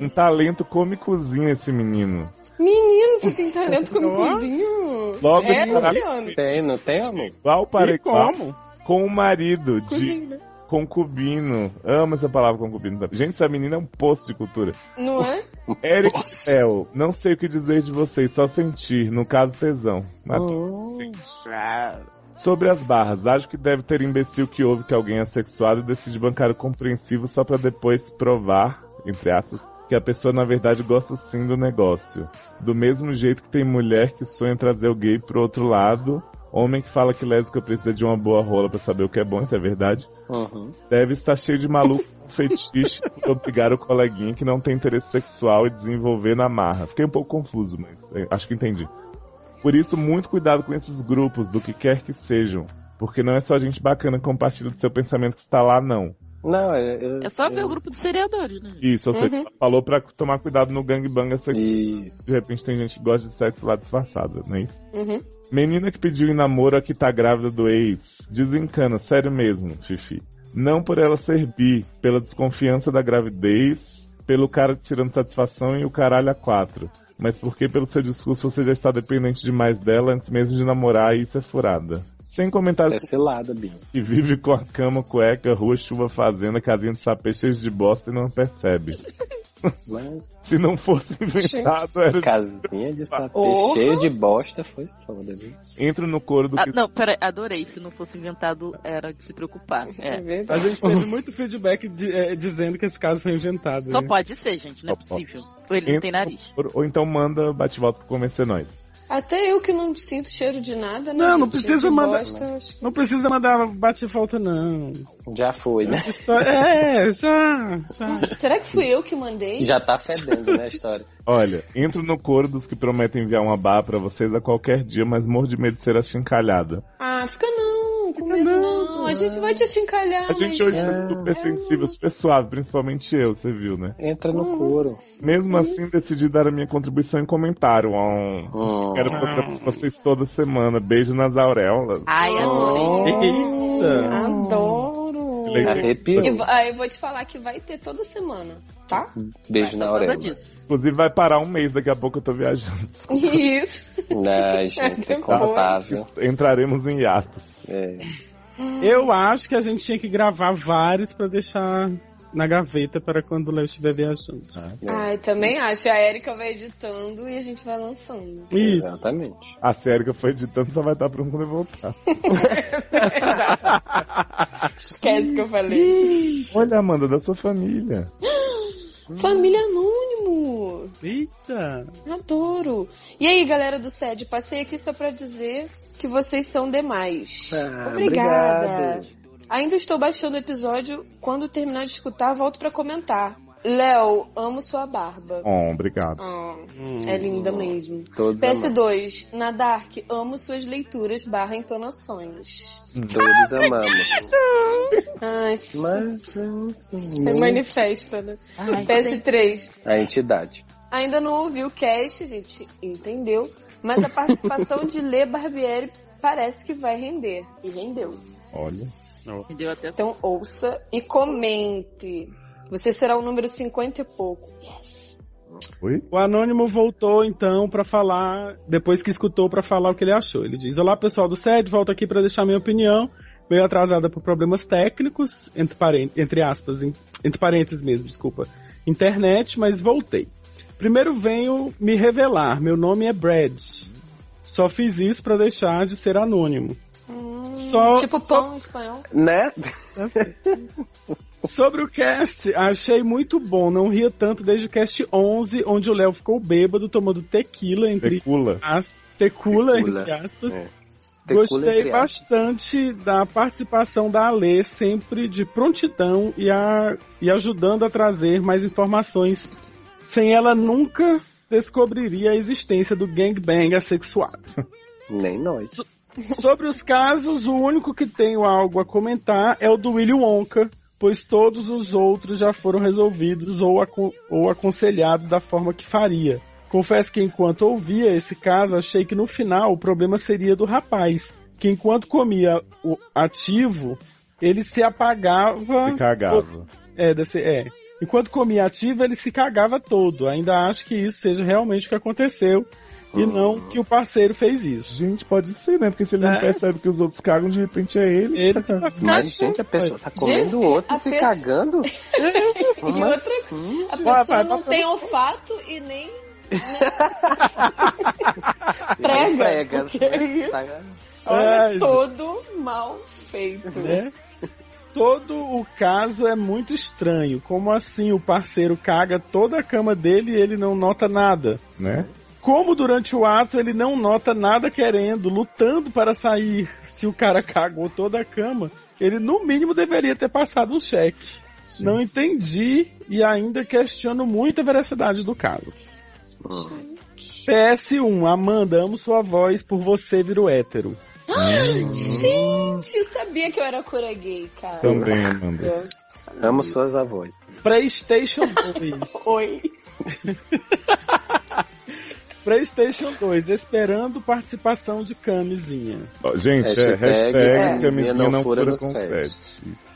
Speaker 3: Um talento cômicozinho esse menino.
Speaker 4: Menino que tem talento como cozinho.
Speaker 3: Logo
Speaker 4: É,
Speaker 3: de cara-
Speaker 4: Luciano.
Speaker 6: Tem, não tem, amor?
Speaker 3: igual para
Speaker 5: E
Speaker 3: igual
Speaker 5: como?
Speaker 3: com o marido de
Speaker 4: Cozinho.
Speaker 3: concubino. Amo essa palavra concubino. Gente, essa menina é um posto de cultura.
Speaker 4: Não é?
Speaker 3: Eric
Speaker 6: É.
Speaker 3: Bell, não sei o que dizer de vocês, só sentir, no caso tesão. Mas
Speaker 5: Oh.
Speaker 3: Sobre as barras, acho que deve ter imbecil que ouve que alguém é sexuado e decide bancar o compreensivo só pra depois provar, entre aspas, que a pessoa na verdade gosta sim do negócio. Do mesmo jeito que tem mulher que sonha em trazer o gay pro outro lado, homem que fala que lésbica precisa de uma boa rola pra saber o que é bom, isso é verdade,
Speaker 6: Uhum.
Speaker 3: deve estar cheio de maluco com fetiche e obrigar o coleguinha que não tem interesse sexual e desenvolver na marra. Fiquei um pouco confuso, mas eh, acho que entendi. Por isso, muito cuidado com esses grupos, do que quer que sejam. Porque não é só gente bacana que compartilha do seu pensamento que está lá, não.
Speaker 6: Não, é. eu-
Speaker 2: É só ver
Speaker 6: eu-
Speaker 2: o grupo dos seriadores, né?
Speaker 3: Isso, você
Speaker 4: Uhum.
Speaker 3: falou pra tomar cuidado no gangbang essa
Speaker 6: Isso.
Speaker 3: De repente tem gente que gosta de sexo lá disfarçada, não é isso?
Speaker 4: Uhum.
Speaker 3: Menina que pediu em namoro a que tá grávida do ex. Desencana, sério mesmo, Fifi. Não por ela ser bi, pela desconfiança da gravidez, pelo cara tirando satisfação e o caralho a quatro. Mas porque pelo seu discurso você já está dependente demais dela antes mesmo de namorar e isso é furada. Sem
Speaker 6: Isso é
Speaker 3: comentários
Speaker 6: cilada, Binho.
Speaker 3: que vive com a cama, cueca, rua, chuva, fazenda, casinha de sapê cheios de bosta e não percebe.
Speaker 6: Mas
Speaker 3: Se não fosse inventado, era
Speaker 6: casinha de sapê
Speaker 4: Porra.
Speaker 6: cheia de bosta foi foda, viu?
Speaker 3: entro no couro do
Speaker 2: Ah,
Speaker 3: que
Speaker 2: não, peraí, adorei. Se não fosse inventado, era de se preocupar. É.
Speaker 5: A gente teve muito feedback de- eh, dizendo que esse caso foi inventado.
Speaker 2: Só
Speaker 5: né?
Speaker 2: pode ser, gente, não é
Speaker 3: Só pode.
Speaker 2: possível. Ele não tem
Speaker 3: Entra-
Speaker 2: nariz.
Speaker 3: Ou, ou então manda bate-volta pra convencer nós.
Speaker 4: Até eu que não sinto cheiro de nada, né?
Speaker 5: Não, não
Speaker 4: gente?
Speaker 5: precisa
Speaker 4: Cheiro de
Speaker 5: mandar-
Speaker 4: bosta, eu acho que-
Speaker 5: Não precisa mandar bate e volta, não.
Speaker 6: Já foi, né?
Speaker 5: Histó- é, já, já.
Speaker 4: Será que fui eu que mandei?
Speaker 6: Já tá fedendo, né, a história?
Speaker 3: Olha, entro no coro dos que prometem enviar uma barra pra vocês a qualquer dia, mas morro de medo de ser achincalhada.
Speaker 4: Ah, fica não, com medo não. né? A gente vai te achincalhar,
Speaker 3: A gente
Speaker 4: mas...
Speaker 3: hoje é super sensível, super suave, principalmente eu, você viu, né?
Speaker 6: Entra no couro.
Speaker 3: Mesmo assim, decidi dar a minha contribuição em comentário. Um...
Speaker 6: Hum.
Speaker 3: Quero procurar vocês toda semana. Beijo nas auréolas.
Speaker 4: Oh.
Speaker 2: Ai, adorei.
Speaker 5: Eita.
Speaker 4: Adoro.
Speaker 6: Arrepiou.
Speaker 4: E vo- aí eu vou te falar que vai ter toda semana, tá?
Speaker 6: Beijo na
Speaker 2: Por causa
Speaker 6: orelha.
Speaker 2: disso.
Speaker 3: Inclusive, vai parar um mês, daqui a pouco eu tô viajando. (laughs)
Speaker 4: Isso.
Speaker 6: Ai, gente, é contável.
Speaker 3: Entraremos em hiatos.
Speaker 6: É.
Speaker 5: Eu acho que a gente tinha que gravar vários pra deixar na gaveta para quando o Léo estiver viajando.
Speaker 6: né?
Speaker 4: Ai, também acho. A Erika vai editando e a gente vai lançando.
Speaker 5: Isso.
Speaker 6: Exatamente.
Speaker 3: A série que eu fui editando só vai estar pronto quando eu voltar.
Speaker 4: Esquece que eu falei.
Speaker 3: Olha, Amanda, da sua família.
Speaker 4: Família Anônimo.
Speaker 5: Eita.
Speaker 4: Adoro. E aí, galera do SED, passei aqui só pra dizer que vocês são demais.
Speaker 6: Ah,
Speaker 4: Obrigada. Ainda estou baixando o episódio. Quando terminar de escutar, volto pra comentar. Léo, amo sua barba.
Speaker 3: Oh, obrigado.
Speaker 4: Ah, é linda mesmo.
Speaker 6: Todos amamos.
Speaker 4: PS2, na Dark, amo suas leituras barra entonações.
Speaker 6: Todos amamos.
Speaker 4: Ai, se
Speaker 6: Mas
Speaker 4: É
Speaker 6: hum,
Speaker 4: manifesta, né?
Speaker 12: Ai,
Speaker 4: PS3,
Speaker 6: a entidade.
Speaker 4: Ainda não ouviu o cast, gente entendeu. Mas a participação de Lê Barbieri parece que vai render. E rendeu.
Speaker 3: Olha.
Speaker 2: Me deu até
Speaker 4: Então ouça e comente. Você será o número 50 e pouco. Yes.
Speaker 3: Oi?
Speaker 5: O anônimo voltou então pra falar, depois que escutou pra falar o que ele achou. Ele diz: "Olá, pessoal do SED, volto aqui pra deixar minha opinião, meio atrasada por problemas técnicos, entre paren- entre aspas, em- entre parênteses mesmo, desculpa. Internet, mas voltei. Primeiro venho me revelar. Meu nome é Brad. Só fiz isso pra deixar de ser anônimo. Só-
Speaker 4: tipo pão em espanhol.
Speaker 6: Né?
Speaker 5: Sobre o cast, achei muito bom. Não ria tanto desde o cast 11, onde o Léo ficou bêbado tomando tequila entre
Speaker 3: Pecula.
Speaker 5: as Ah, tecula,
Speaker 6: Tecula.
Speaker 5: entre aspas.
Speaker 6: É.
Speaker 5: Gostei
Speaker 6: Tecula entre
Speaker 5: bastante da participação da Alê, sempre de prontidão e, a, e ajudando a trazer mais informações. Sem ela nunca descobriria a existência do gangbang assexuado.
Speaker 6: Nem nós.
Speaker 5: Sobre os casos, o único que tenho algo a comentar é o do Willy Wonka, pois todos os outros já foram resolvidos ou, acon- ou aconselhados da forma que faria. Confesso que enquanto ouvia esse caso, achei que no final o problema seria do rapaz, que enquanto comia o ativo, ele se apagava.
Speaker 3: Se cagava.
Speaker 5: É, desse, é. Enquanto comia ativo, ele se cagava todo. Ainda acho que isso seja realmente o que aconteceu. E
Speaker 6: Ah.
Speaker 5: não que o parceiro fez isso.
Speaker 3: Gente, pode ser, né? Porque se ele
Speaker 5: É.
Speaker 3: não percebe que os outros cagam, de repente é ele.
Speaker 5: Ele
Speaker 3: (laughs)
Speaker 5: que tá se
Speaker 6: Mas, gente, a pessoa tá comendo o outro
Speaker 4: a
Speaker 6: e se
Speaker 4: pessoa-
Speaker 6: cagando?
Speaker 4: (laughs) E
Speaker 6: Como
Speaker 4: outra,
Speaker 6: assim?
Speaker 4: a
Speaker 3: Vai,
Speaker 4: pessoa
Speaker 3: vai,
Speaker 4: não
Speaker 3: vai.
Speaker 4: tem olfato e nem
Speaker 6: Nem
Speaker 4: prega.
Speaker 6: pregas,
Speaker 4: Que é
Speaker 6: né?
Speaker 4: isso?
Speaker 6: Tá-
Speaker 5: É,
Speaker 4: Olha,
Speaker 5: gente.
Speaker 4: todo mal feito.
Speaker 5: né? Todo o caso é muito estranho. Como assim o parceiro caga toda a cama dele e ele não nota nada?
Speaker 3: Né?
Speaker 5: Como durante o ato ele não nota nada querendo, lutando para sair, se o cara cagou toda a cama, ele no mínimo deveria ter passado um cheque. Não entendi e ainda questiono muito a veracidade do caso. PS1, Amanda, amo sua voz, por você viro hétero.
Speaker 4: Gente, eu sabia que eu era cura gay, cara.
Speaker 3: Também, Amanda.
Speaker 6: É. Tá Amo suas avós.
Speaker 5: PlayStation 2.
Speaker 4: Oi.
Speaker 5: (laughs) PlayStation 2, esperando participação de camisinha.
Speaker 3: Ó, Gente, é,
Speaker 6: Hashtag
Speaker 3: hashtag
Speaker 6: camisinha
Speaker 3: camisinha
Speaker 6: não
Speaker 3: não
Speaker 6: fura
Speaker 3: fura
Speaker 6: no
Speaker 3: com
Speaker 6: sede.
Speaker 3: sede.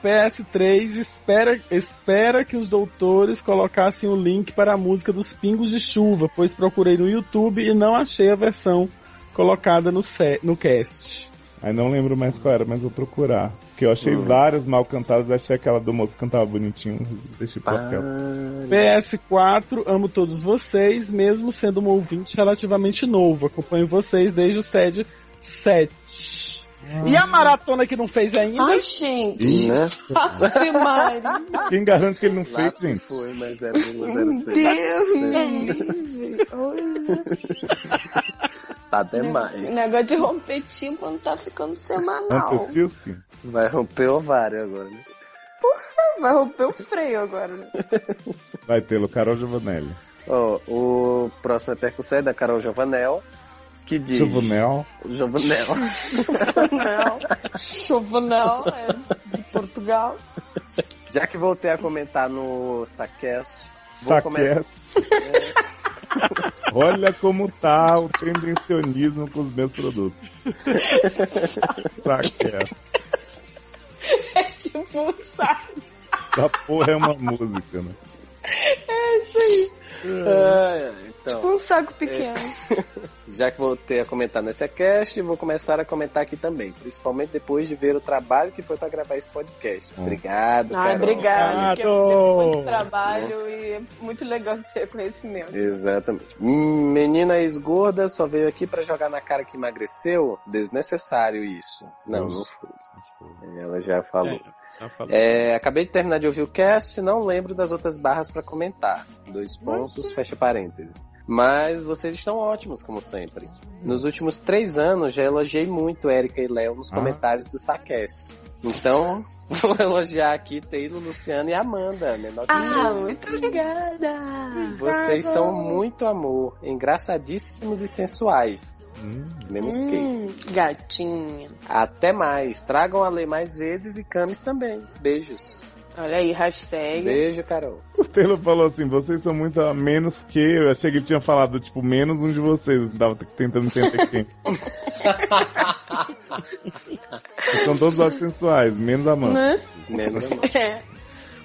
Speaker 5: PS3 espera, espera que os doutores colocassem o link para a música dos Pingos de Chuva, pois procurei no YouTube e não achei a versão colocada no, se- no cast.
Speaker 3: Aí não lembro mais qual era, mas vou procurar. Porque eu
Speaker 6: Hum.
Speaker 3: achei várias mal cantadas, achei aquela do moço que cantava bonitinho. Deixei
Speaker 6: Ah,
Speaker 3: pra aquela.
Speaker 6: né?
Speaker 5: PS4, amo todos vocês, mesmo sendo um ouvinte relativamente novo. Acompanho vocês desde o sede 7. E a maratona que não fez ainda?
Speaker 4: Ai, gente.
Speaker 6: Né?
Speaker 4: Ave Maria.
Speaker 3: Quem garante que ele não
Speaker 6: Lá
Speaker 3: fez,
Speaker 6: se
Speaker 3: gente?
Speaker 6: foi, mas é era 0,06.
Speaker 4: Deus, meu
Speaker 6: Tá demais.
Speaker 4: O negócio de romper tímpano tá ficando
Speaker 3: Antes
Speaker 4: semanal.
Speaker 3: Silce?
Speaker 6: Vai romper o ovário agora, né?
Speaker 4: Vai romper o freio agora. né?
Speaker 3: Vai tê-lo, Carol Giovanelli.
Speaker 6: Ó, o próximo é percussão é da Carol Jovanel, que diz...
Speaker 3: Giovanel.
Speaker 6: Jovanel.
Speaker 4: (laughs) Não. Chovenal é de Portugal.
Speaker 6: Já que voltei a comentar no Sacast, vou
Speaker 3: Saquete.
Speaker 6: começar...
Speaker 3: Olha como tá o tendencionismo com os meus
Speaker 6: (laughs)
Speaker 3: produtos. Tá Saquete.
Speaker 4: É tipo, sabe?
Speaker 3: Essa porra é uma música, né?
Speaker 6: Ah, então...
Speaker 4: Um saco pequeno.
Speaker 6: Já que voltei a comentar nessa cast, vou começar a comentar aqui também. Principalmente depois de ver o trabalho que foi para gravar esse podcast.
Speaker 3: Hum.
Speaker 6: Obrigado,
Speaker 4: Ai,
Speaker 6: Carol.
Speaker 4: obrigada. porque
Speaker 5: Obrigado.
Speaker 4: foi muito trabalho e é muito legal esse reconhecimento.
Speaker 6: Exatamente. Hum, Menina esgorda só veio aqui para jogar na cara que emagreceu? Desnecessário isso. Não, não foi. Ela É, já falou. É, acabei de terminar de ouvir o cast, não lembro das outras barras para comentar. Dois pontos, fecha parênteses. Mas vocês estão ótimos, como sempre. Nos últimos três anos, já elogiei muito Érica e Léo nos
Speaker 3: Ah.
Speaker 6: comentários do Sacast. Então, (laughs) vou elogiar aqui Teilo, Luciano e Amanda, menor que
Speaker 4: Ah,
Speaker 6: eu.
Speaker 4: muito obrigada.
Speaker 6: Vocês são muito amor, engraçadíssimos e sensuais.
Speaker 3: Hum.
Speaker 6: Menos que.
Speaker 4: Hum, gatinha.
Speaker 6: Até mais. Tragam a lei mais vezes e camis também. Beijos.
Speaker 4: Olha aí, hashtag.
Speaker 6: Beijo, Carol.
Speaker 3: O Taylor falou assim, vocês são muito a menos que... Eu achei que ele tinha falado, tipo, menos um de vocês. Eu tava tentando entender quem. são todos os sensuais, menos a Amanda.
Speaker 4: Né? (laughs)
Speaker 6: Menos amor.
Speaker 4: É.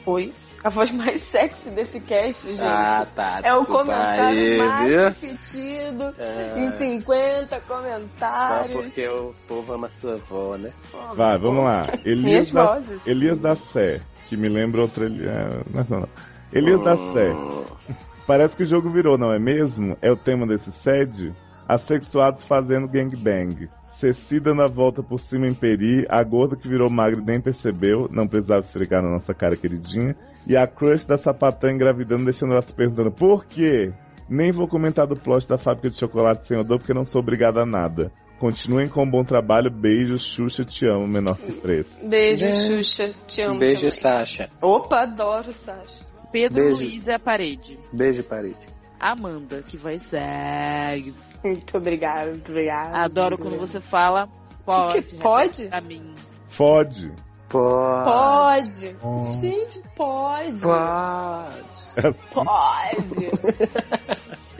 Speaker 4: Oi. A voz mais sexy desse cast, gente.
Speaker 6: Ah, tá.
Speaker 4: é o
Speaker 6: desculpa
Speaker 4: comentário
Speaker 6: aí, viu? É,
Speaker 4: mais repetido em 50
Speaker 6: Só
Speaker 4: comentários.
Speaker 6: porque o povo ama sua avó, né?
Speaker 3: Tá, Vai, vamos lá. Elias
Speaker 4: Minhas
Speaker 3: da,
Speaker 4: vozes.
Speaker 3: Elias da Sé, que me lembra outra... Eli- é, Não, não, não. Elias da
Speaker 6: Hum,
Speaker 3: Sé, parece que o jogo virou, não é mesmo? É o tema desse sede? Asexuados fazendo gangbang. Ceci dando a volta por cima em Peri, a gorda que virou magra e nem percebeu, não precisava esfregar na nossa cara, queridinha. E a crush da sapatã engravidando, deixando ela se perguntando por quê? Nem vou comentar do plot da fábrica de chocolate sem odor, porque não sou obrigada a nada. Continuem com um bom trabalho, beijo, Xuxa, te amo, menor que preto.
Speaker 4: Beijo,
Speaker 6: Né?
Speaker 4: Xuxa. Te amo.
Speaker 6: Beijo,
Speaker 4: também.
Speaker 6: Sasha.
Speaker 4: Opa, adoro, Sasha.
Speaker 12: Pedro
Speaker 6: Beijo.
Speaker 12: Luiz é a parede.
Speaker 6: Beijo, parede.
Speaker 2: Amanda, que voz sexy.
Speaker 4: Muito obrigada, muito obrigada.
Speaker 2: Adoro quando você fala pode.
Speaker 4: Que pode?
Speaker 2: repete Pra mim.
Speaker 3: Fode.
Speaker 4: Pode.
Speaker 3: Oh.
Speaker 4: Gente, pode. Pode.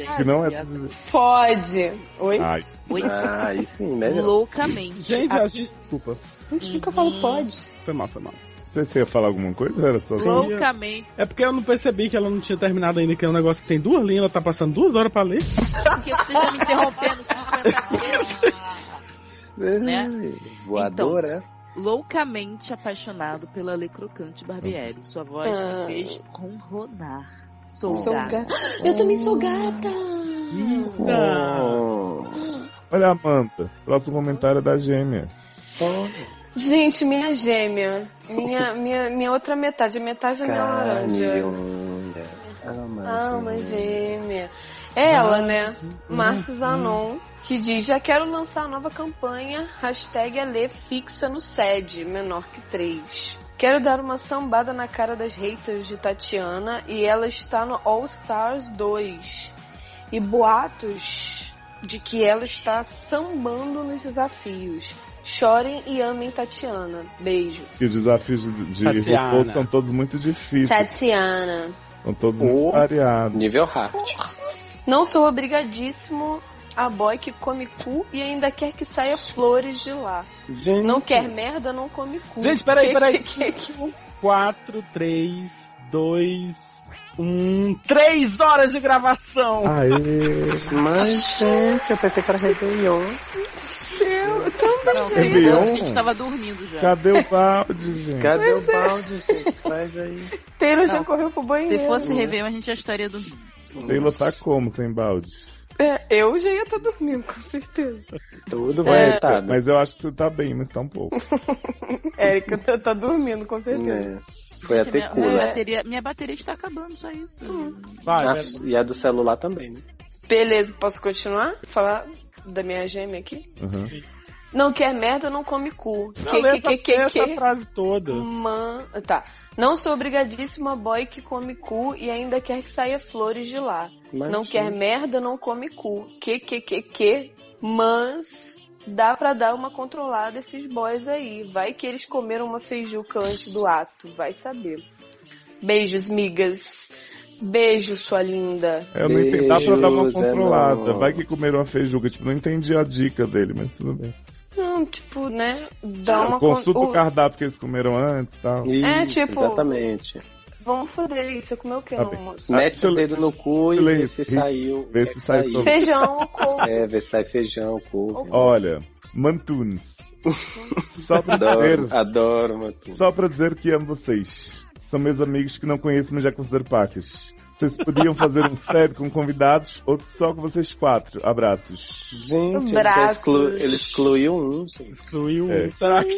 Speaker 3: Acho que não é.
Speaker 4: Pode. Oi?
Speaker 3: Ai,
Speaker 2: Oi,
Speaker 6: Ah, aí sim, melhor.
Speaker 2: loucamente. Ah,
Speaker 5: Gente, a gente.
Speaker 3: desculpa.
Speaker 4: Por que que eu falo pode?
Speaker 5: Foi mal, foi mal.
Speaker 3: Você você ia falar alguma coisa? Era só.
Speaker 2: Loucamente.
Speaker 5: É porque eu não percebi que ela não tinha terminado ainda, que é um negócio que tem duas linhas, ela tá passando duas horas pra ler.
Speaker 2: Porque você tá me interrompendo 50 vezes.
Speaker 6: (laughs)
Speaker 2: Né?
Speaker 6: Voadora.
Speaker 2: Loucamente apaixonado pela Lecrocante
Speaker 6: Hum.
Speaker 2: Barbieri. Sua voz me
Speaker 4: Ah.
Speaker 2: fez ronronar. Sou,
Speaker 4: Sou
Speaker 6: um
Speaker 2: gato.
Speaker 4: ga- Eu também sou gata.
Speaker 6: Oh.
Speaker 3: Olha, Amanda. Próximo comentário é da gêmea.
Speaker 6: Hum.
Speaker 4: Gente, minha gêmea. Minha, minha, minha outra metade. A metade da minha laranja.
Speaker 6: Carilha. Ah,
Speaker 4: Alma gêmea. É ela, né?
Speaker 5: Uhum.
Speaker 4: Márcio Zanon, que diz: Já quero lançar a nova campanha. Hashtag Alê fixa no SED, menor que 3. Quero dar uma sambada na cara das haters de Tatiana e ela está no All Stars 2. E boatos de que ela está sambando nos desafios. Chorem e amem Tatiana. Beijos.
Speaker 3: Que os desafios de, de
Speaker 5: Saciana.
Speaker 3: RuPaul são todos muito difíceis.
Speaker 4: Tatiana.
Speaker 3: São todos
Speaker 6: Oh.
Speaker 3: muito variados.
Speaker 6: Nível hard.
Speaker 4: Não sou obrigadíssimo a boy que come cu e ainda quer que saia flores de lá.
Speaker 5: Gente.
Speaker 4: Não quer merda, não come cu.
Speaker 5: Gente,
Speaker 4: (laughs)
Speaker 5: peraí, peraí.
Speaker 4: Que- que- que-
Speaker 5: 4, 3, 2, 1. 3 um. horas de
Speaker 6: (laughs)
Speaker 5: gravação!
Speaker 3: Aê!
Speaker 6: Mas, gente, eu pensei que era Réveillon.
Speaker 2: Não, sei
Speaker 3: Viu?
Speaker 2: lá,
Speaker 6: um?
Speaker 2: a gente tava dormindo já.
Speaker 3: Cadê o balde, gente?
Speaker 6: Cadê o balde, gente? Faz aí.
Speaker 4: Taylor já
Speaker 2: Não.
Speaker 4: correu pro banheiro.
Speaker 2: Se
Speaker 5: é.
Speaker 2: fosse rever, a gente já estaria dormindo.
Speaker 3: Taylor tá como sem balde?
Speaker 4: É, eu já ia estar dormindo, com certeza.
Speaker 6: Tudo né? vai
Speaker 3: É.
Speaker 4: É.
Speaker 6: editado.
Speaker 3: Mas eu acho que você tá bem, mas tá um pouco.
Speaker 4: Érica tá, tá dormindo, com certeza.
Speaker 6: Né? Foi
Speaker 2: Gente,
Speaker 6: até
Speaker 2: minha, minha,
Speaker 6: cura.
Speaker 2: bateria, minha bateria está acabando, só isso.
Speaker 5: Hum.
Speaker 3: é
Speaker 5: Vai,
Speaker 6: Ah,
Speaker 5: vai.
Speaker 6: e a do celular também, né?
Speaker 4: Beleza, posso continuar? Falar da minha gêmea aqui?
Speaker 3: Uhum.
Speaker 4: Não quer merda, não come cu.
Speaker 5: Não,
Speaker 4: Que-
Speaker 5: lê
Speaker 4: que-
Speaker 5: essa,
Speaker 4: que- que-
Speaker 5: lê essa
Speaker 4: que-
Speaker 5: frase toda.
Speaker 4: Man... Tá. Não sou obrigadíssima boy que come cu e ainda quer que saia flores de lá.
Speaker 6: Mas,
Speaker 4: Não quer
Speaker 6: gente,
Speaker 4: merda, não come cu. Que, que, que, que. Mas dá pra dar uma controlada esses boys aí. Vai que eles comeram uma feijuca antes do ato. Vai saber. Beijos, migas. Beijo, sua linda.
Speaker 3: Eu não entendi. Dá pra dar uma
Speaker 6: Beijos, é
Speaker 3: controlada.
Speaker 6: não.
Speaker 3: Vai que comeram uma feijuca. Tipo, não entendi a dica dele, mas tudo bem.
Speaker 4: Hum, tipo, né? Dá uma con-
Speaker 3: Consulta
Speaker 4: o-
Speaker 3: o cardápio que eles comeram antes tá? e tal.
Speaker 6: Isso,
Speaker 4: É, tipo-
Speaker 6: Exatamente.
Speaker 4: Vamos foder isso. Comeu o que
Speaker 3: Tá
Speaker 4: no
Speaker 3: bem.
Speaker 4: almoço?
Speaker 6: Mete
Speaker 3: deixa
Speaker 6: o
Speaker 3: eu-
Speaker 6: dedo no cu e
Speaker 3: deixa eu
Speaker 6: vê
Speaker 3: ler.
Speaker 6: se
Speaker 3: Vê
Speaker 6: saiu. o
Speaker 3: se
Speaker 6: que é que
Speaker 3: sai sobre.
Speaker 4: Feijão ou couve?
Speaker 6: É, vê se sai feijão, couve.
Speaker 3: Olha,
Speaker 6: (laughs)
Speaker 3: Mantunes. Só pra dizer,
Speaker 6: Adoro, adoro, Matu.
Speaker 3: só pra dizer que amo vocês. São meus amigos que não conheço, mas já considero pacas. Vocês podiam fazer um sério com convidados, outro só com vocês quatro. Abraços.
Speaker 6: Gente, ele, já
Speaker 4: Braços.
Speaker 6: exclu... ele excluiu um. gente.
Speaker 5: Excluiu
Speaker 3: É.
Speaker 5: um. Será que...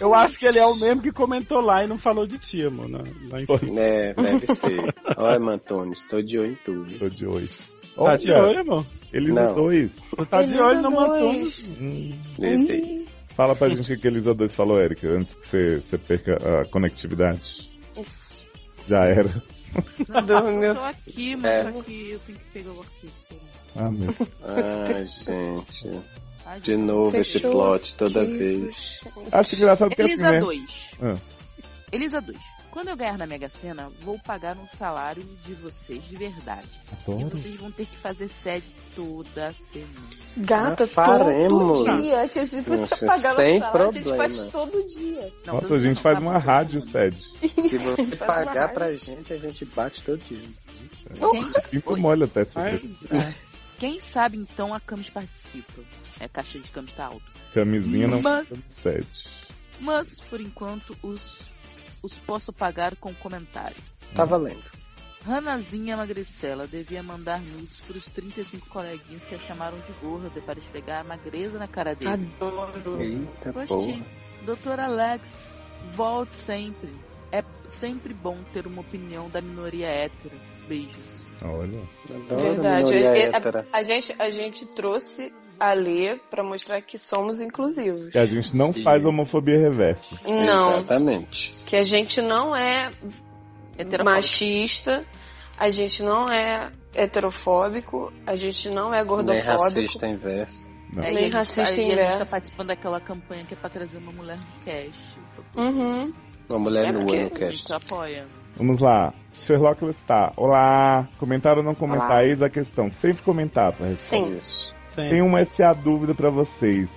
Speaker 5: Eu acho que ele é o mesmo que comentou lá e não falou de ti, amor. Lá, lá em cima.
Speaker 6: É, deve
Speaker 4: (laughs)
Speaker 6: ser. Olha, Mantônio, estou de olho em tudo.
Speaker 3: Tô de oito.
Speaker 5: Tá de
Speaker 3: Olha,
Speaker 5: olho, amor.
Speaker 3: Elisa
Speaker 6: Não.
Speaker 3: dois.
Speaker 5: Tu tá de
Speaker 4: Ele
Speaker 5: olho no
Speaker 4: mandou
Speaker 5: Mantônio.
Speaker 4: dois.
Speaker 3: Hum.
Speaker 6: Meu Deus.
Speaker 3: Fala pra gente o que a Elisa 2 falou, Erika, antes que você, você perca a conectividade.
Speaker 4: Isso.
Speaker 3: Já era.
Speaker 2: Eu
Speaker 4: Dormiu.
Speaker 2: tô aqui, mas
Speaker 6: É.
Speaker 2: só que eu tenho que pegar o arquivo.
Speaker 3: Ah, meu.
Speaker 6: Ai, gente.
Speaker 2: Ai,
Speaker 6: De novo esse
Speaker 4: Fechou
Speaker 6: plot toda
Speaker 4: (laughs)
Speaker 6: vez.
Speaker 3: Acho engraçado porque assim,
Speaker 2: Elisa
Speaker 3: né?
Speaker 2: 2.
Speaker 3: Ah.
Speaker 2: Elisa 2. Quando eu ganhar na Mega Sena, vou pagar um salário de vocês de verdade. E
Speaker 3: Adoro.
Speaker 2: vocês vão ter que fazer sede toda semana.
Speaker 4: Gata,
Speaker 6: Faremos.
Speaker 4: todo dia. Que se você
Speaker 6: Nossa,
Speaker 4: pagar
Speaker 6: sem
Speaker 4: salário, a gente
Speaker 6: problema.
Speaker 4: faz todo dia.
Speaker 2: Não,
Speaker 3: Nossa,
Speaker 2: todo
Speaker 3: a
Speaker 2: dia
Speaker 3: gente
Speaker 2: não,
Speaker 3: faz
Speaker 2: tá
Speaker 3: uma
Speaker 2: bom,
Speaker 3: rádio
Speaker 2: todo
Speaker 3: sede.
Speaker 6: Se você
Speaker 4: Faz uma
Speaker 6: pagar
Speaker 4: raiva.
Speaker 6: pra gente, a gente bate todo dia.
Speaker 2: mundo. Quem,
Speaker 3: Pinto molho até. se
Speaker 5: Ai,
Speaker 3: você-
Speaker 2: quem sabe então a Camis participa. É, a caixa de Camis tá alta.
Speaker 3: Camisinha não
Speaker 2: Mas-
Speaker 3: sede.
Speaker 2: Mas, por enquanto, os, os posso pagar com comentário.
Speaker 6: Tá valendo.
Speaker 2: Ranazinha Magricela devia mandar nudes pros 35 coleguinhas que a chamaram de gorda para esfregar a magreza na cara
Speaker 4: Tá
Speaker 2: deles.
Speaker 4: Adoro.
Speaker 6: Eita
Speaker 2: Gostei.
Speaker 6: porra.
Speaker 2: Doutor Alex, volte sempre. É sempre bom ter uma opinião da minoria hétero. Beijos.
Speaker 3: Olha.
Speaker 6: Adoro
Speaker 4: Verdade.
Speaker 6: minoria
Speaker 4: É,
Speaker 6: hétera.
Speaker 4: A, a gente, a gente trouxe a Lê pra mostrar que somos inclusivos.
Speaker 3: Que a gente não
Speaker 6: Sim.
Speaker 3: faz homofobia reversa.
Speaker 4: Não,
Speaker 6: Exatamente.
Speaker 4: que a gente não é
Speaker 2: Heterofóbico.
Speaker 4: machista. A gente não é heterofóbico, a gente não é
Speaker 6: Nem
Speaker 4: gordofóbico.
Speaker 6: racista inverso.
Speaker 3: Não.
Speaker 12: É, e
Speaker 4: Nem
Speaker 12: a gente-
Speaker 4: racista
Speaker 12: aí a gente tá
Speaker 4: inverso.
Speaker 12: participando daquela campanha que é pra trazer uma mulher no cast.
Speaker 4: Uhum.
Speaker 6: Uma mulher
Speaker 4: É
Speaker 6: nua
Speaker 4: porque-
Speaker 6: no
Speaker 12: A
Speaker 6: cast.
Speaker 12: gente tá apoia.
Speaker 3: Vamos lá. Sherlock está. Olá. Comentar ou não comentar?
Speaker 6: Olá.
Speaker 3: Eis a questão. Sempre comentar, tá?
Speaker 4: Sim.
Speaker 6: Isso.
Speaker 3: Tem uma SA dúvida pra vocês.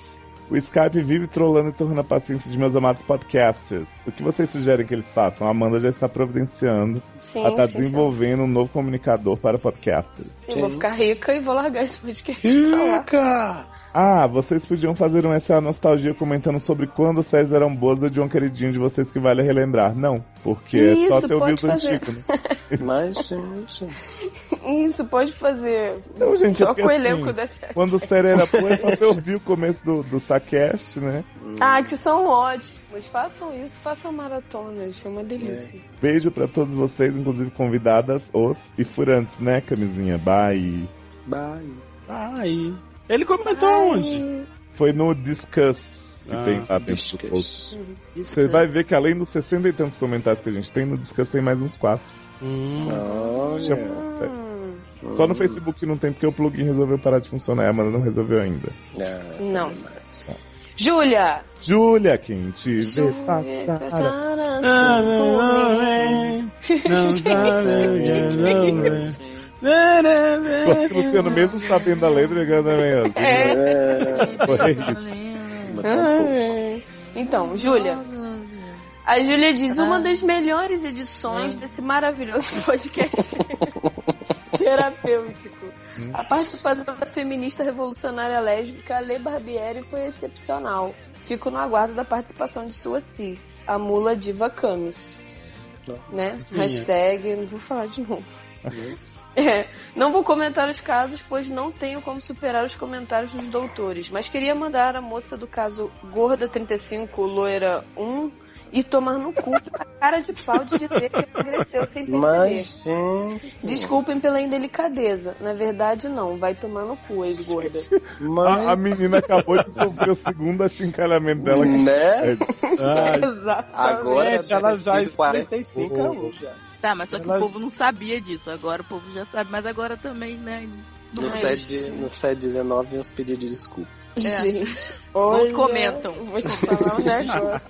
Speaker 3: O Skype vive trollando e tornando a paciência de meus amados podcasters. O que vocês sugerem que eles façam? A Amanda já está providenciando.
Speaker 4: Sim,
Speaker 3: ela está
Speaker 4: sim, sim.
Speaker 3: desenvolvendo um novo comunicador para podcasters.
Speaker 4: Eu vou ficar rica e vou largar esse podcast.
Speaker 6: Rica!
Speaker 3: Ah, vocês podiam fazer um SA Nostalgia comentando sobre quando séries eram boas ou de um queridinho de vocês que vale relembrar. Não, porque é só
Speaker 4: Isso,
Speaker 3: ter ouvido
Speaker 4: pode
Speaker 3: o
Speaker 4: fazer.
Speaker 3: antigo, né?
Speaker 6: Mas, gente.
Speaker 4: Isso, pode fazer.
Speaker 3: Não, gente, é
Speaker 4: Só
Speaker 3: porque,
Speaker 4: com o elenco
Speaker 3: assim,
Speaker 4: dessa.
Speaker 3: Quando o série era boa, é só ter ouvido o começo do, do Sacast, né?
Speaker 4: Ah, que são ótimos. Façam isso, façam maratonas. É uma delícia.
Speaker 3: Beijo pra todos vocês, inclusive convidadas, os e furantes, né, camisinha? Bye.
Speaker 6: Bye.
Speaker 3: um-
Speaker 5: Ai. Tá Ele comentou onde?
Speaker 3: Foi no Discuss que
Speaker 5: Ah,
Speaker 3: tem lá dentro do post.
Speaker 6: Biscuits.
Speaker 3: Você vai ver que além dos 60 e tantos comentários que a gente tem, no Discuss tem mais uns 4.
Speaker 5: Hum.
Speaker 6: Olha.
Speaker 4: Hum,
Speaker 3: Só no Facebook não tem, porque o plugin resolveu parar de funcionar. A Amanda não resolveu ainda.
Speaker 6: Ah,
Speaker 4: Não.
Speaker 6: mas-
Speaker 4: Júlia!
Speaker 3: Júlia, quem te vê,
Speaker 4: Júlia,
Speaker 3: passará.
Speaker 4: passará
Speaker 5: Ah, não, não,
Speaker 4: por mim.
Speaker 5: é. Não sabe, não é. Não, não, não,
Speaker 3: Só que o Luciano, mesmo sabendo a letra, ele ganha mesmo.
Speaker 4: É.
Speaker 6: É,
Speaker 3: Foi isso.
Speaker 4: Ah,
Speaker 6: mas tá bom.
Speaker 4: Ai. Então, Júlia. A Júlia diz: uma das melhores edições desse maravilhoso podcast terapêutico. A participação da feminista revolucionária lésbica Lê Barbieri foi excepcional. Fico no aguardo da participação de sua cis, a mula diva Camis. Né?
Speaker 5: Sim.
Speaker 4: Hashtag, não vou falar de novo. É, não vou comentar os casos, pois não tenho como superar os comentários dos doutores. Mas queria mandar a moça do caso gorda 35, loira 1, e tomar no cu a cara de pau de dizer que emagreceu sem perceber.
Speaker 6: Mas, gente.
Speaker 4: Desculpem pela indelicadeza. Na verdade, não. Vai tomar no cu, ex-gorda.
Speaker 3: A, a
Speaker 6: Mas.
Speaker 3: menina acabou de sofrer o segundo achincalhamento dela. é
Speaker 6: Né?
Speaker 4: Ah, (laughs)
Speaker 5: Ai,
Speaker 6: tá
Speaker 4: Exatamente.
Speaker 6: Agora
Speaker 5: Gente, ela
Speaker 6: deve
Speaker 5: já é
Speaker 6: ser 45
Speaker 5: explicou.
Speaker 6: anos já.
Speaker 12: Tá, mas só que
Speaker 5: Elas-
Speaker 12: o povo não sabia disso. Agora o povo já sabe, mas agora também, né? Não
Speaker 6: No
Speaker 12: é
Speaker 6: set, no set 19 uns pedidos de desculpa.
Speaker 4: Gente,
Speaker 12: Não
Speaker 4: olha,
Speaker 12: comentam.
Speaker 4: Vou te falar um negócio.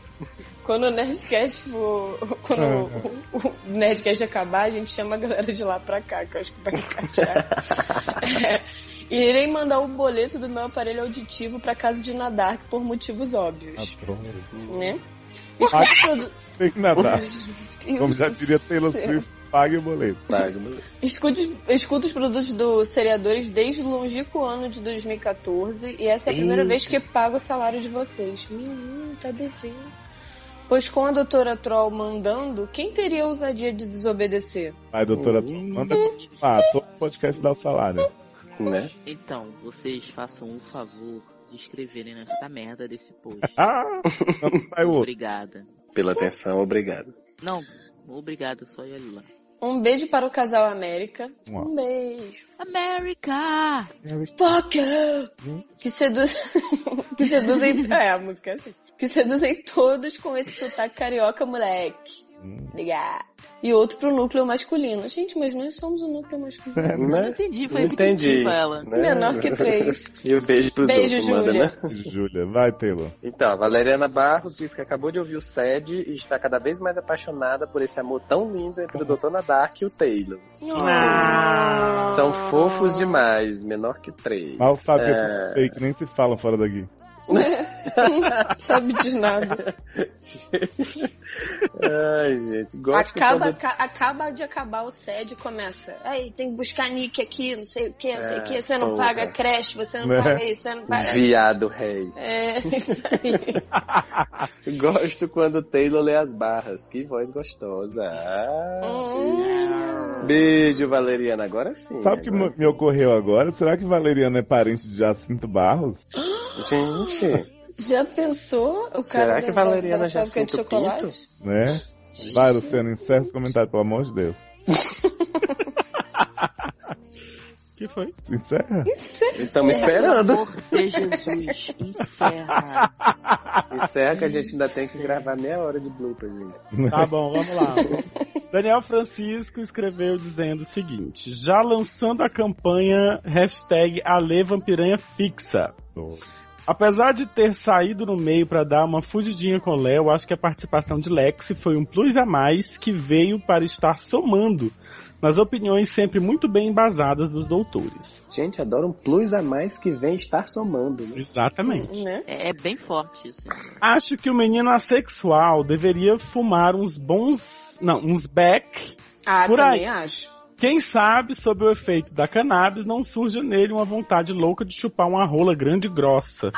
Speaker 4: Quando o Nerdcast for. Quando
Speaker 3: É.
Speaker 4: o, o- o Nerdcast acabar, a gente chama a galera de lá pra cá, que eu acho que vai
Speaker 12: (laughs)
Speaker 4: encaixar. É. E irei mandar o boleto do meu aparelho auditivo pra casa de Nadar por motivos óbvios. Né? Espero todo-
Speaker 3: Ah, tá Tem que nadar.
Speaker 4: Meu
Speaker 3: Como já
Speaker 4: Deus
Speaker 3: diria
Speaker 4: do
Speaker 3: Taylor
Speaker 4: céu.
Speaker 3: Swift, pague o boleto.
Speaker 6: Paga, moleque.
Speaker 4: Escute, escuto os produtos do Seriadores desde o longínquo ano de 2014 e essa é a primeira vez que pago o salário de vocês. Menino, tá devendo. Pois com a doutora Troll mandando, quem teria a ousadia de desobedecer?
Speaker 3: Ai, doutora, manda continuar. Ah, Todo podcast dá o salário.
Speaker 6: né?
Speaker 12: Então, vocês façam o favor de escreverem nessa merda desse
Speaker 3: (laughs)
Speaker 12: post.
Speaker 3: Ah! Não sai o outro.
Speaker 12: Obrigada.
Speaker 6: Pela atenção, obrigado.
Speaker 12: Não, obrigada, só ia ali lá.
Speaker 4: Um beijo para o casal América.
Speaker 3: Ó.
Speaker 4: Um beijo.
Speaker 12: America!
Speaker 4: Fuck you! Que seduz... (laughs) que seduzem... É, a música é assim. Que seduzem todos com esse sotaque carioca, moleque.
Speaker 3: Hum.
Speaker 4: Obrigada. E outro pro núcleo masculino. Gente, mas nós somos o núcleo masculino.
Speaker 3: É,
Speaker 12: Não
Speaker 6: Né?
Speaker 12: entendi,
Speaker 6: Não
Speaker 12: foi
Speaker 6: entendi.
Speaker 12: entendi. pra ela.
Speaker 6: Né?
Speaker 4: Menor que três.
Speaker 6: E o beijo pros
Speaker 4: Beijo,
Speaker 6: outros,
Speaker 4: Júlia.
Speaker 6: manda, né?
Speaker 3: Júlia, vai, Taylor.
Speaker 6: Então, a Valeriana Barros diz que acabou de ouvir o SED e está cada vez mais apaixonada por esse amor tão lindo entre o Doutor Nadark e o Taylor.
Speaker 4: Ah.
Speaker 6: São fofos demais, menor que três.
Speaker 3: Mal sabe que
Speaker 6: É,
Speaker 3: eu sei que nem se falam fora daqui.
Speaker 4: Sabe de nada.
Speaker 6: Ai, gente, gosto
Speaker 4: Acaba,
Speaker 6: quando...
Speaker 4: ca- acaba de acabar o SED e começa. Aí, tem que buscar nick aqui, não sei o que, não sei o
Speaker 6: É,
Speaker 4: que. Você não
Speaker 6: porra.
Speaker 4: paga creche, você não
Speaker 3: Né?
Speaker 4: paga
Speaker 6: É.
Speaker 4: isso, você não paga...
Speaker 6: Viado rei. (laughs)
Speaker 4: É, isso aí.
Speaker 6: Gosto quando o Taylor lê as barras. Que voz gostosa. Ah.
Speaker 4: Hum.
Speaker 6: Beijo, Valeriana. Agora sim.
Speaker 3: Sabe o que
Speaker 6: agora
Speaker 3: me me ocorreu agora? Será que Valeriano é parente de Jacinto Barros?
Speaker 6: sim. Gente,
Speaker 4: Já pensou? O cara
Speaker 6: Será
Speaker 4: da-
Speaker 6: que Valeriana
Speaker 4: da
Speaker 6: já
Speaker 4: fábrica é de
Speaker 6: sinto
Speaker 4: chocolate?
Speaker 6: pinto?
Speaker 3: Né? Vai, Luciano, encerra esse comentário, pelo amor de Deus.
Speaker 5: que foi?
Speaker 3: Encerra?
Speaker 4: (laughs)
Speaker 6: estamos esperando. (laughs)
Speaker 12: Pelo amor de Jesus, encerra.
Speaker 6: Encerra que a gente ainda tem que gravar meia hora de blooper, gente.
Speaker 5: Tá bom, vamos lá. Daniel Francisco escreveu dizendo o seguinte, já lançando a campanha hashtag AleVampiranhaFixa. Apesar de ter saído no meio para dar uma fugidinha com o Léo, acho que a participação de Lexi foi um plus a mais que veio para estar somando nas opiniões sempre muito bem embasadas dos doutores.
Speaker 6: Gente, adoro um plus a mais que vem estar somando. Né?
Speaker 5: Exatamente.
Speaker 2: Né? É, é bem forte isso.
Speaker 5: Acho que o menino assexual deveria fumar uns bons. Não, uns back.
Speaker 4: Ah,
Speaker 5: Por aí.
Speaker 4: também acho.
Speaker 5: Quem sabe, sob o efeito da cannabis, não surja nele uma vontade louca de chupar uma rola grande e grossa.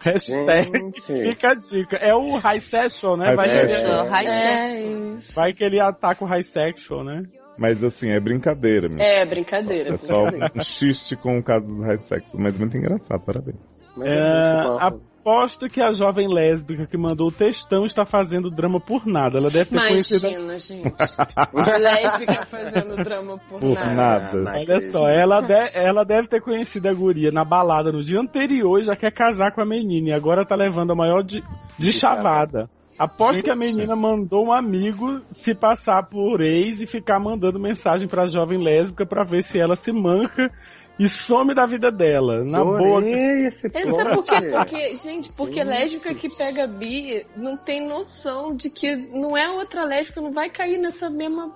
Speaker 5: Hashtag
Speaker 6: Gente. É,
Speaker 5: fica a dica. É o high sexual, né?
Speaker 3: High
Speaker 5: É. (laughs) Vai que,
Speaker 3: sexual.
Speaker 5: ele,
Speaker 2: Então, high
Speaker 4: É, isso.
Speaker 5: vai que ele ataca o high sexual, né?
Speaker 3: Mas assim, é brincadeira, meu.
Speaker 4: é
Speaker 3: É,
Speaker 4: brincadeira.
Speaker 3: só um xiste com o caso do high sex, mas é muito engraçado, parabéns.
Speaker 6: Mas
Speaker 5: É,
Speaker 6: muito bom.
Speaker 5: aposto que a jovem lésbica que mandou o textão está fazendo drama por nada. Ela deve ter conhecido.
Speaker 4: Imagina, gente. Uma lésbica fazendo drama
Speaker 6: (laughs)
Speaker 4: por,
Speaker 3: Por
Speaker 5: Ah,
Speaker 4: nada.
Speaker 3: nada.
Speaker 6: Não, não.
Speaker 5: Olha só, ela, de- ela deve ter conhecido a guria na balada no dia anterior e já quer casar com a menina. E agora tá levando a maior de, de chavada. Aposto que a menina mandou um amigo se passar por ex e ficar mandando mensagem pra jovem lésbica pra ver se ela se manca e some da vida dela. Na boa.
Speaker 6: Adorei esse
Speaker 4: Esse É, sabe por quê?
Speaker 6: plot.
Speaker 4: Porque, gente, porque lésbica que pega bi não tem noção de que não é outra lésbica, não vai cair nessa mesma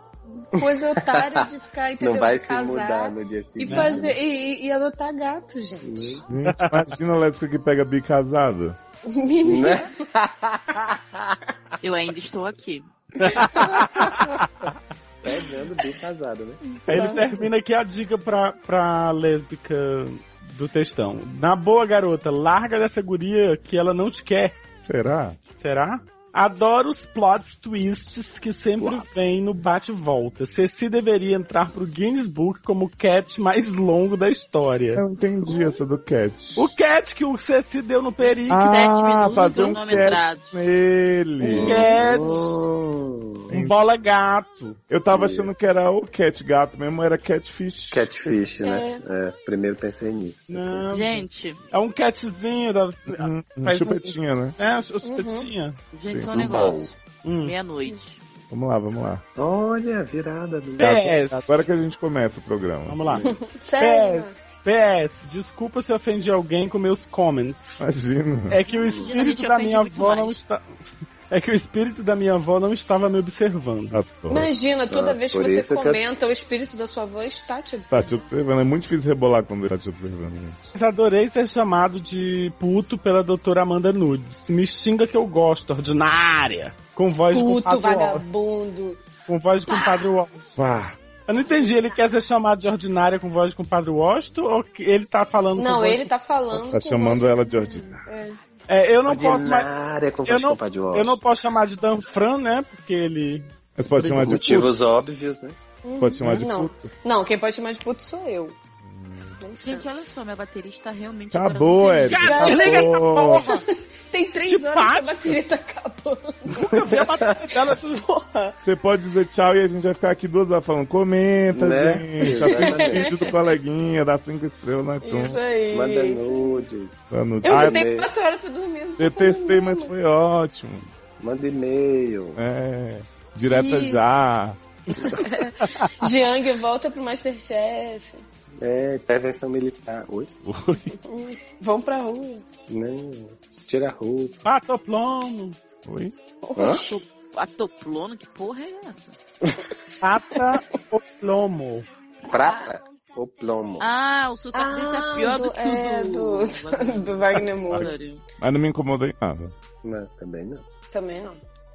Speaker 4: coisa otária de
Speaker 6: (laughs)
Speaker 4: ficar, entendeu?
Speaker 6: Não vai
Speaker 4: de
Speaker 6: se
Speaker 4: casar
Speaker 6: mudar no dia
Speaker 4: E,
Speaker 6: seguinte. Né?
Speaker 4: fazer, e, e- e adotar gato, gente.
Speaker 3: Gente, imagina a lésbica que pega bi casado.
Speaker 4: Menina,
Speaker 6: Né?
Speaker 2: Eu ainda estou aqui.
Speaker 6: Pegando É, bem casado, né?
Speaker 5: Aí ele termina aqui a dica pra, pra lésbica do textão. Na boa, garota, larga dessa guria que ela não te quer.
Speaker 3: Será?
Speaker 5: Será? Adoro os plot twists que sempre vem no bate-volta. Ceci deveria entrar pro Guinness Book como o cat mais longo da história.
Speaker 3: Eu entendi essa do Cat.
Speaker 5: O cat que o Ceci deu no Peri.
Speaker 2: Sete minutos
Speaker 3: fazer
Speaker 2: do
Speaker 3: um
Speaker 2: nometrado.
Speaker 5: Um
Speaker 3: Nele.
Speaker 5: cat.
Speaker 6: Hum.
Speaker 5: Um bola gato.
Speaker 3: Eu tava achando que era o Cat Gato mesmo, era Catfish.
Speaker 6: Catfish, né? É, primeiro pensei nisso.
Speaker 5: Não,
Speaker 2: Gente,
Speaker 5: é um catzinho. Da...
Speaker 3: Hum, hum,
Speaker 5: Faz um-
Speaker 3: chupetinha, né?
Speaker 5: É, eu tinha.
Speaker 2: gente, só um
Speaker 4: É
Speaker 6: Bom.
Speaker 2: negócio.
Speaker 5: Hum.
Speaker 2: Meia-noite.
Speaker 3: Vamos lá, vamos lá.
Speaker 6: Olha, virada do.
Speaker 5: PS.
Speaker 3: Agora que a gente começa o programa.
Speaker 5: Vamos lá.
Speaker 4: sério.
Speaker 3: É.
Speaker 5: PS. PS. Desculpa se eu ofendi alguém com meus comments.
Speaker 3: Imagina.
Speaker 5: É que o
Speaker 2: A
Speaker 5: espírito
Speaker 2: gente
Speaker 5: da
Speaker 2: aprende
Speaker 5: minha
Speaker 2: muito
Speaker 5: avó não
Speaker 2: mais.
Speaker 5: está. É que o espírito da minha avó não estava me observando.
Speaker 3: Adoro.
Speaker 4: Imagina, toda
Speaker 6: Ah,
Speaker 4: vez que
Speaker 6: por
Speaker 4: você
Speaker 6: isso que eu-
Speaker 4: comenta, o espírito da sua avó está te
Speaker 3: Tá
Speaker 4: observando.
Speaker 3: te observando. É muito difícil rebolar quando ele tá te observando. gente.
Speaker 5: Mas adorei ser chamado de puto pela doutora Amanda Nudes. Me xinga que eu gosto, ordinária. Com voz de
Speaker 4: Puto,
Speaker 5: compadre Walter.
Speaker 4: vagabundo.
Speaker 5: Com voz de compadre Walter.
Speaker 3: Pá.
Speaker 5: Eu não entendi, ele quer ser chamado de ordinária com voz de compadre Washington ou que ele tá falando com
Speaker 4: Não,
Speaker 5: voz...
Speaker 4: ele tá falando.
Speaker 3: Tá
Speaker 4: com
Speaker 3: chamando
Speaker 4: voz-
Speaker 3: ela de ordem.
Speaker 5: É, eu não posso mais...
Speaker 6: Ordinária é com
Speaker 5: Eu
Speaker 6: voz de
Speaker 5: não,
Speaker 6: compadre
Speaker 5: eu não posso chamar de Dan Fran, né? Porque ele...
Speaker 3: Mas pode chamar de puto.
Speaker 6: Motivos óbvios, né?
Speaker 3: Pode chamar de
Speaker 4: é. Uhum. Não.
Speaker 3: puto. Hum.
Speaker 4: Não, quem pode chamar de puto sou eu.
Speaker 2: Gente, olha só, minha bateria está realmente.
Speaker 3: Acabou,
Speaker 2: é.
Speaker 3: Tá Érica.
Speaker 5: Cara, desliga essa
Speaker 3: Acabou.
Speaker 5: porra!
Speaker 4: Tem três
Speaker 5: De
Speaker 4: horas que a
Speaker 5: fato.
Speaker 4: bateria tá acabando.
Speaker 5: Eu vi
Speaker 4: (laughs)
Speaker 5: a bateria dela,
Speaker 4: Porra.
Speaker 3: Você pode dizer tchau e a gente vai ficar aqui duas horas falando. Comenta,
Speaker 6: Né?
Speaker 3: gente. Assiste o
Speaker 6: Exatamente.
Speaker 3: vídeo do coleguinha, dá cinco estrelas na
Speaker 4: Isso
Speaker 3: conta.
Speaker 4: aí.
Speaker 6: Então, Manda nude,
Speaker 3: Tá no-
Speaker 4: Eu
Speaker 3: Ah,
Speaker 4: não
Speaker 6: Ai,
Speaker 4: tenho
Speaker 6: meu.
Speaker 4: quatro horas pra dormir. não tô
Speaker 3: detestei,
Speaker 4: fazendo
Speaker 3: mas
Speaker 4: nada.
Speaker 3: foi ótimo.
Speaker 6: manda e-mail.
Speaker 3: É. Direta
Speaker 4: Isso.
Speaker 3: já. (laughs)
Speaker 4: Jiang volta pro Masterchef.
Speaker 6: É, intervenção militar. Oi?
Speaker 4: Vão pra rua.
Speaker 6: Não. Tira a roupa.
Speaker 5: Pato plomo.
Speaker 3: Oi?
Speaker 6: Hã?
Speaker 2: Atoplono, que porra é essa?
Speaker 5: Pata o plomo.
Speaker 6: Prata ou plomo?
Speaker 2: Ah, o sotaque desse é pior do,
Speaker 4: do-
Speaker 2: que
Speaker 4: é,
Speaker 2: o do...
Speaker 4: do, do Wagner Moura.
Speaker 2: Caralho.
Speaker 3: Mas não me incomodou em nada.
Speaker 6: Não, também não.
Speaker 4: Também não.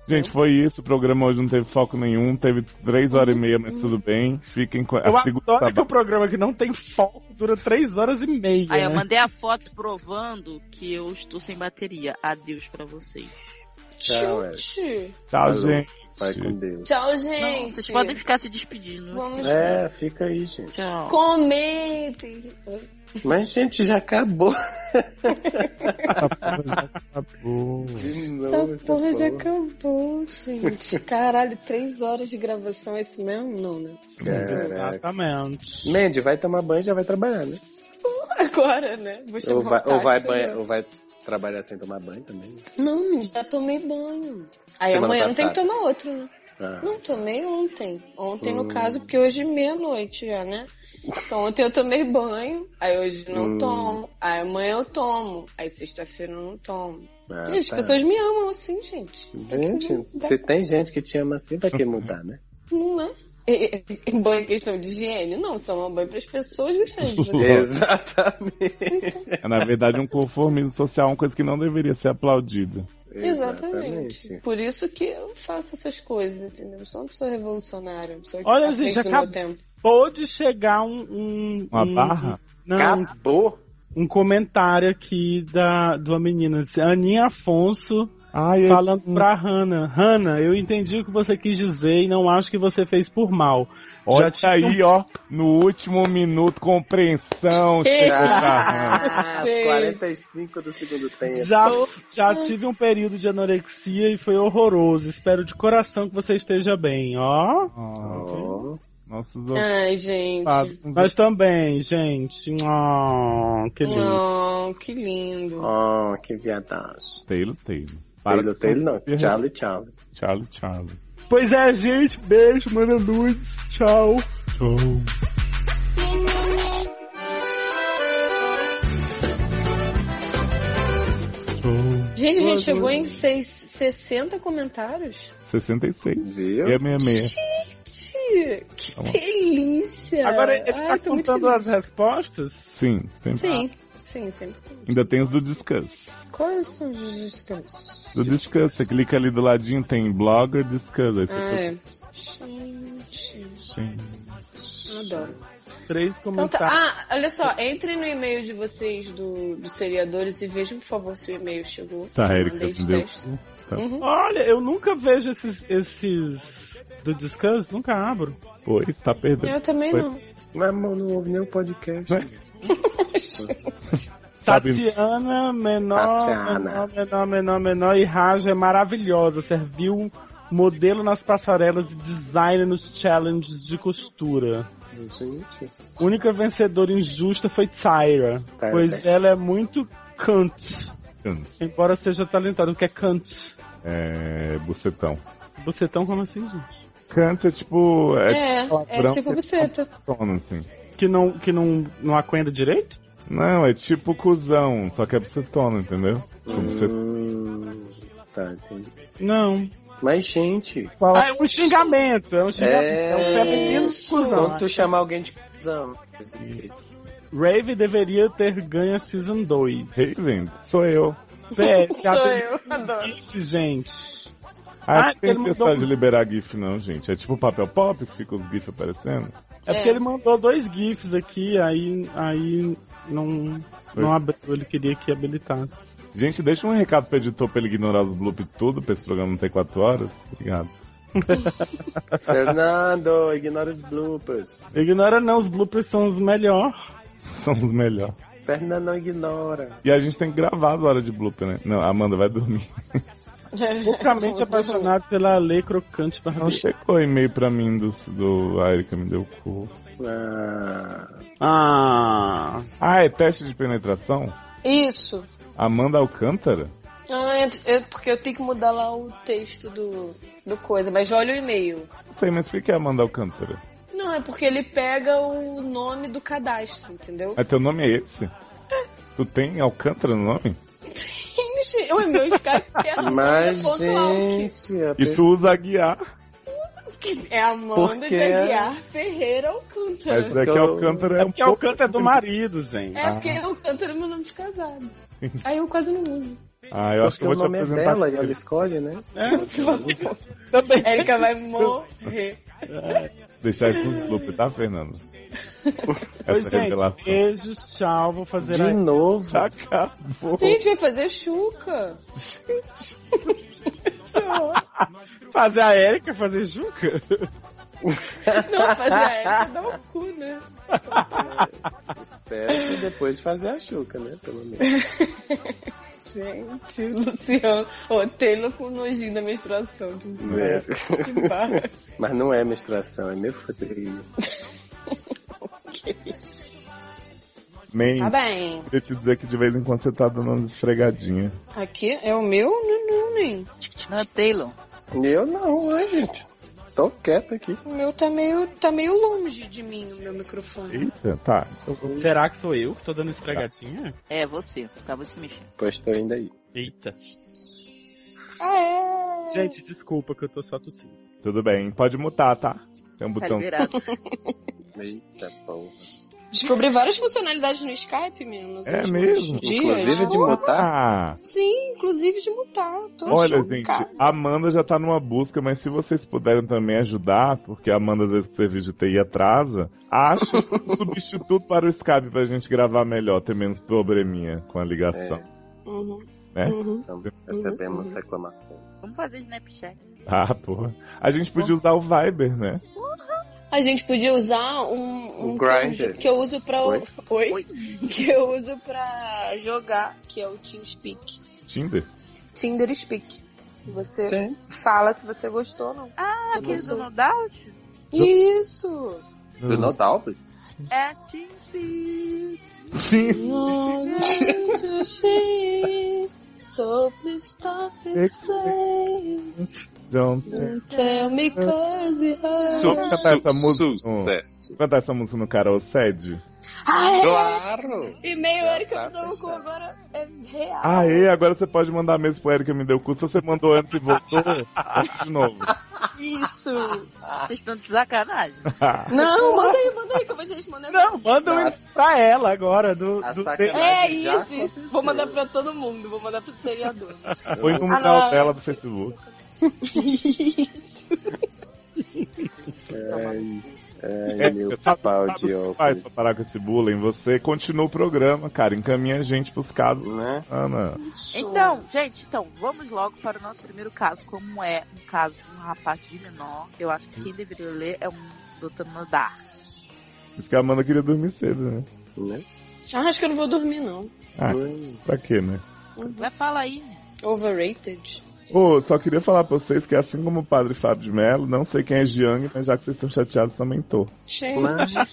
Speaker 3: Gente, foi isso. O programa hoje não teve foco nenhum. Teve três horas e meia, mas tudo bem. Fiquem com
Speaker 5: Eu
Speaker 3: a segunda. tá
Speaker 5: adoro que o programa que não tem foco dura três horas e meia.
Speaker 2: Aí eu
Speaker 5: né?
Speaker 2: mandei a foto provando que eu estou sem bateria. Adeus pra vocês.
Speaker 6: Tchau, Eric.
Speaker 4: Chute.
Speaker 3: Tchau,
Speaker 6: Falou.
Speaker 3: gente.
Speaker 6: Vai com Deus.
Speaker 4: Tchau,
Speaker 2: Não,
Speaker 4: gente.
Speaker 2: vocês podem ficar se despedindo.
Speaker 4: Vamos
Speaker 6: É, fica aí, gente.
Speaker 2: Tchau.
Speaker 4: Comentem.
Speaker 6: Mas, gente, já acabou.
Speaker 3: Acabou.
Speaker 6: De novo
Speaker 4: Essa
Speaker 6: essa
Speaker 4: porra já
Speaker 6: porra.
Speaker 4: acabou, gente. Caralho, três horas de gravação, é isso mesmo? Não, né?
Speaker 6: Caraca.
Speaker 5: Exatamente.
Speaker 6: Mandy, vai tomar banho e já vai trabalhar, né?
Speaker 4: Agora, né? Vou chamar
Speaker 6: Ou vai,
Speaker 4: o
Speaker 6: ou, vai
Speaker 4: táxi,
Speaker 6: banha-
Speaker 4: né?
Speaker 6: ou vai trabalhar sem tomar banho também. né?
Speaker 4: Não, já tomei banho. Aí
Speaker 6: Semana
Speaker 4: amanhã não tem que
Speaker 6: passada. Hum.
Speaker 4: tomar outro, né?
Speaker 6: Ah.
Speaker 4: Não, tomei ontem. Ontem, no caso, porque hoje é meia-noite já, né? Então ontem eu tomei banho, aí hoje não
Speaker 6: Hum.
Speaker 4: tomo, aí amanhã eu tomo, aí sexta-feira eu não tomo.
Speaker 6: Ah,
Speaker 4: Gente, As
Speaker 6: tá.
Speaker 4: pessoas me amam assim, gente.
Speaker 6: Gente, se tem gente que te ama assim, vai que mudar, né?
Speaker 4: Não é? E- e- Banho é questão de higiene? Não, só uma banho para as pessoas gostarem de
Speaker 6: (laughs)
Speaker 4: (laughs) você.
Speaker 6: (laughs) Exatamente.
Speaker 3: É, na verdade, um conformismo social é uma coisa que não deveria ser aplaudida.
Speaker 4: Exatamente. Por isso que eu faço essas coisas, entendeu? Eu sou uma pessoa revolucionária, uma pessoa que
Speaker 5: Olha,
Speaker 4: tá à
Speaker 5: gente,
Speaker 4: frente do meu
Speaker 5: acabou.
Speaker 4: tempo.
Speaker 5: Pode chegar um. um
Speaker 3: Uma
Speaker 5: um-
Speaker 3: barra?
Speaker 5: Não,
Speaker 6: Acabou.
Speaker 5: um comentário aqui da, de uma menina. disse, Aninha Afonso
Speaker 3: Ai, é eu...
Speaker 5: falando pra Hannah. Hannah, eu entendi o que você quis dizer e não acho que você fez por mal.
Speaker 3: Olha
Speaker 5: tinha-
Speaker 3: aí, ó, no último minuto, compreensão, chegou
Speaker 4: (laughs)
Speaker 3: pra Hannah.
Speaker 6: Às 45 do segundo tempo.
Speaker 5: Já, já tive um período de anorexia e foi horroroso. Espero de coração que você esteja bem, ó.
Speaker 3: Oh,
Speaker 6: Oh.
Speaker 3: nossos
Speaker 4: Ai, gente.
Speaker 5: Ah,
Speaker 3: ocupados.
Speaker 5: Nós também, gente. Ó, que lindo.
Speaker 4: Não, que lindo.
Speaker 6: Oh, que viadaço.
Speaker 3: Taylor, Taylor.
Speaker 6: Taylor,
Speaker 3: que
Speaker 6: Taylor
Speaker 3: são- (laughs)
Speaker 6: não. Charlie, Charlie.
Speaker 3: Charlie, Charlie.
Speaker 5: Pois é, gente. Beijo, manda nudes. Tchau.
Speaker 3: Show. Show.
Speaker 4: Gente, a gente chegou em seis, 60 comentários.
Speaker 3: 66.
Speaker 6: Viu?
Speaker 3: E a 66.
Speaker 4: Tia, que
Speaker 3: Tá bom.
Speaker 4: delícia!
Speaker 5: Agora ele
Speaker 4: É. Ai,
Speaker 5: tá
Speaker 4: tô muito
Speaker 5: contando
Speaker 4: feliz.
Speaker 5: as respostas?
Speaker 3: Sim, sempre.
Speaker 4: Sim, sim, é sempre.
Speaker 3: Ainda tem os do Discuss.
Speaker 4: Quais são os descansos?
Speaker 3: Do Discuss, você clica ali do ladinho, tem Blogger, Discuss. Aí você
Speaker 4: Ah, é.
Speaker 3: clica-
Speaker 4: Gente,
Speaker 3: Sim.
Speaker 4: adoro.
Speaker 5: Três
Speaker 4: Então tá.
Speaker 5: comentários.
Speaker 4: Ah, olha só, entrem no e-mail de vocês do, dos seriadores e vejam, por favor, se o e-mail chegou.
Speaker 3: Tá,
Speaker 4: Eu
Speaker 3: Erika,
Speaker 4: mandei de
Speaker 3: deu.
Speaker 4: texto. Ah.
Speaker 5: Olha, eu nunca vejo esses, esses do descanso, nunca abro.
Speaker 3: Oi, tá perdendo.
Speaker 4: Eu também
Speaker 3: Foi.
Speaker 4: não.
Speaker 6: Mas mano, não ouve nem o podcast.
Speaker 3: Vai. Sabe-
Speaker 5: Tatiana, menor,
Speaker 6: Tatiana.
Speaker 5: menor, menor, menor, menor e Raja é maravilhosa. Serviu um modelo nas passarelas e design nos challenges de costura.
Speaker 6: Gente.
Speaker 5: Única vencedora injusta foi Tyra,
Speaker 6: Tyra
Speaker 5: pois
Speaker 6: Banks.
Speaker 5: ela é muito cunt, embora seja talentada, o que é cunt?
Speaker 3: É. Bucetão.
Speaker 5: Você tão como assim, gente?
Speaker 3: Canta, tipo. É,
Speaker 4: É, é
Speaker 3: palavrão
Speaker 4: tipo
Speaker 3: que
Speaker 4: buceta.
Speaker 3: tona, assim.
Speaker 5: Que não, que não, não acuenda direito?
Speaker 3: Não, é tipo cuzão, só que é bucetona, entendeu? Tipo, bucetona.
Speaker 6: Hum, tá, entendi.
Speaker 5: Não.
Speaker 6: Mas, gente,
Speaker 5: Ah, é um xingamento, é um xingamento, é, um feminino
Speaker 6: quando
Speaker 5: cuzão. né?
Speaker 6: tu chamar alguém de cuzão.
Speaker 5: Rave deveria ter ganho a Season 2.
Speaker 3: Raven, sou eu.
Speaker 5: PS,
Speaker 4: (laughs)
Speaker 5: já
Speaker 4: Sou
Speaker 5: tem
Speaker 4: eu, adoro.
Speaker 5: GIF, gente.
Speaker 3: Ah,
Speaker 5: Ah,
Speaker 3: tem
Speaker 5: ele mandou-
Speaker 3: necessidade de liberar GIF, não, gente. É tipo papel pop que fica os GIF aparecendo.
Speaker 5: É,
Speaker 4: É.
Speaker 5: porque ele mandou dois GIFs aqui, aí, aí não, não abriu, ele queria que habilitasse.
Speaker 3: Gente, deixa um recado pro editor pra ele ignorar os bloop tudo, pra esse programa não ter 4 horas. tá Obrigado.
Speaker 6: Fernando, ignora os bloopers.
Speaker 5: Ignora não, os bloopers são os melhores.
Speaker 3: (laughs) Somos melhor.
Speaker 6: Fernando não ignora.
Speaker 3: E a gente tem que gravar as horas de bloop, né? Não, Amanda, vai
Speaker 5: (laughs)
Speaker 3: dormir.
Speaker 5: Loucamente apaixonado pela lei crocante
Speaker 3: Não
Speaker 5: barbeira.
Speaker 3: chegou e-mail pra mim do, do a Erika, me deu o cu.
Speaker 6: Ah,
Speaker 5: É. Ah,
Speaker 3: Ah, é teste de penetração?
Speaker 4: (laughs) Isso.
Speaker 3: Amanda Alcântara?
Speaker 4: Ah, é, é porque eu tenho que mudar lá o texto do, do coisa, mas olha o e-mail.
Speaker 3: Não sei, mas por que é Amanda Alcântara?
Speaker 4: Não, é porque ele pega o nome do cadastro, entendeu?
Speaker 3: Mas teu nome é esse? Tu tem Alcântara no nome?
Speaker 4: Gente, o meu Skype é
Speaker 5: Ah,
Speaker 6: mas,
Speaker 4: Amanda.alck.
Speaker 6: gente, a
Speaker 3: E tu
Speaker 6: pessoa...
Speaker 3: usa guiar.
Speaker 4: que É Amanda
Speaker 6: Porque
Speaker 4: de
Speaker 6: é-
Speaker 4: Aguiar Ferreira Alcântara.
Speaker 3: Mas é que
Speaker 6: Então-
Speaker 3: Alcântara é
Speaker 5: é
Speaker 3: um
Speaker 5: porque
Speaker 3: pouco...
Speaker 5: o canto é do marido, gente.
Speaker 4: É porque eu canto era meu nome de casado. Aí eu quase não uso.
Speaker 3: Ah, eu acho que
Speaker 6: Porque
Speaker 3: eu
Speaker 6: o
Speaker 3: vou te
Speaker 6: nome é
Speaker 3: apresentar.
Speaker 6: dela e ela escolhe, né?
Speaker 5: Também.
Speaker 4: Érica vai morrer.
Speaker 3: Deixar isso no loop, tá,
Speaker 5: (laughs)
Speaker 3: Fernando?
Speaker 5: Pois, é.
Speaker 3: Essa
Speaker 5: gente,
Speaker 3: revelação.
Speaker 5: beijos, tchau, vou fazer
Speaker 6: De
Speaker 5: a...
Speaker 6: novo.
Speaker 3: Já acabou.
Speaker 4: Gente, vai fazer chuca.
Speaker 5: Fazer a Erika fazer Juca?
Speaker 4: Não, é, fazer a Érica dá o cu, né?
Speaker 6: Espero que depois de fazer a chuca, né?
Speaker 3: (laughs)
Speaker 6: Pelo menos.
Speaker 4: Gente, o Luciano. Ô, Taylor com nojinho da menstruação. de Luciano.
Speaker 6: É.
Speaker 4: Que barra.
Speaker 6: Mas não é menstruação, é meu frio.
Speaker 3: Nem
Speaker 4: Tá bem.
Speaker 3: queria te dizer que de vez em quando você tá dando umas esfregadinhas.
Speaker 4: Aqui é o meu? Não, não, nem.
Speaker 12: Não, é Taylor.
Speaker 6: Eu não, né, gente? Tô quieto aqui.
Speaker 4: O meu tá meio, tá meio longe de mim, o meu microfone.
Speaker 3: Eita, tá. Eu vou-
Speaker 5: (laughs) Será que sou eu que tô dando esfregadinha?
Speaker 12: É, você. Tava se mexendo.
Speaker 6: Pois tô indo aí.
Speaker 5: Eita.
Speaker 4: É.
Speaker 5: Gente, desculpa que eu tô só tossindo.
Speaker 3: Tudo bem, pode mutar, tá? Tem um
Speaker 12: Tá
Speaker 3: botão.
Speaker 12: liberado.
Speaker 6: Eita porra.
Speaker 4: Descobri várias funcionalidades no Skype, menino. nos
Speaker 3: É
Speaker 4: últimos
Speaker 3: mesmo?
Speaker 4: Dias.
Speaker 6: Inclusive de mutar.
Speaker 3: Ah,
Speaker 4: Sim, inclusive de mutar. Tô
Speaker 3: olha,
Speaker 4: chocada.
Speaker 3: gente, a Amanda já tá numa busca, mas se vocês puderem também ajudar, porque a Amanda às vezes o serviço de TI atrasa, acho
Speaker 4: (laughs)
Speaker 3: um substituto para o Skype pra gente gravar melhor, ter menos probleminha com a ligação.
Speaker 4: Uhum.
Speaker 3: É.
Speaker 4: Uhum.
Speaker 6: Então, recebemos reclamações.
Speaker 12: Vamos fazer Snapchat.
Speaker 3: Ah, porra. A gente podia usar o Viber, né?
Speaker 4: A gente podia usar um, um
Speaker 6: O Grindr.
Speaker 4: que eu uso pra.
Speaker 6: Oi?
Speaker 4: (laughs) Oi? Que eu uso pra jogar, que é o TeamSpeak.
Speaker 3: Tinder.
Speaker 4: Tinder Speak. Você
Speaker 6: Sim.
Speaker 4: fala se você gostou ou não.
Speaker 12: Ah, aquele
Speaker 4: Começou.
Speaker 12: do Nodout?
Speaker 4: Isso!
Speaker 3: Hum.
Speaker 6: Do Nodalb?
Speaker 12: É Teamspeak.
Speaker 3: Sim.
Speaker 4: So please stop explaining.
Speaker 3: (laughs) Então,
Speaker 4: Tell me cause it hurts.
Speaker 3: Su- cantar essa música.
Speaker 6: Sucesso.
Speaker 3: cantar essa música no Carol Sede?
Speaker 4: Ah,
Speaker 6: Claro!
Speaker 4: é? E-mail
Speaker 6: Já
Speaker 4: Erika
Speaker 6: tá
Speaker 4: me deu um cu
Speaker 6: fechado.
Speaker 4: agora é real.
Speaker 3: Aê, agora você pode mandar mesmo pro Erika me deu cu. Se você mandou antes e voltou, (laughs) volta de novo.
Speaker 4: Isso!
Speaker 12: Ah. Vocês estão de sacanagem.
Speaker 6: Ah.
Speaker 4: Não, manda aí, manda aí que eu vou te responder.
Speaker 5: Não, manda um
Speaker 6: Nossa.
Speaker 5: pra ela agora. Do,
Speaker 6: A
Speaker 5: do-
Speaker 6: sacanagem.
Speaker 4: É
Speaker 6: Já
Speaker 4: isso, isso. Vou mandar pra todo mundo, vou mandar pro seriador.
Speaker 3: Foi no
Speaker 4: Ah,
Speaker 3: canal
Speaker 4: não.
Speaker 3: dela do Facebook.
Speaker 6: Ai, é meu
Speaker 3: sabe-
Speaker 6: pau
Speaker 3: sabe
Speaker 6: de
Speaker 3: o que faz pra
Speaker 6: óculos.
Speaker 3: parar com esse bullying? Você continua o programa, cara. Encaminha a gente pros casos. Ah,
Speaker 6: Né?
Speaker 3: Ana,
Speaker 12: Então, gente, então, vamos logo para o nosso primeiro caso. Como é um caso de um rapaz de menor, eu acho que quem deveria ler é um Dr. Nodar.
Speaker 3: porque a Amanda queria dormir cedo, né?
Speaker 6: Né?
Speaker 4: Ah, acho que eu não vou dormir, não.
Speaker 3: Ah.
Speaker 6: Hum.
Speaker 3: Pra quê, né?
Speaker 12: Vai falar aí, né?
Speaker 4: Overrated.
Speaker 3: Ô, só queria falar pra vocês que assim como o padre Fábio de Mello, não sei quem é Jiang, mas já que vocês estão chateados, também tô.
Speaker 4: Gente.
Speaker 6: Mas, gente,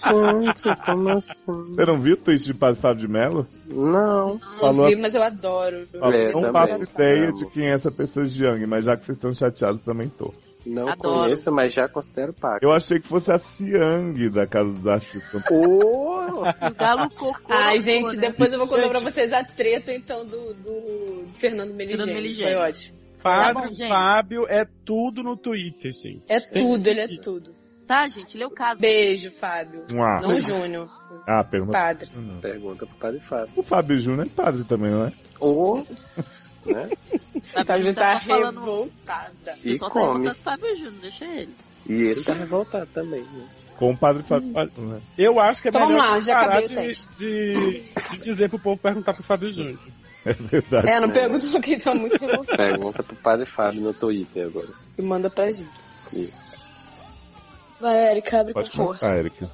Speaker 6: como assim?
Speaker 3: Você não viu o tweet de padre Fábio de Mello?
Speaker 6: Não.
Speaker 4: Não
Speaker 3: Falou-
Speaker 4: vi, mas eu adoro.
Speaker 6: Falou-
Speaker 4: Eu
Speaker 6: também.
Speaker 3: não
Speaker 4: adoro
Speaker 3: faço
Speaker 4: essa-
Speaker 3: ideia
Speaker 6: Amo.
Speaker 3: de quem é essa pessoa de Jiang, mas já que vocês estão chateados, também tô.
Speaker 6: Não
Speaker 12: Adoro.
Speaker 6: conheço, mas já considero pago.
Speaker 3: Eu achei que fosse a Siang da Casa dos Artistas.
Speaker 6: Ô!
Speaker 12: (laughs) O galo cocô.
Speaker 4: Ai,
Speaker 12: não
Speaker 4: gente,
Speaker 12: foi, né?
Speaker 4: depois eu vou contar pra vocês a treta, então, do, do Fernando Meligeni.
Speaker 12: Meligeni.
Speaker 4: Foi ótimo.
Speaker 5: Padre
Speaker 12: Tá bom, gente.
Speaker 5: Fábio é tudo no Twitter, gente.
Speaker 4: É tudo, ele é tudo.
Speaker 12: Tá, gente, lê o caso.
Speaker 4: Beijo, Fábio.
Speaker 3: Ah,
Speaker 4: Não Júnior,
Speaker 3: ah pergunta.
Speaker 4: padre.
Speaker 6: Pergunta pro padre Fábio.
Speaker 3: O Fábio Júnior é padre também, não é?
Speaker 6: Ô! Né?
Speaker 12: Sabe,
Speaker 4: Fábio
Speaker 12: gente,
Speaker 4: tá
Speaker 12: só falando-
Speaker 4: revoltada.
Speaker 12: O
Speaker 6: E
Speaker 12: pessoal tá
Speaker 6: come.
Speaker 12: revoltado, sabe, Júnior? Deixa ele.
Speaker 6: E ele tá revoltado também. Né?
Speaker 3: Com o padre Fábio Júnior, né?
Speaker 5: Eu acho que é
Speaker 4: Então vamos
Speaker 5: melhor
Speaker 4: lá, já
Speaker 5: parar
Speaker 4: acabei o
Speaker 5: de,
Speaker 4: teste.
Speaker 5: de- de dizer pro povo perguntar pro Fábio Júnior.
Speaker 3: É verdade.
Speaker 4: É, não pergunta porque ele tá muito revoltado.
Speaker 6: Pergunta pro padre Fábio no Twitter agora.
Speaker 4: E manda pra gente.
Speaker 6: Sim.
Speaker 4: Vai, Erika, abre
Speaker 3: Pode Ah,
Speaker 4: com força.
Speaker 3: contar, Erika.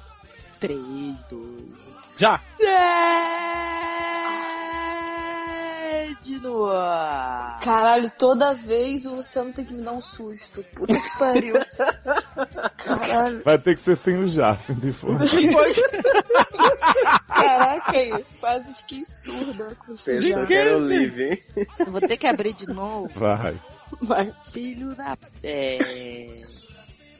Speaker 12: 3, 2,
Speaker 5: Já!
Speaker 12: Sede no ar.
Speaker 2: é.
Speaker 4: Caralho, toda vez o Luciano tem que me dar um susto. Puta que (laughs) pariu. Caralho.
Speaker 3: Vai ter que ser sem o já, se não for.
Speaker 4: (laughs) Caraca, eu quase fiquei surda com você.
Speaker 6: Pensa
Speaker 4: já.
Speaker 6: que era o Live, hein?
Speaker 12: Eu Vou ter que abrir de novo.
Speaker 3: Vai.
Speaker 4: Vai.
Speaker 12: Filho da... É...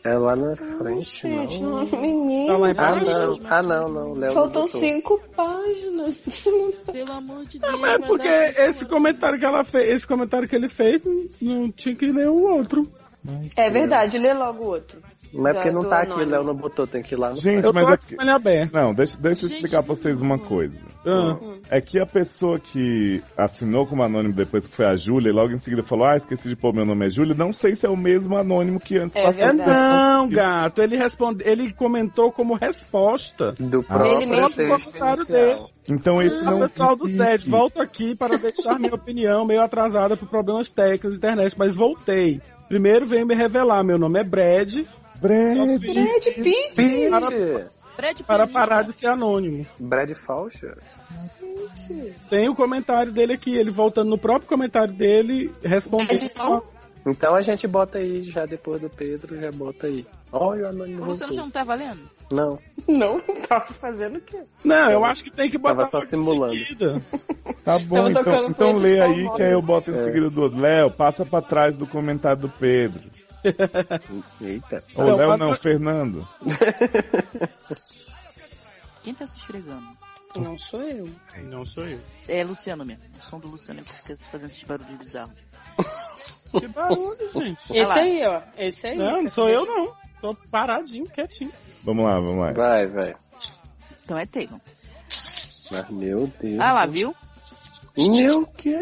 Speaker 6: É lá na frente,
Speaker 4: Gente,
Speaker 6: não.
Speaker 4: não, menino.
Speaker 5: Tá lá
Speaker 6: Ah,
Speaker 5: embaixo.
Speaker 6: não. Ah, não, não. Léo não
Speaker 4: Faltam
Speaker 6: botou.
Speaker 4: cinco páginas.
Speaker 12: Pelo amor de Deus.
Speaker 5: É
Speaker 12: vai
Speaker 5: porque
Speaker 12: dar uma
Speaker 5: esse
Speaker 12: semana.
Speaker 5: comentário que ela fez, esse comentário que ele fez, não- não tinha que ler o outro.
Speaker 4: É verdade, lê logo o outro.
Speaker 6: Mas porque não
Speaker 4: Já
Speaker 6: tá
Speaker 4: tô
Speaker 6: aqui, o
Speaker 4: anônimo.
Speaker 6: Léo não botou, tem que ir lá no
Speaker 3: Gente,
Speaker 5: Eu
Speaker 3: mas
Speaker 5: tô
Speaker 3: é
Speaker 5: aqui
Speaker 3: que...
Speaker 5: com ele aberto.
Speaker 3: Não, deixa, deixa eu
Speaker 12: Gente,
Speaker 3: explicar pra vocês uma coisa.
Speaker 5: Ah,
Speaker 3: É que a pessoa que assinou como anônimo depois que foi a Júlia, e logo em seguida falou, ah, esqueci de pôr meu nome é Júlia, não sei se é o mesmo anônimo que antes.
Speaker 4: É
Speaker 3: passou.
Speaker 5: É
Speaker 4: verdade.
Speaker 5: não, gato. Ele responde, ele comentou como resposta.
Speaker 6: Do
Speaker 4: Ele
Speaker 6: próprio
Speaker 4: mesmo
Speaker 6: texto
Speaker 5: comentário
Speaker 6: inicial.
Speaker 3: Então
Speaker 4: Ah,
Speaker 3: esse
Speaker 5: O
Speaker 3: não...
Speaker 5: pessoal do
Speaker 3: existe.
Speaker 5: SED, volto aqui para deixar minha opinião meio atrasada por problemas técnicos da internet, mas voltei. Primeiro veio me revelar, meu nome é Brad,
Speaker 3: Breve.
Speaker 5: só fiz
Speaker 4: Brad Pitt?
Speaker 6: Pitch!
Speaker 12: Fred
Speaker 5: para
Speaker 12: Pereira.
Speaker 5: parar de ser anônimo.
Speaker 6: Brad Falcha?
Speaker 5: Tem o comentário dele aqui, ele voltando no próprio comentário dele, respondendo.
Speaker 6: Então a gente bota aí, já depois do Pedro, já bota aí. Olha o anônimo
Speaker 12: O Luciano já
Speaker 6: voltou.
Speaker 12: não tá valendo?
Speaker 6: Não,
Speaker 4: Não, tava fazendo o quê?
Speaker 5: Não, eu acho que tem que botar
Speaker 6: tava só
Speaker 5: logo em
Speaker 6: simulando.
Speaker 5: seguida.
Speaker 3: Tá bom,
Speaker 4: Tava
Speaker 3: então,
Speaker 4: tocando
Speaker 3: então
Speaker 4: punheta
Speaker 3: lê
Speaker 4: de
Speaker 3: aí
Speaker 4: palmola.
Speaker 3: que aí eu boto em
Speaker 6: É.
Speaker 3: seguida do outro. Léo, passa pra trás do comentário do Pedro.
Speaker 6: Eita.
Speaker 3: Ô, Léo não, Fernando.
Speaker 2: Quem tá se esfregando?
Speaker 4: Não sou eu.
Speaker 5: Não sou eu.
Speaker 2: É Luciano mesmo. O som do Luciano é que fica fazendo esses barulhos bizarros.
Speaker 5: Que barulho,
Speaker 4: (laughs)
Speaker 5: gente.
Speaker 4: Esse aí, ó. Esse aí.
Speaker 5: Não, não sou eu não. Tô paradinho, quietinho.
Speaker 3: Vamos lá, vamos lá.
Speaker 6: Vai, vai.
Speaker 2: Então é Taylor.
Speaker 6: Mas, meu Deus.
Speaker 2: Ah lá, viu?
Speaker 6: Meu (laughs) que.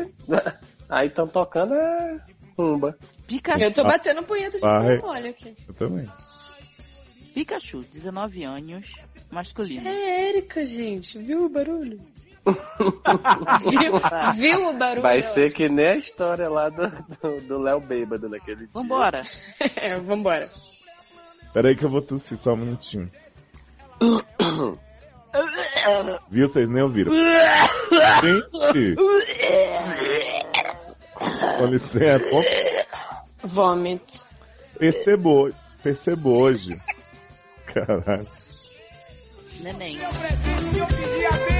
Speaker 6: Aí estão tocando é rumba.
Speaker 2: Pikachu,
Speaker 4: Eu tô batendo punheta de
Speaker 3: Vai.
Speaker 4: pão mole aqui.
Speaker 3: Eu também.
Speaker 2: Pikachu 19 anos, masculino.
Speaker 4: É Érica, gente. Viu o (laughs) barulho? viu, viu o barulho?
Speaker 6: Vai ser que nem a história lá do do- do Léo Bêbado naquele dia.
Speaker 2: Vambora.
Speaker 4: (laughs) É, vambora.
Speaker 3: Peraí que eu vou tossir só um minutinho. Viu? Vocês nem ouviram. Gente! Com licença, bom,
Speaker 4: Vômito.
Speaker 3: percebo, ho- percebo hoje. Caralho.
Speaker 2: Neném.
Speaker 8: Presente que eu pedi a Deus. (laughs)